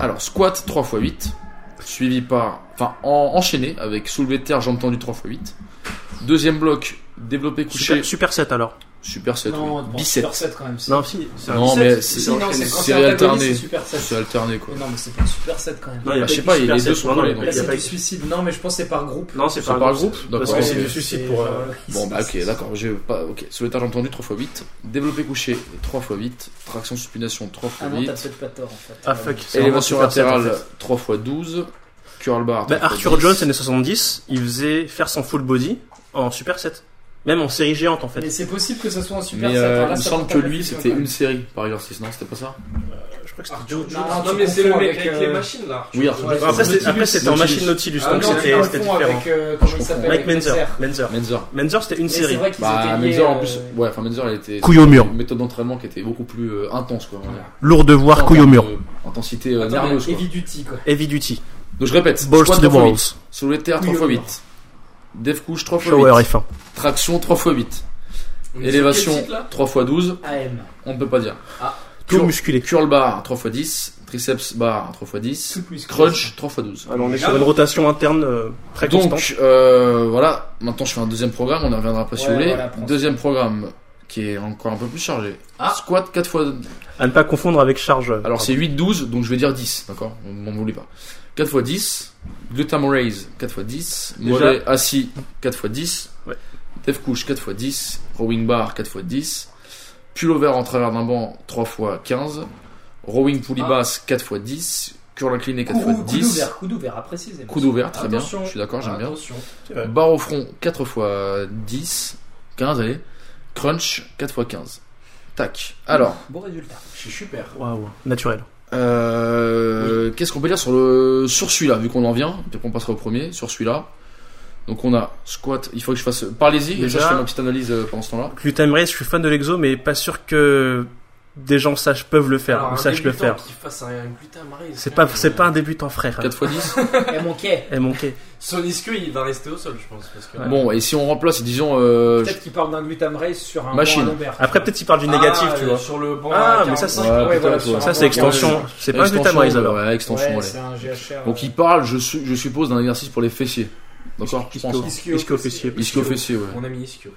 Speaker 3: Alors, squat 3x8, suivi par. Enfin, en- enchaîné avec soulevé de terre, jambes tendues 3x8. Deuxième bloc, développé couché,
Speaker 6: Super, super 7 alors.
Speaker 3: super, set,
Speaker 5: Non,
Speaker 3: oui.
Speaker 5: bon,
Speaker 3: bicep.
Speaker 5: Super 7 quand même. si.
Speaker 6: Non, si, c'est un
Speaker 3: Non,
Speaker 6: 17.
Speaker 3: mais c'est
Speaker 5: Si, non, c'est quand
Speaker 3: c'est
Speaker 5: c'est antagoniste,
Speaker 3: alterné.
Speaker 5: c'est Super 7.
Speaker 3: C'est alterné quoi.
Speaker 5: Mais Non, mais c'est pas Super 7 quand même.
Speaker 6: Non, il y a
Speaker 3: Bah, je sais
Speaker 6: eu
Speaker 3: pas,
Speaker 6: de
Speaker 3: les
Speaker 6: Super
Speaker 3: deux
Speaker 6: 7.
Speaker 3: sont
Speaker 6: Non, non,
Speaker 3: collés,
Speaker 6: il y a
Speaker 5: Là,
Speaker 3: donc.
Speaker 5: c'est
Speaker 6: pas
Speaker 5: du
Speaker 6: eu-
Speaker 5: suicide. Non, mais je pense que c'est par groupe.
Speaker 6: Non, c'est
Speaker 3: C'est
Speaker 6: pas
Speaker 3: par
Speaker 6: un
Speaker 3: groupe
Speaker 6: Parce
Speaker 3: D'accord,
Speaker 6: que c'est
Speaker 3: ok.
Speaker 6: du suicide pour. euh,
Speaker 3: Bon, bah ok, d'accord, je vais pas. Ok, soulevé de terre, jambes tendues 3x8. Développé couché 3x8. Traction supination
Speaker 5: Ah non, t'as
Speaker 3: 3x8.
Speaker 5: peut-être pas tort en fait.
Speaker 6: Ah fuck. c'est vraiment
Speaker 3: Élévation
Speaker 6: Super 7, en fait.
Speaker 3: latérale 3x12. Curl bar.
Speaker 6: Bah,
Speaker 3: 3x10.
Speaker 6: Arthur Jones, années 70, il faisait faire son full body en Super 7. Même en série géante en fait.
Speaker 5: Ah, Mais c'est possible que ce soit un Super
Speaker 3: Mais
Speaker 5: 7.
Speaker 3: euh,
Speaker 5: alors
Speaker 3: il me
Speaker 5: là, ça
Speaker 3: semble
Speaker 5: porte
Speaker 3: que
Speaker 5: à
Speaker 3: lui,
Speaker 5: confusion,
Speaker 3: c'était
Speaker 5: quand même.
Speaker 3: une série par exercice, non C'était pas ça
Speaker 6: Je crois que c'était
Speaker 4: Arthur Jones.
Speaker 5: Non,
Speaker 4: Non,
Speaker 5: tu
Speaker 4: mais c'est le
Speaker 5: confonds
Speaker 4: mec
Speaker 5: avec,
Speaker 4: avec les
Speaker 5: euh,
Speaker 4: machines là.
Speaker 3: Oui, Arthur
Speaker 5: Ouais,
Speaker 3: Jones.
Speaker 6: Après, c'est- après, c'était en
Speaker 3: Nautilus.
Speaker 6: machine Nautilus,
Speaker 5: Ah
Speaker 6: donc
Speaker 5: non, tu
Speaker 6: c'était c'était
Speaker 5: confonds
Speaker 6: différent.
Speaker 5: avec. euh, Comment il
Speaker 3: Je
Speaker 5: s'appelle
Speaker 3: comprends.
Speaker 6: Avec Menzer.
Speaker 5: Menzer.
Speaker 6: Menzer.
Speaker 3: Menzer.
Speaker 6: Menzer, c'était une
Speaker 5: Mais C'est
Speaker 6: série.
Speaker 5: vrai qu'ils
Speaker 3: Bah,
Speaker 5: étaient liés,
Speaker 3: Menzer en
Speaker 5: euh,
Speaker 3: plus, ouais, enfin Menzer, elle était.
Speaker 6: Couille au mur.
Speaker 3: Une méthode d'entraînement qui était beaucoup plus euh, intense, quoi.
Speaker 5: Voilà.
Speaker 6: Lourd de voir,
Speaker 3: En
Speaker 6: couille au
Speaker 3: termes
Speaker 6: mur.
Speaker 3: de Intensité euh,
Speaker 5: Attends, mais
Speaker 3: nerveuse, quoi.
Speaker 5: Heavy Duty quoi.
Speaker 6: Heavy duty.
Speaker 3: Donc je répète
Speaker 6: Balls
Speaker 3: squat
Speaker 6: to the
Speaker 3: 3x8,
Speaker 6: walls.
Speaker 3: soulevé de terre
Speaker 5: Couille au
Speaker 3: 3x8, Dev couche
Speaker 6: Shower
Speaker 3: 3x8,
Speaker 6: F1.
Speaker 3: traction 3x8,
Speaker 4: Sur
Speaker 3: élévation
Speaker 4: quel site, là
Speaker 3: 3x12,
Speaker 5: AM.
Speaker 3: on ne peut pas dire.
Speaker 6: Tout musculé.
Speaker 3: Curl bar 3x10, triceps bar 3x10,
Speaker 5: plus
Speaker 3: crunch 3x12.
Speaker 6: Alors, Ah on est sur une rotation interne euh, très constante.
Speaker 3: Donc euh, voilà, maintenant je fais un deuxième programme, on en reviendra après si
Speaker 5: Ouais,
Speaker 3: vous voulez.
Speaker 5: voilà, prends ça.
Speaker 3: deuxième programme qui est encore un peu plus chargé.
Speaker 5: Ah.
Speaker 3: Squat 4 fois.
Speaker 6: À ne pas confondre avec charge. euh,
Speaker 3: Alors c'est 8-12, donc je vais dire 10, d'accord On m'en voulait pas. 4 fois 10, glutam raise 4 fois 10,
Speaker 6: Déjà.
Speaker 3: mollet assis 4 fois 10,
Speaker 6: Ouais.
Speaker 3: dev couche 4 fois 10, rowing bar 4 fois 10, pullover en travers d'un banc 3 fois 15, rowing pulley
Speaker 5: Ah.
Speaker 3: basse 4 fois 10, curl incliné 4 fois
Speaker 5: Coup
Speaker 3: 10,
Speaker 5: d'ouvert, Ah. coup d'ouvert, ah, précisément.
Speaker 3: coude ouvert, très
Speaker 4: Attention.
Speaker 3: bien, je suis d'accord, j'aime bien.
Speaker 4: Attention.
Speaker 6: Ouais.
Speaker 3: Barre au front 4 x 10, 15, allez. Crunch 4 x 15. Tac. Alors,
Speaker 5: Bon résultat.
Speaker 4: Je suis super.
Speaker 6: Waouh, naturel.
Speaker 3: euh, qu'est-ce qu'on peut dire sur, le, sur celui-là, vu qu'on en vient Puis après, on passera au premier, sur celui-là. Donc, on a squat. Il faut que je fasse. Parlez-y, et
Speaker 6: Déjà.
Speaker 3: ça, je fais ma petite analyse euh, pendant ce temps-là.
Speaker 6: Gluten Race, je suis fan de l'exo, mais pas sûr que des gens sachent, peuvent le faire,
Speaker 4: Alors,
Speaker 6: ou
Speaker 4: un
Speaker 6: sachent le
Speaker 4: débutant
Speaker 6: faire.
Speaker 4: qui fasse un, un glutamate,
Speaker 6: C'est pas, c'est pas un débutant, frère. Eh,
Speaker 3: 4 x 10.
Speaker 5: Elle manquait.
Speaker 6: Elle manquait.
Speaker 4: Son isque, il va rester au sol, je pense. Parce que...
Speaker 3: Bon, et si on remplace, disons. euh,
Speaker 5: Peut-être qu'il parle d'un glutam race sur un
Speaker 3: Machine.
Speaker 5: banc à lombaire.
Speaker 6: Après, peut-être il parle du
Speaker 4: Ah,
Speaker 6: négatif, tu
Speaker 4: euh,
Speaker 6: vois.
Speaker 4: Sur le banc.
Speaker 6: Ah,
Speaker 4: à
Speaker 6: mais ça,
Speaker 4: 45.
Speaker 6: c'est-
Speaker 3: ouais,
Speaker 5: Ouais,
Speaker 3: peut-être,
Speaker 5: voilà,
Speaker 3: ouais.
Speaker 5: sur un
Speaker 6: Ça, c'est
Speaker 5: banc
Speaker 6: extension.
Speaker 5: carré.
Speaker 6: C'est pas un
Speaker 3: Extension, euh,
Speaker 6: Gluten Race, alors.
Speaker 3: ouais, extension,
Speaker 5: Ouais,
Speaker 3: allez.
Speaker 5: c'est un GHR.
Speaker 3: Donc,
Speaker 5: euh,
Speaker 3: il parle, je, su- je suppose, d'un exercice pour les fessiers. D'accord Je pense. hein.
Speaker 6: Ischio, ischio fessier.
Speaker 3: Ischio-fessier, ouais.
Speaker 4: Mon ami ischio.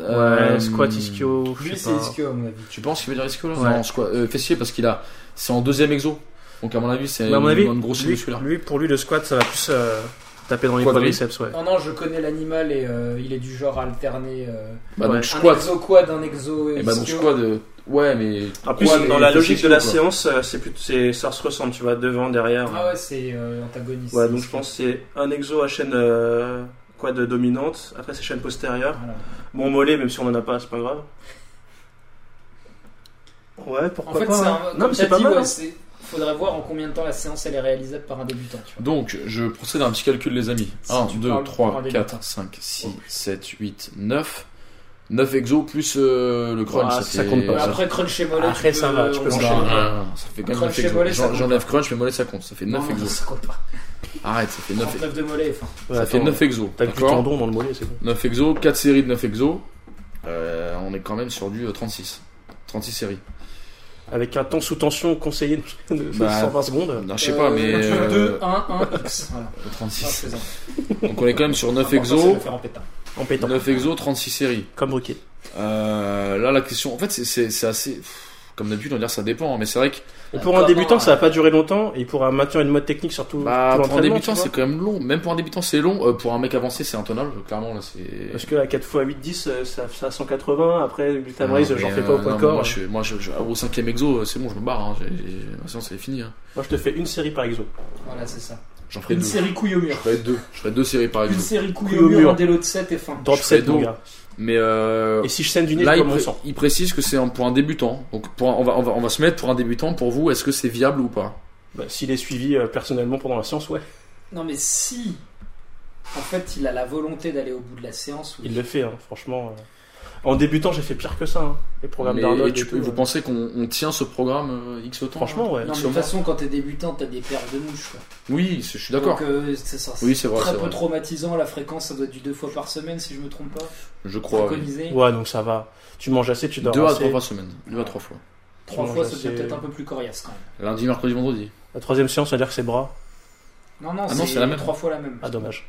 Speaker 3: Euh,
Speaker 6: Ouais, squat, ischio. je
Speaker 5: Lui,
Speaker 6: sais
Speaker 5: c'est
Speaker 6: pas.
Speaker 5: ischio, à mon avis.
Speaker 3: Tu penses qu'il veut dire ischio là
Speaker 6: Ouais.
Speaker 3: Non, squat, euh, fessier parce qu'il a. C'est en deuxième exo. Donc à mon avis, c'est
Speaker 6: Mais à mon
Speaker 3: une-
Speaker 6: avis,
Speaker 3: une grosse
Speaker 6: lui,
Speaker 3: musculaire.
Speaker 6: lui, pour lui, le squat, ça va plus euh, taper dans les
Speaker 3: Quadri.
Speaker 6: quadriceps, ouais.
Speaker 5: Non, non, je connais l'animal et euh, il est du genre à alterner euh,
Speaker 3: Bah
Speaker 6: ouais. Ah,
Speaker 3: donc
Speaker 5: un
Speaker 3: squat.
Speaker 5: exo quad, un exo
Speaker 3: Et
Speaker 5: ischio.
Speaker 3: bah donc squat. euh, Ouais, mais.
Speaker 6: En plus,
Speaker 3: Ouais, mais
Speaker 6: dans la
Speaker 3: fessier,
Speaker 6: logique de la
Speaker 3: quoi.
Speaker 6: séance, euh, c'est plus, c'est, ça se ressemble, tu vois, devant, derrière.
Speaker 5: Ah ouais, c'est euh, antagoniste.
Speaker 6: Ouais, donc je pense que c'est un exo à chaîne euh, quad dominante, après c'est chaîne postérieure.
Speaker 5: Voilà.
Speaker 6: Bon, mollet, même si on en a pas, c'est pas grave. Ouais, pourquoi
Speaker 5: En fait,
Speaker 6: pas.
Speaker 5: c'est
Speaker 6: hein.
Speaker 5: un...
Speaker 6: non, mais c'est pas
Speaker 5: dit,
Speaker 6: mal.
Speaker 5: ouais,
Speaker 6: hein.
Speaker 5: c'est- Faudrait voir en combien de temps la séance elle est réalisable par un débutant, tu vois.
Speaker 3: Donc je procède à un petit calcul, les amis.
Speaker 5: Si
Speaker 3: 1,
Speaker 5: tu
Speaker 3: 2,
Speaker 5: parles pour
Speaker 3: 3,
Speaker 5: un
Speaker 3: 4, 5, 6, 7, 8, 9. 9 exos plus euh, le crunch.
Speaker 6: Ah, ça compte pas,
Speaker 5: Mais
Speaker 3: ça.
Speaker 5: après crunch et mollet,
Speaker 6: Après,
Speaker 5: tu
Speaker 6: ça
Speaker 5: peux- euh,
Speaker 6: va, tu peux
Speaker 5: on
Speaker 6: manger.
Speaker 5: enchaîne.
Speaker 3: Ah, non, non, ça fait quand même
Speaker 5: Crunch
Speaker 3: 9
Speaker 5: et
Speaker 3: exos.
Speaker 5: mollet, ça
Speaker 3: J'en-
Speaker 5: compte
Speaker 3: J'enlève crunch, mais mollet ça compte. Ça fait 9
Speaker 5: Non,
Speaker 3: exos.
Speaker 5: ça compte pas.
Speaker 3: Arrête, ça fait 9 exos.
Speaker 5: 39 de mollet, enfin.
Speaker 6: Ouais,
Speaker 3: Ça fait
Speaker 6: attends,
Speaker 3: 9 exos.
Speaker 6: T'as que du
Speaker 3: d'accord
Speaker 6: tendon dans le mollet, c'est bon.
Speaker 3: 9 exos, 4 séries de 9 exos. Euh, on est quand même sur du euh, 36. 36 séries.
Speaker 6: Avec un temps sous tension conseillé de
Speaker 3: Bah,
Speaker 6: 120 secondes.
Speaker 3: Non, je sais pas, mais. euh,
Speaker 5: 2, 1, 1, X. Voilà.
Speaker 6: Ah,
Speaker 3: le
Speaker 5: Non, je
Speaker 3: 36.
Speaker 5: plaisante.
Speaker 3: Donc on est quand même sur 9
Speaker 5: L'important, c'est de
Speaker 3: exos.
Speaker 5: le faire en pétard.
Speaker 6: En pétant.
Speaker 3: 9 exos, 36 séries.
Speaker 6: Comme Bruquet.
Speaker 3: Ah, Euh, là, la question. En fait, c'est- c'est c'est assez. pff, Comme d'habitude, on va dire ça dépend, hein, mais c'est vrai que
Speaker 6: Et pour un
Speaker 5: Comment,
Speaker 6: débutant,
Speaker 5: euh,
Speaker 6: ça va pas durer longtemps, et il pourra maintenir une mode technique surtout.
Speaker 3: bah, pour un
Speaker 6: l'entraînement,
Speaker 3: débutant,
Speaker 6: tu vois.
Speaker 3: c'est quand même long. Même pour un débutant, c'est long. Euh, pour un mec avancé, c'est intenable. Clairement, là, c'est.
Speaker 6: Parce que à 4 x 8, 10, euh, ça, ça a 180. Après,
Speaker 3: Ah,
Speaker 6: Glutabraise,
Speaker 3: mais,
Speaker 6: j'en fais
Speaker 3: euh,
Speaker 6: pas au point
Speaker 3: non,
Speaker 6: de corps. hein.
Speaker 3: Moi, je, moi je, je- au cinquième exo, euh, c'est bon, je me barre. Hein, j'ai- j'ai- ma séance, elle est finie. Hein.
Speaker 6: Moi, je te fais une série par exo.
Speaker 5: Voilà, c'est ça.
Speaker 3: J'en ferai
Speaker 5: Une
Speaker 3: deux.
Speaker 5: série couille au
Speaker 3: Je
Speaker 5: mur.
Speaker 3: ferai deux. Je ferai deux séries par
Speaker 5: Une
Speaker 3: exo.
Speaker 5: série couille
Speaker 6: Couille
Speaker 5: au
Speaker 6: au
Speaker 5: mur,
Speaker 6: mur.
Speaker 5: un délo de 7 et fin.
Speaker 6: Drop
Speaker 3: Je fais
Speaker 6: 7, mon
Speaker 3: donc-
Speaker 6: gars.
Speaker 3: Mais euh,
Speaker 6: Et si je sème du nez,
Speaker 3: Là,
Speaker 6: je
Speaker 3: il,
Speaker 6: commence
Speaker 3: pré-
Speaker 6: en.
Speaker 3: il précise que c'est un- pour un débutant. Donc, pour un- on, va, on, va, on va se mettre pour un débutant. Pour vous, est-ce que c'est viable ou pas
Speaker 6: Bah, S'il est suivi euh, personnellement pendant la séance, ouais.
Speaker 5: Non, mais si. En fait, il a la volonté d'aller au bout de la séance. oui.
Speaker 6: Il le fait, hein, franchement. euh. En débutant, j'ai fait pire que ça. hein, les programmes
Speaker 3: Mais-
Speaker 6: d'Arnold.
Speaker 3: et tu
Speaker 6: et
Speaker 3: peux-
Speaker 6: tout,
Speaker 3: vous
Speaker 6: euh.
Speaker 3: pensez qu'on on tient ce programme euh, X temps
Speaker 6: Franchement, ouais.
Speaker 5: Non, mais de toute
Speaker 3: sûrement.
Speaker 5: façon, quand t'es débutant, t'as des paires de mouches. quoi.
Speaker 3: Oui, c'est- je suis d'accord.
Speaker 5: Donc, euh, c'est ça, c'est
Speaker 3: Oui, c'est vrai,
Speaker 5: très
Speaker 3: c'est
Speaker 5: peu
Speaker 3: vrai.
Speaker 5: traumatisant. La fréquence, ça doit être du deux fois par semaine, si je me trompe pas.
Speaker 3: Je crois. oui.
Speaker 5: Préconisé.
Speaker 6: Ouais, donc ça va. Tu manges assez, tu dors
Speaker 3: Deux à
Speaker 6: assez.
Speaker 3: trois fois semaine. Deux à trois fois.
Speaker 6: tu
Speaker 5: Trois
Speaker 6: manges
Speaker 5: fois, ça
Speaker 6: assez.
Speaker 5: devient peut-être un peu plus coriace quand même.
Speaker 3: Lundi, mercredi, vendredi.
Speaker 6: La troisième séance, ça veut dire que c'est bras.
Speaker 5: Non, non,
Speaker 3: Ah non,
Speaker 5: c'est
Speaker 3: c'est la même.
Speaker 5: trois fois la même.
Speaker 6: Ah, dommage.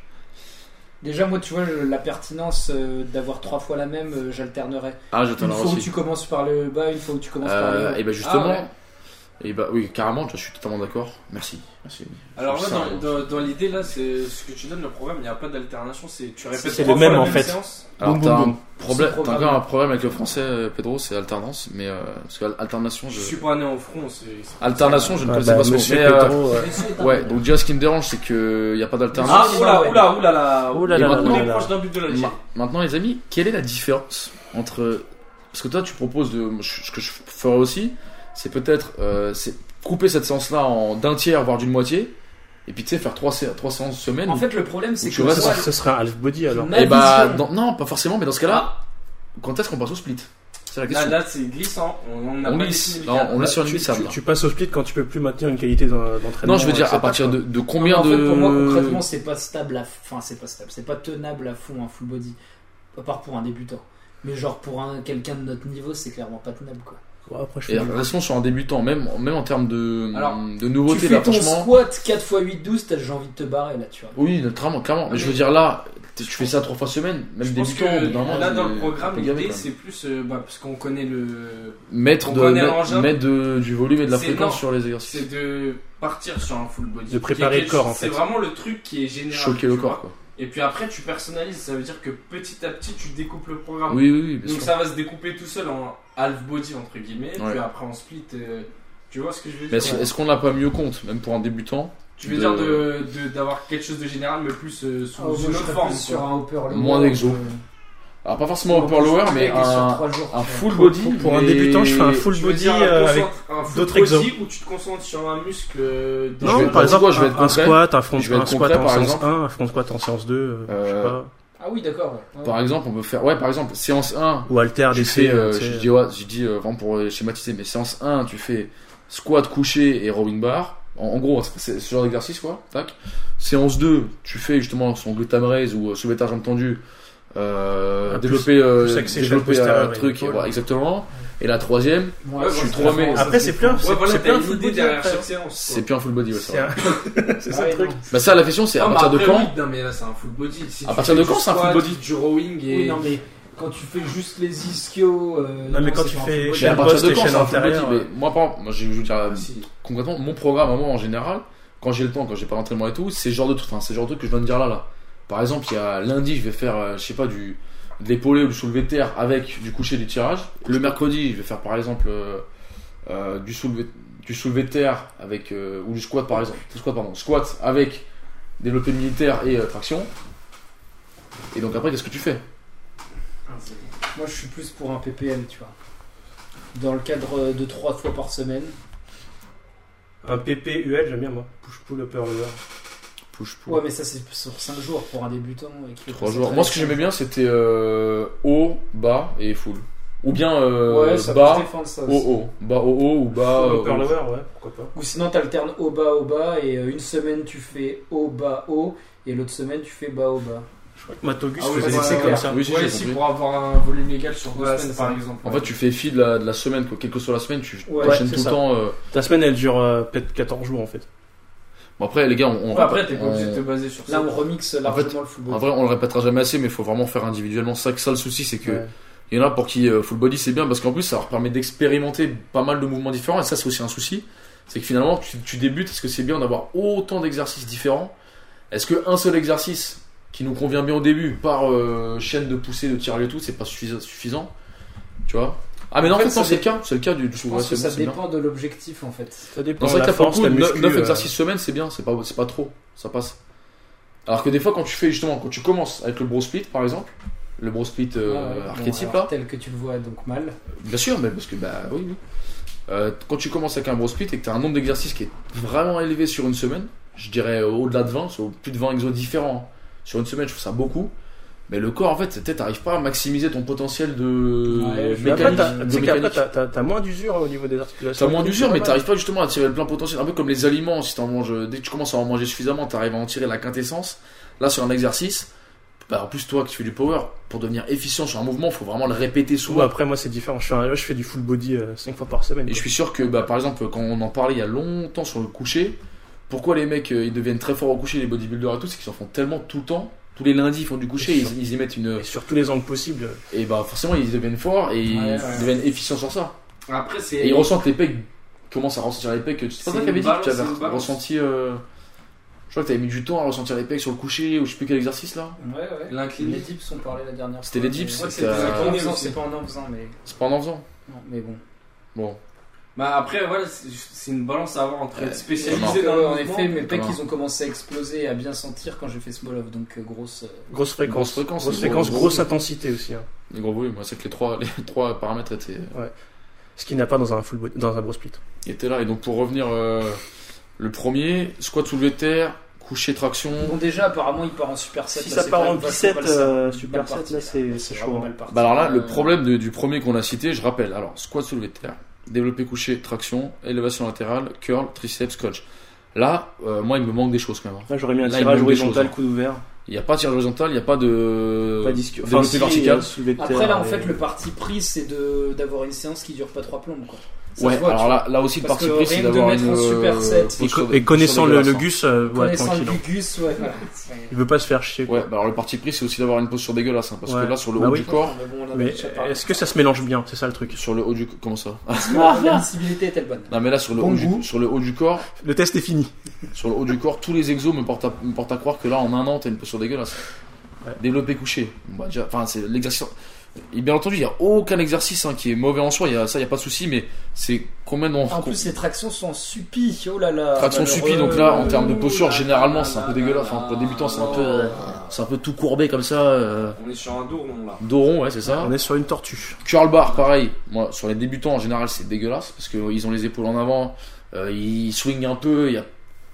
Speaker 5: Déjà, moi, tu vois, je- la pertinence euh, d'avoir trois fois la même, euh, j'alternerais.
Speaker 3: Ah, je t'en
Speaker 5: Une
Speaker 3: ai
Speaker 5: fois où
Speaker 3: aussi.
Speaker 5: tu commences par le bas, une fois où tu commences par
Speaker 3: Euh,
Speaker 5: le haut.
Speaker 3: et ben justement,
Speaker 4: Ah,
Speaker 3: et ben oui, carrément, je suis totalement d'accord. Merci. Merci.
Speaker 4: Ah, Alors
Speaker 3: Je
Speaker 4: là,
Speaker 3: trouve ça-
Speaker 4: dans, dans- dans l'idée, là, c'est ce que tu donnes, le programme, il n'y a pas d'alternation, c'est tu répètes
Speaker 6: C'est
Speaker 4: trois
Speaker 6: le
Speaker 4: fois
Speaker 6: même,
Speaker 4: la
Speaker 6: en fait.
Speaker 4: séance.
Speaker 3: Alors,
Speaker 6: Boum,
Speaker 3: t'as
Speaker 6: boum,
Speaker 3: un
Speaker 6: boum.
Speaker 3: problème,
Speaker 5: C'est
Speaker 3: t'as
Speaker 5: programmé.
Speaker 3: encore un problème avec le français, euh, Pedro, c'est alternance, mais euh, parce que al- alternation,
Speaker 4: Je
Speaker 3: je,
Speaker 4: suis pas né en front, c'est. c'est-
Speaker 3: alternation, je ne
Speaker 6: Ah,
Speaker 3: connaissais
Speaker 6: bah,
Speaker 3: pas ce qu'on
Speaker 6: monsieur
Speaker 3: fait. euh,
Speaker 6: Pedro, ouais.
Speaker 3: Ouais, donc déjà, ce qui me dérange, c'est qu'il n'y a pas d'alternance.
Speaker 4: Ah, oula, oula, oula, là.
Speaker 6: Oh là
Speaker 3: Et
Speaker 6: là là
Speaker 4: On
Speaker 3: maintenant-
Speaker 6: là
Speaker 4: est
Speaker 6: là.
Speaker 4: proche d'un but de l'Algérie.
Speaker 3: Ma- Maintenant, les amis, quelle est la différence entre. Parce que toi, tu proposes de. Ce que je ferais aussi, c'est peut-être euh, c'est couper cette séance-là en d'un tiers, voire d'une moitié, et puis tu sais, faire trois, sé- trois séances semaine.
Speaker 5: En fait, le problème, c'est
Speaker 3: tu
Speaker 5: que
Speaker 3: restes-
Speaker 5: moi,
Speaker 6: Ça, ce serait un half body alors.
Speaker 5: ma
Speaker 3: et bah,
Speaker 5: vision- Ah.
Speaker 3: dans- non, pas forcément, mais dans ce cas-là, quand est-ce qu'on passe au split C'est la
Speaker 4: Là,
Speaker 3: question.
Speaker 4: là, c'est glissant. On, on a
Speaker 3: on
Speaker 4: pas
Speaker 3: lisse.
Speaker 4: défini le
Speaker 3: Non,
Speaker 4: cadre.
Speaker 3: on est sur une
Speaker 6: tu,
Speaker 3: glissade.
Speaker 6: tu-
Speaker 3: là.
Speaker 6: tu passes au split quand tu peux plus maintenir une qualité d'en- d'entraînement.
Speaker 3: Non, je veux dire,
Speaker 6: etc.
Speaker 3: à partir de, de
Speaker 5: Non,
Speaker 3: combien
Speaker 5: mais en
Speaker 3: de.
Speaker 5: fait, pour moi, concrètement, c'est pas stable. À... Enfin, c'est pas stable. C'est pas tenable à fond un full body, à part pour un débutant. Mais genre pour un quelqu'un de notre niveau, c'est clairement pas tenable quoi.
Speaker 6: Ouais, après, je
Speaker 3: Et
Speaker 6: fais-
Speaker 3: restons sur un débutant, même, même en termes de,
Speaker 4: Alors,
Speaker 3: de
Speaker 5: Tu
Speaker 3: nouveauté,
Speaker 5: fais
Speaker 3: là,
Speaker 5: ton
Speaker 3: franchement.
Speaker 5: squat 4 x 8 12, t'as j'ai envie de te barrer là, tu vois.
Speaker 3: Oui, clairement, clairement. Mais je veux dire, là, tu fais ça trois fois semaine, même
Speaker 4: Je pense
Speaker 3: débutant,
Speaker 4: que
Speaker 3: au bout d'un moment,
Speaker 4: là, dans
Speaker 3: c'est-
Speaker 4: le programme,
Speaker 3: c'est gavé,
Speaker 4: l'idée,
Speaker 3: quand même.
Speaker 4: c'est plus. euh, bah, parce qu'on connaît le.
Speaker 3: Mettre,
Speaker 4: on
Speaker 3: de,
Speaker 4: connaît
Speaker 3: mettre-
Speaker 4: l'engin.
Speaker 3: mettre de- du volume et de la
Speaker 4: C'est
Speaker 3: fréquence
Speaker 4: non.
Speaker 3: sur les exercices.
Speaker 4: C'est de partir sur un full body.
Speaker 6: De préparer
Speaker 4: Qui est-
Speaker 6: le corps, en
Speaker 4: C'est
Speaker 6: fait.
Speaker 4: vraiment le truc qui est général.
Speaker 3: Choquer le
Speaker 4: tu
Speaker 3: corps,
Speaker 4: vois.
Speaker 3: quoi.
Speaker 4: Et puis après, tu personnalises. Ça veut dire que petit à petit, tu découpes le programme.
Speaker 3: Oui, oui, oui, bien sûr.
Speaker 4: Donc ça va se découper tout seul en half body entre guillemets,
Speaker 3: Ouais.
Speaker 4: puis après en split. euh, tu vois ce que je veux
Speaker 3: Mais
Speaker 4: dire
Speaker 3: est-ce est-ce qu'on l'a pas mieux compte, même pour un débutant
Speaker 4: Tu veux
Speaker 3: de-
Speaker 4: dire de de- d'avoir quelque chose de général mais plus euh, sous
Speaker 5: Ah, moi,
Speaker 4: sous
Speaker 5: je
Speaker 4: une autre
Speaker 5: serais
Speaker 4: forme.
Speaker 5: plus sur
Speaker 4: quoi.
Speaker 5: un upper lower euh,
Speaker 3: Moins d'exo.
Speaker 5: que-
Speaker 3: Alors, pas forcément upper lower, mais
Speaker 5: que sur
Speaker 3: un,
Speaker 5: trois jours,
Speaker 3: un
Speaker 5: tu vois.
Speaker 3: full body.
Speaker 6: Pour un
Speaker 3: mais-
Speaker 6: débutant, je fais un full
Speaker 4: Tu veux
Speaker 6: body
Speaker 4: dire un
Speaker 6: euh, avec.
Speaker 4: concentre- un full
Speaker 6: d'autres
Speaker 4: body
Speaker 6: exos.
Speaker 4: où tu te concentres sur un muscle. euh, des-
Speaker 3: vais
Speaker 6: Non,
Speaker 3: être-
Speaker 6: par exemple,
Speaker 3: pourquoi je vais
Speaker 6: un-
Speaker 3: être
Speaker 6: un
Speaker 3: concret
Speaker 6: squat, un front,
Speaker 3: Je vais être
Speaker 6: un squat
Speaker 3: concret,
Speaker 6: en
Speaker 3: par
Speaker 6: séance
Speaker 3: exemple.
Speaker 6: 1, un front squat en séance 2, euh, je sais
Speaker 3: Euh,
Speaker 6: pas.
Speaker 5: Ah oui, d'accord. ouais. Ouais.
Speaker 3: Par exemple, on peut faire, ouais, par exemple, séance 1,
Speaker 6: Ou alter
Speaker 3: tu
Speaker 6: des hein,
Speaker 3: fais,
Speaker 6: faits,
Speaker 3: euh,
Speaker 6: tu sais.
Speaker 3: je dis, ouais, je dis euh, vraiment pour euh, schématiser, mais séance 1, tu fais squat couché et rowing bar. En, en gros, c'est- c'est ce genre d'exercice, quoi. Tac. Séance 2, tu fais justement son glutame raise ou euh, soulevé de tendu. Euh,
Speaker 6: Ah, plus-
Speaker 3: développer euh,
Speaker 6: plus axé
Speaker 3: développer
Speaker 6: chaîne
Speaker 3: un
Speaker 6: postérieure et
Speaker 3: truc
Speaker 6: épaule.
Speaker 3: voilà, exactement et la troisième
Speaker 5: Moi,
Speaker 4: Ouais,
Speaker 3: je suis
Speaker 4: voilà,
Speaker 3: trop mais
Speaker 4: vraiment,
Speaker 6: Après, c'est plus un-
Speaker 4: Ouais, voilà,
Speaker 6: c'est plus
Speaker 4: t'as
Speaker 6: un
Speaker 4: une
Speaker 6: full
Speaker 4: idée
Speaker 6: body.
Speaker 4: derrière
Speaker 6: après. hein.
Speaker 4: chaque séance. quoi.
Speaker 3: c'est plus un full body ouais, ça.
Speaker 6: C'est un- c'est ça le
Speaker 5: ouais,
Speaker 6: truc.
Speaker 5: non.
Speaker 3: bah ça la question c'est à
Speaker 4: Ah, mais
Speaker 3: partir de
Speaker 4: après,
Speaker 3: quand
Speaker 4: oui, Non, mais là, c'est un full body. Si
Speaker 3: À
Speaker 4: tu
Speaker 3: partir
Speaker 4: fais
Speaker 3: de
Speaker 4: du
Speaker 3: quand c'est un full
Speaker 4: squat,
Speaker 3: body
Speaker 4: Du rowing et.
Speaker 5: Oui, non, mais quand tu fais juste les ischios. euh,
Speaker 6: Non, mais quand
Speaker 5: c'est
Speaker 6: tu
Speaker 5: pas un
Speaker 6: fais-
Speaker 5: full
Speaker 3: Mais à
Speaker 6: Chaîne
Speaker 3: partir
Speaker 6: poste
Speaker 3: de
Speaker 6: et
Speaker 3: quand
Speaker 6: chaîne
Speaker 3: c'est un full body
Speaker 6: antérieure,
Speaker 3: Mais
Speaker 6: ouais.
Speaker 3: moi, par exemple, moi, je vais vous dire euh,
Speaker 4: Ah, si.
Speaker 3: concrètement, mon programme à moi en général, quand j'ai le temps, quand j'ai pas d'entraînement et tout, c'est le genre de truc, enfin, c'est le genre de truc que je viens de dire là, là. Par exemple, il y a lundi, je vais faire, euh, je sais pas, du de l'épaulé ou du soulevé de terre avec du coucher du tirage. Le mercredi, je vais faire par exemple euh, euh, du soulevé du soulevé de terre avec euh, ou du squat par exemple, du squat pardon, squat avec développé militaire et euh, traction. Et donc après, qu'est-ce que tu fais
Speaker 5: body. Moi, je suis plus pour un PPL, tu vois. Dans le cadre de trois fois par semaine.
Speaker 6: Un PPUL, j'aime bien moi. Push pull upper lower.
Speaker 3: Push pull.
Speaker 5: Ouais, mais ça, c'est sur 5 jours pour un débutant. et qui veut
Speaker 3: Trois
Speaker 5: passer
Speaker 3: jours.
Speaker 5: très
Speaker 3: Moi, ce que
Speaker 5: vite.
Speaker 3: j'aimais bien, c'était euh, haut, bas et full. Ou bien euh,
Speaker 5: Ouais, ça peut se
Speaker 3: bas,
Speaker 5: défendre, ça
Speaker 3: haut,
Speaker 5: aussi.
Speaker 3: haut. Bas, haut, haut Bah, ou bas.
Speaker 6: Pull
Speaker 3: euh,
Speaker 6: upper
Speaker 3: haut.
Speaker 6: lower, ouais, pourquoi pas.
Speaker 5: Ou sinon, t'alternes haut, bas, haut, bas. Et euh, une semaine, tu fais haut, bas, haut. Et l'autre semaine, tu fais bas, haut, bas.
Speaker 6: Je crois que Matogus
Speaker 4: Ah oui,
Speaker 6: faisait
Speaker 4: ouais,
Speaker 6: des trucs comme
Speaker 4: ouais.
Speaker 6: ça.
Speaker 3: Oui, si,
Speaker 4: Ouais,
Speaker 3: j'ai
Speaker 4: si
Speaker 3: compris.
Speaker 4: pour avoir un volume égal sur deux
Speaker 6: Ouais,
Speaker 4: semaines
Speaker 6: c'est
Speaker 4: par
Speaker 6: ça.
Speaker 4: exemple.
Speaker 3: En
Speaker 4: ouais.
Speaker 3: fait, tu fais fi de la, de la semaine, quoi. Quelle que soit la semaine, tu
Speaker 5: Ouais,
Speaker 3: enchaînes
Speaker 6: c'est
Speaker 3: tout
Speaker 6: ça.
Speaker 3: le temps. euh.
Speaker 6: Ta semaine, elle dure euh, peut-être 14 jours en fait.
Speaker 3: Bon, après, les gars, on. on-
Speaker 4: Ouais, Après, t'es pas
Speaker 3: on-
Speaker 4: obligé de te baser sur ça.
Speaker 5: Là, on remixe largement le
Speaker 3: En
Speaker 5: football.
Speaker 3: vrai, on le répétera jamais assez, mais il faut vraiment faire individuellement. Ça, que ça, le souci, c'est que
Speaker 6: Ouais.
Speaker 3: il y en a pour qui euh, full body c'est bien parce qu'en plus ça leur permet d'expérimenter pas mal de mouvements différents et ça c'est aussi un souci. C'est que finalement tu, tu débutes, est-ce que c'est bien d'avoir autant d'exercices différents Est-ce qu'un seul exercice qui nous convient bien au début par euh, chaîne de poussée, de tirage et tout, c'est pas suffisant, suffisant Tu vois Ah mais non, en fait,
Speaker 5: fait, ça
Speaker 3: non, c'est le cas, c'est le cas du, du
Speaker 5: Je
Speaker 3: ouais,
Speaker 5: pense
Speaker 3: c'est
Speaker 5: que ça
Speaker 3: bon, c'est bien.
Speaker 5: dépend de l'objectif, en fait.
Speaker 6: Ça dépend
Speaker 3: Dans
Speaker 6: de
Speaker 3: ça,
Speaker 6: la
Speaker 3: t'as pas
Speaker 6: force,
Speaker 3: beaucoup,
Speaker 6: la muscu.
Speaker 3: 9
Speaker 6: euh,
Speaker 3: exercices semaine, c'est bien, c'est pas, c'est pas trop, ça passe. Alors que des fois, quand tu fais justement, quand tu commences avec le bro split par exemple, le bro split euh,
Speaker 5: Ah Ouais, ouais, bon,
Speaker 3: archétype
Speaker 5: alors,
Speaker 3: là,
Speaker 5: Tel que tu le vois donc mal.
Speaker 3: Bien sûr, mais parce que bah oui. oui. Euh, quand tu commences avec un bro split et que tu as un nombre d'exercices qui est vraiment élevé sur une semaine, je dirais euh, au-delà de 20, c'est au- plus de 20 exos différents. sur une semaine, je trouve ça beaucoup. Mais le corps, en fait, peut-être t'arrives pas à maximiser ton potentiel de
Speaker 5: Ouais,
Speaker 6: Mais après,
Speaker 3: mécanique.
Speaker 6: t'as-
Speaker 3: de
Speaker 6: tu sais qu'après,
Speaker 3: mécanique.
Speaker 6: t'as- t'as t'as moins d'usure hein, au niveau des articulations.
Speaker 3: T'as moins d'usure, mais
Speaker 6: Ouais.
Speaker 3: t'arrives pas justement à tirer le plein potentiel. Un peu comme les aliments, si t'en manges, euh, dès que tu commences à en manger suffisamment, t'arrives à en tirer la quintessence. Là, sur un exercice, bah, en plus, toi, que tu fais du power, pour devenir efficient sur un mouvement, faut vraiment le répéter
Speaker 6: Ou
Speaker 3: souvent.
Speaker 6: après, moi, c'est différent. Je, suis un- je fais du full body 5 fois par semaine.
Speaker 3: Et je suis sûr que, bah, par exemple, quand on en parlait il y a longtemps sur le coucher, pourquoi les mecs euh, ils deviennent très forts au coucher, les bodybuilders et tout, c'est qu'ils en font tellement tout le temps. Tous les lundis, ils font du coucher, ils, ils y mettent une.
Speaker 6: Et sur tous les angles possibles.
Speaker 3: Et bah, forcément, ils deviennent forts et ils
Speaker 5: ouais.
Speaker 3: deviennent efficients sur ça.
Speaker 7: Après, c'est.
Speaker 3: Et ils ressentent les pecs, commencent à ressentir les pecs. C'est pas
Speaker 7: C'est
Speaker 3: toi qui
Speaker 7: une
Speaker 3: avais dit que tu
Speaker 7: balance,
Speaker 3: avais
Speaker 7: c'est une balance.
Speaker 3: ressenti. euh, Je crois que t'avais mis du temps à ressentir les pecs sur le coucher ou je sais plus quel exercice là.
Speaker 5: Ouais, ouais.
Speaker 7: L'incliné.
Speaker 5: Les dips, on parlait la dernière fois.
Speaker 3: C'était les
Speaker 5: mais-
Speaker 3: dips,
Speaker 5: Ouais,
Speaker 3: c'était,
Speaker 5: c'était
Speaker 3: euh,
Speaker 5: en faisant,
Speaker 7: aussi.
Speaker 5: c'est pas en en faisant, mais.
Speaker 3: C'est pas en en faisant.
Speaker 5: Non, mais bon.
Speaker 3: Bon,
Speaker 7: Bah après, voilà, c'est- c'est une balance à avoir entre
Speaker 3: Ouais,
Speaker 7: être
Speaker 3: vraiment.
Speaker 7: spécialisé
Speaker 5: Ouais,
Speaker 7: dans le
Speaker 5: euh, en
Speaker 7: mouvement.
Speaker 5: effet, mes
Speaker 3: Thomas.
Speaker 5: pecs, ils ont commencé à exploser et à bien sentir quand j'ai fait small off, donc euh, grosse. euh,
Speaker 6: Grosse fréquence.
Speaker 3: Grosse fréquence,
Speaker 6: grosse,
Speaker 3: gros-
Speaker 6: fréquence,
Speaker 3: gros-
Speaker 6: grosse intensité aussi. hein.
Speaker 3: les gros volumes, ouais, c'est que les trois, les trois paramètres étaient.
Speaker 6: Ce qu'il n'y a pas dans un, full body- dans un gros split.
Speaker 3: Il était là. Et donc pour revenir, euh, le premier, squat soulevé de terre, coucher traction.
Speaker 5: Bon, déjà, apparemment, il part en super set.
Speaker 11: Si
Speaker 5: là,
Speaker 11: ça
Speaker 5: c'est
Speaker 11: part
Speaker 5: quand
Speaker 11: en
Speaker 5: même
Speaker 11: 17,
Speaker 5: vachement mal-
Speaker 11: euh,
Speaker 5: mal
Speaker 11: super
Speaker 5: parti,
Speaker 11: 7, là, c'est c'est
Speaker 5: vraiment
Speaker 11: chaud. hein.
Speaker 5: mal parti.
Speaker 3: Bah alors là, le
Speaker 5: Euh,
Speaker 3: problème de- du premier qu'on a cité, je rappelle. Alors squat soulevé de terre, développé couché, traction, élévation latérale, curl, triceps, crunch. Là, euh, moi, il me manque des choses quand même. hein.
Speaker 6: Là, j'aurais mis un
Speaker 3: Là, il
Speaker 6: tirage
Speaker 3: manque des
Speaker 6: horizontal,
Speaker 3: choses,
Speaker 6: coup d'ouvert.
Speaker 3: Il n'y a pas de tirage horizontal, il n'y a pas de.
Speaker 6: pas disque.
Speaker 3: développé
Speaker 6: si,
Speaker 3: vertical.
Speaker 6: euh, soulevé de
Speaker 5: Après,
Speaker 6: terre
Speaker 5: là, en
Speaker 6: et-
Speaker 5: fait, le parti pris, c'est de- d'avoir une séance qui dure pas trois plombes, quoi. Ça
Speaker 3: ouais,
Speaker 5: se voit,
Speaker 3: alors
Speaker 5: tu
Speaker 3: là, là aussi, le
Speaker 5: Parce
Speaker 3: parti
Speaker 5: que
Speaker 3: pris, c'est
Speaker 5: rien que de
Speaker 3: d'avoir
Speaker 5: mettre
Speaker 3: une.
Speaker 5: un super
Speaker 3: euh,
Speaker 5: set.
Speaker 6: Et,
Speaker 3: posture-
Speaker 6: co- et connaissant le,
Speaker 3: posture
Speaker 6: le
Speaker 3: dégueulasse,
Speaker 6: Gus,
Speaker 5: vois.
Speaker 6: euh, ouais,
Speaker 5: Connaissant
Speaker 6: tranquille.
Speaker 5: le
Speaker 6: hein.
Speaker 5: Gugus, ouais, voilà. C'est-
Speaker 6: Il veut pas se faire chier.
Speaker 3: hein. Ouais, bah alors le parti pris, c'est aussi d'avoir une posture dégueulasse, hein, parce
Speaker 6: Ouais.
Speaker 3: que là, sur le haut
Speaker 6: Bah oui.
Speaker 3: du corps,
Speaker 5: Mais bon, on en a
Speaker 6: Mais
Speaker 5: déjà parlé.
Speaker 6: est-ce que ça se mélange bien C'est ça le truc.
Speaker 3: sur le haut du. Comment ça
Speaker 5: La visibilité est-elle bonne
Speaker 3: Non, mais là, sur le,
Speaker 5: Bon
Speaker 3: haut du,
Speaker 5: goût.
Speaker 3: sur le haut du corps,
Speaker 6: Le test est fini.
Speaker 3: sur le haut du corps, tous les exos me portent à, me portent à croire que là, en un an, t'as une posture dégueulasse.
Speaker 6: Ouais.
Speaker 3: Développé couché. Bon, bah, déjà, enfin, c'est l'exercice. Et bien entendu, il n'y a aucun exercice hein, qui est mauvais en soi, il y a, ça, il n'y a pas de souci, mais c'est combien d'on.
Speaker 5: En plus, les tractions sont en suppi, oh là là.
Speaker 3: Traction
Speaker 5: Malheureux.
Speaker 3: supplie, donc là, en termes de posture, généralement, c'est un peu
Speaker 7: là
Speaker 3: dégueulasse.
Speaker 7: là
Speaker 3: Enfin, pour débutant, c'est un peu,
Speaker 7: là
Speaker 3: euh, c'est un peu tout courbé comme ça. euh,
Speaker 7: On est sur un dos rond là.
Speaker 3: dos rond, ouais, c'est ça.
Speaker 6: On est sur une tortue.
Speaker 3: Curl bar, pareil. Moi, sur les débutants, en général, c'est dégueulasse parce qu'ils ont les épaules en avant, euh, ils swingent un peu, il y a...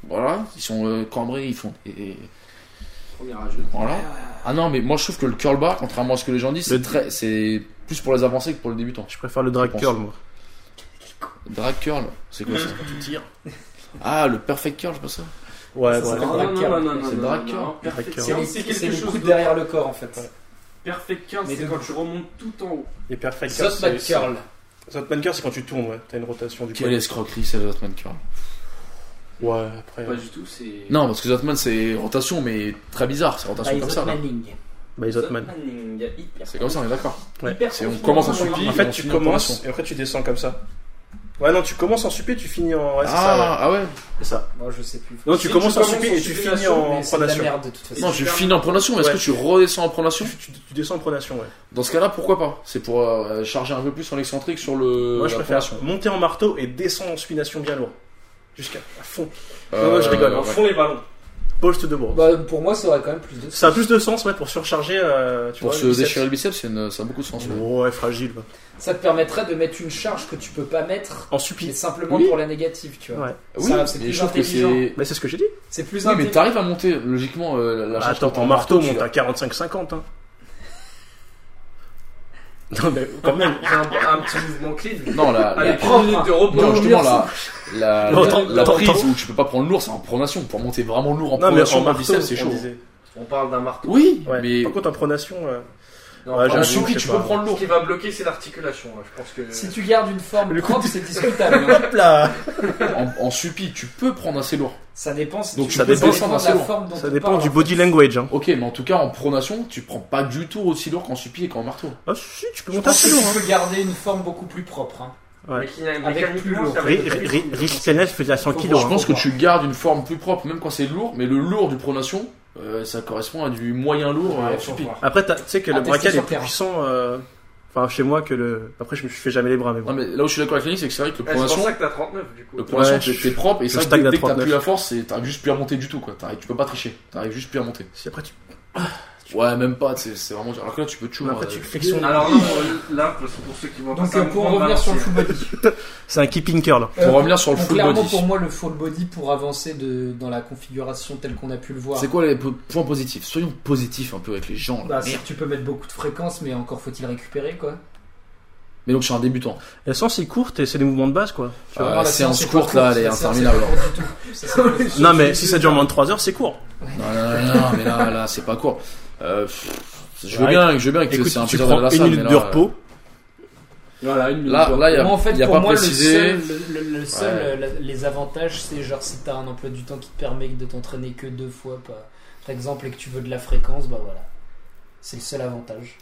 Speaker 3: voilà, ils sont euh, cambrés, ils font. et- et-
Speaker 7: Premier âge.
Speaker 3: Voilà. Ah non, mais moi, je trouve que le curl bar, contrairement à ce que les gens disent, c'est
Speaker 6: Le-
Speaker 3: très, c'est plus pour les avancés que pour les débutants.
Speaker 6: Je préfère le drag
Speaker 3: Je pense.
Speaker 6: curl, moi.
Speaker 3: Drag curl, c'est quoi ça Ah, le perfect curl, je sais pas ça.
Speaker 6: Ouais,
Speaker 5: Ça,
Speaker 6: ouais.
Speaker 5: c'est
Speaker 7: Non,
Speaker 5: drag
Speaker 7: non, non,
Speaker 5: curl.
Speaker 7: non, non, non,
Speaker 3: C'est
Speaker 7: non,
Speaker 3: drag
Speaker 7: non,
Speaker 3: curl.
Speaker 7: non. Perfect
Speaker 6: curl.
Speaker 7: curl,
Speaker 5: C'est
Speaker 7: c'est
Speaker 5: c'est
Speaker 7: quelque
Speaker 5: les
Speaker 7: chose
Speaker 5: coudes
Speaker 7: d'autre.
Speaker 5: derrière le corps en fait.
Speaker 7: Perfect curl,
Speaker 5: Mais
Speaker 7: c'est
Speaker 5: de-
Speaker 7: quand tu remontes tout en haut.
Speaker 6: Et perfect curl.
Speaker 5: Zotman curl.
Speaker 6: Zotman curl, c'est quand tu tournes, ouais. T'as une rotation du
Speaker 3: Quelle escroquerie, c'est Zotman curl.
Speaker 6: Ouais, après.
Speaker 7: Pas du tout, c'est.
Speaker 3: Non, parce que Zotman, c'est rotation, mais très bizarre, c'est rotation
Speaker 5: Ah,
Speaker 3: comme ça. là.
Speaker 5: Manning.
Speaker 6: By Zotman.
Speaker 7: Il y a hyper.
Speaker 3: C'est comme ça, on est d'accord.
Speaker 6: Ouais.
Speaker 7: hyper
Speaker 3: C'est- on
Speaker 7: confiant.
Speaker 3: commence en supplie.
Speaker 6: En
Speaker 3: Et
Speaker 6: fait,
Speaker 3: on
Speaker 6: tu
Speaker 3: finit en
Speaker 6: commences
Speaker 3: formation.
Speaker 6: et après tu descends comme ça. Ouais, non, tu commences en supplé, tu finis en. Ouais, c'est
Speaker 3: ah,
Speaker 6: ça, ouais.
Speaker 3: ah ouais.
Speaker 6: C'est ça.
Speaker 5: Moi je sais plus.
Speaker 6: Non, tu
Speaker 7: Si,
Speaker 6: commences
Speaker 7: tu
Speaker 6: en
Speaker 7: commences
Speaker 6: supplé
Speaker 7: en
Speaker 6: et tu finis
Speaker 7: supplication,
Speaker 6: en
Speaker 5: Mais c'est de la
Speaker 6: pronation.
Speaker 5: merde de toute façon.
Speaker 3: Non,
Speaker 7: tu
Speaker 3: tu
Speaker 7: fermes-
Speaker 3: finis en pronation, mais est-ce
Speaker 6: Ouais.
Speaker 3: que tu redescends en pronation
Speaker 6: Tu, tu- tu descends en pronation, ouais.
Speaker 3: Dans ce cas-là, pourquoi pas C'est pour euh, charger un peu plus son excentrique sur le.
Speaker 6: Moi, je
Speaker 3: Euh, la
Speaker 6: préfère
Speaker 3: pronation.
Speaker 6: monter en marteau et descendre en supination bien lourd. Jusqu'à à fond.
Speaker 3: Euh,
Speaker 6: non, non, je rigole. En
Speaker 3: ouais.
Speaker 6: fond les ballons. Post de bras.
Speaker 5: Bah, pour moi, ça aurait quand même plus de.
Speaker 6: Ça a plus de sens, ouais, pour surcharger. euh, tu
Speaker 3: Pour
Speaker 6: vois,
Speaker 3: se
Speaker 6: le biceps.
Speaker 3: déchirer le biceps, c'est une- ça a beaucoup de sens. ouais.
Speaker 6: Ouais, fragile. ouais.
Speaker 5: Ça te permettrait de mettre une charge que tu peux pas mettre,
Speaker 6: En
Speaker 5: mais
Speaker 6: supplé.
Speaker 5: simplement
Speaker 3: Oui.
Speaker 5: pour la négative, tu vois.
Speaker 6: Ouais.
Speaker 3: Oui,
Speaker 5: Ça, c'est
Speaker 3: mais
Speaker 5: plus
Speaker 3: je trouve que
Speaker 5: intelligent.
Speaker 3: c'est.
Speaker 6: Mais c'est ce que j'ai dit.
Speaker 5: C'est plus
Speaker 3: Oui, mais
Speaker 5: intelligent.
Speaker 3: t'arrives à monter logiquement euh, la- la
Speaker 6: Bah,
Speaker 3: charge
Speaker 6: attends,
Speaker 3: que t'as
Speaker 6: en marteau,
Speaker 3: tu
Speaker 6: monte
Speaker 3: vas-
Speaker 6: à 45-50. Hein. Non, mais quand même.
Speaker 7: Il y a un, un petit mouvement clé.
Speaker 3: Non, la, la-
Speaker 7: Allez,
Speaker 5: propre,
Speaker 7: 3 minutes
Speaker 5: hein.
Speaker 7: de repos.
Speaker 3: non, justement, la, la,
Speaker 6: Non,
Speaker 3: la-
Speaker 6: attends,
Speaker 3: la
Speaker 6: attends,
Speaker 3: prise
Speaker 6: attends.
Speaker 3: où tu peux pas prendre lourd, c'est en pronation. Pour monter vraiment lourd en
Speaker 6: Non, mais
Speaker 3: pronation,
Speaker 6: en
Speaker 3: en
Speaker 6: marteau,
Speaker 3: biceps, c'est
Speaker 6: on
Speaker 3: chaud.
Speaker 6: disait.
Speaker 7: On parle d'un marteau.
Speaker 3: Oui,
Speaker 6: Ouais.
Speaker 3: mais
Speaker 6: Par contre, en pronation. euh,
Speaker 7: Non,
Speaker 6: Ouais,
Speaker 7: par
Speaker 3: en
Speaker 6: j'avoue,
Speaker 7: contre,
Speaker 3: souris,
Speaker 6: je
Speaker 3: tu
Speaker 6: sais
Speaker 3: peux
Speaker 6: pas.
Speaker 3: prendre
Speaker 7: Ce
Speaker 3: lourd.
Speaker 7: qui va bloquer, c'est l'articulation. hein. Je pense que.
Speaker 5: Si tu gardes une forme
Speaker 6: Le coup
Speaker 5: propre, c'est discutable. hein.
Speaker 6: Hop là
Speaker 3: En, en suppi, tu peux prendre assez lourd.
Speaker 5: Ça dépend si
Speaker 3: Donc
Speaker 5: tu
Speaker 3: tu
Speaker 5: peux
Speaker 3: peux
Speaker 5: défendre
Speaker 3: descendre assez
Speaker 5: la
Speaker 3: loin.
Speaker 5: forme dont
Speaker 6: Ça
Speaker 5: on
Speaker 6: dépend
Speaker 5: parle,
Speaker 6: du
Speaker 5: en
Speaker 6: body
Speaker 5: fait.
Speaker 6: language. Hein.
Speaker 3: Ok, mais en tout cas, en pronation, tu prends pas du tout aussi lourd qu'en suppi et qu'en marteau.
Speaker 6: Ah, si, tu peux
Speaker 5: Je
Speaker 6: monter
Speaker 5: pense
Speaker 6: assez hein.
Speaker 5: que
Speaker 6: lourd.
Speaker 3: hein.
Speaker 5: tu peux garder une forme beaucoup plus propre. hein.
Speaker 7: Mais qui- mais
Speaker 5: Avec plus
Speaker 7: mécaniquement,
Speaker 5: lourd.
Speaker 7: ça va être-
Speaker 6: Rich Canet faisait à 100
Speaker 5: Faut
Speaker 6: kg.
Speaker 5: voir.
Speaker 3: Je pense que tu gardes une forme plus propre, même quand c'est lourd, mais le lourd du pronation, euh, ça correspond à du moyen lourd euh, en
Speaker 5: Faut
Speaker 3: suppi.
Speaker 5: voir.
Speaker 6: Après, t'as- tu sais que
Speaker 5: Ah,
Speaker 6: le
Speaker 5: tester
Speaker 6: braquet
Speaker 5: sur
Speaker 6: est plus
Speaker 5: terrain.
Speaker 6: puissant. euh, Enfin, chez moi, que le. Après, je me fais jamais les bras, mais
Speaker 3: Non,
Speaker 6: bon.
Speaker 3: mais là où je suis d'accord avec Yannick, c'est que c'est vrai que le
Speaker 6: Eh,
Speaker 7: Ouais, C'est pour
Speaker 3: pronation,
Speaker 7: ça que t'as 39 du coup.
Speaker 3: le pronation,
Speaker 6: Ouais,
Speaker 3: t'es-
Speaker 6: je-
Speaker 3: t'es propre, et ça,
Speaker 6: je stagne
Speaker 3: dès,
Speaker 6: à
Speaker 3: dès que t'as
Speaker 6: 39.
Speaker 3: plus la force, c'est- t'arrives juste plus à monter du tout, quoi. T'arrives- Tu peux pas tricher, t'arrives juste plus à monter.
Speaker 6: Si après tu.
Speaker 3: Ouais, même pas, c'est c'est vraiment. Alors que là, tu peux toujours.
Speaker 6: Après,
Speaker 3: euh,
Speaker 6: tu fais son-
Speaker 4: Alors non,
Speaker 7: euh,
Speaker 4: là, parce que pour ceux qui vont
Speaker 10: Donc
Speaker 4: pas,
Speaker 10: euh,
Speaker 4: ça
Speaker 10: pour
Speaker 4: me prend
Speaker 10: revenir
Speaker 4: mal,
Speaker 10: sur le
Speaker 4: c'est-
Speaker 10: full body.
Speaker 6: C'est un keeping curl.
Speaker 3: Pour
Speaker 10: Euh,
Speaker 3: revenir sur le
Speaker 10: donc,
Speaker 3: full
Speaker 10: clairement
Speaker 3: body.
Speaker 10: pour moi le full body pour avancer de, dans la configuration telle qu'on a pu le voir.
Speaker 3: C'est quoi les po- points positifs Soyons positifs un peu avec les gens. là.
Speaker 10: Bah, c'est
Speaker 3: Merde.
Speaker 10: que tu peux mettre beaucoup de fréquences mais encore faut-il récupérer quoi.
Speaker 3: Mais donc, je suis un débutant.
Speaker 6: La séance est courte et c'est des mouvements de base quoi.
Speaker 3: Euh,
Speaker 10: voir, la
Speaker 3: séance
Speaker 10: séance est
Speaker 3: courte,
Speaker 10: pas
Speaker 3: là,
Speaker 10: courte,
Speaker 3: elle est
Speaker 10: la séance est
Speaker 3: interminable.
Speaker 10: pas courte du tout. Ça, c'est pas possible.
Speaker 6: Non mais si ça dure moins de 3 heures, c'est court.
Speaker 3: Non, non, non, non, mais là, là c'est pas court. Euh, pff, je veux
Speaker 6: Ouais.
Speaker 3: bien, je veux bien que
Speaker 6: Écoute,
Speaker 3: c'est un
Speaker 6: tu
Speaker 3: plaisir d'aller à
Speaker 6: prends
Speaker 3: la
Speaker 6: une
Speaker 3: salle. mais
Speaker 6: minute
Speaker 3: là,
Speaker 6: de
Speaker 3: euh,
Speaker 6: repos.
Speaker 4: Voilà, une minute.
Speaker 3: Là, là, il y a,
Speaker 10: Moi, en fait,
Speaker 3: il y a
Speaker 10: pour
Speaker 3: pas
Speaker 10: moi,
Speaker 3: précisé.
Speaker 10: le seul, le- le seul, euh,
Speaker 3: Ouais.
Speaker 10: la- les avantages, c'est genre si t'as un emploi du temps qui te permet de t'entraîner que deux fois, par, par exemple, et que tu veux de la fréquence, bah voilà. C'est le seul avantage.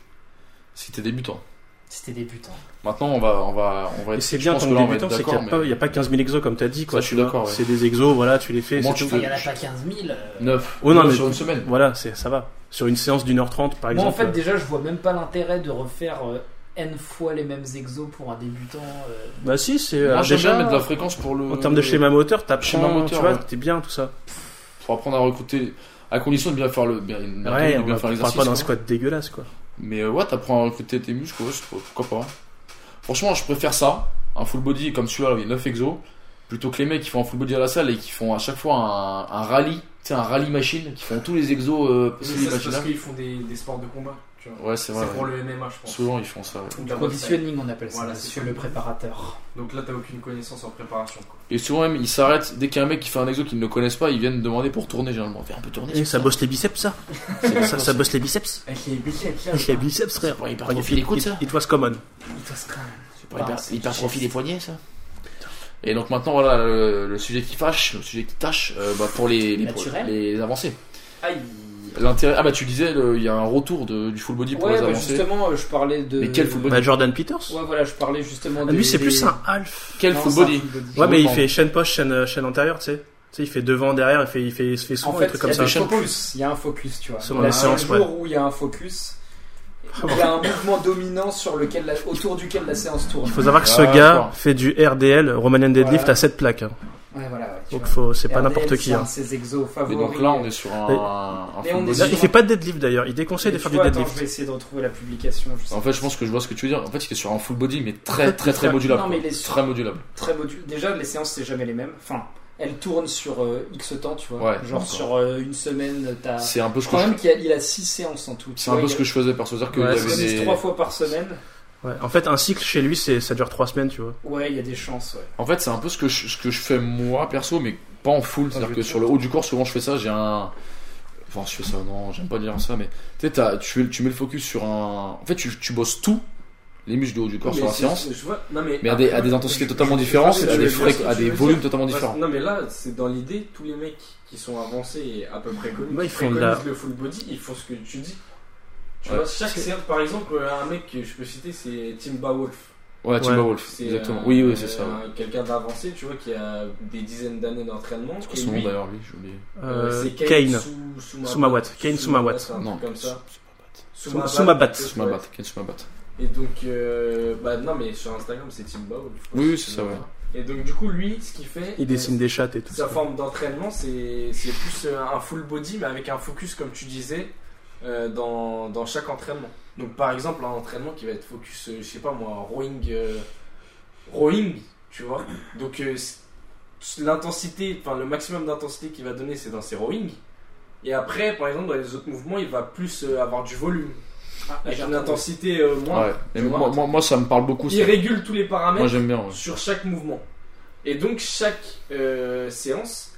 Speaker 3: Si t'es débutant.
Speaker 10: Si t'es débutant.
Speaker 3: Maintenant, on va, on va, on va
Speaker 6: Et
Speaker 3: être.
Speaker 6: c'est
Speaker 3: je
Speaker 6: bien
Speaker 3: pense
Speaker 6: tant
Speaker 3: que
Speaker 6: que
Speaker 3: là, on va
Speaker 6: débutant,
Speaker 3: être
Speaker 6: c'est qu'il n'y a,
Speaker 3: d'accord,
Speaker 6: pas-
Speaker 3: mais-
Speaker 6: il y a pas 15 000 exos comme t'as dit
Speaker 3: Ça,
Speaker 6: quoi.
Speaker 3: je
Speaker 6: tu
Speaker 3: suis
Speaker 6: vois.
Speaker 3: d'accord, ouais.
Speaker 6: C'est des exos, voilà, tu les fais.
Speaker 3: Moi,
Speaker 6: c'est
Speaker 3: tu
Speaker 6: tout.
Speaker 3: peux-
Speaker 10: Il y en a pas 15 000. euh.
Speaker 3: Neuf.
Speaker 6: Oh, non,
Speaker 3: Neuf
Speaker 6: mais-
Speaker 3: sur une semaine.
Speaker 6: Voilà, c'est ça va. Sur une séance d'une heure trente par
Speaker 10: Moi,
Speaker 6: exemple. euh,
Speaker 10: en fait, déjà, je vois même pas l'intérêt de refaire euh, N fois les mêmes exos pour un débutant. euh.
Speaker 6: Bah si, c'est
Speaker 3: Moi,
Speaker 6: euh,
Speaker 3: j'aime bien
Speaker 6: déjà
Speaker 3: mettre de la fréquence pour le.
Speaker 6: en termes de schéma moteur, t'apprends,
Speaker 3: Schéma
Speaker 6: tu
Speaker 3: moteur,
Speaker 6: vois,
Speaker 3: ouais.
Speaker 6: t'es bien tout ça.
Speaker 3: Pour apprendre à recruter. À condition de bien faire le. Bien, bien
Speaker 6: ouais,
Speaker 3: de
Speaker 6: on
Speaker 3: bien
Speaker 6: va-
Speaker 3: faire
Speaker 6: on
Speaker 3: l'exercice.
Speaker 6: parle pas d'un
Speaker 3: quoi.
Speaker 6: squat dégueulasse quoi.
Speaker 3: Mais euh, ouais, t'apprends à recruter tes muscles, ouais, je trouve, pourquoi pas. hein. Franchement, je préfère ça, un full body comme celui-là, avec 9 exos, plutôt que les mecs qui font un full body à la salle et qui font à chaque fois un, un rallye, tu sais, un rallye machine, qui font tous les exos euh,
Speaker 7: Mais
Speaker 3: possibles
Speaker 7: ça, c'est parce
Speaker 3: imaginables.
Speaker 7: qu'ils font des, des sports de combat. Tu vois.
Speaker 3: Ouais, c'est vrai.
Speaker 7: c'est pour
Speaker 3: ouais.
Speaker 7: le MMA, je pense.
Speaker 3: Souvent, ils font ça. ouais.
Speaker 7: Ou de
Speaker 10: Du
Speaker 7: la
Speaker 10: conditioning, on appelle ça,
Speaker 7: Voilà, c'est
Speaker 10: sur
Speaker 7: ça.
Speaker 10: le préparateur.
Speaker 7: boxe. Donc là, t'as aucune connaissance en préparation. Quoi.
Speaker 3: Et souvent, même, ils s'arrêtent. Dès qu'il y a un mec qui fait un exo qu'ils ne connaissent pas, ils viennent demander pour tourner généralement. Fais un peu tourner.
Speaker 6: Et ça bosse les biceps ça. ça, ça bosse les biceps.
Speaker 10: Avec les biceps, là.
Speaker 6: Les biceps frère.
Speaker 3: Ouais, hyper
Speaker 6: Regarde,
Speaker 3: profil
Speaker 6: it-
Speaker 3: écoute,
Speaker 6: it-
Speaker 3: ça.
Speaker 6: It was common.
Speaker 3: C'est pas hyper, hyper profil des poignets, ça. Et donc maintenant, voilà le, le sujet qui fâche, le sujet qui tâche euh, bah, pour les, les,
Speaker 10: Naturel.
Speaker 3: les avancées.
Speaker 4: Aïe.
Speaker 3: L'intérêt. Ah bah tu disais, le- il y a un retour de- du full body pour
Speaker 5: Ouais,
Speaker 3: les
Speaker 5: bah
Speaker 3: avancées.
Speaker 5: justement, euh, je parlais de.
Speaker 3: Mais quel full body
Speaker 6: Bah, Jordan Peters.
Speaker 5: Ouais, voilà, je parlais justement de.
Speaker 6: Ah, Lui c'est plus un half.
Speaker 3: Quel full body
Speaker 6: Ouais, mais il
Speaker 3: Vraiment.
Speaker 6: fait chaîne poche, chaîne, euh, chaîne antérieure, tu sais. Tu sais, il fait devant, derrière, il fait, il fait, il se fait souvent
Speaker 5: En
Speaker 6: des
Speaker 5: fait, il
Speaker 6: trucs
Speaker 5: y
Speaker 6: comme
Speaker 5: a
Speaker 6: ça. Ah
Speaker 5: des focus. Il y a un focus, tu vois.
Speaker 6: Selon
Speaker 5: Dans
Speaker 6: la séance,
Speaker 5: jour où il y a un focus, il y a un mouvement dominant sur lequel la- autour duquel la séance tourne.
Speaker 6: Il faut savoir que ce
Speaker 3: Ah,
Speaker 6: gars
Speaker 3: d'accord.
Speaker 6: fait du RDL, Romanian Deadlift
Speaker 5: Voilà.
Speaker 6: à 7 plaques. hein.
Speaker 5: Ouais, voilà, ouais, tu
Speaker 6: Donc
Speaker 5: vois.
Speaker 6: faut, c'est pas
Speaker 5: RDL,
Speaker 6: n'importe qui.
Speaker 5: c'est un
Speaker 6: hein.
Speaker 5: de ses exos
Speaker 3: Mais
Speaker 5: favoris.
Speaker 3: donc là, on est sur un,
Speaker 6: Mais-
Speaker 3: un
Speaker 5: mais
Speaker 3: full
Speaker 5: on est
Speaker 3: body.
Speaker 5: sur-
Speaker 6: Il fait pas de deadlift d'ailleurs, il
Speaker 5: Mais
Speaker 6: déconseille de
Speaker 5: tu
Speaker 6: faire du
Speaker 5: vois, attends,
Speaker 6: deadlift.
Speaker 5: je vais essayer de retrouver la publication. je sais
Speaker 3: En fait, je pense que je vois ce que tu veux dire. En fait, il est sur un full body, mais très très très modulable.
Speaker 5: Non, mais il
Speaker 3: quoi.
Speaker 5: est sur-
Speaker 3: Très modulable.
Speaker 5: très module. Déjà, les séances, c'est jamais les mêmes. Enfin, elles tournent sur euh, X temps, tu vois.
Speaker 3: Ouais,
Speaker 5: Genre
Speaker 3: d'accord.
Speaker 5: sur euh, une semaine, t'as.
Speaker 3: C'est un peu
Speaker 5: Je
Speaker 3: ce que
Speaker 5: crois
Speaker 3: je,
Speaker 5: même qu'il y a, il a 6 séances en tout. tu
Speaker 3: c'est
Speaker 5: vois,
Speaker 3: un peu
Speaker 5: il
Speaker 3: ce
Speaker 5: y
Speaker 3: que je faisais parce que dire que
Speaker 6: Ouais,
Speaker 3: il y
Speaker 5: a-
Speaker 3: avait
Speaker 5: il y a
Speaker 3: des-
Speaker 5: 3 fois par semaine.
Speaker 6: Ouais. En fait, un cycle chez lui, c'est, ça dure 3 semaines, tu vois.
Speaker 5: Ouais, il y a des chances, ouais.
Speaker 3: En fait, c'est un peu ce que je, ce que je fais moi perso, mais pas en full. C'est-à-dire que sur le haut du corps, souvent je fais ça. J'ai un. Enfin, je fais ça, non, j'aime pas dire ça, mais tu sais, t'as- tu, tu mets le focus sur un. En fait, tu, tu bosses tout, les muscles du haut du corps sur
Speaker 4: Mais
Speaker 3: la
Speaker 4: c'est-
Speaker 3: séance,
Speaker 4: je vois- non, mais
Speaker 3: mais à des,
Speaker 4: après,
Speaker 3: à des
Speaker 4: je-
Speaker 3: intensités
Speaker 4: je-
Speaker 3: totalement
Speaker 4: je- je-
Speaker 3: différentes,
Speaker 4: je-
Speaker 3: et à
Speaker 4: je-
Speaker 3: des,
Speaker 4: je vois ce
Speaker 3: fréqu-
Speaker 4: que
Speaker 3: à
Speaker 4: tu
Speaker 3: des
Speaker 4: veux
Speaker 3: volumes
Speaker 4: dire.
Speaker 3: totalement
Speaker 4: Parce-
Speaker 3: différents.
Speaker 4: Non, mais là, c'est dans l'idée, tous les mecs qui sont avancés et à peu près connus,
Speaker 6: Bah, ils
Speaker 4: qui
Speaker 6: font de
Speaker 4: préconisent
Speaker 6: la-
Speaker 4: le full body, ils font ce que tu dis. Tu
Speaker 3: Ouais.
Speaker 4: vois, chaque séance, par exemple, un mec que je peux citer, c'est Tim Bawolf.
Speaker 3: Ouais, Timberwolf,
Speaker 4: C'est euh,
Speaker 3: exactement.
Speaker 4: un-
Speaker 3: Oui, oui, c'est ça.
Speaker 4: un- Quelqu'un d'avancé, tu vois, qui a des dizaines d'années d'entraînement.
Speaker 3: Quoi
Speaker 4: Et
Speaker 3: son nom
Speaker 4: lui,
Speaker 3: d'ailleurs, lui, j'ai oublié.
Speaker 6: Euh,
Speaker 4: euh, c'est
Speaker 6: Kane.
Speaker 4: Sou- Sumawat.
Speaker 6: Sumawat. Kane Sumawat.
Speaker 4: un
Speaker 3: Non.
Speaker 4: truc comme ça.
Speaker 6: Sum- Sumabat.
Speaker 4: Sumabat.
Speaker 3: Sumabat, Ken Sumabat.
Speaker 4: Et donc, euh, bah non, mais sur Instagram, c'est Tim Bao. je crois.
Speaker 3: Oui, oui, c'est ça, ouais.
Speaker 4: Et donc, du coup, lui, ce qu'il fait,
Speaker 6: Il dessine des chattes et tout.
Speaker 4: sa forme d'entraînement, c'est c'est plus euh, un full body, mais avec un focus, comme tu disais, euh, dans, dans chaque entraînement. Donc, par exemple, un entraînement qui va être focus, euh, je sais pas moi, rowing, euh, rowing, tu vois. Donc, euh, c'est- l'intensité, enfin, le maximum d'intensité qu'il va donner, c'est dans ses rowing. Et après, par exemple, dans les autres mouvements, il va plus euh, avoir du volume.
Speaker 5: Ah,
Speaker 4: avec une intensité euh, moindre.
Speaker 3: Ouais. Mais
Speaker 4: tu vois,
Speaker 3: moi, moi, moi, ça me parle beaucoup.
Speaker 4: Il
Speaker 3: ça.
Speaker 4: régule tous les
Speaker 3: Moi,
Speaker 4: paramètres
Speaker 3: j'aime bien. ouais.
Speaker 4: sur chaque mouvement. Et donc chaque euh, séance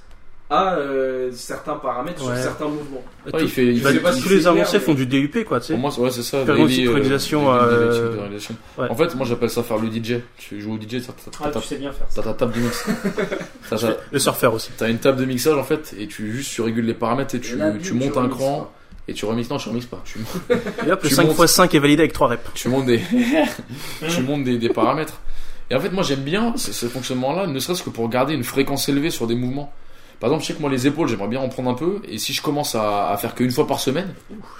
Speaker 4: a euh, certains paramètres
Speaker 6: Ouais.
Speaker 4: sur certains mouvements.
Speaker 6: Tout-
Speaker 3: Ouais, il fait. il
Speaker 6: bah,
Speaker 3: fait-
Speaker 4: je sais pas
Speaker 6: tous les
Speaker 4: si c'est clair,
Speaker 6: avancés
Speaker 4: mais-
Speaker 6: font du DUP, quoi, tu sais.
Speaker 3: Pour moi, c'est- ouais, c'est ça.
Speaker 6: Faire une
Speaker 3: daily, euh,
Speaker 6: synchronisation,
Speaker 3: daily, daily,
Speaker 6: euh,
Speaker 3: synchronisation.
Speaker 6: ouais.
Speaker 3: En fait, moi, j'appelle ça faire le DJ. Tu joues au DJ, t'as t'as-
Speaker 5: Ah,
Speaker 3: t'as-
Speaker 5: tu sais bien faire ça.
Speaker 3: t'as ta table de mix. T'as- t'as-
Speaker 6: Le surfeur aussi.
Speaker 3: T'as une table de mixage en fait, et tu juste tu régules les paramètres et tu,
Speaker 4: Là,
Speaker 3: tu
Speaker 4: lui,
Speaker 3: montes un
Speaker 4: remixes
Speaker 3: cran.
Speaker 4: pas.
Speaker 3: Et tu remixes, non, tu remixes pas. Tu,
Speaker 6: Et hop, le
Speaker 3: Tu
Speaker 6: 5
Speaker 3: montes.
Speaker 6: x 5 est validé avec 3 reps.
Speaker 3: tu montes des, tu montes des, des paramètres. Et en fait, moi, j'aime bien ce, ce fonctionnement-là, ne serait-ce que pour garder une fréquence élevée sur des mouvements. Par exemple, je sais que moi, les épaules, j'aimerais bien en prendre un peu. Et si je commence à, à faire qu'une fois par semaine,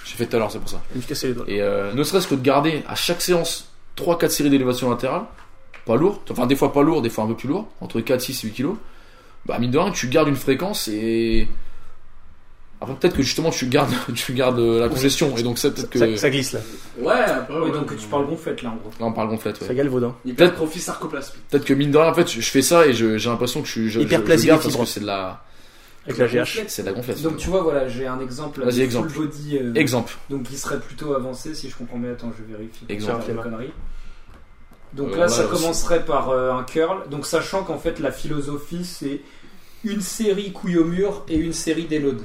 Speaker 3: j'ai fait tout à l'heure, c'est pour ça.
Speaker 6: Il me cassait les doigts.
Speaker 3: Et euh, ne serait-ce que de garder à chaque séance 3-4 séries d'élévation latérale, pas lourd, enfin des fois pas lourd, des fois un peu plus lourd, entre 4, 6 et 8 kilos, bah mine de rien, tu gardes une fréquence et Après, peut-être que justement, tu gardes, tu gardes euh, la congestion. Et donc, ça, peut-être que.
Speaker 6: Ça, ça glisse là.
Speaker 4: Ouais, après,
Speaker 5: Ouais,
Speaker 4: Ah ouais,
Speaker 5: donc tu parles gonflette là en gros.
Speaker 3: Là, on parle gonflette, ouais.
Speaker 6: Ça galvaudin.
Speaker 4: Hypertrophie sarcoplasmique.
Speaker 3: Peut-être que mine de rien, en fait, je je fais ça et je- j'ai l'impression que je suis. Je, je- je
Speaker 6: Hyperplasie
Speaker 3: garde
Speaker 6: des
Speaker 3: parce que
Speaker 6: fibres.
Speaker 3: c'est de la,
Speaker 6: Avec la GH.
Speaker 3: c'est de la gonflette.
Speaker 5: Donc tu vois, voilà, j'ai un exemple.
Speaker 3: Vas-y,
Speaker 5: de
Speaker 3: exemple.
Speaker 5: Full body, euh,
Speaker 3: Exemple.
Speaker 5: donc qui serait plutôt avancé si je comprends bien. Attends, je vérifie.
Speaker 3: Exemple.
Speaker 5: Pas de conneries. Donc
Speaker 3: Euh,
Speaker 5: là,
Speaker 3: ouais,
Speaker 5: ça
Speaker 3: aussi.
Speaker 5: commencerait par euh, un curl. Donc sachant qu'en fait, la philosophie, c'est une série couille au mur et une série déload.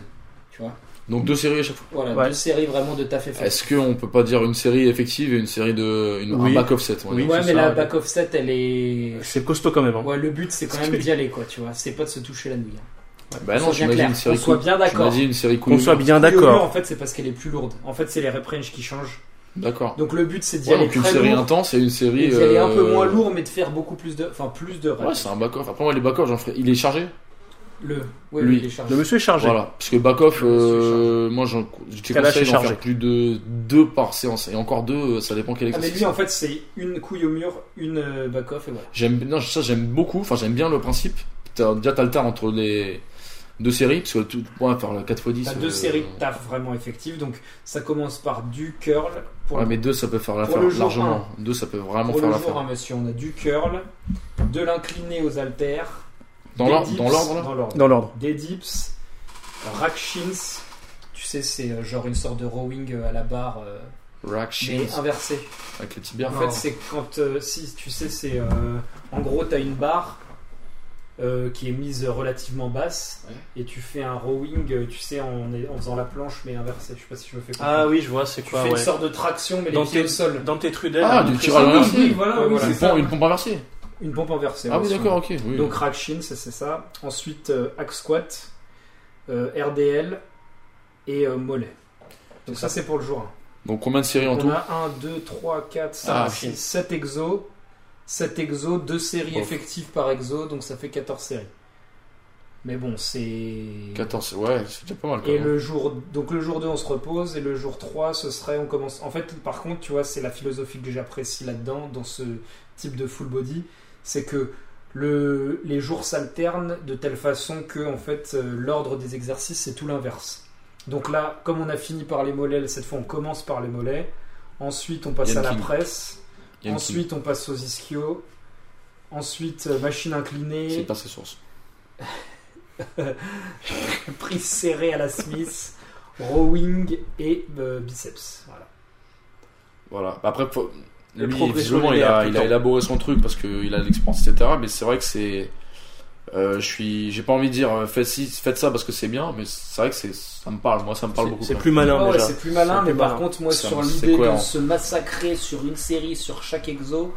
Speaker 3: Donc, deux séries à chaque fois.
Speaker 5: Voilà,
Speaker 6: Ouais.
Speaker 5: deux séries vraiment de taf et fait.
Speaker 3: Est-ce qu'on peut pas dire une série effective et une série de. Une,
Speaker 6: Oui.
Speaker 3: Un back offset on va
Speaker 6: Oui.
Speaker 3: dire.
Speaker 5: ouais,
Speaker 6: c'est
Speaker 5: mais
Speaker 6: ça,
Speaker 5: la
Speaker 6: ouais.
Speaker 5: back offset, elle est.
Speaker 6: C'est costaud quand même. hein.
Speaker 5: Ouais, le but, c'est quand
Speaker 6: Parce
Speaker 5: même
Speaker 6: que-
Speaker 5: d'y aller, quoi, tu vois. C'est pas de se toucher la nouille. hein.
Speaker 3: Bah non,
Speaker 5: Qu'on soit bien
Speaker 3: j'imagine
Speaker 5: clair,
Speaker 3: une série
Speaker 5: qu'on soit
Speaker 3: cool.
Speaker 5: bien d'accord.
Speaker 3: J'imagine une série cool.
Speaker 6: Qu'on soit bien
Speaker 5: Couille au mur,
Speaker 6: d'accord.
Speaker 5: En fait, c'est parce qu'elle est plus lourde. En fait, c'est les rep range qui changent.
Speaker 3: D'accord.
Speaker 5: Donc le but, c'est d'y
Speaker 3: Ouais,
Speaker 5: aller
Speaker 3: donc une
Speaker 5: très
Speaker 3: série
Speaker 5: lourd.
Speaker 3: intense et une série.
Speaker 5: Et d'y aller un peu
Speaker 3: euh,
Speaker 5: moins lourd, mais de faire beaucoup plus de. Enfin, plus de rep.
Speaker 3: Ouais, c'est un back-off. Après, moi, les back-off, j'en ferai. Il est chargé
Speaker 5: Le. Ouais,
Speaker 3: Lui.
Speaker 5: oui, les charges.
Speaker 6: Le monsieur est chargé.
Speaker 3: Voilà. Parce que back-off, euh, moi, j'en- je te
Speaker 6: Kalash est
Speaker 3: conseille d'en
Speaker 6: chargé.
Speaker 3: faire plus de deux par séance. Et encore deux, euh, ça dépend quel
Speaker 5: Ah, mais
Speaker 3: exercice.
Speaker 5: lui, en fait, c'est une couille au mur, une euh, back off et voilà.
Speaker 3: J'aime non, ça j'aime beaucoup, enfin j'aime bien le principe. T'as- Déjà t'alternes entre les deux séries, parce que tout ouais, faire le 4x10.
Speaker 5: T'as
Speaker 3: euh,
Speaker 5: deux séries de taf vraiment effectives. Donc ça commence par du curl pour,
Speaker 3: Ouais, mais deux ça peut faire
Speaker 5: Pour
Speaker 3: l'affaire
Speaker 5: le jour
Speaker 3: largement. Deux ça peut vraiment
Speaker 5: pour
Speaker 3: faire
Speaker 5: le
Speaker 3: l'affaire.
Speaker 5: jour, hein, monsieur. On a du curl, de l'incliné aux haltères.
Speaker 3: Dans
Speaker 5: des
Speaker 3: l'or-
Speaker 5: dips,
Speaker 3: dans l'ordre là
Speaker 5: Dans l'ordre.
Speaker 6: Dans l'ordre.
Speaker 5: Des dips, rack shins. Tu sais, c'est euh, genre une sorte de rowing euh, à la barre, euh,
Speaker 3: Rack
Speaker 5: mais
Speaker 3: shins
Speaker 5: inversé.
Speaker 3: avec les tibias.
Speaker 5: En fait, c'est quand. euh, si, tu sais, c'est. euh, en gros, t'as une barre euh, qui est mise relativement basse et tu fais un rowing, euh, tu sais, en, en faisant la planche mais inversée. Je sais pas si je me fais comprendre.
Speaker 6: Ah oui, je vois, c'est
Speaker 5: Tu
Speaker 6: quoi
Speaker 5: fais une
Speaker 6: ouais.
Speaker 5: sorte de traction mais les
Speaker 6: Dans
Speaker 5: pieds
Speaker 6: tes-
Speaker 5: au sol.
Speaker 6: Dans tes trudelles.
Speaker 3: Ah,
Speaker 6: dans
Speaker 3: du
Speaker 6: tes-
Speaker 3: tirage
Speaker 6: Ah,
Speaker 3: inversé.
Speaker 7: Oui, voilà,
Speaker 5: Ouais,
Speaker 7: oui,
Speaker 5: voilà.
Speaker 7: c'est
Speaker 3: Une
Speaker 7: ça.
Speaker 3: pompe, une pompe inversée.
Speaker 5: Une pompe inversée.
Speaker 3: Ah
Speaker 5: ouais,
Speaker 3: oui,
Speaker 5: si
Speaker 3: d'accord,
Speaker 5: on-
Speaker 3: ok. Oui.
Speaker 5: Donc rack shin, ça, c'est ça. Ensuite, euh, hack squat, euh, RDL et euh, mollet. Donc ça, c'est pour le jour 1.
Speaker 3: Donc combien de séries en
Speaker 5: On
Speaker 3: tout
Speaker 5: a 1, 2, 3, 4, 5,
Speaker 3: Ah,
Speaker 5: 6, 7 exos. 7 exos, 2 séries
Speaker 3: Oh.
Speaker 5: effectives par exo, donc ça fait 14 séries. Mais bon, c'est.
Speaker 3: 14, ouais, c'est déjà pas mal quand
Speaker 5: Et
Speaker 3: même.
Speaker 5: le jour, donc le jour 2, on se repose, et le jour 3, ce serait, on commence. En fait, par contre, tu vois, c'est la philosophie que j'apprécie là-dedans, dans ce type de full body, c'est que le, les jours s'alternent de telle façon que, en fait, euh, l'ordre des exercices, c'est tout l'inverse. Donc là, comme on a fini par les mollets, cette fois, on commence par les mollets. Ensuite, on passe
Speaker 3: Yann
Speaker 5: à la
Speaker 3: King.
Speaker 5: presse.
Speaker 3: Il y a une
Speaker 5: Ensuite, on passe aux ischios. Ensuite, euh, machine
Speaker 3: petite- C'est
Speaker 5: inclinée,
Speaker 3: pas ses sources.
Speaker 5: prise serrée à la Smith, rowing et euh, biceps. Voilà.
Speaker 3: Voilà. Bah, Après, faut-
Speaker 6: Les
Speaker 3: lui,
Speaker 6: progressions
Speaker 3: visiblement, il
Speaker 6: linéaires,
Speaker 3: a,
Speaker 6: tout
Speaker 3: il
Speaker 6: le
Speaker 3: a
Speaker 6: temps.
Speaker 3: élaboré son truc parce qu'il a de l'expérience, etc. Mais c'est vrai que c'est. euh, je suis, j'ai pas envie de dire euh, faites, ci, faites ça parce que c'est bien, mais c'est vrai que c'est, ça me parle. Moi, ça me parle
Speaker 6: c'est-
Speaker 3: beaucoup.
Speaker 6: C'est
Speaker 3: quand
Speaker 6: plus malin
Speaker 5: Oh, Ah Ouais, ouais,
Speaker 6: déjà.
Speaker 5: c'est plus malin,
Speaker 6: C'est
Speaker 5: mais
Speaker 6: plus
Speaker 5: par
Speaker 6: malin.
Speaker 5: contre, moi,
Speaker 3: Ça,
Speaker 5: sur
Speaker 3: c'est
Speaker 5: l'idée de
Speaker 3: cohérent.
Speaker 5: se massacrer sur une série, sur chaque exo,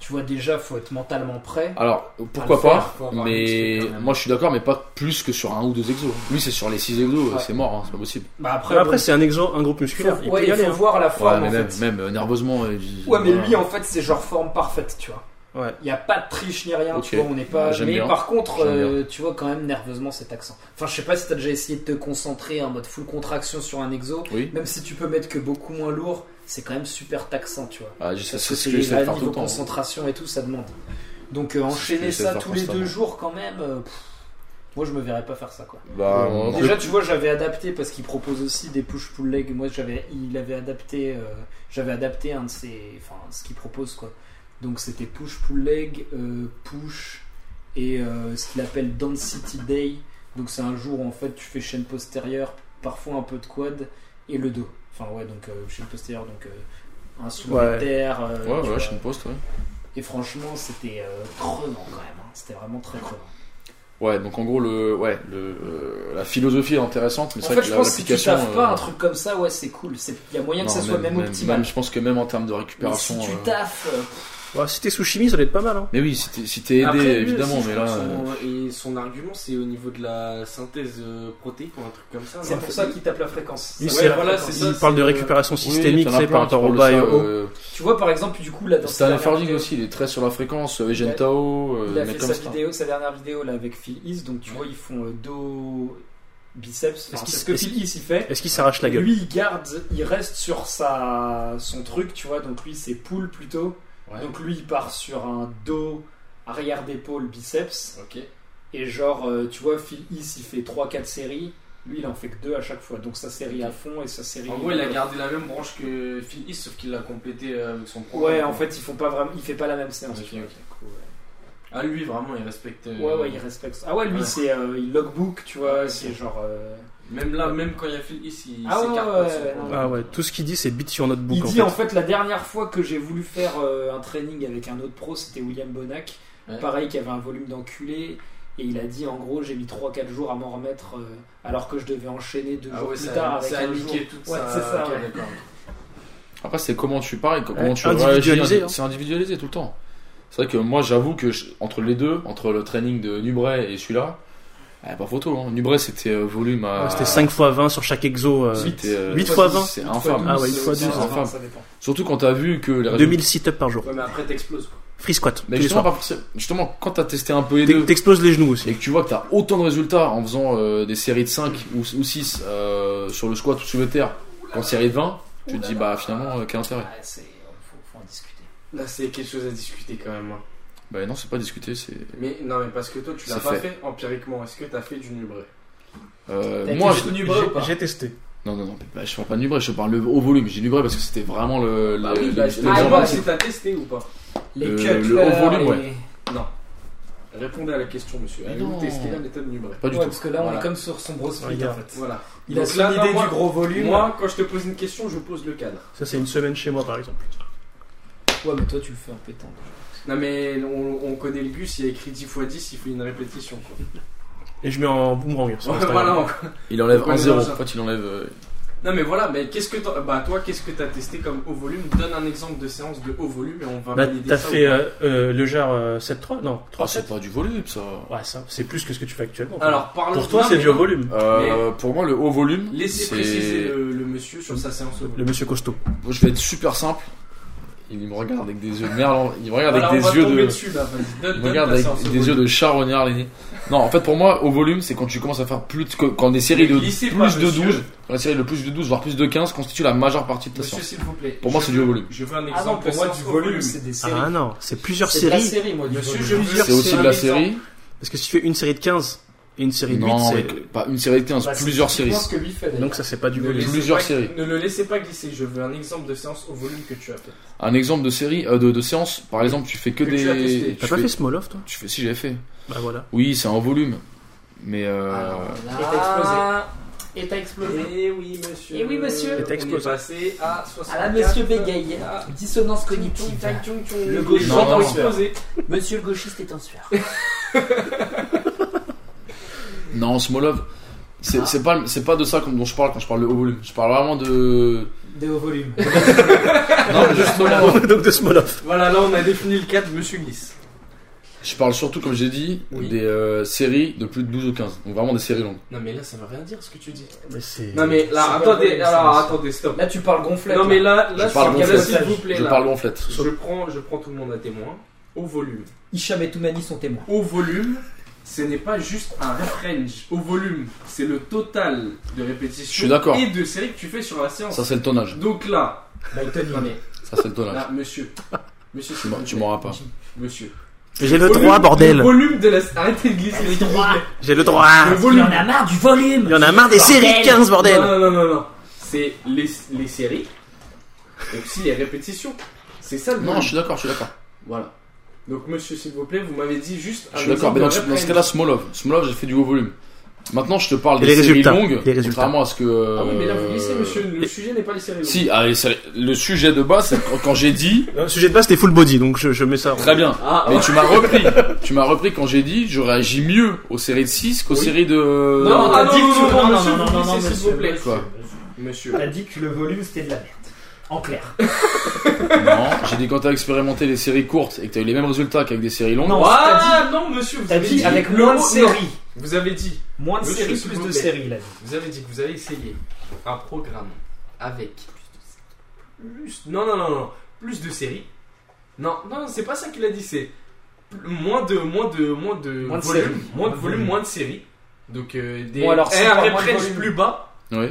Speaker 5: tu vois déjà, faut être mentalement prêt.
Speaker 3: même. Alors, pourquoi
Speaker 5: À le faire,
Speaker 3: pas
Speaker 5: faut avoir une
Speaker 3: Mais
Speaker 5: petite-
Speaker 3: moi, je suis d'accord, mais pas plus que sur un ou deux exos. Lui, c'est sur les six exos,
Speaker 5: Ouais.
Speaker 3: c'est mort, hein, c'est pas possible.
Speaker 5: Bah
Speaker 6: Après,
Speaker 5: bon,
Speaker 6: c'est un exo, un groupe
Speaker 5: faut,
Speaker 6: musculaire. il
Speaker 5: ouais,
Speaker 6: peut y
Speaker 5: il
Speaker 6: aller.
Speaker 5: faut
Speaker 6: hein.
Speaker 5: voir la
Speaker 3: Ouais,
Speaker 5: forme
Speaker 3: mais
Speaker 5: en
Speaker 3: même,
Speaker 5: fait.
Speaker 3: même, euh, nerveusement. euh, je-
Speaker 5: Ouais, mais
Speaker 3: voilà.
Speaker 5: lui en fait, c'est genre forme parfaite, tu vois.
Speaker 6: Ouais.
Speaker 5: Il n'y a pas de triche ni rien, tu
Speaker 3: Ok.
Speaker 5: vois, on n'est pas.
Speaker 3: J'aime
Speaker 5: Mais
Speaker 3: bien.
Speaker 5: par contre,
Speaker 3: J'aime
Speaker 5: euh, tu vois quand même nerveusement cet accent. Enfin, je sais pas si t'as déjà essayé de te concentrer en mode full contraction sur un exo,
Speaker 3: Oui.
Speaker 5: même si tu peux mettre que beaucoup moins lourd, c'est quand même super taxant, tu vois.
Speaker 3: Ah, je sais,
Speaker 5: Parce
Speaker 3: c'est
Speaker 5: que
Speaker 3: ce
Speaker 5: c'est
Speaker 3: que j'essaie de
Speaker 5: les
Speaker 3: faire tout
Speaker 5: niveau
Speaker 3: le temps. hein.
Speaker 5: concentration et tout, ça demande. Donc euh,
Speaker 3: ce que
Speaker 5: enchaîner
Speaker 3: j'essaie de
Speaker 5: ça
Speaker 3: faire
Speaker 5: tous les deux
Speaker 3: constamment.
Speaker 5: jours quand même. euh, pff, moi, je me verrais pas faire ça, quoi.
Speaker 3: Bah,
Speaker 6: Euh,
Speaker 3: ouais.
Speaker 5: Déjà, tu vois, j'avais adapté parce qu'il propose aussi des push pull leg. Moi, j'avais, il avait adapté, euh, j'avais adapté un de ses, enfin, ce qu'il propose quoi. Donc, c'était push pull leg, euh, push et euh, ce qu'il appelle density day. Donc, c'est un jour où en fait, tu fais chaîne postérieure, parfois un peu de quad et le dos. Enfin, ouais, donc euh, chaîne postérieure, donc euh, un soulevé de
Speaker 6: Ouais.
Speaker 5: terre. euh,
Speaker 3: ouais,
Speaker 5: tu
Speaker 3: ouais,
Speaker 5: vois.
Speaker 3: je me poste, ouais.
Speaker 5: Et franchement, c'était euh, crevant quand même. hein. C'était vraiment très crevant.
Speaker 3: Ouais, donc en gros, le, ouais, le, euh, la philosophie est intéressante, mais
Speaker 5: En
Speaker 3: c'est
Speaker 5: fait,
Speaker 3: vrai que
Speaker 5: je
Speaker 3: la-
Speaker 5: pense que si tu
Speaker 3: l'application.
Speaker 5: taffes pas
Speaker 3: euh,
Speaker 5: un truc comme ça, ouais, c'est cool. Il y a moyen
Speaker 3: non,
Speaker 5: que ça soit même, optimal.
Speaker 3: même, je pense que même en termes de
Speaker 5: mais
Speaker 3: récupération.
Speaker 5: si tu
Speaker 3: euh,
Speaker 5: taffes, euh,
Speaker 6: hein. Ouais, si t'es sous chimie, ça doit être pas mal. Hein.
Speaker 3: Mais oui, si t'es si t'es aidé,
Speaker 4: Après, lui
Speaker 3: évidemment,
Speaker 4: aussi, je
Speaker 3: mais
Speaker 4: crois
Speaker 3: là.
Speaker 4: que
Speaker 3: euh,
Speaker 4: son- Et son argument, c'est au niveau de la synthèse euh, protéique ou un truc comme ça.
Speaker 5: c'est
Speaker 4: non
Speaker 5: pour ça qu'il tape la fréquence.
Speaker 6: Lui,
Speaker 5: C'est-
Speaker 6: c'est-
Speaker 5: ouais, voilà, c'est
Speaker 6: Il
Speaker 5: ça.
Speaker 4: ça,
Speaker 6: parle
Speaker 4: c'est,
Speaker 6: de
Speaker 4: euh,
Speaker 6: récupération
Speaker 3: oui,
Speaker 6: systémique,
Speaker 3: t'en
Speaker 6: tu
Speaker 3: as
Speaker 6: sais,
Speaker 3: plein
Speaker 6: par
Speaker 3: qui
Speaker 6: rapport au
Speaker 3: parlent de
Speaker 6: bas et
Speaker 3: ça,
Speaker 6: au haut.
Speaker 3: euh,
Speaker 5: Tu vois, par exemple, du coup, là, dans sa
Speaker 3: Stan
Speaker 5: dernière
Speaker 3: Ferdinand
Speaker 5: vidéo-
Speaker 3: aussi, il est très sur la fréquence, euh, Eugene
Speaker 5: Il a-
Speaker 3: Tao, euh,
Speaker 5: Il
Speaker 3: des
Speaker 5: a
Speaker 3: mecs
Speaker 5: fait
Speaker 3: comme
Speaker 5: sa
Speaker 3: ça.
Speaker 5: vidéo, sa dernière vidéo là avec Phil East. Donc, tu vois, ils font euh, dos, biceps. Enfin,
Speaker 6: qu'il-
Speaker 5: C'est ce que
Speaker 6: est-ce-
Speaker 5: Phil East il fait.
Speaker 6: Est-ce qu'il s'arrache la
Speaker 5: Et
Speaker 6: gueule
Speaker 5: Lui, il garde, il reste sur sa, son truc, tu vois. Donc lui, c'est pull plutôt.
Speaker 3: Ouais.
Speaker 5: Donc lui, il part sur un dos, arrière d'épaule, biceps.
Speaker 4: Ok.
Speaker 5: Et genre, euh, tu vois, Phil East, il fait 3-4 séries. Lui, il en fait que deux à chaque fois. Donc sa série à fond et sa série.
Speaker 4: En gros, il a gardé la même branche que Phil East, sauf qu'il l'a complété euh, avec son programme.
Speaker 5: Ouais, en fait, ils font pas vraiment, il fait pas la même séance.
Speaker 4: Ok,
Speaker 5: tu vois.
Speaker 4: ok.
Speaker 5: Du coup, ouais.
Speaker 4: Ah, lui, vraiment, il respecte. euh,
Speaker 5: ouais, ouais, il respecte. Ah ouais, lui,
Speaker 4: Ouais.
Speaker 5: c'est euh, il logbook, tu vois, c'est genre. euh,
Speaker 4: Même là, même quand il y a Phil East, il
Speaker 5: Ah ouais,
Speaker 4: s'écarte
Speaker 5: ouais,
Speaker 4: pas de son
Speaker 5: ouais,
Speaker 4: programme.
Speaker 6: Ah ouais, tout ce qu'il dit, c'est beat sur notre
Speaker 5: Il
Speaker 6: book
Speaker 5: dit
Speaker 6: en
Speaker 5: hein.
Speaker 6: fait.
Speaker 5: en fait la dernière fois que j'ai voulu faire euh, un training avec un autre pro, c'était William Bonac.
Speaker 4: Ouais.
Speaker 5: Pareil, qui avait un volume d'enculé. Et il a dit en gros, j'ai mis 3-4 jours à m'en remettre euh, alors que je devais enchaîner deux
Speaker 4: Ah
Speaker 5: jours
Speaker 4: ouais,
Speaker 5: plus
Speaker 4: ça,
Speaker 5: tard avec
Speaker 4: ça a
Speaker 5: un jour.
Speaker 4: niqué toute
Speaker 5: Ouais,
Speaker 4: sa-
Speaker 5: c'est ça,
Speaker 4: ok,
Speaker 5: ouais.
Speaker 4: d'accord.
Speaker 3: Après, c'est comment tu parles, comment
Speaker 6: Ouais,
Speaker 3: tu
Speaker 6: individualisé,
Speaker 3: réagis.
Speaker 6: hein.
Speaker 3: C'est individualisé tout le temps. C'est vrai que moi, j'avoue que je- entre les deux, entre le training de Nubray et celui-là, eh, pas photo. Hein. Nubray, c'était euh, volume à.
Speaker 6: C'était 5 x 20 sur chaque exo. euh,
Speaker 3: C'était, euh,
Speaker 6: 8 fois 20.
Speaker 3: C'est infâme.
Speaker 6: Ah ouais, une fois
Speaker 3: C'est
Speaker 6: douze,
Speaker 3: infâme.
Speaker 5: Ça dépend.
Speaker 3: Surtout quand t'as vu que les
Speaker 6: 2000 sit-ups par jour.
Speaker 4: Ouais, mais après, t'exploses quoi.
Speaker 6: Free squat,
Speaker 3: Mais
Speaker 6: tous les
Speaker 3: justement,
Speaker 6: soirs.
Speaker 3: pas forcément- justement, quand t'as testé un peu les deux
Speaker 6: T'ex- T'exploses les genoux aussi.
Speaker 3: et que tu vois que t'as autant de résultats en faisant euh, des séries de 5 ou, 6 sur le squat ou sur le terre qu'en série de 20, tu te dis bah finalement euh, quel intérêt
Speaker 5: Ouais, c'est- euh, faut, faut en discuter.
Speaker 4: Là, c'est quelque chose à discuter quand même. hein.
Speaker 3: Bah non, c'est pas discuté, c'est.
Speaker 4: Mais non, mais parce que toi, tu l'as
Speaker 3: Ça
Speaker 4: pas
Speaker 3: fait.
Speaker 4: fait. empiriquement. Est-ce que t'as fait du nubré
Speaker 3: Euh,
Speaker 5: T'as
Speaker 3: moi,
Speaker 5: été
Speaker 3: je...
Speaker 5: tenu bras ou pas
Speaker 6: J'ai- J'ai testé.
Speaker 3: Non, non, non, mais bah, je parle pas de Nubray, je parle le haut volume. J'ai Nubray parce que c'était vraiment le. le- le-
Speaker 5: ah,
Speaker 3: l'exemple.
Speaker 5: bah,
Speaker 4: si t'as testé ou pas
Speaker 5: Les
Speaker 3: Euh,
Speaker 5: cuts,
Speaker 3: le
Speaker 5: là,
Speaker 3: haut volume,
Speaker 5: et-
Speaker 3: ouais.
Speaker 4: Répondez à la question, monsieur.
Speaker 3: Mais
Speaker 4: Avez-vous
Speaker 3: non.
Speaker 4: testé la méthode nubré
Speaker 3: Pas du
Speaker 5: Ouais,
Speaker 3: tout.
Speaker 5: parce que là, on
Speaker 4: Voilà.
Speaker 5: est comme sur son gros split en
Speaker 6: Regarde.
Speaker 5: fait.
Speaker 4: Voilà.
Speaker 5: Il a
Speaker 4: Donc
Speaker 5: son
Speaker 4: là, non,
Speaker 5: idée
Speaker 4: moi-
Speaker 5: du gros volume.
Speaker 4: Moi, quand je te pose une question, je pose le cadre.
Speaker 6: Ça, c'est une semaine chez moi par exemple.
Speaker 5: Ouais, mais toi, tu le fais en pétant.
Speaker 4: Non, mais on, on connaît le Gus, il a écrit 10 x 10, il faut une répétition quoi.
Speaker 6: Et je mets en boomerang. sur
Speaker 4: Ouais,
Speaker 6: Instagram.
Speaker 4: voilà, on-
Speaker 3: Il enlève
Speaker 4: Ouais,
Speaker 3: un
Speaker 4: non,
Speaker 3: 0. En
Speaker 4: ça-
Speaker 3: fait, il enlève. euh,
Speaker 4: Non mais voilà, mais qu'est-ce que t'en- bah toi qu'est-ce que t'as testé comme haut volume Donne un exemple de séance de haut volume et on va
Speaker 6: Bah,
Speaker 4: valider
Speaker 6: t'as
Speaker 4: ça.
Speaker 6: fait
Speaker 4: ou pas.
Speaker 6: euh, euh, le jar euh, 7-3 Non,
Speaker 3: Ah, c'est
Speaker 6: 3-7
Speaker 3: pas du volume ça.
Speaker 6: Ouais, ça, c'est plus que ce que tu fais actuellement.
Speaker 4: Alors parlons.
Speaker 6: Pour toi,
Speaker 4: non,
Speaker 6: c'est
Speaker 4: mais
Speaker 6: du haut volume.
Speaker 3: Euh, Pour moi, le haut volume.
Speaker 4: Laissez
Speaker 3: c'est-
Speaker 4: préciser le, le monsieur sur sa séance haut
Speaker 6: Le
Speaker 4: volume.
Speaker 6: monsieur costaud.
Speaker 3: Bon, Je vais être super simple. Il me regarde avec des yeux de merde. Il me regarde
Speaker 4: Voilà,
Speaker 3: avec
Speaker 4: on va
Speaker 3: des yeux
Speaker 4: tomber
Speaker 3: de.
Speaker 4: dessus là, vas-y.
Speaker 3: Il
Speaker 4: Donne,
Speaker 3: me regarde avec des yeux de charognard, Lenny. Non, en fait, pour moi, au volume, c'est quand tu commences à faire plus de, que- quand des séries de
Speaker 4: Glissez
Speaker 3: plus
Speaker 4: pas,
Speaker 3: de
Speaker 4: monsieur.
Speaker 3: 12, quand la série de plus de 12, voire plus de 15 constitue la majeure partie de ta
Speaker 4: Monsieur
Speaker 3: séance.
Speaker 4: s'il vous plaît.
Speaker 3: Pour moi,
Speaker 4: je
Speaker 3: c'est du
Speaker 4: veux-
Speaker 3: haut volume.
Speaker 4: Je veux un exemple
Speaker 5: Ah non, pour
Speaker 4: de
Speaker 5: moi,
Speaker 4: séance
Speaker 5: du
Speaker 4: haut
Speaker 5: volume, c'est des séries.
Speaker 6: Ah non, c'est plusieurs
Speaker 5: C'est de la
Speaker 6: séries.
Speaker 5: série, moi, du
Speaker 4: Monsieur,
Speaker 5: volume.
Speaker 4: je veux
Speaker 3: C'est aussi de la série.
Speaker 6: Parce que si tu fais une série de 15 et une série de 8,
Speaker 3: Non, mais
Speaker 6: c'est.
Speaker 3: pas une série de 15,
Speaker 5: Bah, c'est
Speaker 3: plusieurs séries.
Speaker 5: typiquement ce que lui fait, d'ailleurs.
Speaker 6: Donc ça, c'est pas du
Speaker 4: Ne
Speaker 6: volume.
Speaker 4: laissez
Speaker 3: Plusieurs
Speaker 4: pas-
Speaker 3: séries.
Speaker 4: Ne le laissez pas glisser. Je veux un exemple de séance haut volume que tu as fait.
Speaker 3: Un exemple de série, euh, de, de séance, par exemple, tu fais que
Speaker 4: Que tu as testé.
Speaker 3: des.
Speaker 6: T'as
Speaker 3: tu
Speaker 6: pas
Speaker 3: fais-
Speaker 6: fait small off toi
Speaker 3: tu fais- Si, j'avais fait.
Speaker 6: Bah voilà.
Speaker 3: Oui, c'est en volume. Mais euh,
Speaker 5: Ah,
Speaker 4: Ah,
Speaker 5: Et t'as explosé.
Speaker 4: Eh oui, monsieur.
Speaker 5: Eh oui, monsieur.
Speaker 6: Et t'exploses.
Speaker 4: On est passé à 64.
Speaker 5: Ah là, monsieur Bégaye. Dissonance cognitive.
Speaker 4: Le
Speaker 5: Le
Speaker 4: gauche,
Speaker 5: gauchiste
Speaker 3: Non, non,
Speaker 4: on
Speaker 3: non.
Speaker 4: explosé.
Speaker 5: Monsieur le gauchiste est en sueur.
Speaker 3: non, Small Love,
Speaker 4: Ah.
Speaker 3: c'est c'est pas, c'est pas de ça qu'on- dont je parle quand je parle de haut volume. Je parle vraiment de.
Speaker 5: Des hauts volumes.
Speaker 3: Non, mais justement,
Speaker 6: Donc de small off.
Speaker 4: Voilà, là, on a défini le cadre, monsieur Glisse.
Speaker 3: Je parle surtout, comme j'ai dit,
Speaker 4: Oui.
Speaker 3: des euh, séries de plus de 12 ou 15. Donc vraiment des séries longues.
Speaker 4: Non, mais là, ça veut rien dire ce que tu dis.
Speaker 6: Mais c'est.
Speaker 4: Non, mais là,
Speaker 5: C'est pas
Speaker 4: attendez,
Speaker 5: vrai,
Speaker 4: alors,
Speaker 5: ça.
Speaker 4: attendez, stop.
Speaker 5: Là, tu parles gonflette.
Speaker 4: Non, mais là,
Speaker 3: Je
Speaker 4: là,
Speaker 3: parle
Speaker 4: sur-
Speaker 3: gonflette.
Speaker 4: s'il vous plaît,
Speaker 3: Je
Speaker 4: là.
Speaker 3: parle gonflette.
Speaker 4: Je prends, je prends tout le monde à témoin. Au volume.
Speaker 5: Hicham et Toumani sont témoins.
Speaker 4: Au volume, ce n'est pas juste un range. Au volume, c'est le total de
Speaker 3: Je suis
Speaker 4: répétitions
Speaker 3: d'accord.
Speaker 4: et de séries que tu fais sur la séance.
Speaker 3: Ça, c'est le tonnage.
Speaker 4: Donc là,
Speaker 6: Bah,
Speaker 4: non, mais
Speaker 3: Ça, c'est le tonnage.
Speaker 4: là, monsieur. Monsieur,
Speaker 3: Tu m'en-
Speaker 4: s'il
Speaker 3: Tu
Speaker 4: vous plaît.
Speaker 3: m'auras pas.
Speaker 4: Monsieur.
Speaker 6: J'ai le
Speaker 4: Volume-
Speaker 6: droit, bordel
Speaker 4: Le volume de la. Arrêtez de glisser. s'il vous plaît.
Speaker 6: J'ai le droit
Speaker 4: Le
Speaker 11: Il y
Speaker 4: volume.
Speaker 11: en a marre du volume
Speaker 6: Il y en a marre des séries de 15, bordel
Speaker 4: Non, non, non, non, non. C'est les, les séries et aussi les répétitions. C'est ça le
Speaker 3: Non,
Speaker 4: volume.
Speaker 3: je suis d'accord, je suis d'accord.
Speaker 4: Voilà. Donc, monsieur, s'il vous plaît, vous m'avez dit juste. un
Speaker 3: Je suis d'accord.
Speaker 4: exemple
Speaker 3: Mais dans,
Speaker 4: Ah, de
Speaker 3: dans ce
Speaker 4: reference.
Speaker 3: cas-là, Small Love. Small Love, j'ai fait du haut volume. Maintenant, je te parle
Speaker 6: Et
Speaker 3: des
Speaker 6: les
Speaker 3: séries
Speaker 6: résultats.
Speaker 3: longues.
Speaker 6: Les résultats.
Speaker 3: Contrairement à ce que.
Speaker 4: Ah oui, mais là, vous
Speaker 3: euh,
Speaker 4: glissez, monsieur. Le sujet n'est pas les séries.
Speaker 3: Si, allez, ça- le sujet de base, c'est quand- quand j'ai dit.
Speaker 6: Le sujet de base, c'était full body, donc je, je mets ça.
Speaker 3: Très bien.
Speaker 4: Ah,
Speaker 3: Mais tu m'as repris. Tu m'as repris quand j'ai dit je réagis mieux aux séries de 6 qu'aux séries de.
Speaker 4: Non,
Speaker 5: Non,
Speaker 4: ah,
Speaker 5: t'as
Speaker 4: non,
Speaker 5: dit
Speaker 4: non,
Speaker 5: que tu-
Speaker 4: non,
Speaker 5: non,
Speaker 4: non,
Speaker 5: non,
Speaker 4: monsieur,
Speaker 5: non, non,
Speaker 4: vous
Speaker 5: non,
Speaker 4: glissez, s'il vous
Speaker 5: monsieur,
Speaker 4: plaît.
Speaker 3: Quoi
Speaker 4: Monsieur.
Speaker 5: T'as dit que le volume c'était de la merde. En clair.
Speaker 3: Non, j'ai dit quand t'as expérimenté les séries courtes et que t'as eu les mêmes résultats qu'avec des séries longues.
Speaker 5: Non,
Speaker 4: Ah non, monsieur, vous
Speaker 5: T'as
Speaker 4: avez
Speaker 5: dit avec
Speaker 4: le
Speaker 5: moins de
Speaker 4: mot- non.
Speaker 5: séries.
Speaker 4: Vous avez dit,
Speaker 5: Moins de
Speaker 4: Monsieur,
Speaker 5: séries,
Speaker 4: s'il
Speaker 5: plus
Speaker 4: vous
Speaker 5: de
Speaker 4: plaît.
Speaker 5: séries, il a dit.
Speaker 4: vous avez dit que vous avez essayé un programme avec plus. Non, non, non, non, plus de séries. Non, non, c'est pas ça qu'il a dit. C'est pl- moins de, moins de, moins de
Speaker 5: Moins de
Speaker 4: volume,
Speaker 5: séries.
Speaker 4: moins de volume, moins de séries. Donc euh, des
Speaker 5: Bon, alors,
Speaker 4: et
Speaker 5: c'est
Speaker 4: un
Speaker 5: pas moins de
Speaker 4: rep range
Speaker 5: volume.
Speaker 4: plus bas
Speaker 3: Oui.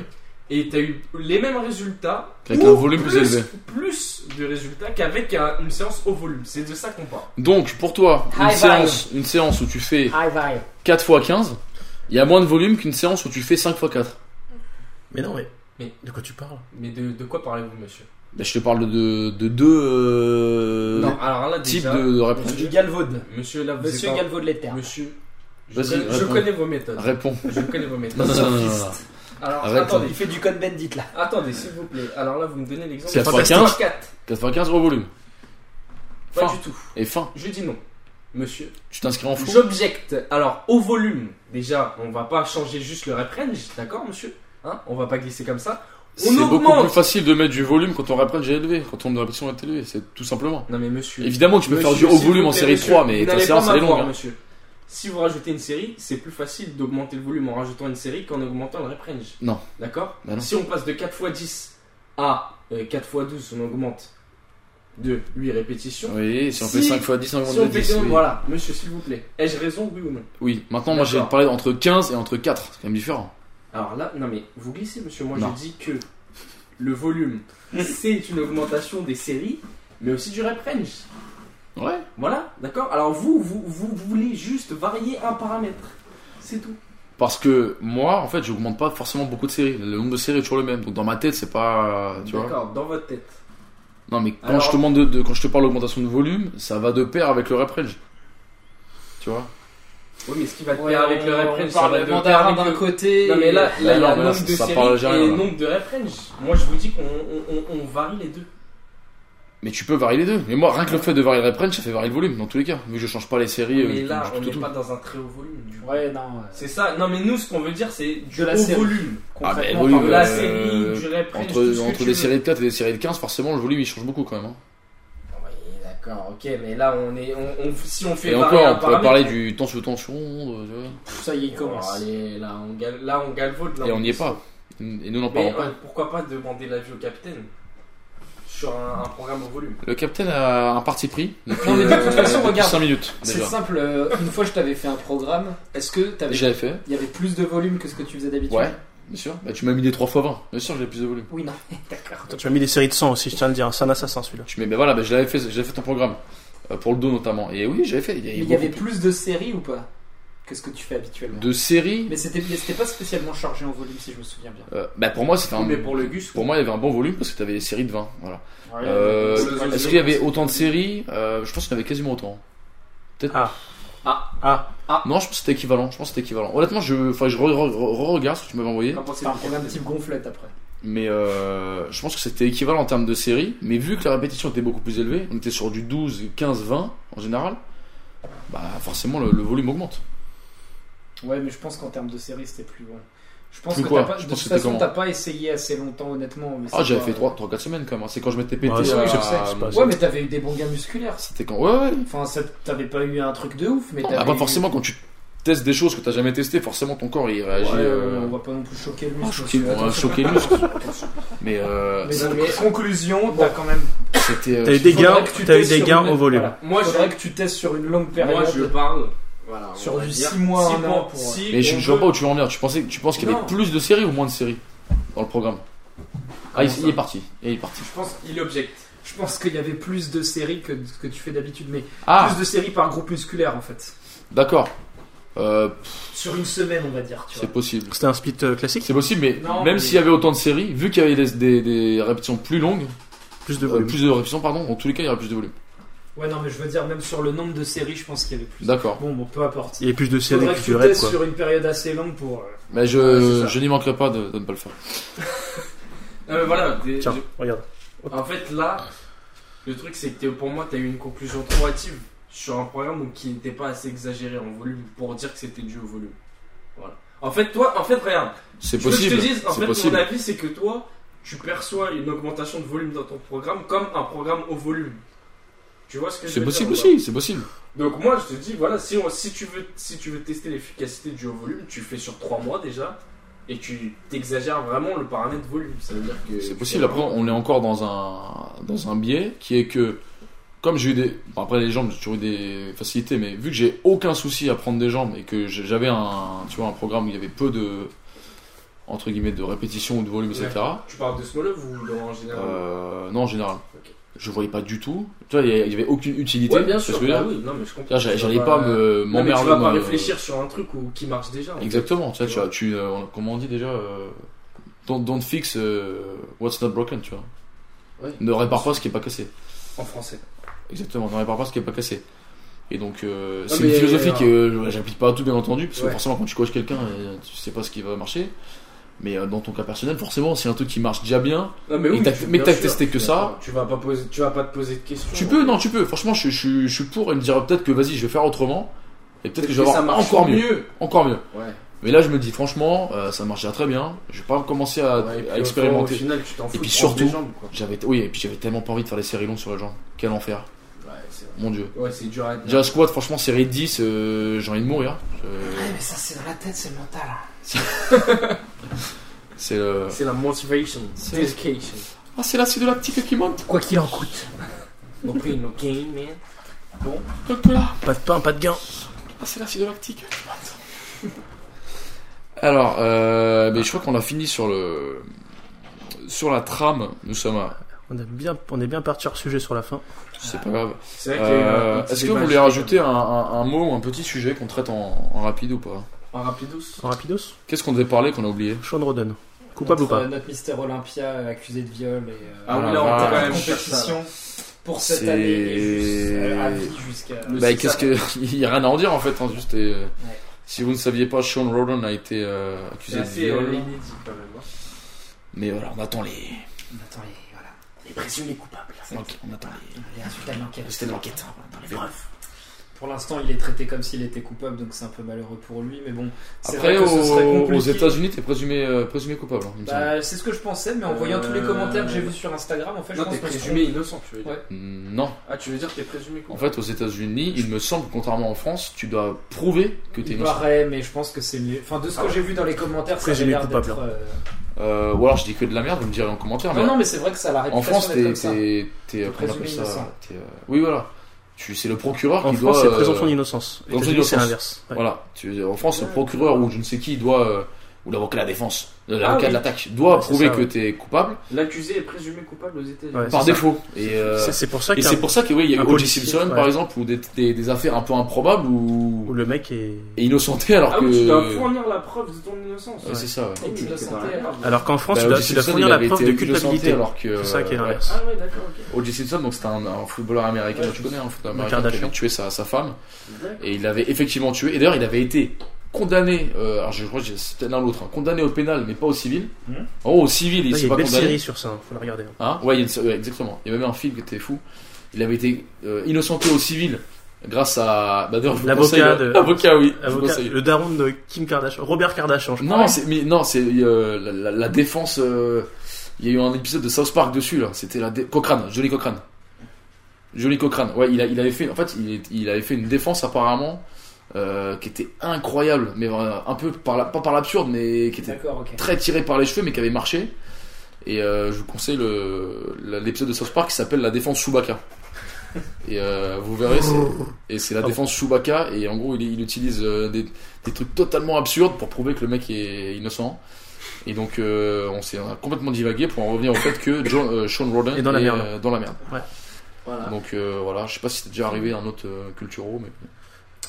Speaker 4: et t'as eu les mêmes résultats
Speaker 3: Avec
Speaker 4: ou
Speaker 3: un volume plus élevé.
Speaker 4: plus de résultats qu'avec un- une séance au volume. C'est de ça qu'on parle.
Speaker 3: Donc, pour toi, une
Speaker 5: High
Speaker 3: séance, une séance où tu fais
Speaker 5: High vibe.
Speaker 3: 4 x 15, Il y a moins de volume qu'une séance où tu fais 5 x 4.
Speaker 6: Mais non, mais,
Speaker 4: Mais-
Speaker 6: de quoi tu parles
Speaker 4: Mais de, de quoi parlez-vous, monsieur
Speaker 3: Bah, je te parle de, de deux euh,
Speaker 4: Non, alors là,
Speaker 3: types
Speaker 4: déjà,
Speaker 3: de, de réponses.
Speaker 5: Du Galvaude.
Speaker 4: monsieur, là, vous
Speaker 5: Monsieur
Speaker 4: êtes en-
Speaker 5: Galvaude Letter.
Speaker 4: Monsieur, je,
Speaker 3: Vas-y,
Speaker 4: connais, je
Speaker 3: réponds.
Speaker 4: connais vos méthodes.
Speaker 3: Réponds.
Speaker 4: Je connais vos méthodes.
Speaker 3: Non, non, non, non, non, non.
Speaker 4: Alors,
Speaker 3: Arrête.
Speaker 4: attendez,
Speaker 5: Il fait du code bendit là.
Speaker 4: attendez, s'il vous plaît. Alors là, vous me donnez l'exemple.
Speaker 3: C'est
Speaker 4: de-
Speaker 3: fantastique. 95.
Speaker 4: 4.
Speaker 3: 95 gros volume.
Speaker 4: Pas
Speaker 3: Fin.
Speaker 4: du tout.
Speaker 3: Et fin.
Speaker 4: Je dis non, monsieur.
Speaker 3: Tu t'inscris en fou.
Speaker 4: J'objecte. Alors, au volume, déjà, on va pas changer juste le rep range, d'accord, monsieur hein On va pas glisser comme ça.
Speaker 3: C'est
Speaker 4: On
Speaker 3: beaucoup plus
Speaker 4: augmente.
Speaker 3: facile de mettre du volume quand on reprend j'ai élevé, quand on de répétition est élevé, c'est tout simplement.
Speaker 4: Non, mais monsieur.
Speaker 3: Évidemment, tu peux faire du
Speaker 4: Monsieur,
Speaker 3: haut
Speaker 4: s'il vous
Speaker 3: volume en
Speaker 4: plaît,
Speaker 3: série
Speaker 4: monsieur,
Speaker 3: 3, mais
Speaker 4: vous
Speaker 3: ta
Speaker 4: n'allez
Speaker 3: séance
Speaker 4: pas
Speaker 3: elle est
Speaker 4: m'avoir,
Speaker 3: longue. hein.
Speaker 4: monsieur. Si vous rajoutez une série, c'est plus facile d'augmenter le volume en rajoutant une série qu'en augmentant le rep range.
Speaker 3: Non.
Speaker 4: D'accord
Speaker 3: Bah non.
Speaker 4: Si on passe de 4 x 10 à euh, 4 x 12, on augmente de 8 répétitions.
Speaker 3: Oui, si on
Speaker 4: Si-
Speaker 3: fait 5 x 10, on
Speaker 4: Si on
Speaker 3: augmente de
Speaker 4: fait
Speaker 3: 10.
Speaker 4: non,
Speaker 3: oui.
Speaker 4: voilà, monsieur, s'il vous plaît, ai-je raison, oui ou non
Speaker 3: Oui, maintenant moi j'ai
Speaker 4: D'accord.
Speaker 3: parlé entre 15 et entre 4, c'est quand même différent.
Speaker 4: Alors là, non mais vous glissez, monsieur. Moi,
Speaker 3: Non.
Speaker 4: je dis que le volume, c'est une augmentation des séries, mais aussi du rep range.
Speaker 3: Ouais.
Speaker 4: Voilà, d'accord Alors vous, vous, vous voulez juste varier un paramètre. C'est tout.
Speaker 3: Parce que moi, en fait, j'augmente pas forcément beaucoup de séries. Le nombre de séries est toujours le même. Donc dans ma tête, c'est pas. Tu vois
Speaker 4: D'accord, dans votre tête.
Speaker 3: Non, mais quand,
Speaker 4: Alors-
Speaker 3: je te demande de, de- quand je te parle d'augmentation de volume, ça va de pair avec le rep range. Tu vois
Speaker 4: Oui, mais ce qui va te
Speaker 5: Ouais,
Speaker 4: faire avec
Speaker 5: on-
Speaker 4: le rep
Speaker 5: on
Speaker 4: range, ça
Speaker 5: parle
Speaker 4: va
Speaker 5: de
Speaker 4: te
Speaker 5: mandarin
Speaker 4: faire
Speaker 5: d'un
Speaker 4: avec le-
Speaker 5: côté.
Speaker 4: Non mais là, là, il y
Speaker 3: non,
Speaker 4: a
Speaker 3: mais là,
Speaker 4: nombre de
Speaker 3: ça parle
Speaker 4: séries
Speaker 3: algérien,
Speaker 4: et
Speaker 3: là.
Speaker 4: nombre de rep range. Moi, je vous dis qu'on on- on- on varie les deux.
Speaker 3: Mais tu peux varier les deux. Mais moi, rien que le fait de varier le rep range, ça fait varier le volume dans tous les cas. Vu que je change pas les séries.
Speaker 4: Mais
Speaker 3: euh,
Speaker 4: là,
Speaker 3: tout,
Speaker 4: on
Speaker 3: tout,
Speaker 4: n'est
Speaker 3: tout.
Speaker 4: pas dans un très haut volume. du coup.
Speaker 5: Ouais, non. euh,
Speaker 4: C'est ça. Non mais nous, ce qu'on veut dire, c'est du
Speaker 5: De la
Speaker 4: haut
Speaker 5: série.
Speaker 4: volume.
Speaker 3: Ah, mais
Speaker 5: concrètement,
Speaker 3: oui,
Speaker 5: par-
Speaker 3: euh,
Speaker 4: La série, du rep range,
Speaker 3: Entre,
Speaker 4: tout ce que
Speaker 3: entre des
Speaker 4: tu veux.
Speaker 3: séries de 4 et des séries de 15, forcément, le volume il change beaucoup quand même. hein.
Speaker 4: Ah, Oui, d'accord, ok, mais là on est, on, on- si on fait
Speaker 3: Et
Speaker 4: varier un
Speaker 3: encore, on pourrait
Speaker 4: paramètre,
Speaker 3: parler du temps sous tension. de- tu vois.
Speaker 5: Ça y est, il
Speaker 4: Oh,
Speaker 5: commence.
Speaker 4: allez, là on, gal- là on galvaude. Là,
Speaker 3: Et on n'y est pas. Et nous n'en
Speaker 4: Mais
Speaker 3: parlons pas.
Speaker 4: euh, pourquoi pas demander l'avis au capitaine sur un, un programme au volume
Speaker 3: Le capitaine a un parti pris. Depuis,
Speaker 5: Non, mais de toute façon, regarde.
Speaker 3: 5 minutes.
Speaker 5: C'est
Speaker 3: déjà.
Speaker 5: simple, euh, une fois je t'avais fait un programme, est-ce que t'avais-
Speaker 3: J'avais fait.
Speaker 5: il y avait plus de volume que ce que tu faisais d'habitude
Speaker 3: Ouais, bien sûr. Bah, tu m'as mis des 3 x 20. Bien sûr, j'ai plus de volume.
Speaker 5: Oui, non, d'accord.
Speaker 6: Attends, tu m'as mis des séries de 100 aussi, je tiens à le dire. C'est un assassin celui-là.
Speaker 3: Tu mets, bah voilà, bah, je l'avais fait, je l'avais fait ton programme. Euh, pour le dos notamment. Et oui, j'avais fait. Il y
Speaker 5: Mais
Speaker 3: avait
Speaker 5: il y avait
Speaker 3: beaucoup
Speaker 5: plus de séries ou pas que ce que tu fais habituellement
Speaker 3: de séries.
Speaker 5: Mais c'était mais c'était pas spécialement chargé en volume si je me souviens bien.
Speaker 3: Euh, bah, pour moi, c'était un.
Speaker 4: Mais pour le Gus,
Speaker 3: Pour moi, il y avait un bon volume parce que tu avais des séries de 20. Voilà.
Speaker 4: mais
Speaker 3: Euh,
Speaker 4: pour le-
Speaker 3: Est-ce qu'il y avait autant de séries Euh, Je pense qu'il y en avait quasiment autant.
Speaker 6: Ah.
Speaker 4: Ah.
Speaker 6: Ah.
Speaker 3: Non, je pense que c'était équivalent. Je pense que c'était équivalent. Honnêtement, je, faudrait que je re- re- re- regarde ce que tu m'avais envoyé.
Speaker 4: qu'en pensez-vous,
Speaker 5: C'est un programme type
Speaker 4: capitaine
Speaker 5: gonflette après.
Speaker 3: Mais euh, je pense que c'était équivalent en termes de séries. Mais vu que la répétition était beaucoup plus élevée, on était sur du 12, 15, 20 en général. Bah forcément, le, le volume augmente.
Speaker 5: Ouais, mais je pense qu'en termes de séries c'était plus bon. Je pense
Speaker 3: Plus
Speaker 5: que
Speaker 3: quoi
Speaker 5: t'as pas,
Speaker 3: Je pense
Speaker 5: de toute
Speaker 3: que c'était
Speaker 5: façon
Speaker 3: comment
Speaker 5: t'as pas essayé assez longtemps honnêtement. mais
Speaker 3: Ah,
Speaker 5: c'est
Speaker 3: j'avais
Speaker 5: pas-
Speaker 3: fait 3, 4 semaines quand même. hein. C'est quand je m'étais pété.
Speaker 6: Ouais, c'est-
Speaker 3: à-
Speaker 6: oui, je sais, c'est pas-
Speaker 5: Euh, Ouais, mais t'avais eu des bons gains musculaires.
Speaker 3: C'était quand Ouais, ouais.
Speaker 5: Enfin, ça- t'avais pas eu un truc de ouf, mais
Speaker 3: Non,
Speaker 5: t'avais.
Speaker 3: bah,
Speaker 5: eu-
Speaker 3: forcément, quand tu testes des choses que t'as jamais testées, forcément ton corps il
Speaker 5: Ouais,
Speaker 3: réagit.
Speaker 5: euh,
Speaker 3: euh,
Speaker 5: On va pas non plus choquer le
Speaker 3: ah,
Speaker 5: muscle.
Speaker 3: choquer-
Speaker 5: monsieur,
Speaker 3: ouais,
Speaker 5: attention.
Speaker 3: choquer le muscle. Mais, euh,
Speaker 5: Mais donc, conclusion, t'as quand même.
Speaker 3: c'était. euh,
Speaker 6: T'as eu des
Speaker 5: Faudrait
Speaker 6: gains,
Speaker 5: que tu
Speaker 6: t'as eu
Speaker 5: testes
Speaker 6: des
Speaker 5: sur
Speaker 6: gains
Speaker 5: une-
Speaker 6: au volume.
Speaker 5: voilà.
Speaker 4: Moi,
Speaker 5: Faudrait
Speaker 4: je-
Speaker 5: que tu testes sur une longue
Speaker 4: Moi
Speaker 5: période.
Speaker 4: je parle voilà, on
Speaker 5: Sur
Speaker 4: va
Speaker 5: du
Speaker 4: dire,
Speaker 5: six mois,
Speaker 4: si
Speaker 5: un
Speaker 4: bon-
Speaker 5: an pour-
Speaker 4: si
Speaker 3: Mais je,
Speaker 4: on
Speaker 3: je vois
Speaker 4: veut-
Speaker 3: pas où tu veux en venir. Tu pensais, tu penses qu'il y avait
Speaker 4: Non.
Speaker 3: plus de séries ou moins de séries dans le programme Ah, il,
Speaker 4: Comment
Speaker 3: il
Speaker 4: ça
Speaker 3: est parti. Il est parti.
Speaker 4: je pense qu'il objecte.
Speaker 5: Je pense qu'il y avait plus de séries que ce que tu fais d'habitude, mais
Speaker 3: Ah,
Speaker 5: plus de séries par groupe musculaire en fait.
Speaker 3: d'accord. Euh,
Speaker 5: Sur une semaine, on va dire. Tu
Speaker 3: c'est
Speaker 5: vois.
Speaker 3: possible.
Speaker 6: C'était un split euh, classique
Speaker 3: C'est possible, mais
Speaker 5: Non,
Speaker 3: même
Speaker 5: mais-
Speaker 3: s'il y avait autant de séries, vu qu'il y avait des, des- des répétitions plus longues,
Speaker 6: Plus de
Speaker 3: euh,
Speaker 6: volume.
Speaker 3: plus de répétitions, pardon, en tous les cas, il y aurait plus de volume.
Speaker 5: Ouais, non, mais je veux dire, même sur le nombre de séries, je pense qu'il y avait plus.
Speaker 3: D'accord.
Speaker 5: Bon, bon, peu importe.
Speaker 6: Il y avait plus de séries
Speaker 5: Faudrait
Speaker 6: que
Speaker 5: que
Speaker 6: du
Speaker 5: tu
Speaker 6: rep
Speaker 5: testes
Speaker 6: quoi.
Speaker 5: sur une période assez longue pour. euh,
Speaker 3: Mais
Speaker 4: Ouais, c'est
Speaker 3: je,
Speaker 4: ça.
Speaker 3: je n'y manquerai pas de, de ne pas le faire.
Speaker 4: Non, mais Euh, voilà, des-
Speaker 6: Tiens,
Speaker 4: je-
Speaker 6: regarde.
Speaker 4: En fait, là, le truc, c'est que t'es- pour moi, t'as eu une conclusion trop hâtive sur un programme où- qui n'était pas assez exagéré en volume pour dire que c'était dû au volume. Voilà. En fait, toi, en fait, regarde.
Speaker 3: C'est
Speaker 4: Ce que je
Speaker 3: possible.
Speaker 4: te dise, en
Speaker 3: C'est
Speaker 4: fait,
Speaker 3: possible.
Speaker 4: mon avis, c'est que toi, tu perçois une augmentation de volume dans ton programme comme un programme au volume. Tu vois ce que je
Speaker 3: C'est
Speaker 4: veux
Speaker 3: possible
Speaker 4: dire ou pas
Speaker 3: aussi, c'est possible.
Speaker 4: Donc moi, je te dis, voilà, si, on- si, tu, veux, si tu veux tester l'efficacité du haut volume, tu fais sur 3 mois déjà. Et tu t'exagères vraiment le paramètre volume. Ça veut dire que.
Speaker 3: C'est possible. Après, on est encore dans un, dans un biais qui est que, comme j'ai eu des. bon, après, les jambes, j'ai toujours eu des facilités, mais vu que j'ai aucun souci à prendre des jambes et que j'ai- j'avais un, tu vois, un programme où il y avait peu de. entre guillemets, de répétitions ou de volume, etc.
Speaker 4: Tu parles de Smolov ou en général
Speaker 3: Euh, non, en général. je voyais pas du tout. Tu vois, il y a- il y avait aucune utilité.
Speaker 4: Ouais, bien
Speaker 3: Tu vois
Speaker 4: sûr.
Speaker 3: ce que je veux
Speaker 4: bah
Speaker 3: dire
Speaker 4: oui, non, mais je comprends.
Speaker 3: C'est-à-dire, j'allais-
Speaker 4: Tu
Speaker 3: J'allais
Speaker 4: vas
Speaker 3: pas me-
Speaker 4: Non, mais tu
Speaker 3: m'emmerder.
Speaker 4: vas pas
Speaker 3: me-
Speaker 4: réfléchir sur un truc ou qui marche déjà. en fait.
Speaker 3: Exactement, tu vois, tu,
Speaker 4: Ouais.
Speaker 3: as- tu euh, comment on dit déjà euh, don't, don't fix euh, what's not broken, tu vois.
Speaker 4: Ouais.
Speaker 3: Ne répare pas ce qui est pas cassé.
Speaker 4: En français.
Speaker 3: Exactement, ne répare pas ce qui est pas cassé. Et donc euh, c'est
Speaker 4: mais-
Speaker 3: une philosophie que euh, j'applique pas à tout bien entendu, parce que
Speaker 4: Ouais.
Speaker 3: forcément quand tu coaches quelqu'un, euh, tu sais pas ce qui va marcher. Mais euh, dans ton cas personnel, forcément, c'est un truc qui marche déjà bien.
Speaker 4: Non, mais
Speaker 3: Et
Speaker 4: oui,
Speaker 3: t'as-
Speaker 4: tu-
Speaker 3: mais
Speaker 4: bien
Speaker 3: t'as
Speaker 4: sûr.
Speaker 3: testé que ça.
Speaker 4: Tu vas pas poser, tu vas pas te poser de questions.
Speaker 3: Tu peux, non, tu peux. Franchement, je, je- je suis pour et me dire peut-être que vas-y, je vais faire autrement. Et peut-être que je vais
Speaker 4: ça
Speaker 3: avoir
Speaker 4: marche
Speaker 3: encore mieux. Encore mieux.
Speaker 4: Ouais.
Speaker 3: Mais là, je me dis franchement, euh, ça marche déjà très bien. Je vais pas commencer à,
Speaker 4: Ouais, et puis
Speaker 3: à
Speaker 4: au-
Speaker 3: expérimenter.
Speaker 4: Au final, tu t'en fous.
Speaker 3: puis
Speaker 4: tu prends
Speaker 3: surtout-
Speaker 4: des jambes, quoi.
Speaker 3: J'avais oui et puis j'avais tellement pas envie de faire les séries longues sur la jambe. Quel enfer,
Speaker 4: Ouais, c'est vrai.
Speaker 3: mon dieu.
Speaker 4: Ouais, c'est dur à
Speaker 3: Déjà
Speaker 4: dire.
Speaker 3: squat franchement série de 10 euh, j'ai envie de mourir. Euh, Je-
Speaker 12: mais ça, c'est dans la tête, c'est le mental.
Speaker 5: hein.
Speaker 3: C'est euh,
Speaker 4: C'est la motivation,
Speaker 3: C'est-
Speaker 4: dedication.
Speaker 3: ah c'est là c'est de la petite qui monte.
Speaker 5: Quoi qu'il en coûte.
Speaker 4: No pain, no gain, man.
Speaker 3: Hop là.
Speaker 6: Pas de pain, pas de gain.
Speaker 3: Ah, c'est l'acide lactique. Alors, euh, mais je crois qu'on a fini sur le sur la trame. Nous sommes à.
Speaker 6: On est bien, on est bien parti sur le sujet sur la fin.
Speaker 3: C'est pas grave.
Speaker 4: Ah, C'est vrai qu'il y a eu un
Speaker 3: Euh,
Speaker 4: petit
Speaker 3: Est-ce que
Speaker 4: débat
Speaker 3: vous voulez
Speaker 4: juste
Speaker 3: rajouter un, un- un mot ou un petit sujet qu'on traite en, en rapide ou pas
Speaker 4: En rapidos
Speaker 6: En rapidos,
Speaker 3: Qu'est-ce qu'on devait parler qu'on a oublié
Speaker 6: Sean Roden. Coupable ou
Speaker 5: notre,
Speaker 6: pas
Speaker 5: euh, Notre Mister Olympia euh, accusé de viol et. euh,
Speaker 4: Ah
Speaker 3: oui,
Speaker 4: oui,
Speaker 3: là,
Speaker 4: là,
Speaker 3: on peut
Speaker 4: on peut
Speaker 3: quand
Speaker 4: quand
Speaker 3: même
Speaker 4: même faire ça.
Speaker 5: compétition pour cette
Speaker 3: C'est-
Speaker 5: année et jusqu'à- euh, à vie jusqu'à.
Speaker 3: Bah, qu'est-ce que il y a rien à en dire en fait. hein, juste euh, si vous ne saviez pas, Sean Roden a été euh, accusé
Speaker 4: C'est
Speaker 3: de
Speaker 4: assez euh,
Speaker 3: viol.
Speaker 4: inédit quand même. hein.
Speaker 3: Mais voilà, on attend les.
Speaker 5: Attends, et voilà. Les présumés coupables.
Speaker 3: Ok, on attend les.
Speaker 5: Et ensuite, la l'enquête.
Speaker 3: C'était de l'enquête.
Speaker 5: Pour l'instant, il est traité comme s'il était coupable, donc c'est un peu malheureux pour lui, mais bon. c'est vrai
Speaker 3: Après,
Speaker 5: que ce serait
Speaker 3: aux, aux
Speaker 5: compliqué.
Speaker 3: États-Unis, t'es présumé euh, présumé coupable. hein, il me semble.
Speaker 5: Bah, c'est ce que je pensais, mais en voyant tous les
Speaker 4: Euh,
Speaker 5: commentaires que j'ai vus sur Instagram, en fait, je
Speaker 4: Non,
Speaker 5: pense
Speaker 4: t'es
Speaker 5: que je
Speaker 4: présumé innocent, tu veux dire.
Speaker 5: Ouais.
Speaker 3: Mm, Non.
Speaker 4: Ah, tu veux dire t'es présumé
Speaker 3: En
Speaker 4: coupable
Speaker 3: fait, aux États-Unis, il me semble, contrairement en France, tu dois prouver que t'es
Speaker 5: Il
Speaker 3: innocent.
Speaker 5: paraît, mais je pense que c'est mieux. Enfin, de ce que j'ai vu dans les commentaires, ça avait
Speaker 6: Présumé
Speaker 5: l'air
Speaker 6: coupable.
Speaker 5: d'être. euh,
Speaker 3: Euh, ou alors je dis que de la merde, vous me direz en commentaire.
Speaker 5: Non,
Speaker 3: mais
Speaker 5: non, mais c'est vrai que ça a la
Speaker 3: en
Speaker 5: réputation
Speaker 3: France,
Speaker 5: d'être
Speaker 3: t'es,
Speaker 5: comme ça.
Speaker 3: t'es, t'es, euh, comment on
Speaker 5: présumé
Speaker 3: appelle ça,
Speaker 5: innocent.
Speaker 3: t'es, euh, Oui, voilà. Tu, c'est le procureur
Speaker 6: En
Speaker 3: qui
Speaker 6: France,
Speaker 3: doit.
Speaker 6: c'est
Speaker 3: euh,
Speaker 6: présomption d'innocence. Aux
Speaker 3: présomption
Speaker 6: États-Unis, c'est
Speaker 3: d'innocence.
Speaker 6: l'inverse. Ouais.
Speaker 3: Voilà. Tu- en France, le procureur ou je ne sais qui doit euh, ou l'avocat de la défense,
Speaker 5: Ah
Speaker 3: euh, l'avocat
Speaker 4: oui.
Speaker 3: de l'attaque doit
Speaker 6: Ouais, c'est
Speaker 3: prouver
Speaker 6: ça,
Speaker 3: que
Speaker 6: ouais.
Speaker 3: t'es coupable
Speaker 4: L'accusé est présumé coupable aux États-Unis.
Speaker 6: Ouais,
Speaker 3: par
Speaker 6: c'est ça.
Speaker 3: défaut. Et, euh,
Speaker 6: C'est- c'est pour ça
Speaker 3: et
Speaker 6: que
Speaker 3: c'est pour ça que oui, il y a
Speaker 6: un
Speaker 3: eu O.J.
Speaker 6: policier,
Speaker 3: Simpson
Speaker 6: ouais.
Speaker 3: par exemple ou des, des, des affaires un peu improbables
Speaker 6: où
Speaker 3: ou
Speaker 6: le mec est.
Speaker 3: et innocenté alors
Speaker 4: Ah
Speaker 3: que.
Speaker 4: oui, tu dois fournir la preuve de ton innocence.
Speaker 3: Ouais, C'est ça. ouais.
Speaker 4: Et tu dois sentir.
Speaker 6: Alors qu'en France,
Speaker 3: Bah,
Speaker 6: tu dois,
Speaker 3: O.J.
Speaker 6: tu dois
Speaker 3: Simpson,
Speaker 6: fournir
Speaker 3: il
Speaker 6: la
Speaker 3: avait
Speaker 6: preuve
Speaker 3: été
Speaker 6: de
Speaker 3: innocenté,
Speaker 6: culpabilité.
Speaker 3: alors que.
Speaker 6: C'est ça qui est
Speaker 3: euh, ouais.
Speaker 6: l'inverse.
Speaker 4: Ah ouais, d'accord, ok.
Speaker 3: O.J. Simpson, donc c'était un, un footballeur américain, tu connais un footballeur
Speaker 6: Le
Speaker 3: américain qui
Speaker 6: Kardashian.
Speaker 3: avait tué sa, sa femme, et il l'avait effectivement tué, et d'ailleurs il avait été condamné, euh, alors je crois que c'est peut-être l'un ou l'autre, hein, condamné au pénal mais pas au civil.
Speaker 4: Hum.
Speaker 5: Mhm.
Speaker 3: Oh, au civil, il
Speaker 6: Là, il y
Speaker 3: s'est
Speaker 6: a
Speaker 3: pas
Speaker 6: une belle
Speaker 3: condamné.
Speaker 6: série sur ça, hein, faut la regarder. hein.
Speaker 3: Hein ouais, il y a une série- ouais, exactement. Il y avait même un film qui était fou. Il avait été euh, innocenté au civil grâce à. Bah, d'ailleurs, je vous
Speaker 6: L'avocat
Speaker 3: conseille, euh,
Speaker 6: de-
Speaker 3: Avocat, oui. je vous
Speaker 6: Avocat-
Speaker 3: conseille.
Speaker 6: le daron de Kim Kardashian, Robert Kardashian, je crois.
Speaker 3: Non, c'est mais non, c'est euh, la, la- la défense. euh, il y a eu un épisode de South Park dessus là. C'était la dé- Cochrane, Johnny Cochrane. Johnny Cochrane. Ouais, il, a- il avait fait. En fait, il, est- il avait fait une défense apparemment euh, qui était incroyable, mais euh, un peu par la- pas par l'absurde, mais qui était
Speaker 5: D'accord, ok.
Speaker 3: très tiré par les cheveux, mais qui avait marché. Et euh, je vous conseille le- la- l'épisode de South Park qui s'appelle La défense Chewbacca. Et euh, vous verrez, c'est- et c'est la
Speaker 6: Pardon.
Speaker 3: défense Chewbacca. Et en gros, il, il utilise euh, des, des trucs totalement absurdes pour prouver que le mec est innocent. Et donc, euh, on s'est on a complètement divagué pour en revenir au fait que John- euh, Sean Roden
Speaker 6: Et dans la
Speaker 3: est,
Speaker 6: merde.
Speaker 3: euh, dans la merde.
Speaker 5: Ah.
Speaker 4: Voilà.
Speaker 3: Donc euh, voilà, je sais pas si c'est déjà arrivé à un autre euh, culturo, mais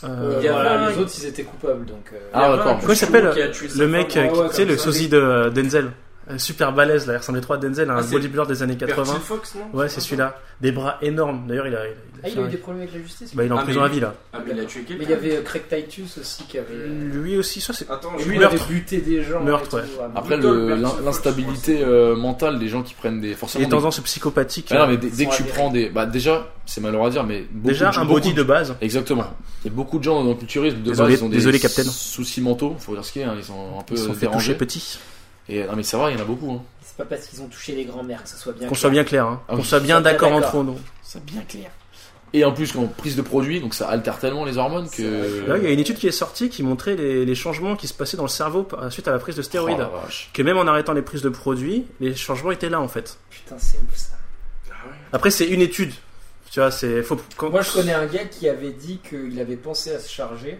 Speaker 6: Euh,
Speaker 5: Il y a
Speaker 6: voilà.
Speaker 5: les autres, ils étaient coupables, donc. euh,
Speaker 3: Ah, d'accord.
Speaker 6: Comment il s'appelle Le mec,
Speaker 3: Ah,
Speaker 6: euh, qui-
Speaker 5: ouais,
Speaker 6: tu sais,
Speaker 5: comme
Speaker 6: le
Speaker 5: ça.
Speaker 6: sosie de euh, Denzel. Euh, Super balèze, là, il ressemblait trop à Denzel, un
Speaker 4: Ah, c'est-
Speaker 6: bodybuilder des années 80.
Speaker 4: Fox, non
Speaker 6: Ouais, c'est celui-là. Des bras énormes. D'ailleurs, il a. il a- il a
Speaker 5: Ah,
Speaker 6: fait
Speaker 5: il a eu
Speaker 6: un-
Speaker 5: des problèmes avec la justice
Speaker 6: Bah, il est en
Speaker 4: Ah,
Speaker 6: prison
Speaker 4: mais-
Speaker 6: à vie, là.
Speaker 4: Ah, mais il a tué
Speaker 5: Mais
Speaker 4: quelqu'un.
Speaker 5: il y avait euh, Craig Titus aussi qui avait. euh,
Speaker 6: Lui aussi, ça, c'est.
Speaker 4: Attends,
Speaker 5: Lui,
Speaker 4: je
Speaker 5: il avait
Speaker 6: meurtre.
Speaker 5: buté des gens.
Speaker 6: Meurtre,
Speaker 5: et tout, ah avant.
Speaker 3: après
Speaker 4: Plutôt le
Speaker 3: le-
Speaker 4: perso
Speaker 3: l'in-
Speaker 4: Fox,
Speaker 3: l'instabilité euh, mentale des gens qui prennent des forcément
Speaker 6: Les
Speaker 5: Ah,
Speaker 3: des-
Speaker 6: tendances psychopathiques.
Speaker 3: Ah non,
Speaker 6: euh,
Speaker 3: mais dès, dès que tu prends des. Bah, déjà, c'est malheureux à dire, mais. Beaucoup,
Speaker 6: Déjà, un
Speaker 3: beaucoup
Speaker 6: body de base.
Speaker 3: Exactement. Il y a beaucoup de gens dans le culturisme de
Speaker 6: Désolé-
Speaker 3: base, ils ont des
Speaker 6: désolé, Captain.
Speaker 3: soucis mentaux, faut dire ce qu'il y a, hein, ils sont un peu
Speaker 6: Ils se sont fait toucher
Speaker 3: dérangés.
Speaker 6: petit.
Speaker 3: Et, non, mais ça va, il y en a beaucoup. Hein.
Speaker 5: C'est pas parce qu'ils ont touché les grands-mères que ça soit bien.
Speaker 6: Qu'on soit bien clair, hein.
Speaker 3: Ah
Speaker 6: qu'on
Speaker 3: oui.
Speaker 6: soit bien
Speaker 5: Qu'on soit
Speaker 6: d'accord
Speaker 5: bien
Speaker 6: entre nous.
Speaker 3: C'est bien clair. Et en plus, quand prise de produits, donc ça altère tellement les hormones que.
Speaker 6: Là, il y a une étude qui est sortie qui montrait les, les changements qui se passaient dans le cerveau par- suite à la prise de
Speaker 3: Oh,
Speaker 6: stéroïdes.
Speaker 3: la vache.
Speaker 6: que même en arrêtant les prises de produits, les changements étaient là en fait.
Speaker 5: Putain, c'est ouf ça.
Speaker 6: Après, c'est une étude. Tu vois, c'est. Faut... quand-
Speaker 5: Moi, je connais un gars qui avait dit qu'il avait pensé à se charger.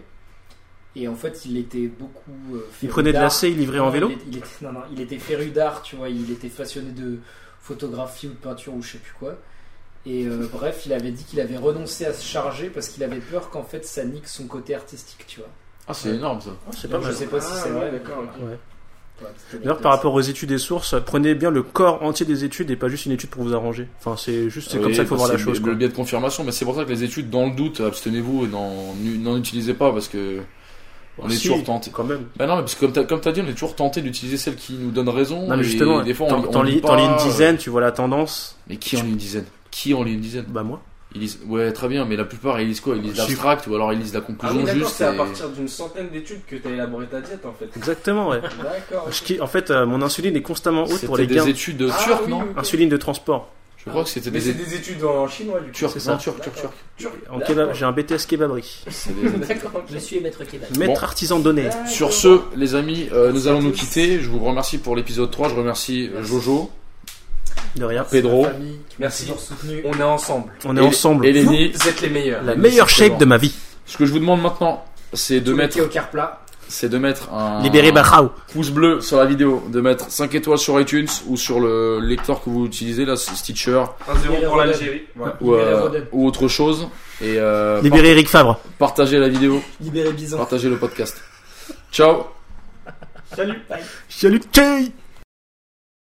Speaker 5: Et en fait, il était beaucoup. euh,
Speaker 6: Il
Speaker 5: féru
Speaker 6: prenait de la
Speaker 5: d'art.
Speaker 6: C, il livrait en
Speaker 5: Non,
Speaker 6: vélo.
Speaker 5: il, est- il était, non, non, il était féru d'art, tu vois. Il était passionné de photographie ou de peinture ou je sais plus quoi. Et euh, bref, il avait dit qu'il avait renoncé à se charger parce qu'il avait peur qu'en fait ça nique son côté artistique, tu vois.
Speaker 3: Ah, c'est énorme ça.
Speaker 6: C'est
Speaker 5: Donc, je sais pas
Speaker 4: Ah,
Speaker 5: si c'est vrai.
Speaker 13: d'accord. ok.
Speaker 5: Voilà, petite
Speaker 6: D'ailleurs,
Speaker 5: anecdote.
Speaker 6: par rapport aux études et sources, prenez bien le corps entier des études et pas juste une étude pour vous arranger. Enfin, c'est juste, c'est
Speaker 3: Oui,
Speaker 6: comme ça qu'il faut
Speaker 3: bah,
Speaker 6: voir la
Speaker 3: c'est
Speaker 6: chose.
Speaker 3: Le,
Speaker 6: quoi.
Speaker 3: le biais de confirmation, mais c'est pour ça que les études, dans le doute, abstenez-vous et n'en n'en utilisez pas parce que on est
Speaker 6: Si,
Speaker 3: toujours tenté.
Speaker 6: Quand même.
Speaker 3: Bah non, mais parce que comme t'as comme t'as dit, on est toujours tenté d'utiliser celle qui nous donne raison.
Speaker 6: Non, mais
Speaker 3: et
Speaker 6: justement,
Speaker 3: des fois, on,
Speaker 6: t'en-
Speaker 3: lit- on
Speaker 6: t'en
Speaker 3: lit
Speaker 6: lis
Speaker 3: pas,
Speaker 6: t'en lis une
Speaker 3: euh,
Speaker 6: dizaine, tu vois la tendance.
Speaker 3: Mais qui en lit une dizaine Qui en lit une dizaine
Speaker 6: Bah, moi.
Speaker 3: Ils lisent... Ouais, très bien, mais la plupart ils lisent quoi Ils lisent
Speaker 6: Ah, Chiffre.
Speaker 3: l'abstract ou alors ils lisent la
Speaker 4: Ah
Speaker 3: conclusion
Speaker 4: oui, d'accord,
Speaker 3: juste.
Speaker 4: c'est à
Speaker 3: et-
Speaker 4: partir d'une centaine d'études que t'as élaboré ta diète en fait.
Speaker 6: Exactement, ouais.
Speaker 4: D'accord.
Speaker 6: Je kiffe- en fait, euh, mon insuline est constamment haute pour
Speaker 3: C'était
Speaker 6: les
Speaker 3: des
Speaker 6: gains.
Speaker 3: études
Speaker 4: Ah,
Speaker 3: turques,
Speaker 4: oui,
Speaker 3: non
Speaker 4: oui, ok.
Speaker 6: Insuline de transport.
Speaker 3: Je crois que c'était
Speaker 4: Mais
Speaker 3: des
Speaker 4: c'est
Speaker 3: études
Speaker 4: des études en chinois du coup.
Speaker 3: turques.
Speaker 6: c'est ça.
Speaker 3: Non, turques, turques, turques.
Speaker 6: En
Speaker 4: D'accord.
Speaker 6: kebab, j'ai un BTS kebaberie.
Speaker 3: C'est des-
Speaker 4: D'accord. ok.
Speaker 14: Je suis maître Québec.
Speaker 6: Maître
Speaker 3: Bon.
Speaker 6: artisan donné.
Speaker 3: Sur ce, les amis, euh, nous allons nous quitter. Je vous remercie pour l'épisode 3. Je remercie euh, Jojo,
Speaker 6: De rien.
Speaker 3: Pedro,
Speaker 4: Merci. On est ensemble.
Speaker 6: On est
Speaker 3: Et-
Speaker 6: ensemble.
Speaker 3: et Lenny.
Speaker 4: Vous êtes les meilleurs.
Speaker 6: La meilleure
Speaker 3: Exactement.
Speaker 6: shape de ma vie.
Speaker 3: Ce que je vous demande maintenant, c'est de
Speaker 5: Tous les
Speaker 3: mettre,
Speaker 5: pieds au quart plat.
Speaker 3: c'est de mettre un
Speaker 6: Libéré Barrao.
Speaker 3: pouce bleu sur la vidéo, de mettre 5 étoiles sur iTunes ou sur le lecteur que vous utilisez, là, c'est Stitcher
Speaker 4: 1-0 pour l'Algérie. Voilà.
Speaker 3: ou,
Speaker 5: Libérez
Speaker 3: euh,
Speaker 5: Roden.
Speaker 3: ou autre chose, et euh, par-
Speaker 6: Libéré Eric Favre.
Speaker 3: partagez la vidéo,
Speaker 5: Libéré Bison.
Speaker 3: partagez le podcast. Ciao.
Speaker 6: Salut, Kay